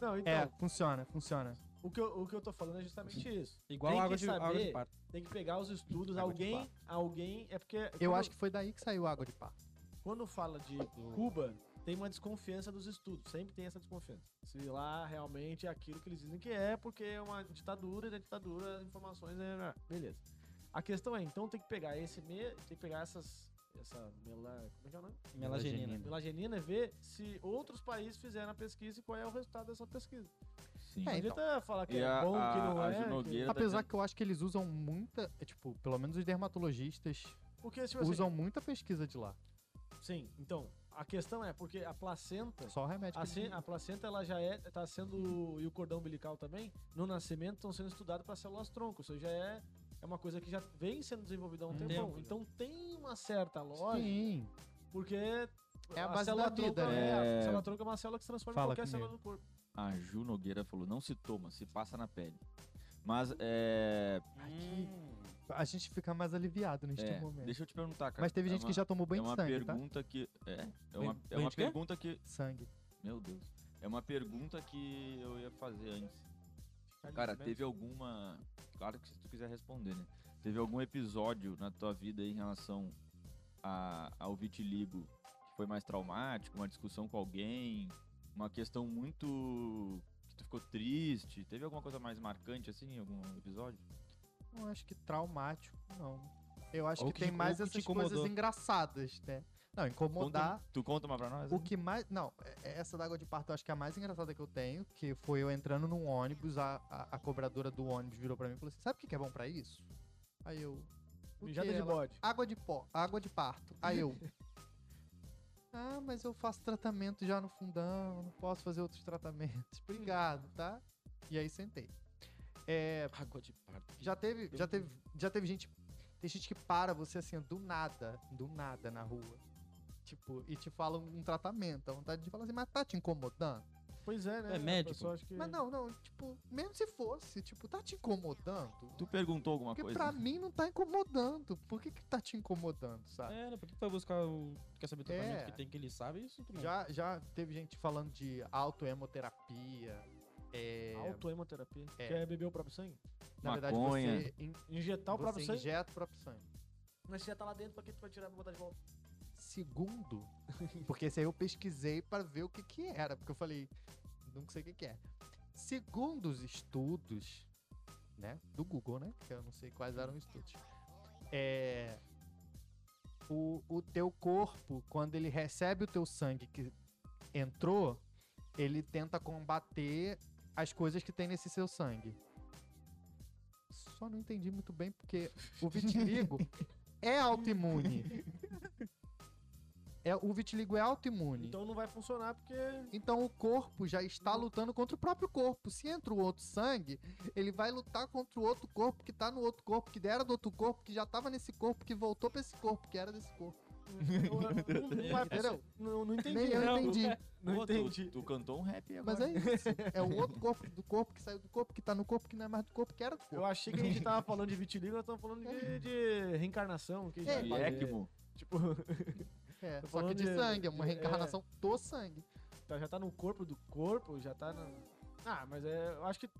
[SPEAKER 1] não, então,
[SPEAKER 4] É, funciona, funciona.
[SPEAKER 1] o, que eu, o que eu tô falando é justamente isso.
[SPEAKER 2] Igual
[SPEAKER 1] Tem
[SPEAKER 2] água
[SPEAKER 1] que
[SPEAKER 2] de, água de
[SPEAKER 1] saber-
[SPEAKER 2] parto.
[SPEAKER 1] Tem que pegar os estudos,
[SPEAKER 5] Água de
[SPEAKER 1] alguém.
[SPEAKER 5] parto.
[SPEAKER 1] Alguém. É porque.
[SPEAKER 4] Eu
[SPEAKER 1] quando-
[SPEAKER 4] acho que foi daí que saiu a água de pá.
[SPEAKER 1] Quando fala de Cuba, tem uma desconfiança dos estudos. Sempre tem essa desconfiança. Se lá realmente é aquilo que eles dizem que é, porque é uma ditadura, e da ditadura as informações é. Beleza. A questão é, então tem que pegar esse me... tem que pegar essas. Essa mela. Como é que é o nome?
[SPEAKER 2] Hum. Melagenina.
[SPEAKER 1] Melagenina é ver se outros países fizeram a pesquisa e qual é o resultado dessa pesquisa.
[SPEAKER 5] Sim.
[SPEAKER 1] Não
[SPEAKER 4] É, então.
[SPEAKER 1] adianta falar que
[SPEAKER 5] E
[SPEAKER 1] é
[SPEAKER 5] a-
[SPEAKER 1] bom, que
[SPEAKER 5] a-
[SPEAKER 1] não
[SPEAKER 5] a
[SPEAKER 1] é.
[SPEAKER 5] Ju
[SPEAKER 1] que-
[SPEAKER 5] Nogueira-
[SPEAKER 4] Apesar que eu acho que eles usam muita. é, Tipo, pelo menos os dermatologistas
[SPEAKER 1] Porque, tipo assim,
[SPEAKER 4] usam muita pesquisa de lá.
[SPEAKER 1] sim, então, a questão é, porque a placenta,
[SPEAKER 4] Só o remédio.
[SPEAKER 1] a,
[SPEAKER 4] que
[SPEAKER 1] se-
[SPEAKER 4] eles
[SPEAKER 1] assim, a placenta, ela já é, tá sendo, e o cordão umbilical também, no nascimento estão sendo estudados para células-tronco, isso aí já é, é uma coisa que já vem sendo desenvolvida há um
[SPEAKER 2] Um
[SPEAKER 1] tempão.
[SPEAKER 2] tempo, já.
[SPEAKER 1] então tem uma certa
[SPEAKER 4] usam.
[SPEAKER 1] lógica,
[SPEAKER 4] Sim.
[SPEAKER 1] porque
[SPEAKER 4] É a base da
[SPEAKER 1] célula-tronco
[SPEAKER 4] vida,
[SPEAKER 1] é,
[SPEAKER 5] né?
[SPEAKER 1] A célula-tronco é uma célula que se transforma
[SPEAKER 4] Fala
[SPEAKER 1] em qualquer
[SPEAKER 4] comigo.
[SPEAKER 1] célula do corpo.
[SPEAKER 5] A Ju Nogueira falou, não se toma, se passa na pele. Mas, é...
[SPEAKER 2] Hum.
[SPEAKER 4] A gente fica mais aliviado neste
[SPEAKER 5] é,
[SPEAKER 4] momento.
[SPEAKER 5] deixa eu te perguntar, cara.
[SPEAKER 4] Mas teve
[SPEAKER 5] É
[SPEAKER 4] gente
[SPEAKER 5] uma-
[SPEAKER 4] que já tomou
[SPEAKER 5] É
[SPEAKER 4] banho de
[SPEAKER 5] uma
[SPEAKER 4] sangue,
[SPEAKER 5] pergunta que... É, é uma, é
[SPEAKER 2] Banho
[SPEAKER 5] uma
[SPEAKER 2] de quê?
[SPEAKER 5] pergunta que...
[SPEAKER 4] tá? Sangue.
[SPEAKER 5] Meu Deus. É uma pergunta que eu ia fazer antes.
[SPEAKER 4] É
[SPEAKER 5] Cara, teve alguma. Claro que se tu quiser responder, né? Teve algum episódio na tua vida em relação a, ao vitiligo que foi mais traumático, uma discussão com alguém, uma questão muito. que tu ficou triste? Teve alguma coisa mais marcante assim em algum episódio?
[SPEAKER 4] Não acho que traumático, não. Eu acho
[SPEAKER 2] Ou
[SPEAKER 4] que,
[SPEAKER 2] que te-
[SPEAKER 4] tem mais
[SPEAKER 2] ou que te
[SPEAKER 4] essas coisas
[SPEAKER 2] incomodou.
[SPEAKER 4] engraçadas, né? Não, incomodar.
[SPEAKER 5] Conta, um- tu conta uma pra nós?
[SPEAKER 4] O
[SPEAKER 5] aí?
[SPEAKER 4] que mais. Não, é- é essa da água de parto eu acho que é a mais engraçada que eu tenho, que foi eu entrando num ônibus, a, a, a cobradora do ônibus virou pra mim e falou assim: sabe o que que é bom pra isso? Aí eu. "O
[SPEAKER 1] Mijada
[SPEAKER 4] quê?"
[SPEAKER 1] de
[SPEAKER 4] Ela,
[SPEAKER 1] bode.
[SPEAKER 4] Água de pó, água de parto. Aí eu. Ah, mas eu faço tratamento já no fundão, não posso fazer outros
[SPEAKER 2] Hum.
[SPEAKER 4] tratamentos. Obrigado, tá? E aí sentei. É,
[SPEAKER 2] Água de parto.
[SPEAKER 4] já teve, já teve, já teve gente. Tem gente que para você assim, do nada, do nada na rua. Tipo, e te fala um tratamento. A vontade de falar assim, mas tá te incomodando?
[SPEAKER 1] Pois é, né?
[SPEAKER 2] É
[SPEAKER 1] a
[SPEAKER 2] médico.
[SPEAKER 1] pessoa acha que-
[SPEAKER 4] Mas não, não, tipo, mesmo se fosse, tipo, tá te incomodando?
[SPEAKER 5] Tu perguntou alguma
[SPEAKER 4] Porque
[SPEAKER 5] coisa?
[SPEAKER 4] pra mim não tá incomodando. Por que que tá te incomodando, sabe?
[SPEAKER 2] É, né? Por que tu vai buscar o... tu Quer saber o tratamento
[SPEAKER 4] É.
[SPEAKER 2] que tem que ele sabe? Isso tu não-
[SPEAKER 4] Já, já teve gente falando de autoemoterapia. É,
[SPEAKER 1] Autoemoterapia.
[SPEAKER 4] É.
[SPEAKER 1] Quer beber o próprio sangue?
[SPEAKER 4] na verdade,
[SPEAKER 5] Maconha.
[SPEAKER 4] você, in,
[SPEAKER 1] Injetar o
[SPEAKER 4] Então, você
[SPEAKER 1] próprio sangue?
[SPEAKER 4] injeta o próprio sangue.
[SPEAKER 1] Mas você já tá lá dentro, pra que tu vai tirar pra botar de volta?
[SPEAKER 4] segundo, porque esse aí eu pesquisei pra ver o que que era, porque eu falei, não sei o que que é. Segundo os estudos, né, do Google, né, que eu não sei quais eram os estudos, é, o, o teu corpo, quando ele recebe o teu sangue que entrou, ele tenta combater as coisas que tem nesse seu sangue. Só não entendi muito bem porque o vitiligo é autoimune. É, o vitiligo é autoimune. Então,
[SPEAKER 1] Então não vai funcionar porque.
[SPEAKER 4] o corpo já está lutando contra o próprio corpo. Se entra o outro sangue, ele vai lutar contra o outro corpo que tá no outro corpo, que era do outro corpo, que já tava nesse corpo, que voltou pra esse corpo, que era desse corpo.
[SPEAKER 1] Não, não- não vai-
[SPEAKER 4] Entendeu?
[SPEAKER 1] Não, não entendi.
[SPEAKER 4] Nem eu
[SPEAKER 1] não,
[SPEAKER 4] entendi.
[SPEAKER 1] não
[SPEAKER 5] Pô, tu-
[SPEAKER 1] entendi.
[SPEAKER 5] Tu, cantou um rap agora.
[SPEAKER 4] Mas é isso. É o outro corpo do corpo que saiu do corpo, que tá no corpo, que não é mais do corpo, que era do
[SPEAKER 1] Eu
[SPEAKER 4] corpo.
[SPEAKER 1] achei que a gente tava falando de vitiligo, nós estamos falando de, de reencarnação. Que
[SPEAKER 4] É,
[SPEAKER 5] E
[SPEAKER 1] já- tá
[SPEAKER 5] ECMO.
[SPEAKER 1] Tipo,
[SPEAKER 4] É,
[SPEAKER 1] tô
[SPEAKER 4] só que
[SPEAKER 1] falando
[SPEAKER 4] de
[SPEAKER 1] de-
[SPEAKER 4] sangue, é uma
[SPEAKER 1] de-
[SPEAKER 4] reencarnação do sangue.
[SPEAKER 1] tá- já tá no corpo do corpo, já tá na. Ah, mas é, eu acho que o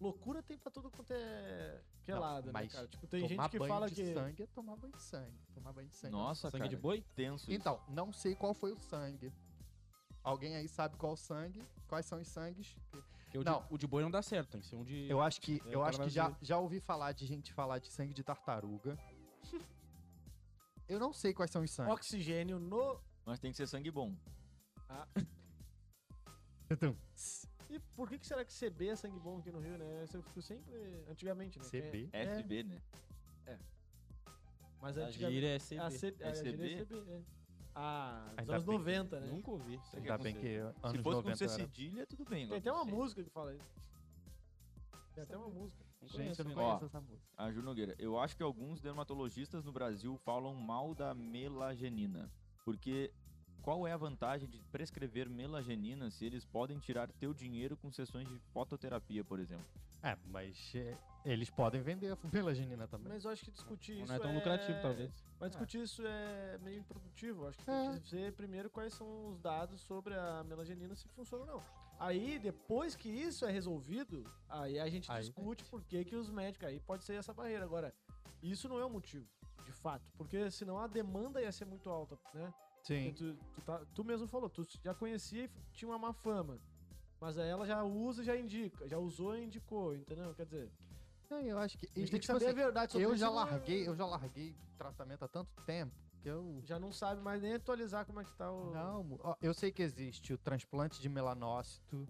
[SPEAKER 1] Loucura tem pra tudo quanto é que é lado, né,
[SPEAKER 4] mas
[SPEAKER 1] cara? Tipo, tem
[SPEAKER 4] tomar
[SPEAKER 1] gente que
[SPEAKER 4] banho
[SPEAKER 1] fala
[SPEAKER 4] de
[SPEAKER 1] que.
[SPEAKER 4] sangue é tomar banho de sangue. Tomar banho de sangue. é
[SPEAKER 5] Nossa,
[SPEAKER 2] Sangue
[SPEAKER 5] cara.
[SPEAKER 2] de boi?
[SPEAKER 5] Tenso. isso.
[SPEAKER 4] Então, não sei qual foi o sangue. Alguém aí sabe qual sangue? Quais são os sangues?
[SPEAKER 2] Porque o, de-
[SPEAKER 4] Não.
[SPEAKER 2] o de boi não dá certo, tem que ser um de.
[SPEAKER 4] Eu acho que,
[SPEAKER 2] É,
[SPEAKER 4] eu
[SPEAKER 2] o
[SPEAKER 4] acho
[SPEAKER 2] cara
[SPEAKER 4] que
[SPEAKER 2] vai
[SPEAKER 4] já, já ouvi falar de gente falar de sangue de tartaruga. eu não sei quais são os sangues.
[SPEAKER 1] Oxigênio no.
[SPEAKER 5] Mas tem que ser sangue bom.
[SPEAKER 4] Então,
[SPEAKER 1] E por que, que será que CB é sangue bom aqui no Rio, né? Isso Eu fico sempre. Antigamente, né?
[SPEAKER 4] CB.
[SPEAKER 1] É, é,
[SPEAKER 5] FB, né?
[SPEAKER 1] mas
[SPEAKER 2] A
[SPEAKER 1] antigamente.
[SPEAKER 2] gíria é CB.
[SPEAKER 1] A CB. A
[SPEAKER 5] SB?
[SPEAKER 1] gíria é CB, é. Ah, dos
[SPEAKER 4] Ainda
[SPEAKER 1] anos
[SPEAKER 4] bem.
[SPEAKER 1] 90, né?
[SPEAKER 2] Nunca ouvi.
[SPEAKER 5] Sei
[SPEAKER 4] Ainda
[SPEAKER 5] que
[SPEAKER 4] bem
[SPEAKER 5] é
[SPEAKER 4] que
[SPEAKER 5] Se
[SPEAKER 4] anos
[SPEAKER 5] fosse com
[SPEAKER 4] 90
[SPEAKER 5] ser
[SPEAKER 4] era...
[SPEAKER 5] cedilha, tudo bem.
[SPEAKER 1] Tem
[SPEAKER 5] agora
[SPEAKER 1] até uma
[SPEAKER 5] com C.
[SPEAKER 1] música que fala isso. Tem até uma música.
[SPEAKER 4] Gente, eu não
[SPEAKER 5] Ó,
[SPEAKER 4] conheço essa música.
[SPEAKER 5] A Ju Nogueira. Eu acho que alguns dermatologistas no Brasil falam mal da melagenina. Porque qual é a vantagem de prescrever melagenina se eles podem tirar teu dinheiro com sessões de fototerapia, por exemplo?
[SPEAKER 4] É, mas é, eles podem vender a Fubelaginina também.
[SPEAKER 1] Mas eu acho que discutir isso.
[SPEAKER 2] Não é tão lucrativo, talvez.
[SPEAKER 1] Mas discutir isso é meio improdutivo. Acho que
[SPEAKER 4] É.
[SPEAKER 1] tem que ver primeiro quais são os dados sobre a melagenina, se funciona ou não. Aí, depois que isso é resolvido, aí a gente
[SPEAKER 4] Aí,
[SPEAKER 1] discute por que, que os médicos. Aí pode ser essa barreira. Agora, isso não é um motivo, de fato. Porque senão a demanda ia ser muito alta, né? Porque
[SPEAKER 4] Sim.
[SPEAKER 1] Tu, tu, tá- tu mesmo falou, tu já conhecia e tinha uma má fama. Mas aí ela já usa e já indica. Já usou e indicou, entendeu? Quer dizer,
[SPEAKER 4] Não, eu acho que.
[SPEAKER 1] a gente
[SPEAKER 4] e,
[SPEAKER 1] tem que
[SPEAKER 4] tipo
[SPEAKER 1] saber
[SPEAKER 4] assim,
[SPEAKER 1] a verdade sobre
[SPEAKER 4] eu
[SPEAKER 1] isso,
[SPEAKER 4] já
[SPEAKER 1] não é-
[SPEAKER 4] larguei, eu já larguei tratamento há tanto tempo que eu.
[SPEAKER 1] Já não sabe mais nem atualizar como é que tá o.
[SPEAKER 4] Não, mo- ó, eu sei que existe o transplante de melanócito,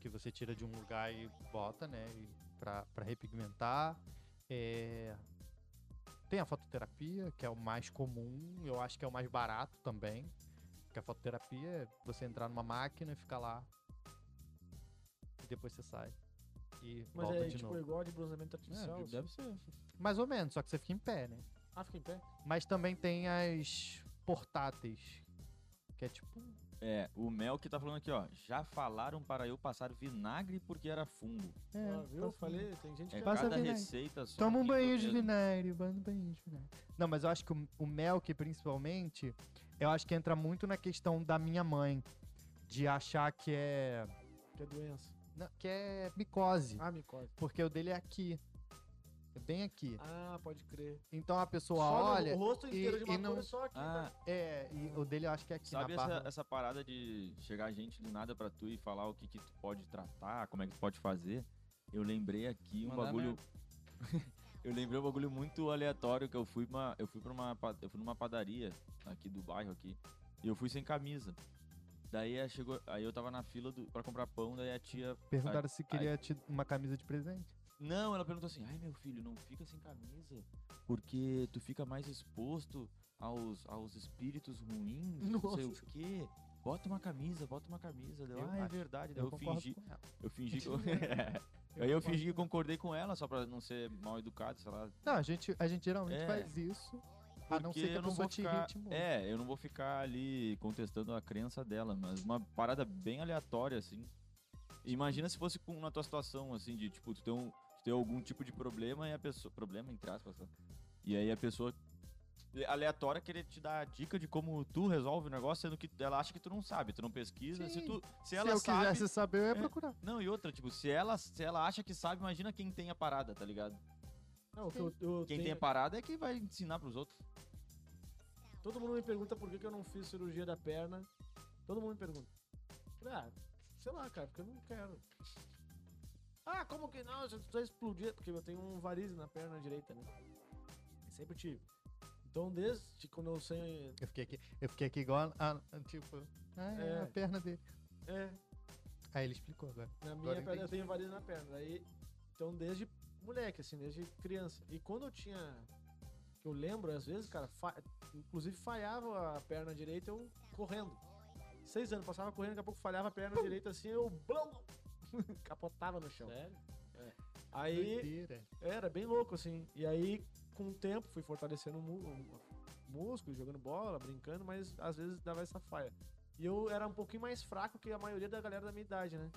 [SPEAKER 4] que você tira de um lugar e bota, né? e Pra, pra repigmentar. É, Tem a fototerapia, que é o mais comum, eu acho que é o mais barato também. Porque a fototerapia é você entrar numa máquina e ficar lá. E depois você sai. E
[SPEAKER 1] Mas
[SPEAKER 4] volta
[SPEAKER 1] é
[SPEAKER 4] de
[SPEAKER 1] tipo
[SPEAKER 4] novo.
[SPEAKER 1] igual a de bronzeamento
[SPEAKER 2] É,
[SPEAKER 1] artificial. assim.
[SPEAKER 2] deve ser.
[SPEAKER 4] Mais ou menos, só que você fica em pé, né?
[SPEAKER 1] Ah, fica em pé.
[SPEAKER 4] Mas também tem as portáteis. Que é tipo.
[SPEAKER 5] É, o Mel que tá falando aqui, ó. Já falaram para eu passar vinagre porque era fungo.
[SPEAKER 4] É,
[SPEAKER 1] Ah, viu? Eu
[SPEAKER 4] passa-
[SPEAKER 1] falei, tem gente que
[SPEAKER 5] É
[SPEAKER 1] é
[SPEAKER 4] Passa
[SPEAKER 5] cada
[SPEAKER 4] vinagre.
[SPEAKER 5] receita só.
[SPEAKER 4] Toma um
[SPEAKER 5] que
[SPEAKER 4] banho de
[SPEAKER 5] eu-
[SPEAKER 4] vinagre, manda um banho de vinagre. Não, mas eu acho que o, o Melk, principalmente, eu acho que entra muito na questão da minha mãe. De achar que é.
[SPEAKER 1] que é doença.
[SPEAKER 4] não, que é micose.
[SPEAKER 1] Ah, micose.
[SPEAKER 4] Porque o dele é aqui. É bem aqui.
[SPEAKER 1] Ah, pode crer.
[SPEAKER 4] Então a pessoa
[SPEAKER 1] Só no-
[SPEAKER 4] olha.
[SPEAKER 1] o rosto
[SPEAKER 4] e-
[SPEAKER 1] inteiro de uma
[SPEAKER 4] e não-
[SPEAKER 1] cor só aqui. tá?
[SPEAKER 5] Ah,
[SPEAKER 4] É, e o dele eu acho que é aqui na
[SPEAKER 5] Sabe
[SPEAKER 4] barra.
[SPEAKER 5] essa, essa parada de chegar gente do nada pra tu e falar o que que tu pode tratar, como é que tu pode fazer? Eu lembrei aqui um
[SPEAKER 2] Mandar
[SPEAKER 5] bagulho. eu lembrei um bagulho muito aleatório que eu fui uma, eu fui para uma, pa- eu fui numa padaria aqui do bairro aqui e eu fui sem camisa. Daí eh, chegou, aí eu tava na fila do, pra comprar pão, daí a tia
[SPEAKER 4] Perguntaram se queria te- uma camisa de presente.
[SPEAKER 5] não, ela perguntou assim: ai meu filho, não fica sem camisa, porque tu fica mais exposto aos, aos espíritos ruins, não sei o
[SPEAKER 1] Nossa.
[SPEAKER 5] quê. Bota uma camisa, bota uma camisa. Deu,
[SPEAKER 4] Eu
[SPEAKER 5] ah, é
[SPEAKER 4] acho-
[SPEAKER 5] verdade. Daí
[SPEAKER 4] Eu,
[SPEAKER 5] Eu,
[SPEAKER 4] concordo
[SPEAKER 5] fingi,
[SPEAKER 4] com ela.
[SPEAKER 5] eu fingi que. eu- é. Aí eu fingi que concordei com ela, só pra não ser mal educado, sei lá.
[SPEAKER 4] Não, a gente, a gente geralmente
[SPEAKER 5] É.
[SPEAKER 4] faz isso. A não
[SPEAKER 5] Porque
[SPEAKER 4] ser que a
[SPEAKER 5] eu não
[SPEAKER 4] pessoa
[SPEAKER 5] vou
[SPEAKER 4] te
[SPEAKER 5] ficar-
[SPEAKER 4] irrite muito.
[SPEAKER 5] É, eu não vou ficar ali contestando a crença dela, mas uma parada bem aleatória, assim. Imagina se fosse com, na tua situação, assim, de tipo, tu tem, um, tu tem algum tipo de problema e a pessoa. Problema, entre aspas, tá? E aí a pessoa aleatória querer te dar a dica de como tu resolve o negócio, sendo que ela acha que tu não sabe, tu não pesquisa.
[SPEAKER 4] Sim.
[SPEAKER 5] Se, tu, se
[SPEAKER 4] Se
[SPEAKER 5] ela
[SPEAKER 4] eu
[SPEAKER 5] sabe. É.
[SPEAKER 4] quisesse saber, eu ia procurar.
[SPEAKER 5] Não, e outra, tipo, se ela, se ela acha que sabe, imagina quem tem a parada, tá ligado?
[SPEAKER 1] Não, o que eu, eu
[SPEAKER 5] Quem
[SPEAKER 1] tenho-
[SPEAKER 5] tem a parada é quem vai ensinar pros outros.
[SPEAKER 1] Todo mundo me pergunta por que, que eu não fiz cirurgia da perna. Todo mundo me pergunta. Ah, sei lá, cara, porque eu não quero. Ah, como que não? Se tu explodir, porque eu tenho um variz na perna direita, né? Sempre tive. Então, desde quando eu sei.
[SPEAKER 4] Eu fiquei aqui, eu fiquei aqui igual a, a- tipo, ah, é,
[SPEAKER 1] É.
[SPEAKER 4] a perna dele.
[SPEAKER 1] É,
[SPEAKER 4] Aí ele explicou agora.
[SPEAKER 1] Na minha
[SPEAKER 4] Agora eu
[SPEAKER 1] perna, eu
[SPEAKER 4] entendi.
[SPEAKER 1] tenho variz na perna. Aí, então, desde moleque, assim, desde criança. E quando eu tinha. que Eu lembro, às vezes, cara, fa- inclusive falhava a perna direita eu correndo. Seis anos, passava correndo, daqui a pouco falhava a perna direita assim, eu. blum, capotava no
[SPEAKER 4] É,
[SPEAKER 1] chão.
[SPEAKER 2] Sério?
[SPEAKER 1] Aí
[SPEAKER 4] Doideira.
[SPEAKER 1] era bem louco, assim. E aí, com o tempo, fui fortalecendo o mu- o músculo, jogando bola, brincando, mas às vezes dava essa falha. E eu era um pouquinho mais fraco que a maioria da galera da minha idade, né?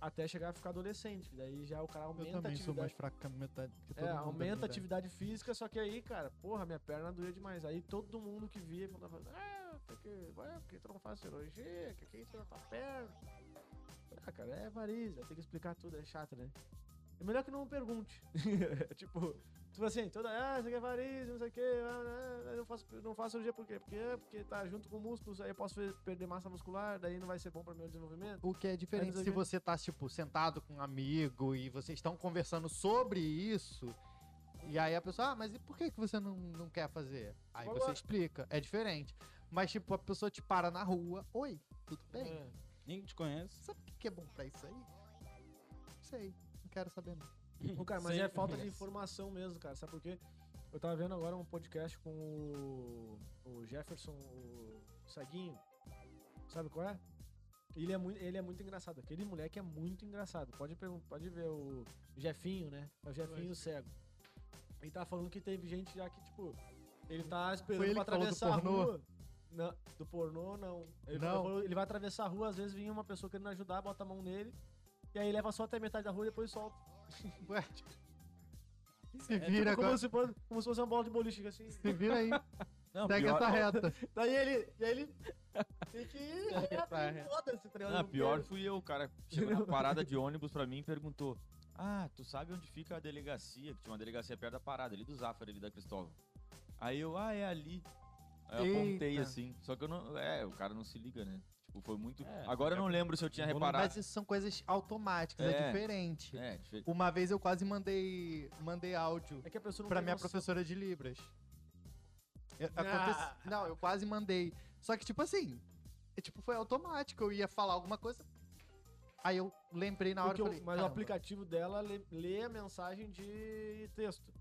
[SPEAKER 1] Até chegar a ficar adolescente. Daí já o cara
[SPEAKER 4] Eu
[SPEAKER 1] aumenta a
[SPEAKER 4] também sou mais
[SPEAKER 1] atividade.
[SPEAKER 4] fraco que a metade. Que todo
[SPEAKER 1] É,
[SPEAKER 4] mundo né? da minha
[SPEAKER 1] aumenta a
[SPEAKER 4] idade.
[SPEAKER 1] atividade física, só que aí, cara, porra, minha perna doía demais. Aí todo mundo que via falava, ah, porque, ué, por que tu não faz cirurgia? Que que é isso na tua perna? Ah, cara, é variz, aí tem que explicar tudo, é chato, né? É melhor que não pergunte. tipo, tu fala assim, toda, ah, você quer varizes, não sei o quê, ah, ah, eu não faço, eu não faço cirurgia por quê? Porque, é, porque tá junto com músculos, aí eu posso fe- perder massa muscular, daí não vai ser bom pra meu desenvolvimento.
[SPEAKER 4] O que é diferente
[SPEAKER 1] Mas a
[SPEAKER 4] se
[SPEAKER 1] gente-
[SPEAKER 4] você tá, tipo, sentado com um amigo e vocês estão conversando sobre isso. E aí a pessoa, ah, mas e por que, que você não, não quer fazer? Aí
[SPEAKER 1] Qual
[SPEAKER 4] você
[SPEAKER 1] é?
[SPEAKER 4] explica, é diferente. Mas, tipo, a pessoa te para na rua, oi, tudo bem?
[SPEAKER 1] É.
[SPEAKER 2] Ninguém te conhece.
[SPEAKER 4] Sabe o que que é bom pra isso aí? Não sei, não quero saber não.
[SPEAKER 1] Ô, cara, mas
[SPEAKER 2] Sempre
[SPEAKER 1] é falta de
[SPEAKER 2] acontece.
[SPEAKER 1] informação mesmo, cara. Sabe por quê? Eu tava vendo agora um podcast com o, o Jefferson, o Saguinho. Sabe qual é? Ele é, muito, ele é muito engraçado. Aquele moleque é muito engraçado. Pode, pergun- pode ver o Jefinho, né? É o Jefinho cego. Ele tá falando que teve gente já que, tipo, ele tá esperando
[SPEAKER 4] ele
[SPEAKER 1] pra
[SPEAKER 4] que falou do
[SPEAKER 1] atravessar a
[SPEAKER 4] pornô?
[SPEAKER 1] rua. Não, do pornô, não. Ele,
[SPEAKER 4] Não.
[SPEAKER 1] falou- ele vai atravessar a rua, às vezes vinha uma pessoa querendo ajudar, bota a mão nele. E aí leva só até metade da rua e depois solta.
[SPEAKER 4] Ué, se
[SPEAKER 1] É tipo
[SPEAKER 4] vira,
[SPEAKER 1] como,
[SPEAKER 4] agora,
[SPEAKER 1] se fosse, como se fosse uma bola de boliche, assim.
[SPEAKER 4] se vira aí,
[SPEAKER 2] Não,
[SPEAKER 4] segue
[SPEAKER 2] pior-
[SPEAKER 5] é
[SPEAKER 4] essa reta.
[SPEAKER 1] Daí ele. E aí ele. Tem que ir.
[SPEAKER 4] Vai,
[SPEAKER 1] né?
[SPEAKER 4] é.
[SPEAKER 1] Foda-se, tá ligado?
[SPEAKER 5] Ah,
[SPEAKER 1] Não
[SPEAKER 5] pior
[SPEAKER 1] quero.
[SPEAKER 5] fui eu, o cara. Chegou na parada de ônibus pra mim e perguntou: Ah, tu sabe onde fica a delegacia? Que tinha uma delegacia perto da parada, ali do Zafra, ali da Cristóvão. Aí eu, ah, é ali. Aí eu apontei
[SPEAKER 4] Eita.
[SPEAKER 5] assim. Só que eu não. É, o cara não se liga, né? Tipo, foi muito.
[SPEAKER 2] É,
[SPEAKER 5] Agora eu não lembro se eu tinha reparado.
[SPEAKER 4] Mas isso são coisas automáticas, é,
[SPEAKER 5] É.
[SPEAKER 4] diferente.
[SPEAKER 5] É, dife-
[SPEAKER 4] Uma vez eu quase mandei, mandei áudio
[SPEAKER 1] É que a pessoa não
[SPEAKER 4] pra
[SPEAKER 1] tem
[SPEAKER 4] minha
[SPEAKER 1] noção.
[SPEAKER 4] professora de Libras. Eu-
[SPEAKER 1] Ah.
[SPEAKER 4] aconte- Não, eu quase mandei. Só que, tipo assim, é, tipo, foi automático. Eu ia falar alguma coisa. Aí eu lembrei na hora
[SPEAKER 1] Porque
[SPEAKER 4] e
[SPEAKER 1] o-
[SPEAKER 4] falei.
[SPEAKER 1] mas o
[SPEAKER 4] "Caramba,
[SPEAKER 1] aplicativo dela lê, lê a mensagem de texto.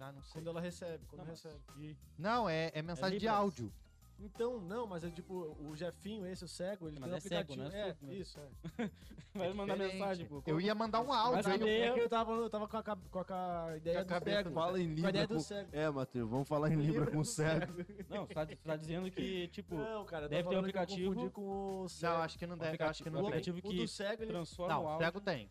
[SPEAKER 4] Ah, não, sei."
[SPEAKER 1] Quando ela recebe. Quando
[SPEAKER 2] Não, mas-
[SPEAKER 1] recebe.
[SPEAKER 4] Não, é, é mensagem de
[SPEAKER 2] Libras.
[SPEAKER 4] áudio.
[SPEAKER 1] Então, não, mas é tipo, o Jefinho, esse, o cego, ele
[SPEAKER 2] Mas
[SPEAKER 1] tem um
[SPEAKER 2] é cego,
[SPEAKER 1] aplicativo.
[SPEAKER 2] né? É surdo, né?
[SPEAKER 1] isso, é.
[SPEAKER 2] Vai mandar
[SPEAKER 4] Diferente.
[SPEAKER 2] mensagem, pô.
[SPEAKER 4] Eu ia mandar um áudio.
[SPEAKER 2] Mas
[SPEAKER 4] aí eu-
[SPEAKER 2] também-
[SPEAKER 1] É que eu tava, eu tava com, a, cab- com a ca- ideia
[SPEAKER 4] Com a
[SPEAKER 1] do
[SPEAKER 4] cabeça
[SPEAKER 1] cego. né?
[SPEAKER 3] Fala em
[SPEAKER 1] Com a
[SPEAKER 3] Libra.
[SPEAKER 1] ideia do
[SPEAKER 3] Com...
[SPEAKER 1] cego.
[SPEAKER 3] É, Matheus, vamos falar em Libra, com cego.
[SPEAKER 2] Não, você tá, você tá dizendo que, tipo,
[SPEAKER 1] Não, cara, eu tô
[SPEAKER 2] deve ter um
[SPEAKER 1] falando que eu
[SPEAKER 2] aplicativo.
[SPEAKER 1] confundi com o cego.
[SPEAKER 4] Não, acho que não
[SPEAKER 2] O
[SPEAKER 4] deve. eu Acho
[SPEAKER 2] aplicativo-
[SPEAKER 4] que não
[SPEAKER 2] o
[SPEAKER 4] deve.
[SPEAKER 2] um aplicativo
[SPEAKER 1] o
[SPEAKER 2] que
[SPEAKER 1] do cego, ele...
[SPEAKER 2] transforma o
[SPEAKER 4] Não,
[SPEAKER 2] áudio.
[SPEAKER 4] cego tem.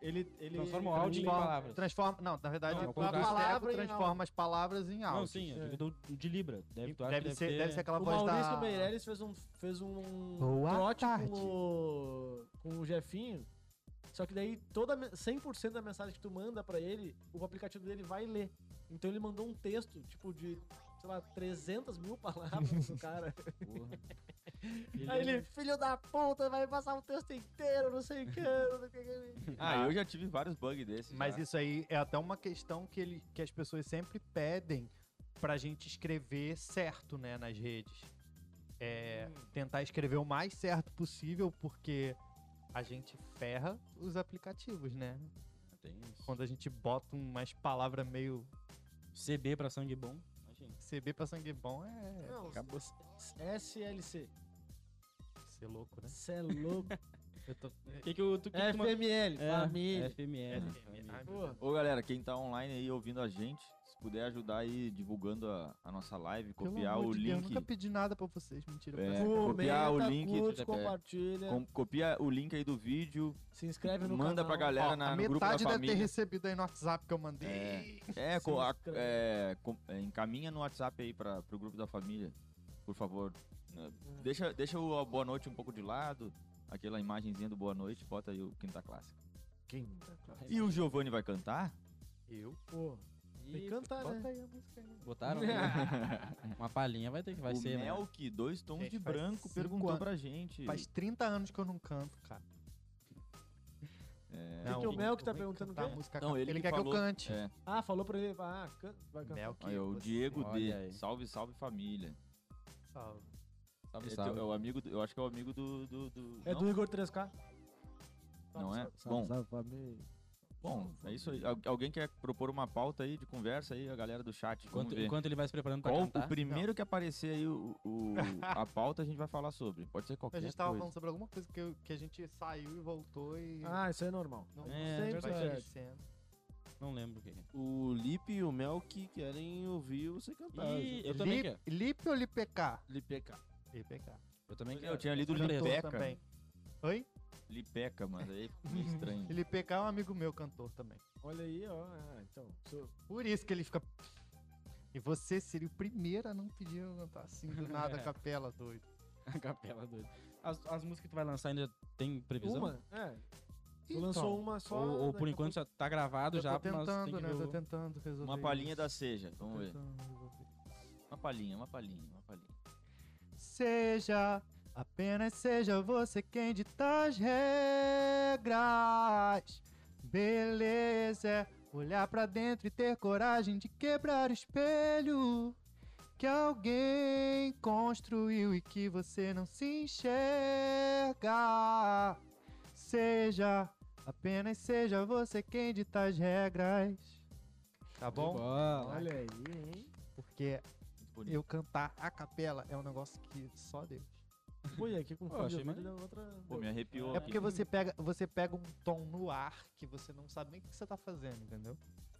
[SPEAKER 1] ele, ele
[SPEAKER 2] Transforma o áudio em palavras.
[SPEAKER 4] Transforma. Não, na verdade,
[SPEAKER 2] Não,
[SPEAKER 4] o
[SPEAKER 2] ao contrário.
[SPEAKER 4] palavra
[SPEAKER 1] Palavra em
[SPEAKER 4] transforma as palavras em áudio.
[SPEAKER 2] Não, sim, eu
[SPEAKER 1] É.
[SPEAKER 2] digo do- de Libra. Deve, tu acha que
[SPEAKER 4] Deve ser,
[SPEAKER 2] ter-
[SPEAKER 4] deve ser aquela
[SPEAKER 1] O
[SPEAKER 4] voz
[SPEAKER 1] Maurício
[SPEAKER 4] da.
[SPEAKER 1] Meirelles fez um, fez um
[SPEAKER 4] Boa
[SPEAKER 1] trote
[SPEAKER 4] tarde.
[SPEAKER 1] com o, com o Jefinho. Só que daí toda, me- 100% da mensagem que tu manda pra ele, o aplicativo dele vai ler. Então ele mandou um texto, tipo, de, sei lá, 300 mil palavras pro cara.
[SPEAKER 2] Porra.
[SPEAKER 1] Aí ele, filho da puta, vai passar o texto inteiro, não sei o que. não sei o que.
[SPEAKER 5] Ah, eu já tive vários bugs desses.
[SPEAKER 4] Mas
[SPEAKER 5] já.
[SPEAKER 4] isso aí é até uma questão que, ele, que as pessoas sempre pedem pra gente escrever certo, né, nas redes. É,
[SPEAKER 2] Hum.
[SPEAKER 4] Tentar escrever o mais certo possível, porque a gente ferra os aplicativos, né?
[SPEAKER 2] Tem isso.
[SPEAKER 4] Quando a gente bota umas palavras meio
[SPEAKER 2] CB pra sangue bom. Imagina.
[SPEAKER 4] CB pra sangue bom é
[SPEAKER 1] Não,
[SPEAKER 2] Acabou.
[SPEAKER 1] SLC.
[SPEAKER 4] ser louco, né?
[SPEAKER 1] Cê é louco.
[SPEAKER 4] Eu tô...
[SPEAKER 2] O É. que que o... Tu, que que tu manda-
[SPEAKER 1] FML,
[SPEAKER 2] É,
[SPEAKER 1] família.
[SPEAKER 2] FML.
[SPEAKER 4] Ai, meu
[SPEAKER 1] Pô,
[SPEAKER 5] Ô galera, quem tá online aí ouvindo a gente, se puder ajudar aí divulgando a, a nossa live,
[SPEAKER 4] Pelo
[SPEAKER 5] copiar
[SPEAKER 4] amor
[SPEAKER 5] o
[SPEAKER 4] de Deus, eu
[SPEAKER 5] link.
[SPEAKER 4] nunca pedi nada pra vocês, mentira. pra-
[SPEAKER 5] É, copiar o
[SPEAKER 1] comenta,
[SPEAKER 5] link,
[SPEAKER 1] curte,
[SPEAKER 5] é,
[SPEAKER 1] compartilha,
[SPEAKER 5] com- copia o link aí do vídeo,
[SPEAKER 1] se inscreve no
[SPEAKER 5] manda pra
[SPEAKER 1] canal.
[SPEAKER 5] galera
[SPEAKER 4] Ó,
[SPEAKER 5] na,
[SPEAKER 4] a
[SPEAKER 5] no grupo da
[SPEAKER 4] metade deve ter
[SPEAKER 5] família.
[SPEAKER 4] recebido aí no WhatsApp que eu mandei.
[SPEAKER 5] É,
[SPEAKER 1] Se
[SPEAKER 5] co- a-
[SPEAKER 1] inscreve.
[SPEAKER 5] é, com- é, encaminha no WhatsApp aí pra, pro grupo da família, por favor. Né, Deixa, deixa o boa noite um pouco de lado, aquela imagenzinha do boa noite, bota aí o quinta clássica.
[SPEAKER 1] Quinta classe.
[SPEAKER 5] E o Giovanni vai cantar?
[SPEAKER 4] Eu?
[SPEAKER 1] Pô, tem que
[SPEAKER 2] Ih,
[SPEAKER 1] cantar, né?
[SPEAKER 4] Bota aí a música aí.
[SPEAKER 2] Botaram né? uma palhinha, vai ter que vai
[SPEAKER 5] o
[SPEAKER 2] ser, né?
[SPEAKER 5] Melk, dois tons
[SPEAKER 4] Gente,
[SPEAKER 5] de
[SPEAKER 4] faz
[SPEAKER 5] branco,
[SPEAKER 4] cinco
[SPEAKER 5] perguntou
[SPEAKER 4] anos.
[SPEAKER 5] pra gente.
[SPEAKER 4] Faz 30 anos que eu não canto, cara.
[SPEAKER 5] É,
[SPEAKER 1] que o
[SPEAKER 4] eu
[SPEAKER 1] Mel que tá
[SPEAKER 4] vem
[SPEAKER 1] perguntando
[SPEAKER 4] cantar
[SPEAKER 1] o quê?
[SPEAKER 4] música,
[SPEAKER 5] Não,
[SPEAKER 4] cara.
[SPEAKER 5] ele que
[SPEAKER 4] quer
[SPEAKER 5] falou,
[SPEAKER 4] que eu cante.
[SPEAKER 5] é.
[SPEAKER 1] Ah, falou pra ele. Ah, can... vai cantar.
[SPEAKER 4] Mel que
[SPEAKER 5] Aí, ó, o
[SPEAKER 4] você-
[SPEAKER 5] Diego D.
[SPEAKER 2] Olha aí.
[SPEAKER 5] Salve, salve família.
[SPEAKER 4] Salve.
[SPEAKER 2] Salve,
[SPEAKER 5] É, teu-
[SPEAKER 2] salve.
[SPEAKER 5] é o amigo, do- eu acho que é o amigo do. do,
[SPEAKER 1] É
[SPEAKER 5] não,
[SPEAKER 1] do Igor 3K.
[SPEAKER 5] não é?
[SPEAKER 1] Bom.
[SPEAKER 5] bom, bom, é isso aí. Al- Alguém quer propor uma pauta aí de conversa aí, a galera do chat? Vamos
[SPEAKER 2] Enquanto,
[SPEAKER 5] ver.
[SPEAKER 2] enquanto ele vai se preparando pra
[SPEAKER 5] Qual
[SPEAKER 2] cantar.
[SPEAKER 5] o primeiro que aparecer aí o, o- a pauta a gente vai falar sobre. Pode ser qualquer
[SPEAKER 4] A gente
[SPEAKER 5] coisa.
[SPEAKER 4] tava falando sobre alguma coisa que, eu- que a gente saiu e voltou e.
[SPEAKER 1] Ah, isso aí é normal.
[SPEAKER 4] não
[SPEAKER 2] é,
[SPEAKER 1] sempre
[SPEAKER 4] vai
[SPEAKER 2] verdade.
[SPEAKER 1] acontece.
[SPEAKER 4] crescendo.
[SPEAKER 2] Não lembro o que. é.
[SPEAKER 3] O Lipe e o Mel que querem ouvir você cantar.
[SPEAKER 2] Ih, eu também quero.
[SPEAKER 4] Lip, Lip ou Lipk?
[SPEAKER 3] Lipeca.
[SPEAKER 4] Lipk.
[SPEAKER 2] Eu também
[SPEAKER 5] É, Eu tinha lido
[SPEAKER 2] Surpresa.
[SPEAKER 5] Lipeca.
[SPEAKER 4] também. Oi?
[SPEAKER 5] Lipeca, mas aí é meio estranho.
[SPEAKER 4] Lipk é um amigo meu, cantor também.
[SPEAKER 1] Olha aí, ó. Ah, então. sou-
[SPEAKER 4] Por isso que ele fica. E você seria o primeiro a não pedir eu cantar assim do nada
[SPEAKER 2] É.
[SPEAKER 4] a capela, doido.
[SPEAKER 2] A capela doida. As, as músicas que tu vai lançar ainda tem previsão?
[SPEAKER 1] Uma? É. Tu lançou uma só.
[SPEAKER 2] ou, ou
[SPEAKER 1] daqui
[SPEAKER 2] por
[SPEAKER 1] a
[SPEAKER 2] enquanto já tá gravado
[SPEAKER 4] Então,
[SPEAKER 2] já,
[SPEAKER 4] eu tô
[SPEAKER 2] mas tem
[SPEAKER 4] tentando,
[SPEAKER 2] que
[SPEAKER 4] né?
[SPEAKER 2] ver
[SPEAKER 4] Tô
[SPEAKER 2] o-
[SPEAKER 4] tentando resolver.
[SPEAKER 5] Uma palhinha
[SPEAKER 4] isso.
[SPEAKER 5] da seja.
[SPEAKER 4] Tô
[SPEAKER 5] Vamos ver.
[SPEAKER 4] tentando resolver.
[SPEAKER 5] Uma palhinha, uma palhinha, uma palhinha.
[SPEAKER 4] Seja, apenas seja você quem dita as regras. Beleza é olhar pra dentro e ter coragem de quebrar o espelho que alguém construiu e que você não se enxerga. Seja, apenas seja você quem dita as regras. Tá
[SPEAKER 2] Bom,
[SPEAKER 4] bom?
[SPEAKER 1] pouco. Olha aí, hein?
[SPEAKER 4] Porque
[SPEAKER 5] Muito bonito.
[SPEAKER 4] eu cantar a capela é um negócio que só Deus.
[SPEAKER 1] Pô, e aqui com
[SPEAKER 2] Pô,
[SPEAKER 1] fone de
[SPEAKER 2] achei
[SPEAKER 1] ouvido dá é outra.
[SPEAKER 5] Pô, me arrepiou.
[SPEAKER 4] É
[SPEAKER 5] aqui.
[SPEAKER 4] porque você pega, você pega um tom no ar que você não sabe nem o que você tá fazendo, entendeu?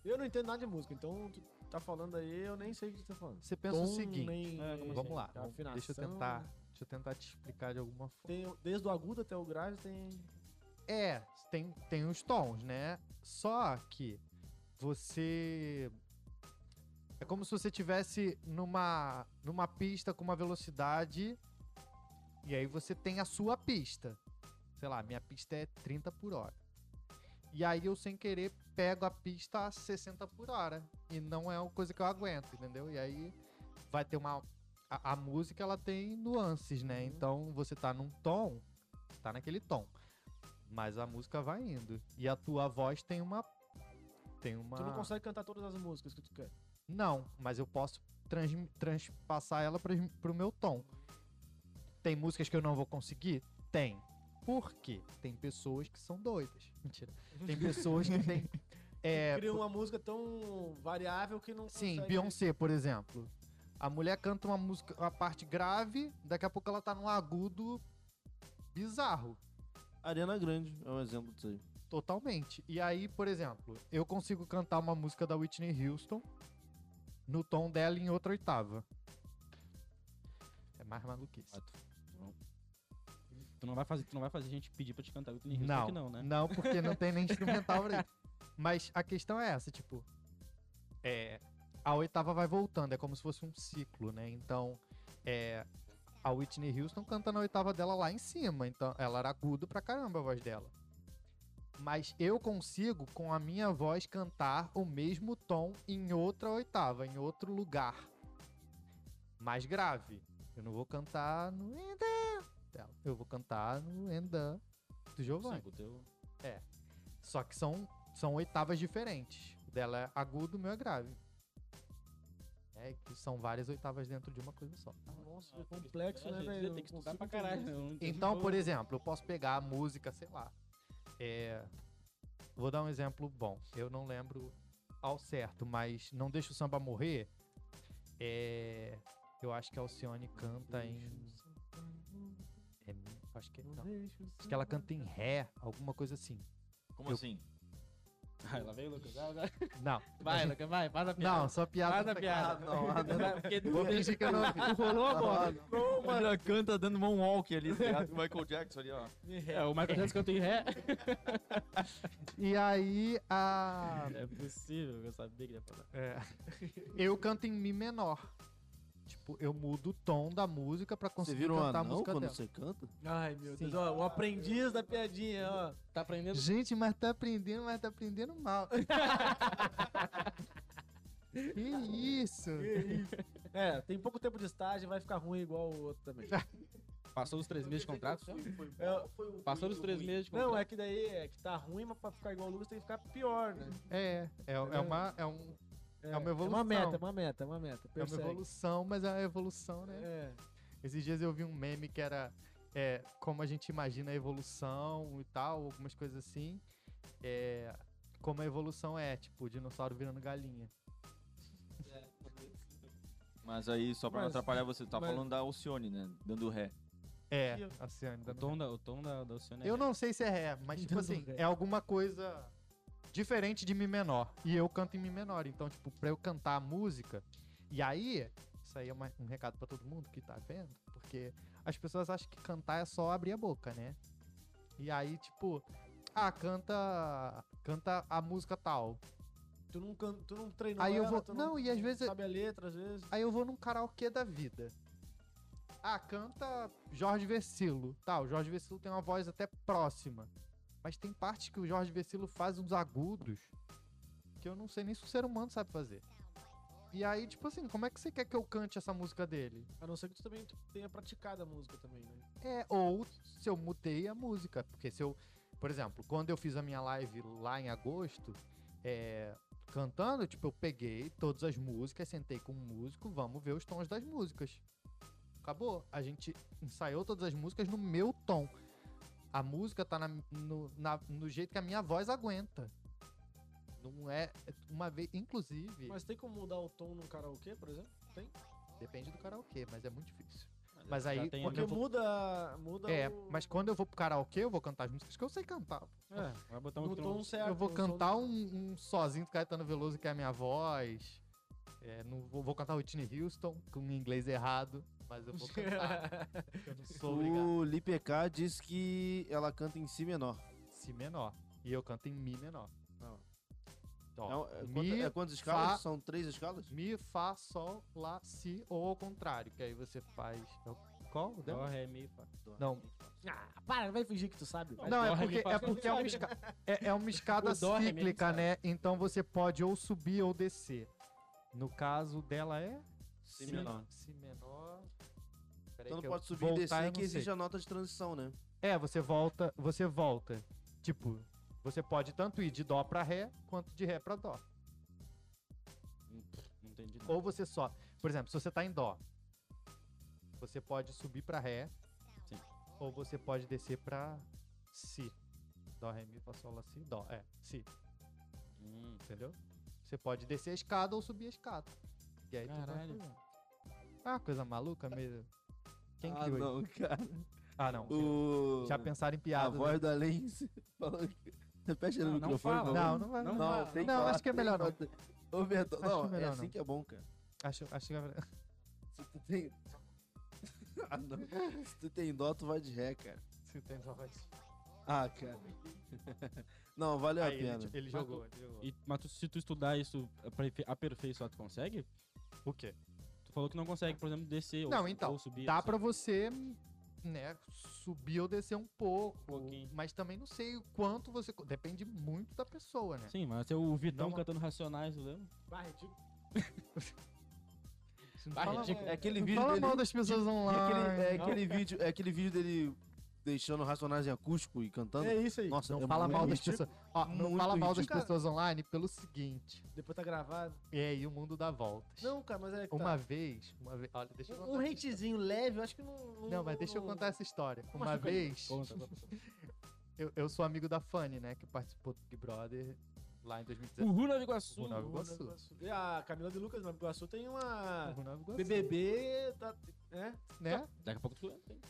[SPEAKER 1] Eu não entendo nada de música, então tu tá falando aí, eu nem sei o que tu tá falando.
[SPEAKER 4] Você pensa o
[SPEAKER 1] Tom,
[SPEAKER 4] seguinte,
[SPEAKER 1] nem-
[SPEAKER 2] É, como
[SPEAKER 4] assim? vamos lá,
[SPEAKER 1] a
[SPEAKER 4] vamos- deixa eu
[SPEAKER 1] afinação,
[SPEAKER 4] tentar, deixa eu tentar te explicar de alguma forma.
[SPEAKER 1] Tem, desde o agudo até o grave tem.
[SPEAKER 4] É, tem, tem os tons, né? Só que você. É como se você tivesse numa, numa pista com uma velocidade. E aí você tem a sua pista. Sei lá, minha pista é 30 por hora. E aí eu, sem querer, pego a pista a 60 por hora. E não é uma coisa que eu aguento, entendeu? E aí vai ter uma. A, a música, ela tem nuances, né? Então você tá num tom, tá naquele tom. Mas a música vai indo. E a tua voz tem uma. Tem uma.
[SPEAKER 1] Tu não consegue cantar todas as músicas que tu quer.
[SPEAKER 4] Não, mas eu posso trans, transpassar ela pras, pro meu tom. Tem músicas que eu não vou conseguir? Tem. Por quê? Tem pessoas que são doidas. Mentira. Tem pessoas que têm. é,
[SPEAKER 1] Cria uma música tão variável que não
[SPEAKER 4] Sim,
[SPEAKER 1] um consegue-
[SPEAKER 4] Beyoncé, por exemplo. A mulher canta uma música, uma parte grave, daqui a pouco ela tá num agudo bizarro.
[SPEAKER 3] Arena Grande é um exemplo disso aí.
[SPEAKER 4] Totalmente. E aí, por exemplo, eu consigo cantar uma música da Whitney Houston no tom dela em outra oitava. É mais maluquice.
[SPEAKER 2] Ah, Tu não vai fazer, tu não vai fazer gente pedir pra te cantar Whitney Houston
[SPEAKER 4] Não,
[SPEAKER 2] aqui não, né?
[SPEAKER 4] não, porque não tem nem instrumental pra isso. Mas a questão é essa, tipo, é, a oitava vai voltando, é como se fosse um ciclo, né? Então, é, a Whitney Houston canta na oitava dela lá em cima, então ela era agudo pra caramba a voz dela. Mas eu consigo, com a minha voz, cantar o mesmo tom em outra oitava, em outro lugar. Mais grave. Eu não vou cantar no Enda dela. Eu vou cantar no Enda do Giovanni.
[SPEAKER 5] Sim, com o teu-
[SPEAKER 4] Só que são, são oitavas diferentes. O dela é agudo, o meu é grave. É que são várias oitavas dentro de uma coisa só.
[SPEAKER 1] Nossa,
[SPEAKER 2] Ah,
[SPEAKER 1] é complexo, né, velho?
[SPEAKER 2] Tem que
[SPEAKER 1] Não
[SPEAKER 2] estudar pra
[SPEAKER 1] consigo
[SPEAKER 2] caralho. né? Um
[SPEAKER 1] entender.
[SPEAKER 2] eu não
[SPEAKER 4] Então,
[SPEAKER 2] entendi
[SPEAKER 4] por exemplo, eu posso pegar a música, sei lá. É, vou dar um exemplo bom. Eu não lembro ao certo, mas Não Deixa o Samba Morrer. É, eu acho que a Alcione canta em. é, acho, que, não, acho que ela canta em Ré, alguma coisa assim.
[SPEAKER 5] Como
[SPEAKER 4] Eu-
[SPEAKER 5] assim?
[SPEAKER 2] Vai, lá vem, Lucas. Vai, vai.
[SPEAKER 4] Não,
[SPEAKER 2] Vai, Lucas, vai, faz a piada.
[SPEAKER 4] não, tá só piada.
[SPEAKER 2] faz a
[SPEAKER 4] foi-
[SPEAKER 2] piada.
[SPEAKER 3] não, ah, não.
[SPEAKER 2] Porque
[SPEAKER 4] Vou fingir que eu não ouvi.
[SPEAKER 2] tu rolou a bola.
[SPEAKER 5] O mano, canta dando moonwalk ali, tá ligado? O Michael Jackson ali, ó.
[SPEAKER 2] É, o Michael Jackson canta em ré.
[SPEAKER 4] E aí a.
[SPEAKER 2] É possível, eu sabia que ia falar.
[SPEAKER 4] Eu canto em Mi menor. Tipo, eu mudo o tom da música pra
[SPEAKER 3] Você
[SPEAKER 4] conseguir
[SPEAKER 3] vira um
[SPEAKER 4] cantar a
[SPEAKER 3] anão
[SPEAKER 4] música
[SPEAKER 3] quando
[SPEAKER 4] dela.
[SPEAKER 3] você canta?
[SPEAKER 1] Ai, meu
[SPEAKER 4] Sim.
[SPEAKER 1] Deus, ó, o aprendiz da piadinha, ó.
[SPEAKER 2] Tá aprendendo?
[SPEAKER 4] Gente, mas tá aprendendo, mas tá aprendendo mal. que isso?
[SPEAKER 1] É, tem pouco tempo de estágio, vai ficar ruim igual o outro também.
[SPEAKER 2] Passou os três meses de contrato?
[SPEAKER 1] É,
[SPEAKER 2] Passou os três meses de contrato.
[SPEAKER 1] não, é que daí é que tá ruim, mas pra ficar igual o Lucas tem que ficar pior, né?
[SPEAKER 4] É, é, é uma, é, um, É
[SPEAKER 1] É
[SPEAKER 4] uma
[SPEAKER 1] uma
[SPEAKER 4] evolução.
[SPEAKER 1] meta, é uma meta, é uma meta.
[SPEAKER 4] é uma
[SPEAKER 1] Persegue.
[SPEAKER 4] evolução, mas é uma evolução, né?
[SPEAKER 1] É.
[SPEAKER 4] Esses dias eu vi um meme que era é, como a gente imagina a evolução e tal, algumas coisas assim. É, como a evolução é, tipo, o dinossauro virando galinha.
[SPEAKER 5] Mas aí, só pra
[SPEAKER 1] Mas-
[SPEAKER 5] não atrapalhar você, tá
[SPEAKER 1] mas-
[SPEAKER 5] falando da Alcione, né? Dando ré.
[SPEAKER 4] É,
[SPEAKER 1] E eu-
[SPEAKER 4] a Ciane
[SPEAKER 2] O
[SPEAKER 4] dando
[SPEAKER 2] tom da, o tom da, da Alcione é
[SPEAKER 4] Eu
[SPEAKER 2] ré.
[SPEAKER 4] não sei se é ré, mas tipo
[SPEAKER 1] Entendo
[SPEAKER 4] assim,
[SPEAKER 1] ré.
[SPEAKER 4] é alguma coisa diferente de mi menor. E eu canto em mi menor, então tipo, pra eu cantar a música. E aí, isso aí é uma- um recado pra todo mundo que tá vendo, porque as pessoas acham que cantar é só abrir a boca, né? E aí, tipo, ah, canta canta a música tal.
[SPEAKER 1] Tu não, can... tu não treinou
[SPEAKER 4] Aí eu
[SPEAKER 1] ela,
[SPEAKER 4] vou-
[SPEAKER 1] tu
[SPEAKER 4] não, e às vezes-
[SPEAKER 1] Sabe a letra, às vezes.
[SPEAKER 4] Aí eu vou num karaokê da vida. Ah, canta Jorge Versilo. Tá, o Jorge Versilo tem uma voz até próxima. Mas tem partes que o Jorge Vecilo faz uns agudos que eu não sei nem se o ser humano sabe fazer. E aí, tipo assim, como é que você quer que eu cante essa música dele?
[SPEAKER 1] A não ser que tu também tu tenha praticado a música também, né?
[SPEAKER 4] É, ou se eu mudei a música. Porque se eu. Por exemplo, quando eu fiz a minha live lá em agosto, é, cantando, tipo, eu peguei todas as músicas, sentei com um músico, vamos ver os tons das músicas. Acabou. A gente ensaiou todas as músicas no meu tom. A música tá na- no, na- no jeito que a minha voz aguenta. Não é. Uma vez. Inclusive,
[SPEAKER 1] Mas tem como mudar o tom num karaokê, por exemplo?
[SPEAKER 4] depende do karaokê, mas é muito difícil. Mas aí.
[SPEAKER 2] já tem a
[SPEAKER 4] quando
[SPEAKER 1] Porque
[SPEAKER 4] eu vou-
[SPEAKER 1] muda, muda
[SPEAKER 4] É,
[SPEAKER 1] o-
[SPEAKER 4] mas quando eu vou pro karaokê, eu vou cantar as músicas que eu sei cantar.
[SPEAKER 2] É, vai botar um
[SPEAKER 1] no tom
[SPEAKER 3] É,
[SPEAKER 1] certo.
[SPEAKER 4] eu vou
[SPEAKER 1] no som-
[SPEAKER 4] cantar um, um sozinho do Caetano Veloso, que é a minha voz. É, não vou, vou cantar Whitney Houston, com o inglês errado, mas eu vou cantar. eu não sou obrigado.
[SPEAKER 3] O Lipek diz que ela canta em si menor.
[SPEAKER 4] Si menor. E eu canto em Mi menor.
[SPEAKER 3] Não.
[SPEAKER 4] Então,
[SPEAKER 3] Não, é, quanta-
[SPEAKER 4] mi,
[SPEAKER 3] é quantas escalas?
[SPEAKER 4] Fá.
[SPEAKER 3] São três escalas?
[SPEAKER 4] mi, Fá, Sol, Lá, Si, ou ao contrário, que aí você faz. é o- Qual? o dela?
[SPEAKER 2] Dó, ré, mi, fá.
[SPEAKER 4] Não,
[SPEAKER 1] Ah, para, vai fingir que tu sabe.
[SPEAKER 2] Não,
[SPEAKER 4] Não,
[SPEAKER 2] dó,
[SPEAKER 4] é
[SPEAKER 2] ré,
[SPEAKER 4] porque
[SPEAKER 2] mi, fá,
[SPEAKER 4] é, porque é, uma, esca- é, é uma escada
[SPEAKER 2] O dó, ré, mi,
[SPEAKER 4] cíclica,
[SPEAKER 2] sabe?
[SPEAKER 4] né? Então você pode ou subir ou descer. No caso dela é
[SPEAKER 3] Si
[SPEAKER 2] Sim.
[SPEAKER 3] menor.
[SPEAKER 4] Si menor. Peraí
[SPEAKER 3] Então não
[SPEAKER 4] que eu-
[SPEAKER 3] pode subir
[SPEAKER 4] voltar,
[SPEAKER 3] e
[SPEAKER 4] eu
[SPEAKER 3] descer
[SPEAKER 4] não
[SPEAKER 3] que
[SPEAKER 4] sei.
[SPEAKER 3] existe a nota de transição, né?
[SPEAKER 4] É, você volta, você volta. Tipo, você pode tanto ir de dó pra ré quanto de ré pra dó.
[SPEAKER 2] Hum, Não entendi nada.
[SPEAKER 4] Ou você só, por exemplo, se você tá em dó, você pode subir pra ré.
[SPEAKER 2] Sim.
[SPEAKER 4] Ou você pode descer pra si. Dó, ré, mi, fá, sol, lá, si, dó. É, si.
[SPEAKER 2] Hum,
[SPEAKER 4] Entendeu? Você pode descer a escada ou subir a escada. E aí
[SPEAKER 2] Caralho.
[SPEAKER 4] tu vai fazendo. Ah, coisa maluca mesmo. Quem
[SPEAKER 3] ah,
[SPEAKER 4] criou isso?
[SPEAKER 3] não, cara.
[SPEAKER 4] Ah, não.
[SPEAKER 3] O...
[SPEAKER 4] Já pensaram em
[SPEAKER 3] a
[SPEAKER 4] piada. né?
[SPEAKER 3] voz da Lenz falou que... Repete no
[SPEAKER 2] Não, não
[SPEAKER 3] microfone,
[SPEAKER 2] fala.
[SPEAKER 3] por favor.
[SPEAKER 4] Não, não vai.
[SPEAKER 2] Não,
[SPEAKER 3] Não, tem
[SPEAKER 4] não,
[SPEAKER 3] falar,
[SPEAKER 4] acho que é
[SPEAKER 3] tem
[SPEAKER 4] melhor não.
[SPEAKER 3] falar. Ô, Bertão,
[SPEAKER 4] Acho
[SPEAKER 3] não, é
[SPEAKER 4] melhor
[SPEAKER 3] assim
[SPEAKER 4] não.
[SPEAKER 3] que é bom, cara.
[SPEAKER 4] Acho, acho que é-
[SPEAKER 3] Se tu tem... ah, não. Se tu tem dó, tu vai de ré, cara.
[SPEAKER 4] se tem só vai-
[SPEAKER 3] Ah, cara. não, valeu
[SPEAKER 4] Aí,
[SPEAKER 3] É a
[SPEAKER 4] ele,
[SPEAKER 3] pena.
[SPEAKER 4] ele jogou, ele jogou.
[SPEAKER 2] E, mas tu- se tu estudar isso, aperfei- aperfeiçoar, tu consegue?
[SPEAKER 4] O quê?
[SPEAKER 2] Tu falou que não consegue, por exemplo, descer ou,
[SPEAKER 4] Não,
[SPEAKER 2] su-
[SPEAKER 4] então,
[SPEAKER 2] ou subir.
[SPEAKER 4] Dá
[SPEAKER 2] assim.
[SPEAKER 4] pra você, né, subir ou descer um pouco.
[SPEAKER 2] pouquinho.
[SPEAKER 4] mas também não sei o quanto você. co- Depende muito da pessoa, né?
[SPEAKER 2] Sim, mas é o Vitão
[SPEAKER 4] Não,
[SPEAKER 2] cantando Racionais, tu lembra?
[SPEAKER 1] Bah, ridículo.
[SPEAKER 4] Você não
[SPEAKER 2] Vai,
[SPEAKER 4] fala,
[SPEAKER 2] ridículo.
[SPEAKER 3] É aquele
[SPEAKER 4] não
[SPEAKER 3] vídeo
[SPEAKER 4] fala
[SPEAKER 3] dele...
[SPEAKER 4] mal das pessoas
[SPEAKER 3] É aquele,
[SPEAKER 4] online.
[SPEAKER 3] é aquele vídeo, é aquele vídeo dele deixando Racionais em acústico e cantando.
[SPEAKER 1] É isso aí.
[SPEAKER 3] Nossa,
[SPEAKER 4] Não
[SPEAKER 3] é
[SPEAKER 4] fala
[SPEAKER 3] muito
[SPEAKER 4] mal das
[SPEAKER 3] ridículo.
[SPEAKER 4] pessoas. Ó, não
[SPEAKER 3] Muito
[SPEAKER 4] fala mal das
[SPEAKER 1] ridículo.
[SPEAKER 4] pessoas online pelo seguinte.
[SPEAKER 1] Depois tá gravado.
[SPEAKER 4] É aí o mundo dá voltas.
[SPEAKER 1] Não, cara, mas é que tá.
[SPEAKER 4] uma vez, uma vez. Olha, deixa eu contar.
[SPEAKER 1] Um
[SPEAKER 4] essa
[SPEAKER 1] hatezinho leve, eu acho que não.
[SPEAKER 4] história. Não, mas deixa eu contar essa história.
[SPEAKER 1] Não
[SPEAKER 3] assim?
[SPEAKER 4] Uma
[SPEAKER 1] machuca ninguém.
[SPEAKER 4] vez,
[SPEAKER 2] Conta.
[SPEAKER 4] eu, eu sou amigo da Fanny, né? Que participou do Big Brother lá em 2017.
[SPEAKER 2] Uhul, Nova Iguaçu.
[SPEAKER 4] Uhul, Nova Iguaçu.
[SPEAKER 1] E a Ah, Camila de Lucas, no Nova Iguaçu, tem uma.
[SPEAKER 4] Uhum, Nova Iguaçu,
[SPEAKER 1] BBB, tá, né?
[SPEAKER 4] Né?
[SPEAKER 2] Daqui a pouco tu entra, hein?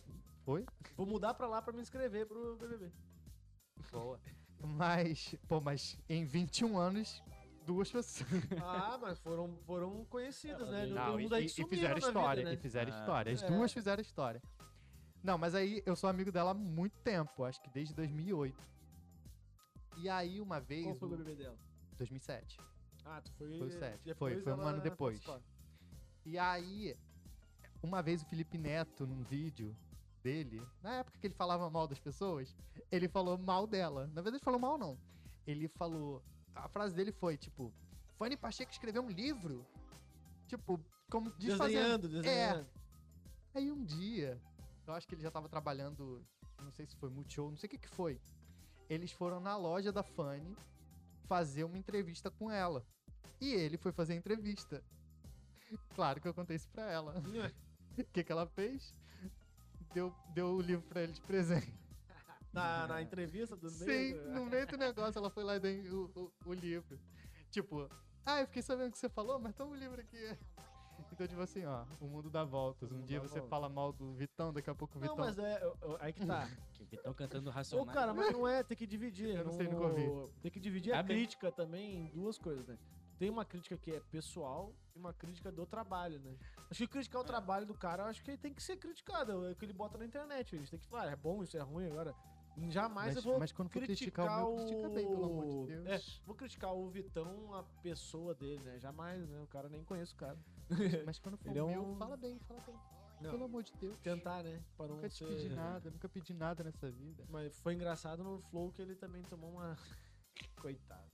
[SPEAKER 1] Vou mudar pra lá pra me inscrever pro BBB.
[SPEAKER 4] Boa. Mas, pô, mas em 21 anos, duas pessoas.
[SPEAKER 1] Ah, mas foram, foram conhecidas, né?
[SPEAKER 2] Não,
[SPEAKER 1] Todo
[SPEAKER 4] e,
[SPEAKER 1] mundo aí
[SPEAKER 4] e- e
[SPEAKER 1] que sumiu
[SPEAKER 4] fizeram
[SPEAKER 1] na vida,
[SPEAKER 4] história.
[SPEAKER 1] né?
[SPEAKER 4] E fizeram
[SPEAKER 2] Ah,
[SPEAKER 4] história. As
[SPEAKER 1] é.
[SPEAKER 4] duas fizeram história. Não, mas aí eu sou amigo dela há muito tempo, acho que desde 2008. E aí, uma vez.
[SPEAKER 1] Qual foi o
[SPEAKER 4] o-
[SPEAKER 1] BBB dela?
[SPEAKER 4] 2007.
[SPEAKER 1] Ah, tu foi.
[SPEAKER 4] Foi o sete.
[SPEAKER 1] depois
[SPEAKER 4] Foi- foi um
[SPEAKER 1] ela
[SPEAKER 4] ano depois.
[SPEAKER 1] participar.
[SPEAKER 4] E aí, uma vez o Felipe Neto, num vídeo dele, na época que ele falava mal das pessoas, ele falou mal dela. Na verdade, ele falou mal, não. Ele falou. A frase dele foi, tipo, Fanny Pacheco escreveu um livro. Tipo, como
[SPEAKER 1] Desenhando,
[SPEAKER 4] desfazendo.
[SPEAKER 1] desenhando.
[SPEAKER 4] É. Aí um dia, eu acho que ele já tava trabalhando, não sei se foi Multishow, não sei o que que foi. Eles foram na loja da Fanny fazer uma entrevista com ela. E ele foi fazer a entrevista. Claro que eu contei isso pra ela. O que que ela fez? Deu, deu o livro pra ele de presente.
[SPEAKER 1] Na, Tá, na entrevista do
[SPEAKER 4] Sim,
[SPEAKER 1] meio.
[SPEAKER 4] no meio do negócio ela foi lá e deu o, o, o livro. Tipo, ah, eu fiquei sabendo o que você falou, mas toma o livro aqui. Então, tipo assim, ó, o mundo dá voltas.
[SPEAKER 1] O
[SPEAKER 4] Um
[SPEAKER 1] mundo
[SPEAKER 4] dia
[SPEAKER 1] dá
[SPEAKER 4] você
[SPEAKER 1] voltas.
[SPEAKER 4] fala mal do Vitão, daqui a pouco o
[SPEAKER 1] Não,
[SPEAKER 4] Vitão.
[SPEAKER 1] mas é. eu- eu- Aí que tá.
[SPEAKER 2] Que Vitão cantando
[SPEAKER 1] Ô,
[SPEAKER 2] Racionais.
[SPEAKER 1] cara, mas não é, tem que dividir.
[SPEAKER 4] né? Eu não sei, nunca ouvi.
[SPEAKER 1] Tem que dividir a
[SPEAKER 2] Tá bem.
[SPEAKER 1] crítica também em duas coisas, né? Tem uma crítica que é pessoal e uma crítica do trabalho, né? Acho que criticar o
[SPEAKER 4] É.
[SPEAKER 1] trabalho do cara, eu acho que ele tem que ser criticado. É o que ele bota na internet. A gente tem que falar, é bom, isso é ruim agora. Jamais
[SPEAKER 4] Mas,
[SPEAKER 1] eu vou.
[SPEAKER 4] mas quando for
[SPEAKER 1] criticar
[SPEAKER 4] criticar o meu, critica bem, pelo
[SPEAKER 1] o-
[SPEAKER 4] amor de
[SPEAKER 1] É,
[SPEAKER 4] Deus.
[SPEAKER 1] vou criticar o Vitão, a pessoa dele, né? Jamais, né? O cara nem conhece o cara.
[SPEAKER 4] Mas quando for
[SPEAKER 1] Ele é
[SPEAKER 4] o meu,
[SPEAKER 1] um-
[SPEAKER 4] fala bem, fala bem.
[SPEAKER 1] Não.
[SPEAKER 4] Pelo amor de Deus.
[SPEAKER 1] Tentar, né? Pra não
[SPEAKER 4] Nunca te pedi
[SPEAKER 1] ser-
[SPEAKER 4] nada, nunca pedi nada nessa vida.
[SPEAKER 1] Mas foi engraçado no Flow que ele também tomou uma. Coitado.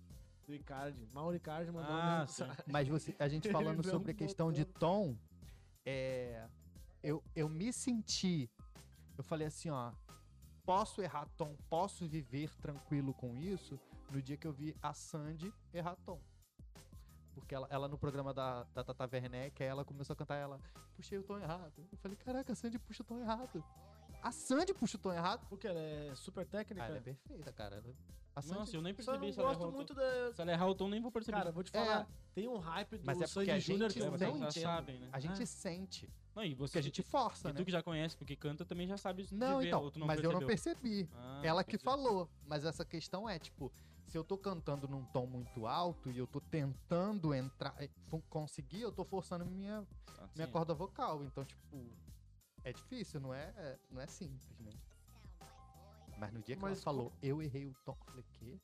[SPEAKER 1] Do Icardi. Mal o Icardi mandou um uma
[SPEAKER 2] Ah,
[SPEAKER 1] mensagem.
[SPEAKER 4] Mas você, a gente
[SPEAKER 1] Ele
[SPEAKER 4] falando
[SPEAKER 1] não
[SPEAKER 4] sobre a questão de
[SPEAKER 1] botou.
[SPEAKER 4] tom, é, eu, eu me senti. Eu falei assim, ó. Posso errar tom, posso viver tranquilo com isso no dia que eu vi a Sandy errar tom. Porque ela, ela no programa da, da Tata Werneck, aí ela começou a cantar ela, puxei o tom errado. Eu falei, caraca, a Sandy puxa o tom errado. A Sandy puxa o tom errado.
[SPEAKER 1] Porque ela é super técnica.
[SPEAKER 4] Ah, ela é né, perfeita, cara. A Sandy,
[SPEAKER 2] Nossa, eu nem
[SPEAKER 1] Só não
[SPEAKER 2] percebi se ela errou
[SPEAKER 1] gosto
[SPEAKER 2] o tom.
[SPEAKER 1] muito da.
[SPEAKER 2] Se ela errar o tom, nem vou perceber.
[SPEAKER 1] Cara, vou te falar.
[SPEAKER 4] É.
[SPEAKER 1] Tem um hype do
[SPEAKER 4] Mas é porque
[SPEAKER 1] Sandy
[SPEAKER 4] a
[SPEAKER 1] Júnior que
[SPEAKER 4] gente
[SPEAKER 1] eu
[SPEAKER 4] não
[SPEAKER 1] não
[SPEAKER 2] vocês já
[SPEAKER 1] entendo.
[SPEAKER 2] sabem, né?
[SPEAKER 4] a gente sente.
[SPEAKER 2] Não, e
[SPEAKER 4] ah. Porque
[SPEAKER 2] você
[SPEAKER 4] a gente força,
[SPEAKER 2] E
[SPEAKER 4] né?
[SPEAKER 2] tu que já conhece, porque canta também já sabe isso de
[SPEAKER 4] Não,
[SPEAKER 2] ver,
[SPEAKER 4] então,
[SPEAKER 2] ou tu não
[SPEAKER 4] mas eu não
[SPEAKER 2] percebeu.
[SPEAKER 4] percebi.
[SPEAKER 2] Ah,
[SPEAKER 4] Ela que
[SPEAKER 2] entendi.
[SPEAKER 4] falou, mas essa questão é, tipo, se eu tô cantando num tom muito alto e eu tô tentando entrar, eh, fu- conseguir, eu tô forçando minha,
[SPEAKER 2] Ah,
[SPEAKER 4] minha
[SPEAKER 2] sim.
[SPEAKER 4] corda vocal. Então, tipo, é difícil, não é, é- não é simples, né? Mas no dia que
[SPEAKER 1] Mas
[SPEAKER 4] ela falou, eu errei o tom, eu falei, que?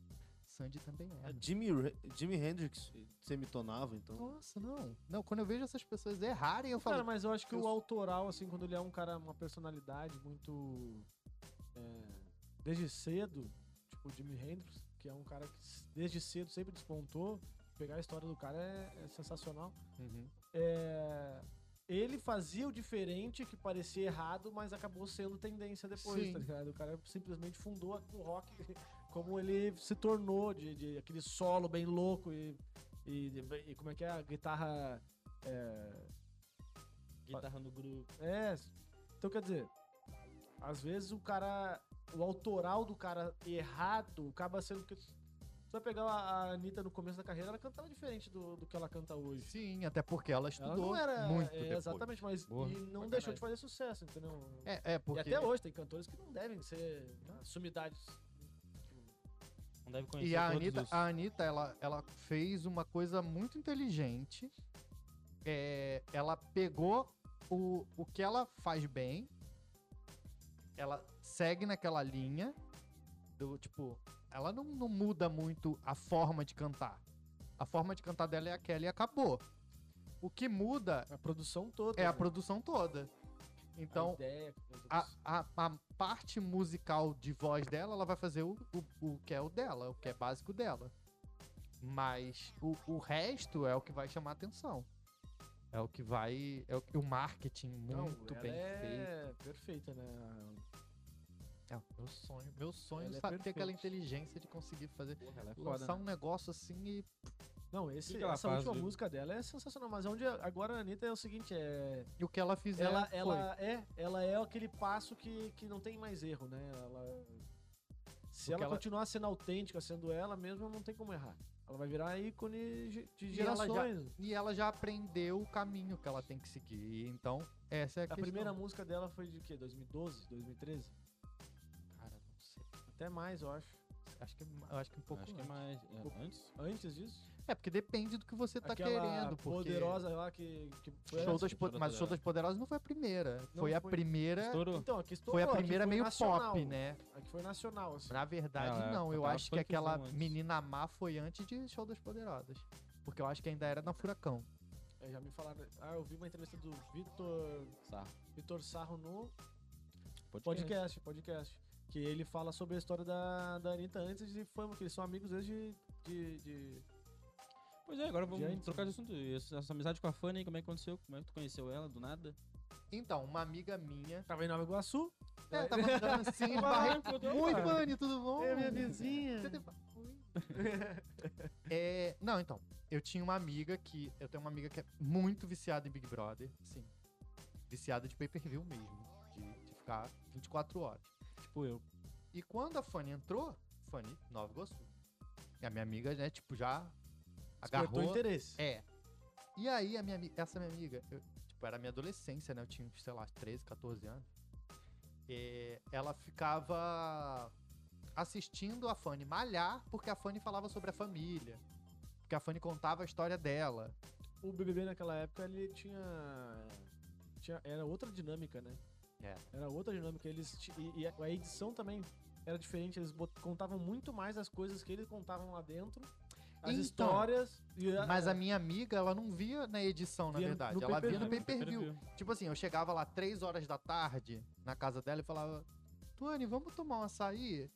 [SPEAKER 4] Sandy também
[SPEAKER 3] É,
[SPEAKER 4] erra.
[SPEAKER 3] Jimi, Re- Jimi Hendrix semitonava, então.
[SPEAKER 4] Nossa, não. Não, quando eu vejo essas pessoas errarem, eu falo,
[SPEAKER 1] Cara, mas eu acho que
[SPEAKER 4] eu
[SPEAKER 1] o
[SPEAKER 4] sou-
[SPEAKER 1] autoral, assim, quando ele é um cara, uma personalidade muito. é, desde cedo, tipo o Jimi Hendrix, que é um cara que s- desde cedo sempre despontou, pegar a história do cara é- é sensacional.
[SPEAKER 4] "Uhum,
[SPEAKER 1] é, ele fazia o diferente que parecia errado, mas acabou sendo tendência depois,
[SPEAKER 4] Sim.
[SPEAKER 1] tá ligado? O cara simplesmente fundou a- o rock como ele se tornou, de, de aquele solo bem louco e, e- e como é que é a guitarra. É,
[SPEAKER 2] Guitarra no grupo.
[SPEAKER 1] é, então quer dizer, às vezes o cara, o autoral do cara errado acaba sendo que. Você vai pegar a a Anitta no começo da carreira, ela cantava diferente do, do que ela canta hoje.
[SPEAKER 4] Sim, até porque ela
[SPEAKER 1] Ela
[SPEAKER 4] estudou
[SPEAKER 1] não era
[SPEAKER 4] muito
[SPEAKER 1] é,
[SPEAKER 4] depois.
[SPEAKER 1] exatamente, mas
[SPEAKER 2] Boa.
[SPEAKER 1] e não
[SPEAKER 2] Pra
[SPEAKER 1] deixou de fazer sucesso, entendeu?
[SPEAKER 4] É, é porque...
[SPEAKER 1] E até hoje tem cantores que não devem ser né, sumidades.
[SPEAKER 2] Não deve conhecer
[SPEAKER 4] E a
[SPEAKER 2] todos
[SPEAKER 4] Anitta, Ah,
[SPEAKER 2] os-
[SPEAKER 4] a Anitta ela, ela fez uma coisa muito inteligente. É, ela pegou o, o que ela faz bem, ela segue naquela linha do tipo. Ela não, não muda muito a forma de cantar. A forma de cantar dela é aquela e acabou. O que muda
[SPEAKER 1] A produção toda.
[SPEAKER 4] é a
[SPEAKER 1] né?
[SPEAKER 4] produção toda.
[SPEAKER 1] A
[SPEAKER 4] Então,
[SPEAKER 1] ideia, a produção.
[SPEAKER 4] a, a, a parte musical de voz dela, ela vai fazer o, o, o que é o dela, o que é básico dela. Mas o, o resto é o que vai chamar atenção. É o que vai. É o, o marketing
[SPEAKER 1] Não,
[SPEAKER 4] muito
[SPEAKER 1] ela
[SPEAKER 4] bem feito.
[SPEAKER 1] é perfeita, né?
[SPEAKER 4] É, meu sonho, meu sonho
[SPEAKER 1] Ela
[SPEAKER 4] é
[SPEAKER 1] é
[SPEAKER 4] sabe, ter aquela
[SPEAKER 1] perfeita.
[SPEAKER 4] inteligência de conseguir fazer.
[SPEAKER 2] Porra, ela é foda,
[SPEAKER 4] Lançar
[SPEAKER 2] né?
[SPEAKER 4] um negócio assim e.
[SPEAKER 1] Não, esse,
[SPEAKER 2] Que que ela
[SPEAKER 1] essa
[SPEAKER 2] faz,
[SPEAKER 1] última
[SPEAKER 2] viu?
[SPEAKER 1] música dela é sensacional, mas onde agora a Anitta é o seguinte, é
[SPEAKER 4] e o que ela fizer.
[SPEAKER 1] ela,
[SPEAKER 4] foi.
[SPEAKER 1] ela é, ela é aquele passo que, que não tem mais erro, né? Ela, se
[SPEAKER 4] Porque
[SPEAKER 1] ela,
[SPEAKER 4] ela-
[SPEAKER 1] continuar sendo autêntica, sendo ela mesma, não tem como errar. Ela vai virar ícone ge- de
[SPEAKER 4] E ela já-
[SPEAKER 1] gerações.
[SPEAKER 4] E ela já aprendeu o caminho que ela tem que seguir. Então, essa é a,
[SPEAKER 1] A
[SPEAKER 4] questão.
[SPEAKER 1] primeira música dela foi de quê? 2012, 2013?
[SPEAKER 4] Cara, não sei.
[SPEAKER 1] Até mais, eu acho.
[SPEAKER 4] Acho que, eu acho que um pouco
[SPEAKER 2] Acho que é
[SPEAKER 4] antes.
[SPEAKER 2] mais... é,
[SPEAKER 1] Pouco-
[SPEAKER 2] antes?
[SPEAKER 1] Antes disso?
[SPEAKER 4] É, porque depende do que você tá
[SPEAKER 1] aquela
[SPEAKER 4] querendo, porque...
[SPEAKER 1] poderosa lá que, que foi
[SPEAKER 4] Show
[SPEAKER 1] essa.
[SPEAKER 4] das po- mas o Show das Poderosas não foi a primeira.
[SPEAKER 1] Não
[SPEAKER 4] foi a
[SPEAKER 1] foi.
[SPEAKER 4] primeira...
[SPEAKER 2] Estourou.
[SPEAKER 1] Então, a que estourou,
[SPEAKER 4] Foi a
[SPEAKER 1] que
[SPEAKER 4] primeira meio
[SPEAKER 1] nacional.
[SPEAKER 4] pop, né?
[SPEAKER 1] A que foi nacional, assim.
[SPEAKER 4] Na verdade,
[SPEAKER 2] Ah,
[SPEAKER 4] não. Eu
[SPEAKER 2] tava
[SPEAKER 4] acho que aquela
[SPEAKER 2] funkzão antes.
[SPEAKER 4] Menina Má foi antes de Show das Poderosas. Porque eu acho que ainda era na Furacão.
[SPEAKER 1] É, Já me falaram. Ah, eu vi uma entrevista do Vitor
[SPEAKER 2] Sarro.
[SPEAKER 1] Vitor Sarro no podcast,
[SPEAKER 2] Podcast.
[SPEAKER 1] podcast. Que ele fala sobre a história da, da Anitta antes de fama, que eles são amigos desde de, de-
[SPEAKER 2] Pois é, agora vamos
[SPEAKER 1] Diante,
[SPEAKER 2] trocar
[SPEAKER 1] né?
[SPEAKER 2] de assunto. E Essa, essa amizade com a Fanny, como é que aconteceu? Como é que tu conheceu ela, do nada?
[SPEAKER 4] Então, uma amiga minha...
[SPEAKER 1] Tava em Nova Iguaçu.
[SPEAKER 4] É, tava andando assim, barra... Oi, Vani, tudo bom?
[SPEAKER 1] É minha vizinha.
[SPEAKER 4] Você tem- Oi. É, não, então. Eu tinha uma amiga que. Eu tenho uma amiga que é muito viciada em Big Brother. Sim. Viciada de pay per view mesmo. De, de ficar 24 horas.
[SPEAKER 2] Tipo eu.
[SPEAKER 4] E quando a Fanny entrou, Fanny, Nova Iguaçu. E a minha amiga, né, tipo, já
[SPEAKER 1] Despertou
[SPEAKER 4] agarrou.
[SPEAKER 1] interesse.
[SPEAKER 4] É. E aí, a minha, ami- essa minha amiga, eu- tipo, era minha adolescência, né? Eu tinha, sei lá, 13, 14 anos. É, ela ficava assistindo a Fanny malhar, porque a Fanny falava sobre a família. Porque a Fanny contava a história dela.
[SPEAKER 1] O BBB naquela época, ele tinha... tinha era outra dinâmica, né?
[SPEAKER 4] É.
[SPEAKER 1] Era outra dinâmica. Eles ti- e, e a a edição também era diferente. Eles bot- contavam muito mais as coisas que eles contavam lá dentro as
[SPEAKER 4] Então,
[SPEAKER 1] histórias. E a-
[SPEAKER 4] Mas a minha amiga, ela não via na edição, na
[SPEAKER 1] É. Via no-
[SPEAKER 4] verdade.
[SPEAKER 1] no
[SPEAKER 4] ela
[SPEAKER 1] pay-per-view.
[SPEAKER 4] via no
[SPEAKER 1] É,
[SPEAKER 4] pay per view.
[SPEAKER 2] Pay-per-view.
[SPEAKER 4] Tipo assim, eu chegava lá três horas da tarde na casa dela e falava: Tuane, vamos tomar um açaí?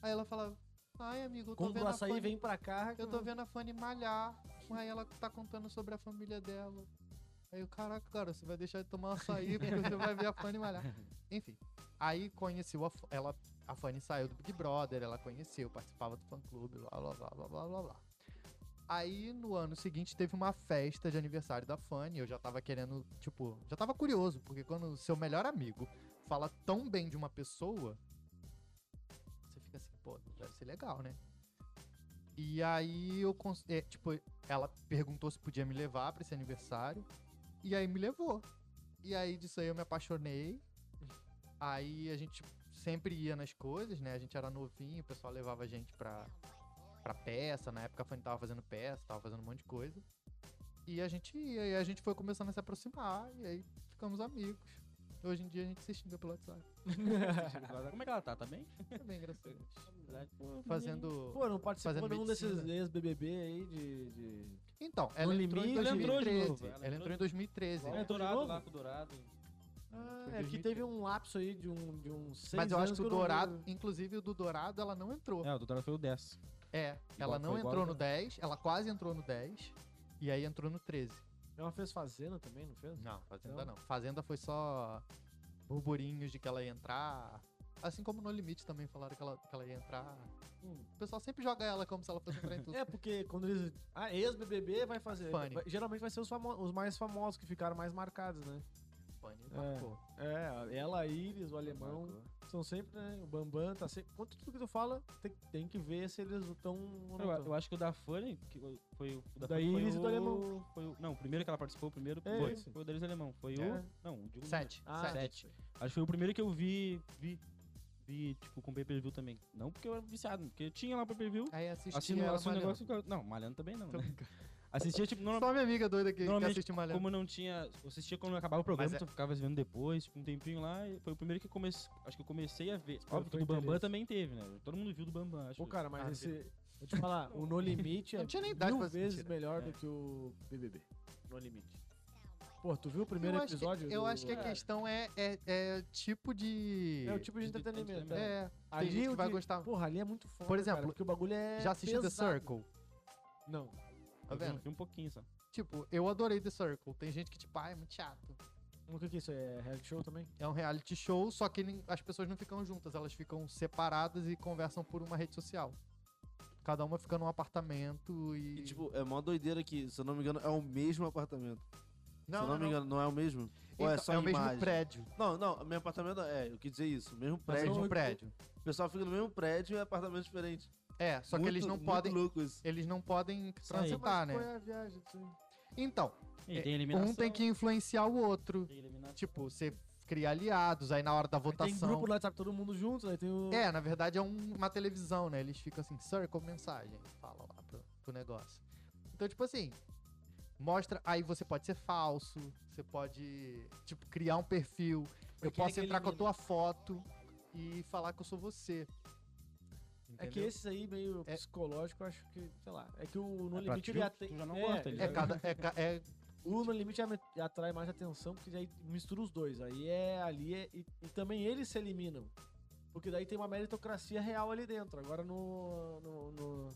[SPEAKER 4] Aí ela falava: Ai, amigo, eu tô
[SPEAKER 1] quando
[SPEAKER 4] vendo
[SPEAKER 1] o
[SPEAKER 4] a
[SPEAKER 1] Uhum. açaí
[SPEAKER 4] Fanny.
[SPEAKER 1] vem pra cá.
[SPEAKER 4] Eu tô vendo a Fanny malhar. Aí ela tá contando sobre a família dela. Aí eu, caraca, cara, você vai deixar de tomar um açaí porque você vai ver a Fanny malhar. Enfim. Aí conheceu a, F- ela. A Fanny saiu do Big Brother, ela conheceu, participava do fã clube, blá blá blá blá blá blá blá. Aí no ano seguinte teve uma festa de aniversário da Fanny. Eu já tava querendo, tipo, já tava curioso, porque quando o seu melhor amigo fala tão bem de uma pessoa, você fica assim, pô, deve ser legal, né? E aí eu cons- é, tipo, ela perguntou se podia me levar pra esse aniversário. E aí me levou. E aí disso aí eu me apaixonei. Aí a gente sempre ia nas coisas, né? A gente era novinho, o pessoal levava a gente pra, pra peça. Na época a Fanny tava fazendo peça, tava fazendo um monte de coisa. E a gente ia, e a gente foi começando a se aproximar, e aí ficamos amigos. Hoje em dia a gente se xinga pelo WhatsApp.
[SPEAKER 2] Como é que ela tá? Tá bem?
[SPEAKER 4] É bem engraçado.
[SPEAKER 2] Pô,
[SPEAKER 4] Fazendo.
[SPEAKER 1] Pô, não participou
[SPEAKER 4] Fazendo
[SPEAKER 1] nenhum desses
[SPEAKER 4] medicina.
[SPEAKER 1] ex-BBB aí de. de...
[SPEAKER 4] Então, ela
[SPEAKER 1] No
[SPEAKER 4] entrou, em
[SPEAKER 1] limite- Ela
[SPEAKER 2] entrou de
[SPEAKER 4] 2013.
[SPEAKER 2] novo, ela
[SPEAKER 4] Ela entrou em 2013.
[SPEAKER 2] É,
[SPEAKER 1] de
[SPEAKER 2] dourado
[SPEAKER 1] novo?
[SPEAKER 2] lá com o dourado.
[SPEAKER 1] Ah,
[SPEAKER 4] Foi
[SPEAKER 1] é que teve
[SPEAKER 4] 2013.
[SPEAKER 1] um lapso aí de um. De um seis
[SPEAKER 4] Mas eu acho
[SPEAKER 1] anos
[SPEAKER 4] que o
[SPEAKER 1] eu não-
[SPEAKER 4] Dourado, inclusive o do Dourado, ela não entrou.
[SPEAKER 2] É, o dourado foi o 10.
[SPEAKER 4] É, ela não
[SPEAKER 2] foi igual
[SPEAKER 4] entrou
[SPEAKER 2] ao
[SPEAKER 4] no 10, ela quase entrou no 10, e aí entrou no 13.
[SPEAKER 1] Ela fez Fazenda também, não fez?
[SPEAKER 4] Não, Fazenda
[SPEAKER 1] Então-
[SPEAKER 4] não. Fazenda foi só burburinhos de que ela ia entrar. Assim como no Limite também falaram que ela, que ela ia entrar.
[SPEAKER 1] Hum.
[SPEAKER 4] O pessoal sempre joga ela como se ela fosse entrar em tudo.
[SPEAKER 1] É, porque quando eles. Ah, ex-BBB vai fazer.
[SPEAKER 4] Funny.
[SPEAKER 1] vai- Geralmente vai ser os, famo- os mais famosos que ficaram mais marcados, né?
[SPEAKER 4] Fanny,
[SPEAKER 1] É.
[SPEAKER 4] pô.
[SPEAKER 1] É, ela, a Iris, o alemão. São sempre, né? O Bambam tá sempre. Quanto tudo que tu fala, tem, tem que ver se eles estão.
[SPEAKER 2] Eu, eu acho que o da Fanny que foi o. o Da,
[SPEAKER 1] Da
[SPEAKER 2] Fanny foi
[SPEAKER 1] Iris e do
[SPEAKER 2] o-
[SPEAKER 1] Alemão.
[SPEAKER 2] Foi o, não, o primeiro que ela participou, o primeiro
[SPEAKER 1] É,
[SPEAKER 2] foi,
[SPEAKER 1] esse.
[SPEAKER 2] foi o Delis Alemão. Foi
[SPEAKER 1] É.
[SPEAKER 2] o. Não, digo
[SPEAKER 4] Sete.
[SPEAKER 1] Ah,
[SPEAKER 4] sete.
[SPEAKER 2] Sete. Acho que foi o primeiro que eu vi. Vi, vi tipo, com pay-per-view também. Não porque eu era viciado, porque tinha lá o pay-per-view.
[SPEAKER 4] Aí assisti
[SPEAKER 2] Assino
[SPEAKER 4] ela
[SPEAKER 2] assino o
[SPEAKER 4] malhando.
[SPEAKER 2] negócio e fica- Não, malhando também não. Né? Assistia, tipo, normal,
[SPEAKER 4] Só minha amiga doida aqui que
[SPEAKER 2] Normalmente,
[SPEAKER 4] assiste malhando.
[SPEAKER 2] como não tinha. eu Assistia quando acabava o programa,
[SPEAKER 4] Mas é-
[SPEAKER 2] tu ficava vendo depois, tipo, um tempinho lá. E foi o primeiro que eu comecei. Acho que eu comecei a ver.
[SPEAKER 1] Despertou
[SPEAKER 2] Óbvio que o do Bambam
[SPEAKER 1] interesse.
[SPEAKER 2] também teve, né? Todo mundo viu do Bambam, acho.
[SPEAKER 1] Pô, cara, mas
[SPEAKER 4] Ah,
[SPEAKER 1] esse. Vou te falar, o No Limite é
[SPEAKER 4] Não tinha nem idade
[SPEAKER 1] mil
[SPEAKER 4] pra né? essa
[SPEAKER 1] vezes
[SPEAKER 4] mentira.
[SPEAKER 1] melhor
[SPEAKER 2] É.
[SPEAKER 1] do que o BBB. No Limite. Pô, tu viu o primeiro
[SPEAKER 4] eu acho que- é
[SPEAKER 1] episódio?
[SPEAKER 4] eu
[SPEAKER 1] do-
[SPEAKER 4] acho que a
[SPEAKER 2] Cara.
[SPEAKER 4] questão é, é, é tipo de.
[SPEAKER 1] É o tipo de
[SPEAKER 2] de- de
[SPEAKER 1] entretenimento.
[SPEAKER 2] entretenimento.
[SPEAKER 1] é.
[SPEAKER 4] É,
[SPEAKER 1] Ali
[SPEAKER 4] tem gente
[SPEAKER 1] o
[SPEAKER 4] que vai
[SPEAKER 1] de-
[SPEAKER 4] gostar.
[SPEAKER 1] Porra, ali é muito foda.
[SPEAKER 4] Por exemplo,
[SPEAKER 1] cara, porque o bagulho é.
[SPEAKER 4] Já assistiu The
[SPEAKER 1] pesado.
[SPEAKER 4] Circle?
[SPEAKER 1] Não.
[SPEAKER 4] Tá
[SPEAKER 2] Eu vi-
[SPEAKER 4] vendo?
[SPEAKER 2] Vi um pouquinho só.
[SPEAKER 4] Tipo, eu adorei The Circle. Tem gente que, tipo, ah, é muito chato.
[SPEAKER 1] O que que é isso? É reality show também?
[SPEAKER 4] É um reality show, só que nem- as pessoas não ficam juntas, elas ficam separadas e conversam por uma rede social. Cada uma fica num apartamento e.
[SPEAKER 3] E, tipo, é mó doideira que, se eu não me engano, é o mesmo apartamento. se eu não, me engano, não é o mesmo? Ou é
[SPEAKER 4] Então,
[SPEAKER 3] só
[SPEAKER 4] o mesmo
[SPEAKER 3] imagem?
[SPEAKER 4] prédio.
[SPEAKER 3] Não, não, meu apartamento é, eu quis dizer isso, o mesmo
[SPEAKER 4] É o
[SPEAKER 3] prédio.
[SPEAKER 4] mesmo prédio.
[SPEAKER 3] O pessoal fica no mesmo prédio e é apartamento diferente.
[SPEAKER 4] É, só que
[SPEAKER 3] Muito-
[SPEAKER 4] eles não
[SPEAKER 3] muito
[SPEAKER 4] podem.
[SPEAKER 3] louco isso.
[SPEAKER 4] Eles não podem
[SPEAKER 1] Mas Qual
[SPEAKER 4] transitar, né?
[SPEAKER 1] é a viagem disso aí?
[SPEAKER 4] Então,
[SPEAKER 2] E
[SPEAKER 4] É,
[SPEAKER 2] tem eliminação.
[SPEAKER 4] um tem que influenciar o outro.
[SPEAKER 2] tem eliminação.
[SPEAKER 4] Tipo, você cria aliados, aí na hora da
[SPEAKER 1] Aí Tem
[SPEAKER 4] votação.
[SPEAKER 1] grupo no WhatsApp, todo mundo junto, aí tem o.
[SPEAKER 4] É, na verdade é um- uma televisão, né? Eles ficam assim, circle mensagem, fala lá pro, pro negócio. Então, tipo assim, mostra. Aí você pode ser falso, você pode, tipo, criar um perfil. eu
[SPEAKER 2] Porque
[SPEAKER 4] posso
[SPEAKER 2] ele
[SPEAKER 4] entrar com a
[SPEAKER 2] elimina.
[SPEAKER 4] tua foto e falar que eu sou
[SPEAKER 1] É
[SPEAKER 4] você.
[SPEAKER 1] que
[SPEAKER 4] Entendeu?
[SPEAKER 1] esses aí, meio
[SPEAKER 4] É.
[SPEAKER 1] psicológico, eu acho que, sei lá. É que o No
[SPEAKER 2] É, pra
[SPEAKER 1] Limite
[SPEAKER 2] ti,
[SPEAKER 1] ele
[SPEAKER 2] tu
[SPEAKER 1] atrai.
[SPEAKER 2] já não
[SPEAKER 1] é,
[SPEAKER 2] gosta, ele
[SPEAKER 4] É, cada, é, ca- é-
[SPEAKER 1] O No Limite ame- atrai mais atenção, porque daí mistura os dois. Aí é ali é- e, e também eles se eliminam. Porque daí tem uma meritocracia real ali dentro. Agora no. no, no-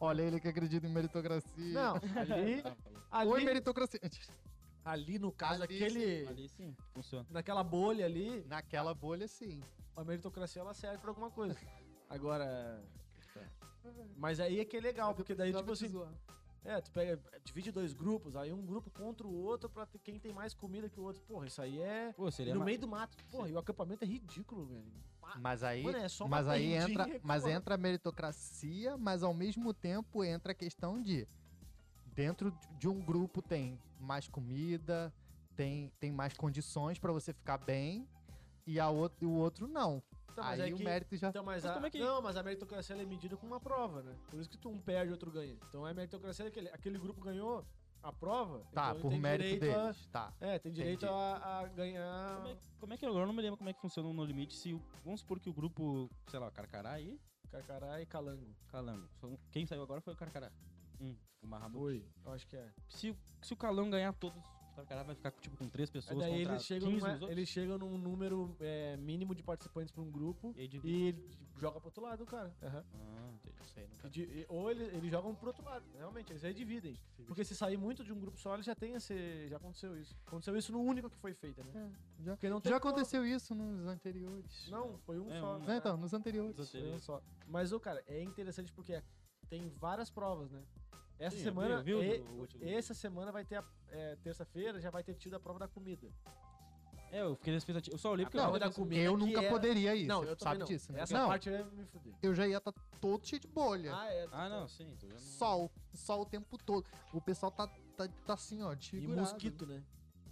[SPEAKER 4] Olha ele que acredita em meritocracia.
[SPEAKER 1] Não, ali.
[SPEAKER 2] É, tá,
[SPEAKER 4] Oi,
[SPEAKER 1] Ali,
[SPEAKER 4] meritocracia.
[SPEAKER 1] ali, no caso,
[SPEAKER 4] Ali,
[SPEAKER 1] aquele.
[SPEAKER 2] Ali sim, funciona.
[SPEAKER 1] Naquela bolha ali,
[SPEAKER 4] Naquela bolha, sim.
[SPEAKER 1] a meritocracia ela serve pra alguma coisa. Agora. Mas aí é que é legal, porque daí, tipo assim, É, tu pega, divide dois grupos, aí um grupo contra o outro pra ter- quem tem mais comida que o outro. Porra, isso aí é.
[SPEAKER 2] Pô,
[SPEAKER 1] E
[SPEAKER 2] seria
[SPEAKER 1] no
[SPEAKER 2] ma-
[SPEAKER 1] meio do mato. Porra, e o acampamento é ridículo, velho. Pá.
[SPEAKER 4] Mas aí.
[SPEAKER 1] Mano, é só uma
[SPEAKER 4] Mas aí
[SPEAKER 1] tendinha,
[SPEAKER 4] entra, mas
[SPEAKER 1] porra.
[SPEAKER 4] entra a meritocracia, mas ao mesmo tempo entra a questão de dentro de um grupo tem mais comida, tem, tem mais condições pra você ficar bem e a outro, o outro não.
[SPEAKER 1] Então, mas
[SPEAKER 4] aí
[SPEAKER 1] é
[SPEAKER 4] o
[SPEAKER 1] que-
[SPEAKER 4] mérito já
[SPEAKER 1] Então, mas,
[SPEAKER 2] Mas
[SPEAKER 1] a,
[SPEAKER 2] como é que-
[SPEAKER 1] Não, mas a meritocracia ela é medida com uma prova, né? Por isso que tu um perde, outro ganha. Então a meritocracia é aquele, aquele grupo ganhou a prova.
[SPEAKER 4] tá
[SPEAKER 1] então ele
[SPEAKER 4] por
[SPEAKER 1] tem
[SPEAKER 4] mérito
[SPEAKER 1] direito a-
[SPEAKER 4] deles, tá.
[SPEAKER 1] é, tem direito
[SPEAKER 4] Entendi.
[SPEAKER 1] a, a
[SPEAKER 2] Como é,
[SPEAKER 1] ganhar.
[SPEAKER 2] como é que agora eu não me lembro como é que funciona o No Limite? Se o- vamos supor que o grupo, sei lá, Carcará e
[SPEAKER 1] Carcará e calango.
[SPEAKER 2] Calango. São- Quem saiu agora foi o Carcará. Hum, o Mahamud.
[SPEAKER 1] Oi, eu acho que é.
[SPEAKER 2] Se, se o Calão ganhar todos, o cara vai ficar tipo, com três pessoas.
[SPEAKER 1] daí
[SPEAKER 2] contra
[SPEAKER 1] eles chegam,
[SPEAKER 2] 15
[SPEAKER 1] numa-
[SPEAKER 2] nos outros.
[SPEAKER 1] eles chegam num número é, mínimo de participantes pra um grupo
[SPEAKER 2] E aí divide.
[SPEAKER 1] e ele joga pro outro lado, cara. Aham.
[SPEAKER 2] Ah, entendi. Não sei, não
[SPEAKER 1] E di- e- Ou ele- eles jogam pro outro lado, realmente, eles aí dividem. Porque se sair muito de um grupo só, ele já tem esse. Já aconteceu isso. Aconteceu isso no único que foi feita, né?
[SPEAKER 4] já-
[SPEAKER 1] Porque não tem
[SPEAKER 4] Já
[SPEAKER 1] como-
[SPEAKER 4] aconteceu isso nos anteriores.
[SPEAKER 1] Não, foi um
[SPEAKER 2] É,
[SPEAKER 1] só.
[SPEAKER 2] um-
[SPEAKER 1] né?
[SPEAKER 4] É, então, nos anteriores.
[SPEAKER 2] Nos
[SPEAKER 1] Foi um só. Mas, ô, cara, é interessante porque tem várias provas, né? Essa
[SPEAKER 2] Sim, eu vi-
[SPEAKER 1] semana.
[SPEAKER 2] eu vi o
[SPEAKER 1] e-
[SPEAKER 2] do- o último.
[SPEAKER 1] essa semana vai ter a. é, Terça-feira já vai ter tido a prova da comida.
[SPEAKER 2] É, eu fiquei na expectativa. Eu só olhei porque
[SPEAKER 1] Ah, Não,
[SPEAKER 2] eu tava
[SPEAKER 1] da
[SPEAKER 2] pensando-
[SPEAKER 1] comida
[SPEAKER 4] Eu
[SPEAKER 1] que
[SPEAKER 4] nunca
[SPEAKER 1] é-
[SPEAKER 4] poderia ir.
[SPEAKER 1] Não,
[SPEAKER 4] você
[SPEAKER 1] eu também
[SPEAKER 4] sabe
[SPEAKER 1] não.
[SPEAKER 4] disso, né?
[SPEAKER 1] Essa
[SPEAKER 4] não,
[SPEAKER 1] parte vai me fuder.
[SPEAKER 4] eu já ia estar todo cheio de bolha.
[SPEAKER 1] Ah, é.
[SPEAKER 2] Ah, não, sim. Tô já não-
[SPEAKER 4] Sol, sol o tempo todo. O pessoal tá, tá, tá assim, ó,
[SPEAKER 1] E
[SPEAKER 4] desfigurado.
[SPEAKER 1] mosquito, né?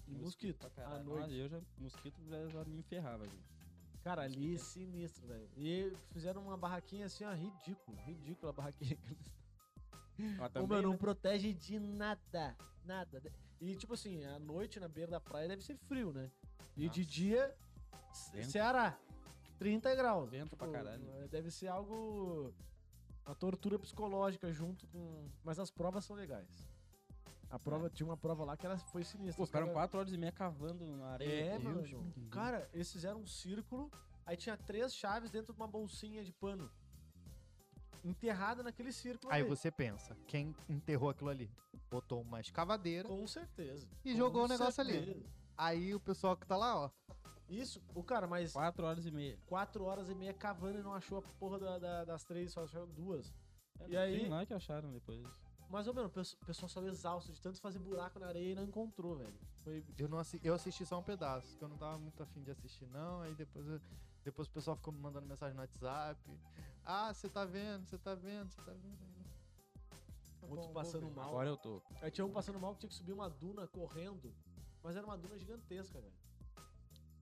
[SPEAKER 1] E mosquito.
[SPEAKER 2] pra caralho.
[SPEAKER 1] À
[SPEAKER 2] Ah,
[SPEAKER 1] noite.
[SPEAKER 2] eu já, mosquito já, já me ferrava, gente.
[SPEAKER 1] Cara, ali é sinistro, velho. E fizeram uma barraquinha assim, ó, ridícula. Ridícula a barraquinha.
[SPEAKER 2] Ah,
[SPEAKER 1] Ô,
[SPEAKER 2] também,
[SPEAKER 1] meu, não
[SPEAKER 2] né?
[SPEAKER 1] protege de nada. Nada. E, tipo assim, à noite na beira da praia deve ser frio, né? E de
[SPEAKER 2] Nossa.
[SPEAKER 1] dia, Ce-
[SPEAKER 2] Vento.
[SPEAKER 1] Ceará. 30 graus. Tipo, é,
[SPEAKER 2] Vento pra caralho.
[SPEAKER 1] Deve ser algo. Uma tortura psicológica junto com. Mas as provas são legais. A prova, tinha uma prova lá que ela foi sinistra.
[SPEAKER 2] É. Pô,
[SPEAKER 1] Os
[SPEAKER 2] ficaram
[SPEAKER 1] cara-
[SPEAKER 2] 4 horas e meia cavando na areia.
[SPEAKER 1] É,
[SPEAKER 2] Deus
[SPEAKER 1] mano.
[SPEAKER 2] me livre.
[SPEAKER 1] Cara, eles fizeram um círculo, aí tinha três chaves dentro de uma bolsinha de pano. Enterrada naquele círculo.
[SPEAKER 4] Aí
[SPEAKER 1] ali.
[SPEAKER 4] você pensa, quem enterrou aquilo ali? Botou uma escavadeira.
[SPEAKER 1] Com certeza.
[SPEAKER 4] E
[SPEAKER 1] Com
[SPEAKER 4] jogou o negócio ali.
[SPEAKER 1] certeza.
[SPEAKER 4] Aí o pessoal que tá lá, ó.
[SPEAKER 1] Isso, o cara, mas
[SPEAKER 2] 4 horas e meia.
[SPEAKER 1] quatro horas e meia cavando e não achou a porra da- da- das três, só achou duas.
[SPEAKER 2] É,
[SPEAKER 1] E aí-
[SPEAKER 2] Tem lá que acharam depois.
[SPEAKER 1] Mas, ô, meu, o pesso- o pessoal saiu exausto de tanto fazer buraco na areia e não encontrou, velho. Foi
[SPEAKER 4] Eu, não assi- eu assisti só um pedaço, porque eu não tava muito afim de assistir, não. Aí depois, eu- depois o pessoal ficou me mandando mensagem no WhatsApp. Ah, você tá vendo, você tá vendo, você tá vendo. Aí, tá
[SPEAKER 1] outro
[SPEAKER 4] bom, vou
[SPEAKER 1] passando
[SPEAKER 4] ver.
[SPEAKER 1] mal.
[SPEAKER 2] Agora eu tô.
[SPEAKER 1] Aí tinha um passando mal que tinha que subir uma duna correndo. Mas era uma duna gigantesca, velho.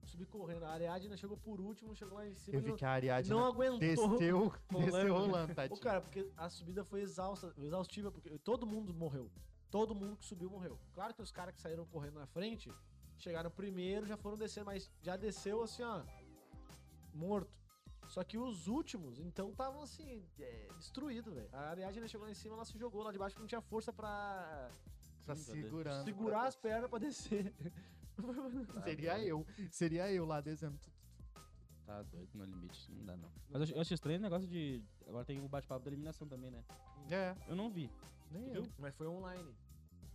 [SPEAKER 1] Subir correndo. A Ariadna chegou por último, chegou lá em cima.
[SPEAKER 4] Eu
[SPEAKER 1] e
[SPEAKER 4] vi
[SPEAKER 1] não-
[SPEAKER 4] que a Ariadne
[SPEAKER 1] não aguentou.
[SPEAKER 4] Tipo, desceu, desceu
[SPEAKER 1] rolando.
[SPEAKER 4] rolando, tá, tipo,
[SPEAKER 1] Ô,
[SPEAKER 4] tadinho.
[SPEAKER 1] cara, porque a subida foi exausta, exaustiva, porque todo mundo morreu. Todo mundo que subiu morreu. Claro que os caras que saíram correndo na frente chegaram primeiro, já foram descer, mas já desceu assim, ó, morto. Só que os últimos, então, estavam assim, é, destruídos, velho. A Ariadne chegou lá em cima, ela se jogou lá de baixo, porque não tinha força pra
[SPEAKER 4] Tá
[SPEAKER 2] Sim, cadê?
[SPEAKER 4] segurando.
[SPEAKER 1] segurar as pernas pra descer.
[SPEAKER 4] Seria eu. Seria eu lá desenhando.
[SPEAKER 2] Tá doido no limite. Não dá, não. Mas eu, eu achei estranho o negócio de. Agora tem o bate-papo da eliminação também, né?
[SPEAKER 4] É,
[SPEAKER 2] Eu não vi.
[SPEAKER 4] nem
[SPEAKER 2] Tu
[SPEAKER 4] eu.
[SPEAKER 1] Mas foi online.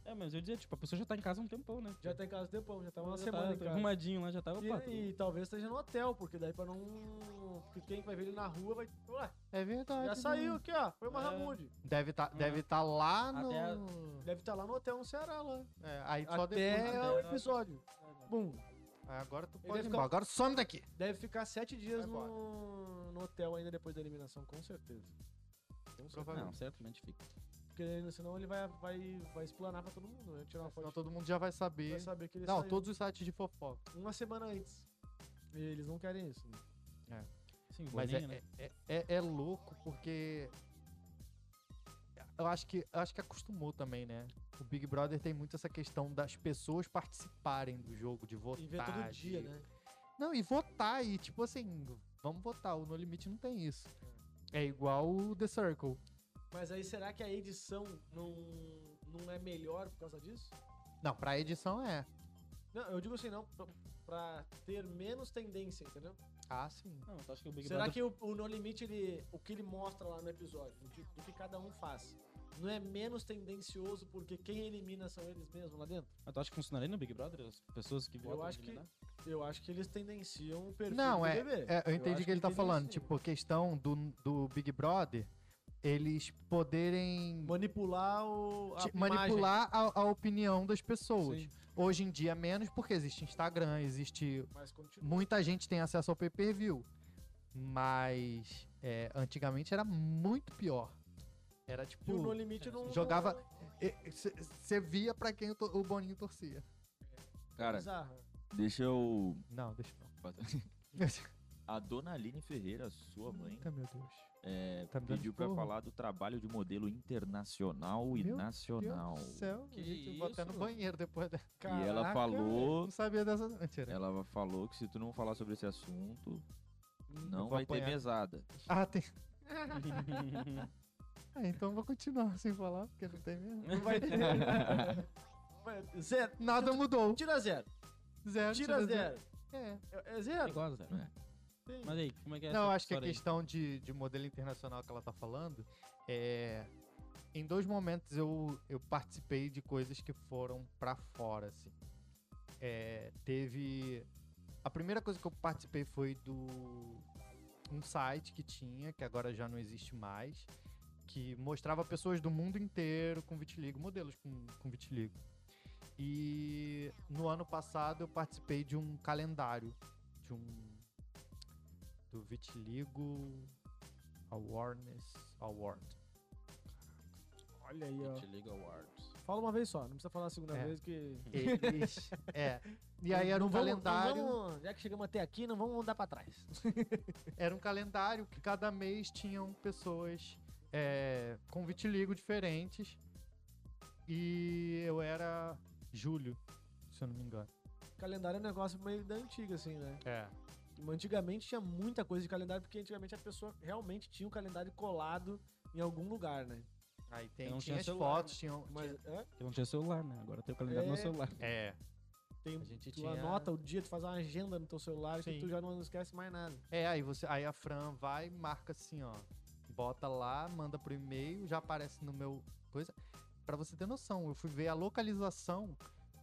[SPEAKER 2] É, mas eu dizia, tipo, a pessoa já tá em casa há um tempão, né?
[SPEAKER 1] Já tá em casa tempão, já tá uma
[SPEAKER 2] Já
[SPEAKER 1] semana em
[SPEAKER 2] tá
[SPEAKER 1] casa.
[SPEAKER 2] arrumadinho lá, já tá. Opa, tô-
[SPEAKER 1] E, e talvez esteja no hotel, porque daí pra não. Porque quem vai ver ele na rua vai. Ué,
[SPEAKER 4] É verdade.
[SPEAKER 1] já
[SPEAKER 4] né?
[SPEAKER 1] saiu aqui, ó. Foi o
[SPEAKER 2] É.
[SPEAKER 1] Mahamud.
[SPEAKER 4] Deve tá, deve tá lá no.
[SPEAKER 2] Até
[SPEAKER 1] Deve estar lá no hotel no Ceará lá.
[SPEAKER 4] É, aí só
[SPEAKER 1] Até
[SPEAKER 4] depois.
[SPEAKER 1] o
[SPEAKER 2] Até-
[SPEAKER 1] episódio.
[SPEAKER 4] É, né?
[SPEAKER 1] Bum.
[SPEAKER 4] Aí agora tu
[SPEAKER 1] Ele
[SPEAKER 4] pode
[SPEAKER 1] vai
[SPEAKER 4] ir
[SPEAKER 1] ficar-
[SPEAKER 4] embora. Agora some daqui.
[SPEAKER 1] Deve ficar sete dias
[SPEAKER 4] Vai embora.
[SPEAKER 1] no... no hotel ainda depois da eliminação, com certeza. Com certeza.
[SPEAKER 2] Não, certamente fica.
[SPEAKER 1] Porque senão ele vai, vai, vai explanar pra todo mundo, né? Tirar uma
[SPEAKER 4] Senão
[SPEAKER 1] foto.
[SPEAKER 4] todo mundo já vai saber.
[SPEAKER 1] Vai saber que ele
[SPEAKER 4] Não,
[SPEAKER 1] saiu
[SPEAKER 4] todos os sites de fofoca.
[SPEAKER 1] uma semana antes. E eles não querem isso. né?
[SPEAKER 2] Sim, o
[SPEAKER 4] Mas é,
[SPEAKER 2] Boninho, né?
[SPEAKER 4] é, é, é louco porque. Eu acho que, eu acho que acostumou também, né? O Big Brother tem muito essa questão das pessoas participarem do jogo, de votar.
[SPEAKER 1] E vê todo dia,
[SPEAKER 4] de-
[SPEAKER 1] né?
[SPEAKER 4] Não, e votar, e tipo assim, vamos votar. O No Limite não tem isso. É igual o The Circle.
[SPEAKER 1] Mas aí será que a edição não, não é melhor por causa disso?
[SPEAKER 4] Não, pra edição é.
[SPEAKER 1] Não, eu digo assim, não, pra, pra ter menos tendência, entendeu?
[SPEAKER 4] Ah, sim.
[SPEAKER 2] Não, tu acha que o Big
[SPEAKER 1] Será
[SPEAKER 2] Brother
[SPEAKER 1] que o, o No Limite, ele, o que ele mostra lá no episódio, do que, do que cada um faz, não é menos tendencioso porque quem elimina são eles mesmos lá dentro?
[SPEAKER 2] Mas Ah, tu acha que funcionaria no Big Brother? As pessoas que votam né?
[SPEAKER 1] acho que-
[SPEAKER 2] eliminar?
[SPEAKER 1] Eu acho que eles tendenciam o perfil
[SPEAKER 4] Não,
[SPEAKER 1] do
[SPEAKER 4] é,
[SPEAKER 1] BBB.
[SPEAKER 4] É, eu
[SPEAKER 1] acho
[SPEAKER 4] entendi o que ele tá falando.
[SPEAKER 1] tendencia.
[SPEAKER 4] Tipo, a questão do, do Big Brother, eles poderem
[SPEAKER 1] manipular o a
[SPEAKER 4] ti-
[SPEAKER 1] imagem.
[SPEAKER 4] manipular a, a opinião das pessoas.
[SPEAKER 1] Sim,
[SPEAKER 4] Hoje em dia, menos, porque existe Instagram, existe.
[SPEAKER 1] mas continua.
[SPEAKER 4] Muita gente tem acesso ao pay per view. Mas é, antigamente era muito pior. Era
[SPEAKER 1] E o No
[SPEAKER 4] tipo.
[SPEAKER 1] Limite não...
[SPEAKER 4] jogava-
[SPEAKER 1] não é
[SPEAKER 4] Você via pra quem o to- o Boninho torcia.
[SPEAKER 5] Cara,
[SPEAKER 1] bizarro.
[SPEAKER 5] deixa eu.
[SPEAKER 4] Não, deixa eu
[SPEAKER 5] A dona Aline Ferreira, sua mãe,
[SPEAKER 4] Eita, meu Deus.
[SPEAKER 5] é,
[SPEAKER 4] tá me dando
[SPEAKER 5] pediu pra
[SPEAKER 4] esporro.
[SPEAKER 5] falar do trabalho de modelo internacional e
[SPEAKER 4] Meu
[SPEAKER 5] nacional.
[SPEAKER 4] Deus do céu,
[SPEAKER 2] Que
[SPEAKER 4] gente, eu vou até no
[SPEAKER 2] isso?
[SPEAKER 4] banheiro depois dessa.
[SPEAKER 5] E ela
[SPEAKER 1] Caraca,
[SPEAKER 5] falou.
[SPEAKER 4] Não sabia dessa. né? Mentira.
[SPEAKER 5] Ela falou que se tu não falar sobre esse assunto, não
[SPEAKER 4] vou
[SPEAKER 5] vai ter
[SPEAKER 4] apanhar.
[SPEAKER 5] mesada.
[SPEAKER 4] Ah, tem. É, então vou continuar sem falar, porque não tem mesmo.
[SPEAKER 1] Não vai ter. Mas Zero.
[SPEAKER 4] Nada mudou.
[SPEAKER 1] Tira zero.
[SPEAKER 4] Zero.
[SPEAKER 1] Tira zero.
[SPEAKER 4] É.
[SPEAKER 1] É é zero.
[SPEAKER 2] Igual a zero, né?
[SPEAKER 1] Sim.
[SPEAKER 2] Mas aí, como é que é
[SPEAKER 4] Não,
[SPEAKER 2] essa
[SPEAKER 4] acho que a
[SPEAKER 2] história aí?
[SPEAKER 4] questão de, de modelo internacional que ela tá falando é. Em dois momentos eu, eu participei de coisas que foram pra fora, assim. É, teve. A primeira coisa que eu participei foi do. Um site que tinha, que agora já não existe mais, que mostrava pessoas do mundo inteiro com vitiligo, modelos com, com vitiligo. E no ano passado eu participei de um calendário, de um do Vitiligo Awareness Award.
[SPEAKER 1] Olha aí, ó.
[SPEAKER 2] Vitiligo Awards.
[SPEAKER 1] Fala uma vez só, não precisa falar a segunda
[SPEAKER 4] É.
[SPEAKER 1] vez que.
[SPEAKER 4] Eles, é. E aí era
[SPEAKER 1] Hum. Não
[SPEAKER 4] um
[SPEAKER 1] vamos- não
[SPEAKER 4] calendário,
[SPEAKER 1] vamos- já que chegamos até aqui, não vamos andar pra trás.
[SPEAKER 4] era um calendário que cada mês tinham pessoas é, com vitiligo diferentes. E eu era julho, se eu não me engano.
[SPEAKER 1] calendário é um negócio meio da antiga, assim, né?
[SPEAKER 4] É.
[SPEAKER 1] Antigamente tinha muita coisa de calendário, porque antigamente a pessoa realmente tinha o calendário colado em algum lugar, né?
[SPEAKER 4] Aí tem,
[SPEAKER 2] Não
[SPEAKER 4] tinha
[SPEAKER 2] tinha
[SPEAKER 4] as
[SPEAKER 2] celular,
[SPEAKER 4] fotos, tinham.
[SPEAKER 1] Mas hã?
[SPEAKER 2] Porque não tinha celular, né? Agora tem o calendário no
[SPEAKER 1] É.
[SPEAKER 2] celular.
[SPEAKER 4] É.
[SPEAKER 1] tem,
[SPEAKER 4] A gente
[SPEAKER 1] tu
[SPEAKER 4] tinha-
[SPEAKER 1] anota o dia, tu faz uma agenda no teu celular que
[SPEAKER 4] Sim.
[SPEAKER 1] tu já não esquece mais nada.
[SPEAKER 4] É, aí você, aí a Fran vai e marca assim, ó. Bota lá, manda pro e-mail, já aparece no meu coisa. Pra você ter noção, eu fui ver a localização,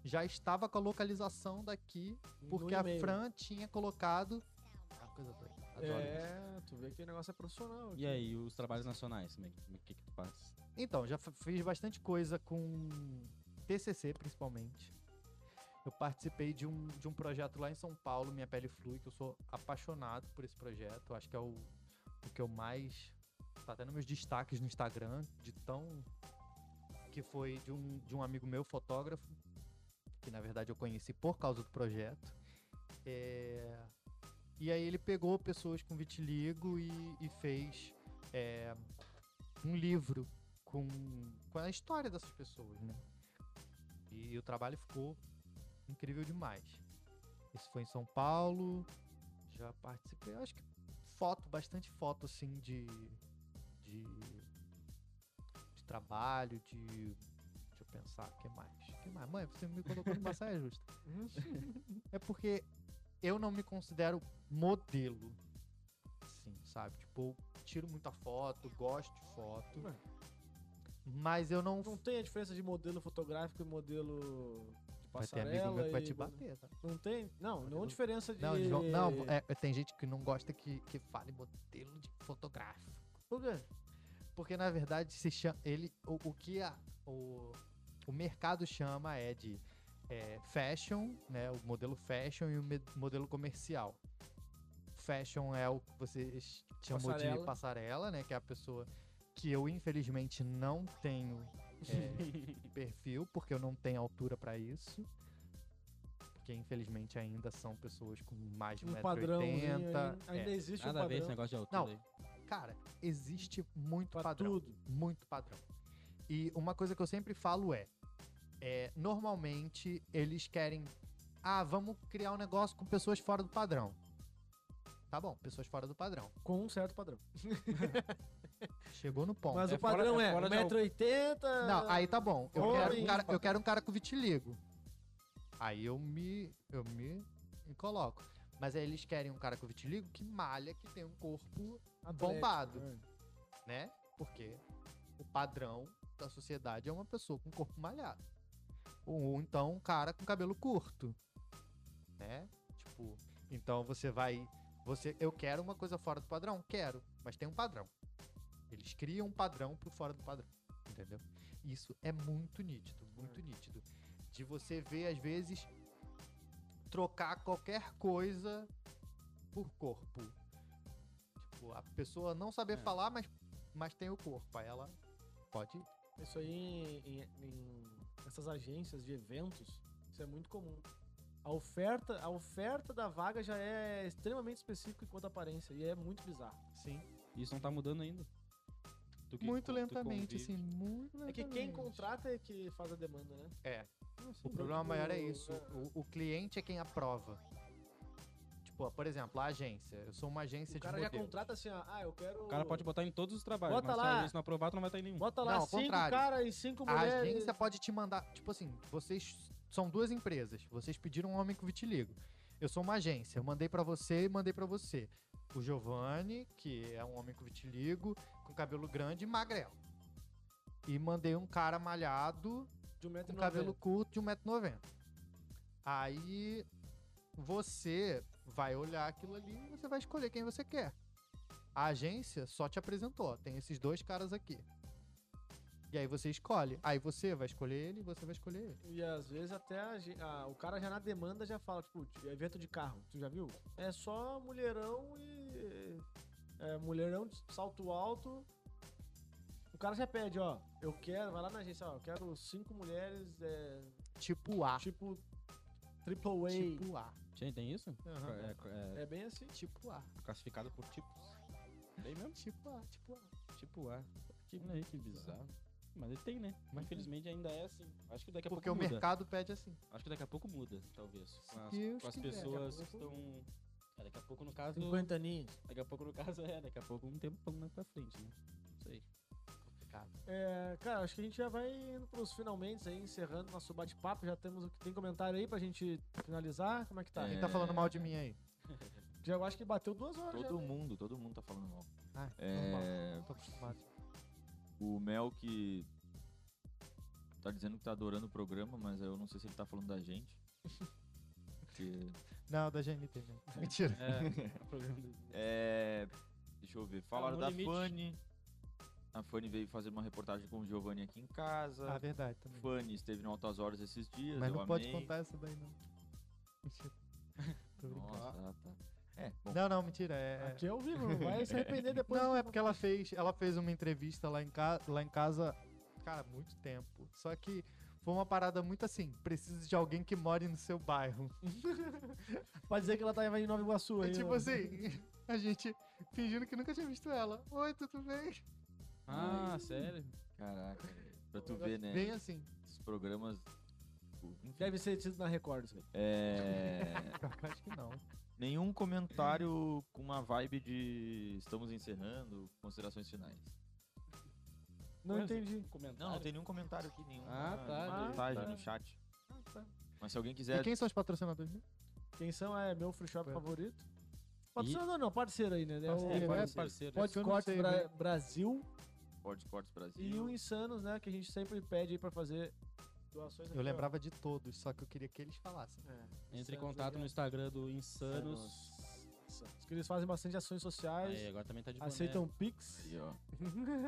[SPEAKER 4] já estava com a localização daqui, porque
[SPEAKER 1] No
[SPEAKER 4] a
[SPEAKER 1] e-mail.
[SPEAKER 4] Fran tinha colocado. Ah, coisa doida. Adoro isso.
[SPEAKER 1] É, tu vê que o negócio é profissional. aqui.
[SPEAKER 2] E aí, os trabalhos nacionais, como é que, como é que que tu faz?
[SPEAKER 4] Então, já f- fiz bastante coisa com TCC, principalmente. Eu participei de um, de um projeto lá em São Paulo, Minha Pele Flui, que eu sou apaixonado por esse projeto. Eu Acho que é o, o que eu mais. Tá até nos meus destaques no Instagram, de tão. Que foi de um, de um amigo meu, fotógrafo, que na verdade eu conheci por causa do projeto. É, E aí ele pegou pessoas com vitiligo e, e fez é, um livro com, com a história dessas pessoas, né? E o trabalho ficou incrível demais. Isso foi em São Paulo, já participei, acho que foto, bastante foto assim de. de, de trabalho, de. Deixa eu pensar, o que mais? O que mais? Mãe, você me colocou numa saia justa. é porque eu não me considero modelo. Sim, sabe? Tipo, eu tiro muita foto, gosto de foto.
[SPEAKER 1] Ué.
[SPEAKER 4] Mas eu não.
[SPEAKER 1] Não tem a diferença de modelo fotográfico e modelo de
[SPEAKER 4] Vai ter amigo
[SPEAKER 1] passarela.
[SPEAKER 4] meu que vai
[SPEAKER 1] e-
[SPEAKER 4] te bater, tá?
[SPEAKER 1] Não tem? Não, não
[SPEAKER 4] Modelo-
[SPEAKER 1] diferença de.
[SPEAKER 4] Não, eles vão- não é, é, tem gente que não gosta que, que fale modelo de fotográfico.
[SPEAKER 1] Por quê?
[SPEAKER 4] Porque, na verdade, se chama, ele, o, o que a- o, o mercado chama é de é, fashion, né? O modelo fashion e o me- modelo comercial. Fashion é o que vocês chamam
[SPEAKER 1] Passarela.
[SPEAKER 4] de passarela, né? Que é a pessoa que eu, infelizmente, não tenho é, perfil, porque eu não tenho altura pra isso. Porque, infelizmente, ainda são pessoas com mais de
[SPEAKER 1] Um
[SPEAKER 4] 1,80m.
[SPEAKER 1] padrãozinho. Ainda, ainda
[SPEAKER 4] é.
[SPEAKER 1] existe
[SPEAKER 2] Nada
[SPEAKER 1] um
[SPEAKER 2] a ver esse
[SPEAKER 1] padrão.
[SPEAKER 2] negócio de altura
[SPEAKER 4] Não,
[SPEAKER 2] aí.
[SPEAKER 4] Cara, existe muito
[SPEAKER 1] Pra
[SPEAKER 4] padrão
[SPEAKER 1] tudo.
[SPEAKER 4] muito padrão. E uma coisa que eu sempre falo é, é, normalmente eles querem, ah, vamos criar um negócio com pessoas fora do padrão. Tá bom, pessoas fora do padrão.
[SPEAKER 1] Com um certo padrão.
[SPEAKER 4] Chegou no ponto.
[SPEAKER 1] Mas
[SPEAKER 2] é
[SPEAKER 1] o padrão
[SPEAKER 2] fora- é
[SPEAKER 1] é,
[SPEAKER 2] fora de al-
[SPEAKER 1] 1,80m.
[SPEAKER 4] Não, aí tá bom. Eu
[SPEAKER 1] Homem,
[SPEAKER 4] quero, um cara, eu
[SPEAKER 1] padrão.
[SPEAKER 4] quero um cara com vitiligo. Aí eu me, eu me, me coloco. Mas aí eles querem um cara com vitiligo que malha, que tem um corpo, bombado.
[SPEAKER 1] É.
[SPEAKER 4] né? Porque o padrão da sociedade é uma pessoa com corpo malhado. Ou então um cara com cabelo curto, né? Tipo, então você vai, você, eu quero uma coisa fora do padrão, quero, mas tem um padrão. Eles criam um padrão pro fora do padrão, entendeu? Isso é muito nítido, muito nítido. De você ver às vezes trocar qualquer coisa por corpo. Tipo, a pessoa não saber
[SPEAKER 2] É.
[SPEAKER 4] falar, mas mas tem o corpo. Aí ela pode.
[SPEAKER 1] Isso aí em, em- em essas agências de eventos, isso é muito comum. A oferta, a oferta da vaga já é extremamente específica quanto à aparência e é muito bizarro.
[SPEAKER 4] Sim.
[SPEAKER 2] Isso não tá mudando ainda. Tu que-
[SPEAKER 4] Muito
[SPEAKER 2] tu
[SPEAKER 4] lentamente,
[SPEAKER 2] convive.
[SPEAKER 4] assim. Muito
[SPEAKER 1] É
[SPEAKER 4] lentamente.
[SPEAKER 1] que quem contrata é que faz a demanda, né?
[SPEAKER 4] é O problema maior é isso. O, o cliente é quem aprova. é Tipo, pô, por exemplo, a agência. Eu sou uma agência
[SPEAKER 1] O cara
[SPEAKER 4] tipo de
[SPEAKER 1] já
[SPEAKER 4] modelo.
[SPEAKER 1] contrata assim, ó, ah, eu quero.
[SPEAKER 2] O cara pode botar em todos os trabalhos,
[SPEAKER 1] Bota
[SPEAKER 2] mas se a
[SPEAKER 1] lá.
[SPEAKER 2] agência não aprovar, tu não vai estar em nenhum.
[SPEAKER 1] Bota lá
[SPEAKER 4] Não, ao
[SPEAKER 1] cinco
[SPEAKER 4] contrário.
[SPEAKER 1] caras e cinco
[SPEAKER 4] A
[SPEAKER 1] mulheres.
[SPEAKER 4] agência pode te mandar, tipo assim, vocês são duas empresas, vocês pediram um homem com vitiligo. Eu sou uma agência, eu mandei pra você e mandei pra você. O Giovanni, que é um homem com vitiligo, com cabelo grande e magrelo. E mandei um cara malhado,
[SPEAKER 1] de um metro
[SPEAKER 4] com
[SPEAKER 1] e
[SPEAKER 4] cabelo
[SPEAKER 1] noventa.
[SPEAKER 4] curto um de 1,90m. Aí você vai olhar aquilo ali e você vai escolher quem você quer. A agência só te apresentou, ó, tem esses dois caras aqui. E aí você escolhe. Aí você vai escolher ele e você vai escolher ele.
[SPEAKER 1] E às vezes até a gen- a- o cara já na demanda já fala, tipo, t- evento de carro, tu já viu? É só mulherão e. é, mulherão de salto alto. O cara já pede, ó, eu quero, vai lá na agência, ó, eu quero cinco mulheres, é,
[SPEAKER 4] Tipo A.
[SPEAKER 1] tipo, triple A.
[SPEAKER 4] Tipo A.
[SPEAKER 2] Gente, tem isso?
[SPEAKER 4] Aham.
[SPEAKER 2] É, é
[SPEAKER 1] É bem assim.
[SPEAKER 4] Tipo A.
[SPEAKER 2] classificado por tipos. Tem mesmo?
[SPEAKER 4] Tipo A. Tipo A.
[SPEAKER 2] Tipo A. Que, olha aí, que bizarro. Mas ele tem, né? Mas infelizmente ainda é assim. Acho que daqui a
[SPEAKER 4] Porque o
[SPEAKER 2] pouco muda.
[SPEAKER 4] mercado pede assim.
[SPEAKER 2] Acho que daqui a pouco muda, talvez. Com as,
[SPEAKER 4] Deus
[SPEAKER 2] com as
[SPEAKER 4] quiser, daqui a
[SPEAKER 2] pessoas que
[SPEAKER 4] pouco
[SPEAKER 2] estão. É, daqui a pouco, no caso.
[SPEAKER 1] 50 aninhos.
[SPEAKER 2] Daqui a pouco, no caso, é. Daqui a pouco, um tempo mais pra frente, né? Não sei.
[SPEAKER 1] É, cara, acho que a gente já vai indo pros finalmente aí, encerrando nosso bate-papo. Já temos o que tem comentário aí pra gente finalizar. Como é que tá?
[SPEAKER 5] É.
[SPEAKER 4] Quem tá falando mal de mim aí?
[SPEAKER 1] Já eu acho que bateu duas horas. já,
[SPEAKER 5] Todo
[SPEAKER 1] né?
[SPEAKER 5] mundo, todo mundo tá falando mal.
[SPEAKER 4] Ah,
[SPEAKER 5] É,
[SPEAKER 4] normal. Tô acostumado.
[SPEAKER 5] O Mel que tá dizendo que tá adorando o programa, mas eu não sei se ele tá falando da gente. Porque,
[SPEAKER 4] Não, da GNT mesmo. Mentira.
[SPEAKER 2] É, o programa do-
[SPEAKER 5] é, deixa eu ver. Falaram
[SPEAKER 2] no
[SPEAKER 5] da
[SPEAKER 2] limite.
[SPEAKER 5] Fanny. A Fanny veio fazer uma reportagem com o Giovanni aqui em casa.
[SPEAKER 4] Ah, verdade também.
[SPEAKER 5] Fanny esteve no Altas Horas esses dias.
[SPEAKER 4] Mas
[SPEAKER 5] eu
[SPEAKER 4] não pode
[SPEAKER 5] amei.
[SPEAKER 4] contar essa daí, não. Mentira. Tô brincando.
[SPEAKER 5] Nossa, ah, tá. É, bom.
[SPEAKER 4] Não, não, mentira. É...
[SPEAKER 1] Aqui é ao vivo, não vai se arrepender depois.
[SPEAKER 4] Não, é porque ela fez, ela fez uma entrevista lá em, ca... lá em casa, cara, há muito tempo. Só que foi uma parada muito assim, preciso de alguém que more no seu bairro.
[SPEAKER 1] Pode dizer que ela tava em Nova Iguaçu
[SPEAKER 4] É
[SPEAKER 1] aí.
[SPEAKER 4] tipo
[SPEAKER 1] ó.
[SPEAKER 4] assim, a gente fingindo que nunca tinha visto ela. Oi, tudo bem?
[SPEAKER 2] Ah, sério?
[SPEAKER 5] Caraca. Pra tu ver, né?
[SPEAKER 4] Bem assim.
[SPEAKER 5] Esses programas. tipo, enfim.
[SPEAKER 1] Deve ser tido na Record isso aí.
[SPEAKER 5] É.
[SPEAKER 4] Eu acho que não.
[SPEAKER 5] Nenhum comentário com uma vibe de estamos encerrando, considerações finais.
[SPEAKER 1] Não
[SPEAKER 2] Ué,
[SPEAKER 1] entendi.
[SPEAKER 2] um Comentário?
[SPEAKER 5] Não, não tem nenhum comentário aqui, nenhuma
[SPEAKER 2] Ah, tá,
[SPEAKER 5] mensagem
[SPEAKER 2] tá.
[SPEAKER 5] no chat.
[SPEAKER 2] Ah, tá.
[SPEAKER 5] Mas se alguém
[SPEAKER 4] E
[SPEAKER 5] quiser,
[SPEAKER 4] quem são os patrocinadores? né?
[SPEAKER 1] Quem são é meu free shop
[SPEAKER 4] Ué.
[SPEAKER 1] favorito. Patrocinador não, parceiro aí, né? É
[SPEAKER 4] Parceiro,
[SPEAKER 1] o
[SPEAKER 4] né?
[SPEAKER 2] É
[SPEAKER 4] parceiro.
[SPEAKER 2] parceiro.
[SPEAKER 4] Pode-
[SPEAKER 1] Podcast
[SPEAKER 4] que eu não sei,
[SPEAKER 1] Bra-
[SPEAKER 4] né?
[SPEAKER 1] Brasil
[SPEAKER 5] pode cortes Brasil.
[SPEAKER 1] e o Insanos, né? Que a gente sempre pede aí pra fazer doações. aqui,
[SPEAKER 4] Eu
[SPEAKER 1] ó.
[SPEAKER 4] lembrava de todos, só que eu queria que eles falassem.
[SPEAKER 1] É,
[SPEAKER 2] Entre em
[SPEAKER 1] Insanos
[SPEAKER 2] contato
[SPEAKER 1] aí,
[SPEAKER 2] no
[SPEAKER 1] ó.
[SPEAKER 2] Instagram do Insanos.
[SPEAKER 1] Tá Insanos. Que eles fazem bastante ações sociais,
[SPEAKER 2] Aí, agora também tá de boné.
[SPEAKER 1] aceitam Pix.
[SPEAKER 5] Aí, ó.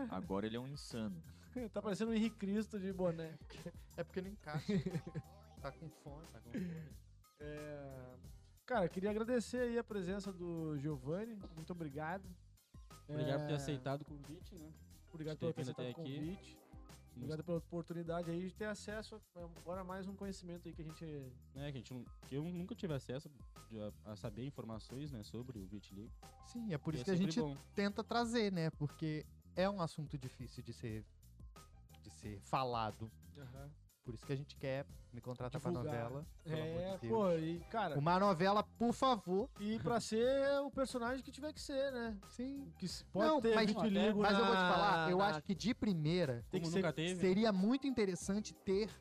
[SPEAKER 5] Agora ele é um insano.
[SPEAKER 1] tá parecendo o Henrique Cristo de boné.
[SPEAKER 4] É porque não encaixa. tá com fome.
[SPEAKER 2] Tá com fone.
[SPEAKER 1] É, Cara, queria agradecer aí a presença do Giovanni. Muito obrigado.
[SPEAKER 2] Obrigado por ter
[SPEAKER 1] É,
[SPEAKER 2] aceitado o convite, né?
[SPEAKER 1] Obrigado por
[SPEAKER 2] por ter
[SPEAKER 1] ter
[SPEAKER 2] vindo
[SPEAKER 1] aceitado
[SPEAKER 2] até
[SPEAKER 1] o
[SPEAKER 2] aqui.
[SPEAKER 1] convite. Obrigado pela oportunidade aí de ter acesso a- agora mais um conhecimento aí que a gente.
[SPEAKER 2] É, que, a gente não- que eu nunca tive acesso de- a, a saber informações, né, sobre o vitiligo.
[SPEAKER 4] Sim, é por
[SPEAKER 2] E
[SPEAKER 4] isso
[SPEAKER 2] é
[SPEAKER 4] que a
[SPEAKER 2] sempre
[SPEAKER 4] gente
[SPEAKER 2] bom.
[SPEAKER 4] tenta trazer, né? Porque é um assunto difícil de ser, de ser falado. Por isso que a gente quer me contratar pra
[SPEAKER 1] Divulgar.
[SPEAKER 4] novela. Pelo
[SPEAKER 1] É,
[SPEAKER 4] amor de Deus.
[SPEAKER 1] pô, e cara,
[SPEAKER 4] Uma novela, por favor.
[SPEAKER 1] e pra ser o personagem que tiver que ser, né?
[SPEAKER 4] Sim.
[SPEAKER 1] Que se- pode
[SPEAKER 4] Não,
[SPEAKER 1] ter
[SPEAKER 4] mas-
[SPEAKER 1] vitiligo
[SPEAKER 4] Mas eu vou te
[SPEAKER 1] na-
[SPEAKER 4] falar, eu
[SPEAKER 1] na-
[SPEAKER 4] acho que de primeira
[SPEAKER 1] Tem que
[SPEAKER 2] Como
[SPEAKER 1] ser-
[SPEAKER 2] nunca teve,
[SPEAKER 4] seria muito interessante ter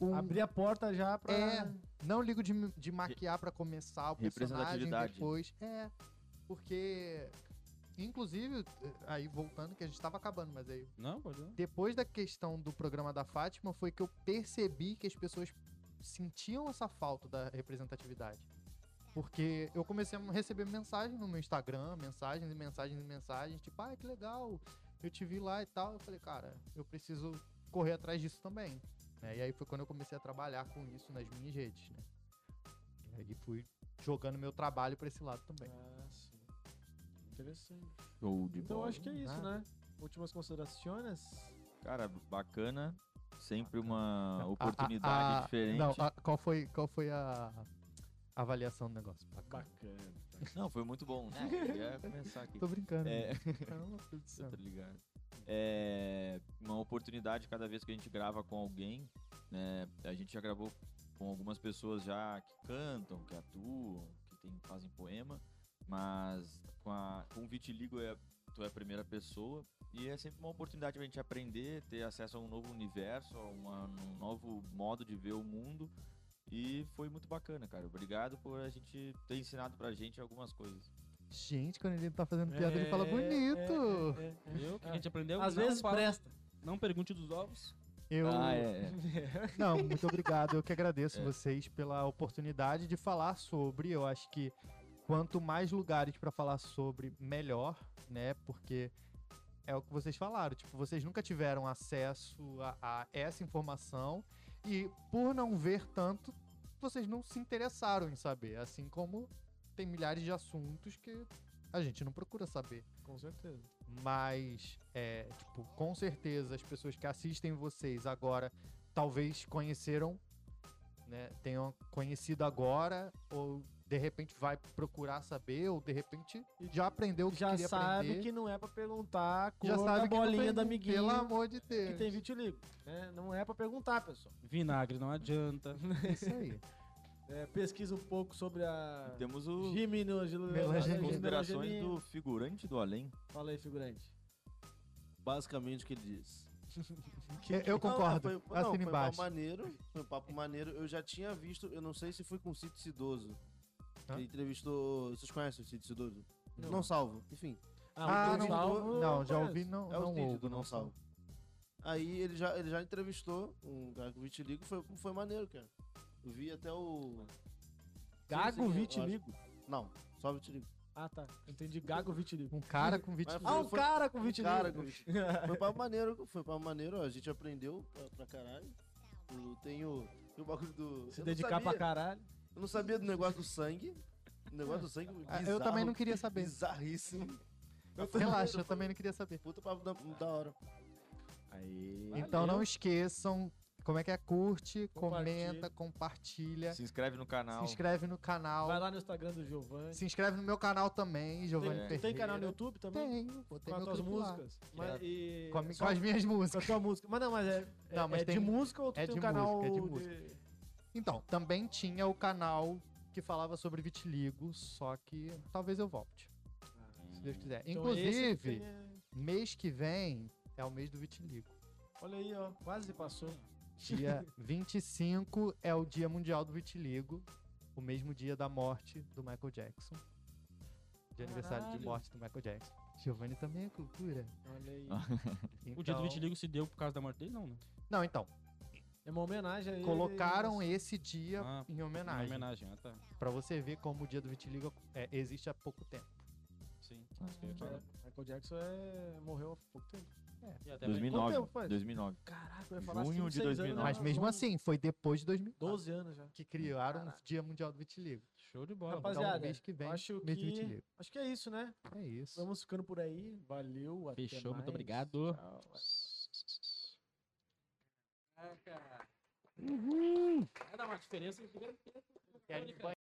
[SPEAKER 4] um.
[SPEAKER 1] Abrir a porta já pra.
[SPEAKER 4] É. Não ligo de, de maquiar pra começar o personagem
[SPEAKER 5] Representatividade.
[SPEAKER 4] depois. É, porque. Inclusive, eh, aí voltando, que a gente tava acabando, mas aí
[SPEAKER 2] Não, pode não.
[SPEAKER 4] depois da questão do programa da Fátima, foi que eu percebi que as pessoas sentiam essa falta da representatividade. Porque eu comecei a receber mensagens no meu Instagram, mensagens e mensagens e mensagens, tipo, ah, que legal, eu te vi lá e tal. Eu falei, cara, eu preciso correr atrás disso também. né? E aí foi quando eu comecei a trabalhar com isso nas minhas redes, né? E aí fui jogando meu trabalho pra esse lado também.
[SPEAKER 1] Ah, sim. Interessante.
[SPEAKER 5] Show de
[SPEAKER 1] Então
[SPEAKER 5] bola.
[SPEAKER 1] acho que é isso,
[SPEAKER 4] Nada.
[SPEAKER 1] né? Últimas considerações.
[SPEAKER 5] Cara, bacana. Sempre uma
[SPEAKER 4] A- a-
[SPEAKER 5] oportunidade
[SPEAKER 4] a-
[SPEAKER 5] diferente.
[SPEAKER 4] ah, Não,
[SPEAKER 5] Não,
[SPEAKER 4] a- qual foi, qual foi a a avaliação do negócio? Bacana.
[SPEAKER 1] Bacana.
[SPEAKER 5] foi muito bom. né? Queria começar aqui.
[SPEAKER 4] Tô brincando.
[SPEAKER 5] É.
[SPEAKER 4] Calma, filho do
[SPEAKER 5] Você
[SPEAKER 4] céu.
[SPEAKER 5] tá ligado? É uma oportunidade cada vez que a gente grava com alguém, né? A gente já gravou com algumas pessoas já que cantam, que atuam, que tem- fazem poema. Ipanema, mas com, a, com o Vitiligo é, tu é a primeira pessoa e é sempre uma oportunidade pra gente aprender, ter acesso a um novo universo, a uma- um novo modo de ver o mundo e foi muito bacana, cara. Obrigado por a gente ter ensinado pra gente algumas coisas.
[SPEAKER 4] Gente, quando ele tá fazendo piada, ele
[SPEAKER 5] É.
[SPEAKER 4] fala bonito.
[SPEAKER 1] é, é, é.
[SPEAKER 2] Viu? O que a gente aprendeu?
[SPEAKER 1] Às
[SPEAKER 2] Não
[SPEAKER 1] vezes
[SPEAKER 2] fala-
[SPEAKER 1] presta.
[SPEAKER 2] Não pergunte dos ovos.
[SPEAKER 4] Eu,
[SPEAKER 5] Ah, é, é.
[SPEAKER 4] Não, muito obrigado. Eu que agradeço vocês pela oportunidade de falar sobre. Eu acho que quanto mais lugares para falar sobre, melhor, né? Porque é o que vocês falaram. Tipo, vocês nunca tiveram acesso a, a essa informação e por não ver tanto, vocês não se interessaram em saber. Assim como tem milhares de assuntos que a gente não procura saber.
[SPEAKER 1] Com certeza.
[SPEAKER 4] Mas, é, tipo, com certeza as pessoas que assistem vocês agora talvez conheceram, né? Tenham conhecido agora, ou de repente vai procurar saber, ou de repente já aprendeu o que
[SPEAKER 1] Já
[SPEAKER 4] queria
[SPEAKER 1] sabe
[SPEAKER 4] aprender.
[SPEAKER 1] que não é pra perguntar a cor
[SPEAKER 4] já
[SPEAKER 1] da
[SPEAKER 4] sabe que não
[SPEAKER 1] bolinha
[SPEAKER 4] tem-
[SPEAKER 1] da amiguinha
[SPEAKER 4] Pelo amor de Deus.
[SPEAKER 1] que tem vitiligo. Né? Não é pra perguntar, pessoal.
[SPEAKER 2] Vinagre, não adianta.
[SPEAKER 4] Isso aí.
[SPEAKER 1] É, pesquisa um pouco sobre a
[SPEAKER 5] Temos o,
[SPEAKER 1] Gimino,
[SPEAKER 5] as
[SPEAKER 4] Melangenia.
[SPEAKER 5] considerações do figurante do além.
[SPEAKER 1] Fala aí, figurante.
[SPEAKER 3] Basicamente o que ele disse.
[SPEAKER 4] Eu- Eu concordo.
[SPEAKER 3] Não, é, foi, não, foi
[SPEAKER 4] Assina
[SPEAKER 3] um papo
[SPEAKER 4] embaixo.
[SPEAKER 3] maneiro. Foi um papo maneiro. Eu já tinha visto, eu não sei se foi com o Cid Cidoso.
[SPEAKER 4] Hã?
[SPEAKER 3] Ele entrevistou. Vocês conhecem o Cid Cidoso?
[SPEAKER 1] Não.
[SPEAKER 3] Não, salvo. Enfim.
[SPEAKER 4] Ah,
[SPEAKER 1] o
[SPEAKER 4] não,
[SPEAKER 1] Pedro Salvo eu
[SPEAKER 4] não, já
[SPEAKER 1] conheço.
[SPEAKER 4] ouvi, não,
[SPEAKER 3] é o
[SPEAKER 4] não
[SPEAKER 3] Cid
[SPEAKER 4] ouvo,
[SPEAKER 3] do Não
[SPEAKER 4] não
[SPEAKER 3] Salvo. Aí ele já, ele já entrevistou um cara com vitiligo. Foi, foi maneiro, cara. Eu vi até o.
[SPEAKER 1] Gago
[SPEAKER 3] Sim, sim, eu
[SPEAKER 1] Vitiligo.
[SPEAKER 3] acho. Não, só vitiligo.
[SPEAKER 1] é Ah, tá. Entendi. Gago Vitiligo.
[SPEAKER 4] Um cara com vitiligo.
[SPEAKER 1] Ah, um
[SPEAKER 3] Foi-
[SPEAKER 1] cara com
[SPEAKER 3] um
[SPEAKER 1] vitiligo.
[SPEAKER 3] cara com Foi um papo maneiro, foi um papo maneiro. ó, A gente aprendeu pra, pra caralho. Eu tenho. O bagulho do.
[SPEAKER 1] Se
[SPEAKER 3] eu não
[SPEAKER 1] dedicar pra
[SPEAKER 3] sabia-
[SPEAKER 1] caralho.
[SPEAKER 3] Eu não sabia do negócio do sangue. O negócio do sangue.
[SPEAKER 4] Ah,
[SPEAKER 3] bizarro,
[SPEAKER 4] Eu também não queria saber.
[SPEAKER 3] Bizarríssimo.
[SPEAKER 4] Relaxa, eu também não queria saber.
[SPEAKER 3] Puta papo da, da hora.
[SPEAKER 5] Aí.
[SPEAKER 4] Então não esqueçam, como é que é? Curte,
[SPEAKER 1] Compartilha.
[SPEAKER 4] comenta, compartilha,
[SPEAKER 5] Se inscreve no canal.
[SPEAKER 4] se inscreve no canal,
[SPEAKER 1] Vai lá no Instagram do Giovanni.
[SPEAKER 4] se inscreve no meu canal também, Giovanni
[SPEAKER 1] Tem, tu
[SPEAKER 4] Ferreira.
[SPEAKER 1] tem canal no YouTube também?
[SPEAKER 4] Tenho, pô, tem
[SPEAKER 1] com as
[SPEAKER 4] meu
[SPEAKER 1] tuas
[SPEAKER 4] clipe lá.
[SPEAKER 1] músicas. Mas, e...
[SPEAKER 4] Com, a mi-
[SPEAKER 1] só
[SPEAKER 4] com as minhas
[SPEAKER 1] com a
[SPEAKER 4] músicas.
[SPEAKER 1] tua música. Mas não, mas é, é-
[SPEAKER 4] Não, mas
[SPEAKER 1] é
[SPEAKER 4] tem-
[SPEAKER 1] de música ou tu
[SPEAKER 4] é
[SPEAKER 1] tem
[SPEAKER 4] de
[SPEAKER 1] um canal
[SPEAKER 4] música, é de
[SPEAKER 1] de-
[SPEAKER 4] Então, também tinha o canal que falava sobre vitiligo, só que talvez eu volte, se Deus quiser.
[SPEAKER 1] Então esse
[SPEAKER 4] Inclusive,
[SPEAKER 1] tem, é-
[SPEAKER 4] mês que vem é o mês do vitiligo.
[SPEAKER 1] Olha aí, ó. Quase passou.
[SPEAKER 4] Dia 25 é o Dia Mundial do Vitiligo, o mesmo dia da morte do Michael Jackson. De aniversário de
[SPEAKER 1] Caralho.
[SPEAKER 4] morte do Michael Jackson. Giovanni também é cultura.
[SPEAKER 1] Olha aí.
[SPEAKER 2] O dia do
[SPEAKER 4] Então-
[SPEAKER 2] vitiligo se deu por causa da morte dele? Não, né?
[SPEAKER 4] Não, então.
[SPEAKER 1] É uma homenagem a ele.
[SPEAKER 4] Colocaram esse dia
[SPEAKER 2] Ah,
[SPEAKER 4] em
[SPEAKER 2] Uma
[SPEAKER 4] homenagem.
[SPEAKER 2] homenagem, ah, tá.
[SPEAKER 4] Pra você ver como o dia do vitiligo é, existe há pouco tempo.
[SPEAKER 2] Sim.
[SPEAKER 1] É, Michael Jackson é... morreu há pouco tempo.
[SPEAKER 2] E até mais.
[SPEAKER 5] 2009.
[SPEAKER 1] Quanto tempo faz?
[SPEAKER 5] 2009.
[SPEAKER 1] Caraca, eu ia falar
[SPEAKER 5] Junho
[SPEAKER 1] cinco,
[SPEAKER 5] de
[SPEAKER 1] seis anos,
[SPEAKER 5] 2009.
[SPEAKER 1] né?
[SPEAKER 4] Mas mesmo assim, foi depois de 2004
[SPEAKER 1] 12 anos já.
[SPEAKER 4] que criaram o
[SPEAKER 1] Caraca.
[SPEAKER 4] Dia Mundial do Vitiligo.
[SPEAKER 2] Show de bola.
[SPEAKER 1] Rapaz,
[SPEAKER 4] então,
[SPEAKER 1] Rapaziada,
[SPEAKER 4] mês que vem,
[SPEAKER 1] acho
[SPEAKER 4] mês do
[SPEAKER 1] que-
[SPEAKER 4] vitiligo.
[SPEAKER 1] Acho que é isso, né?
[SPEAKER 4] É isso.
[SPEAKER 1] Vamos ficando por aí. Valeu, até
[SPEAKER 2] Fechou, muito
[SPEAKER 1] mais.
[SPEAKER 2] obrigado.
[SPEAKER 1] Tchau.
[SPEAKER 2] Caraca. Vai dar uma diferença.
[SPEAKER 4] Quer ir no banheiro?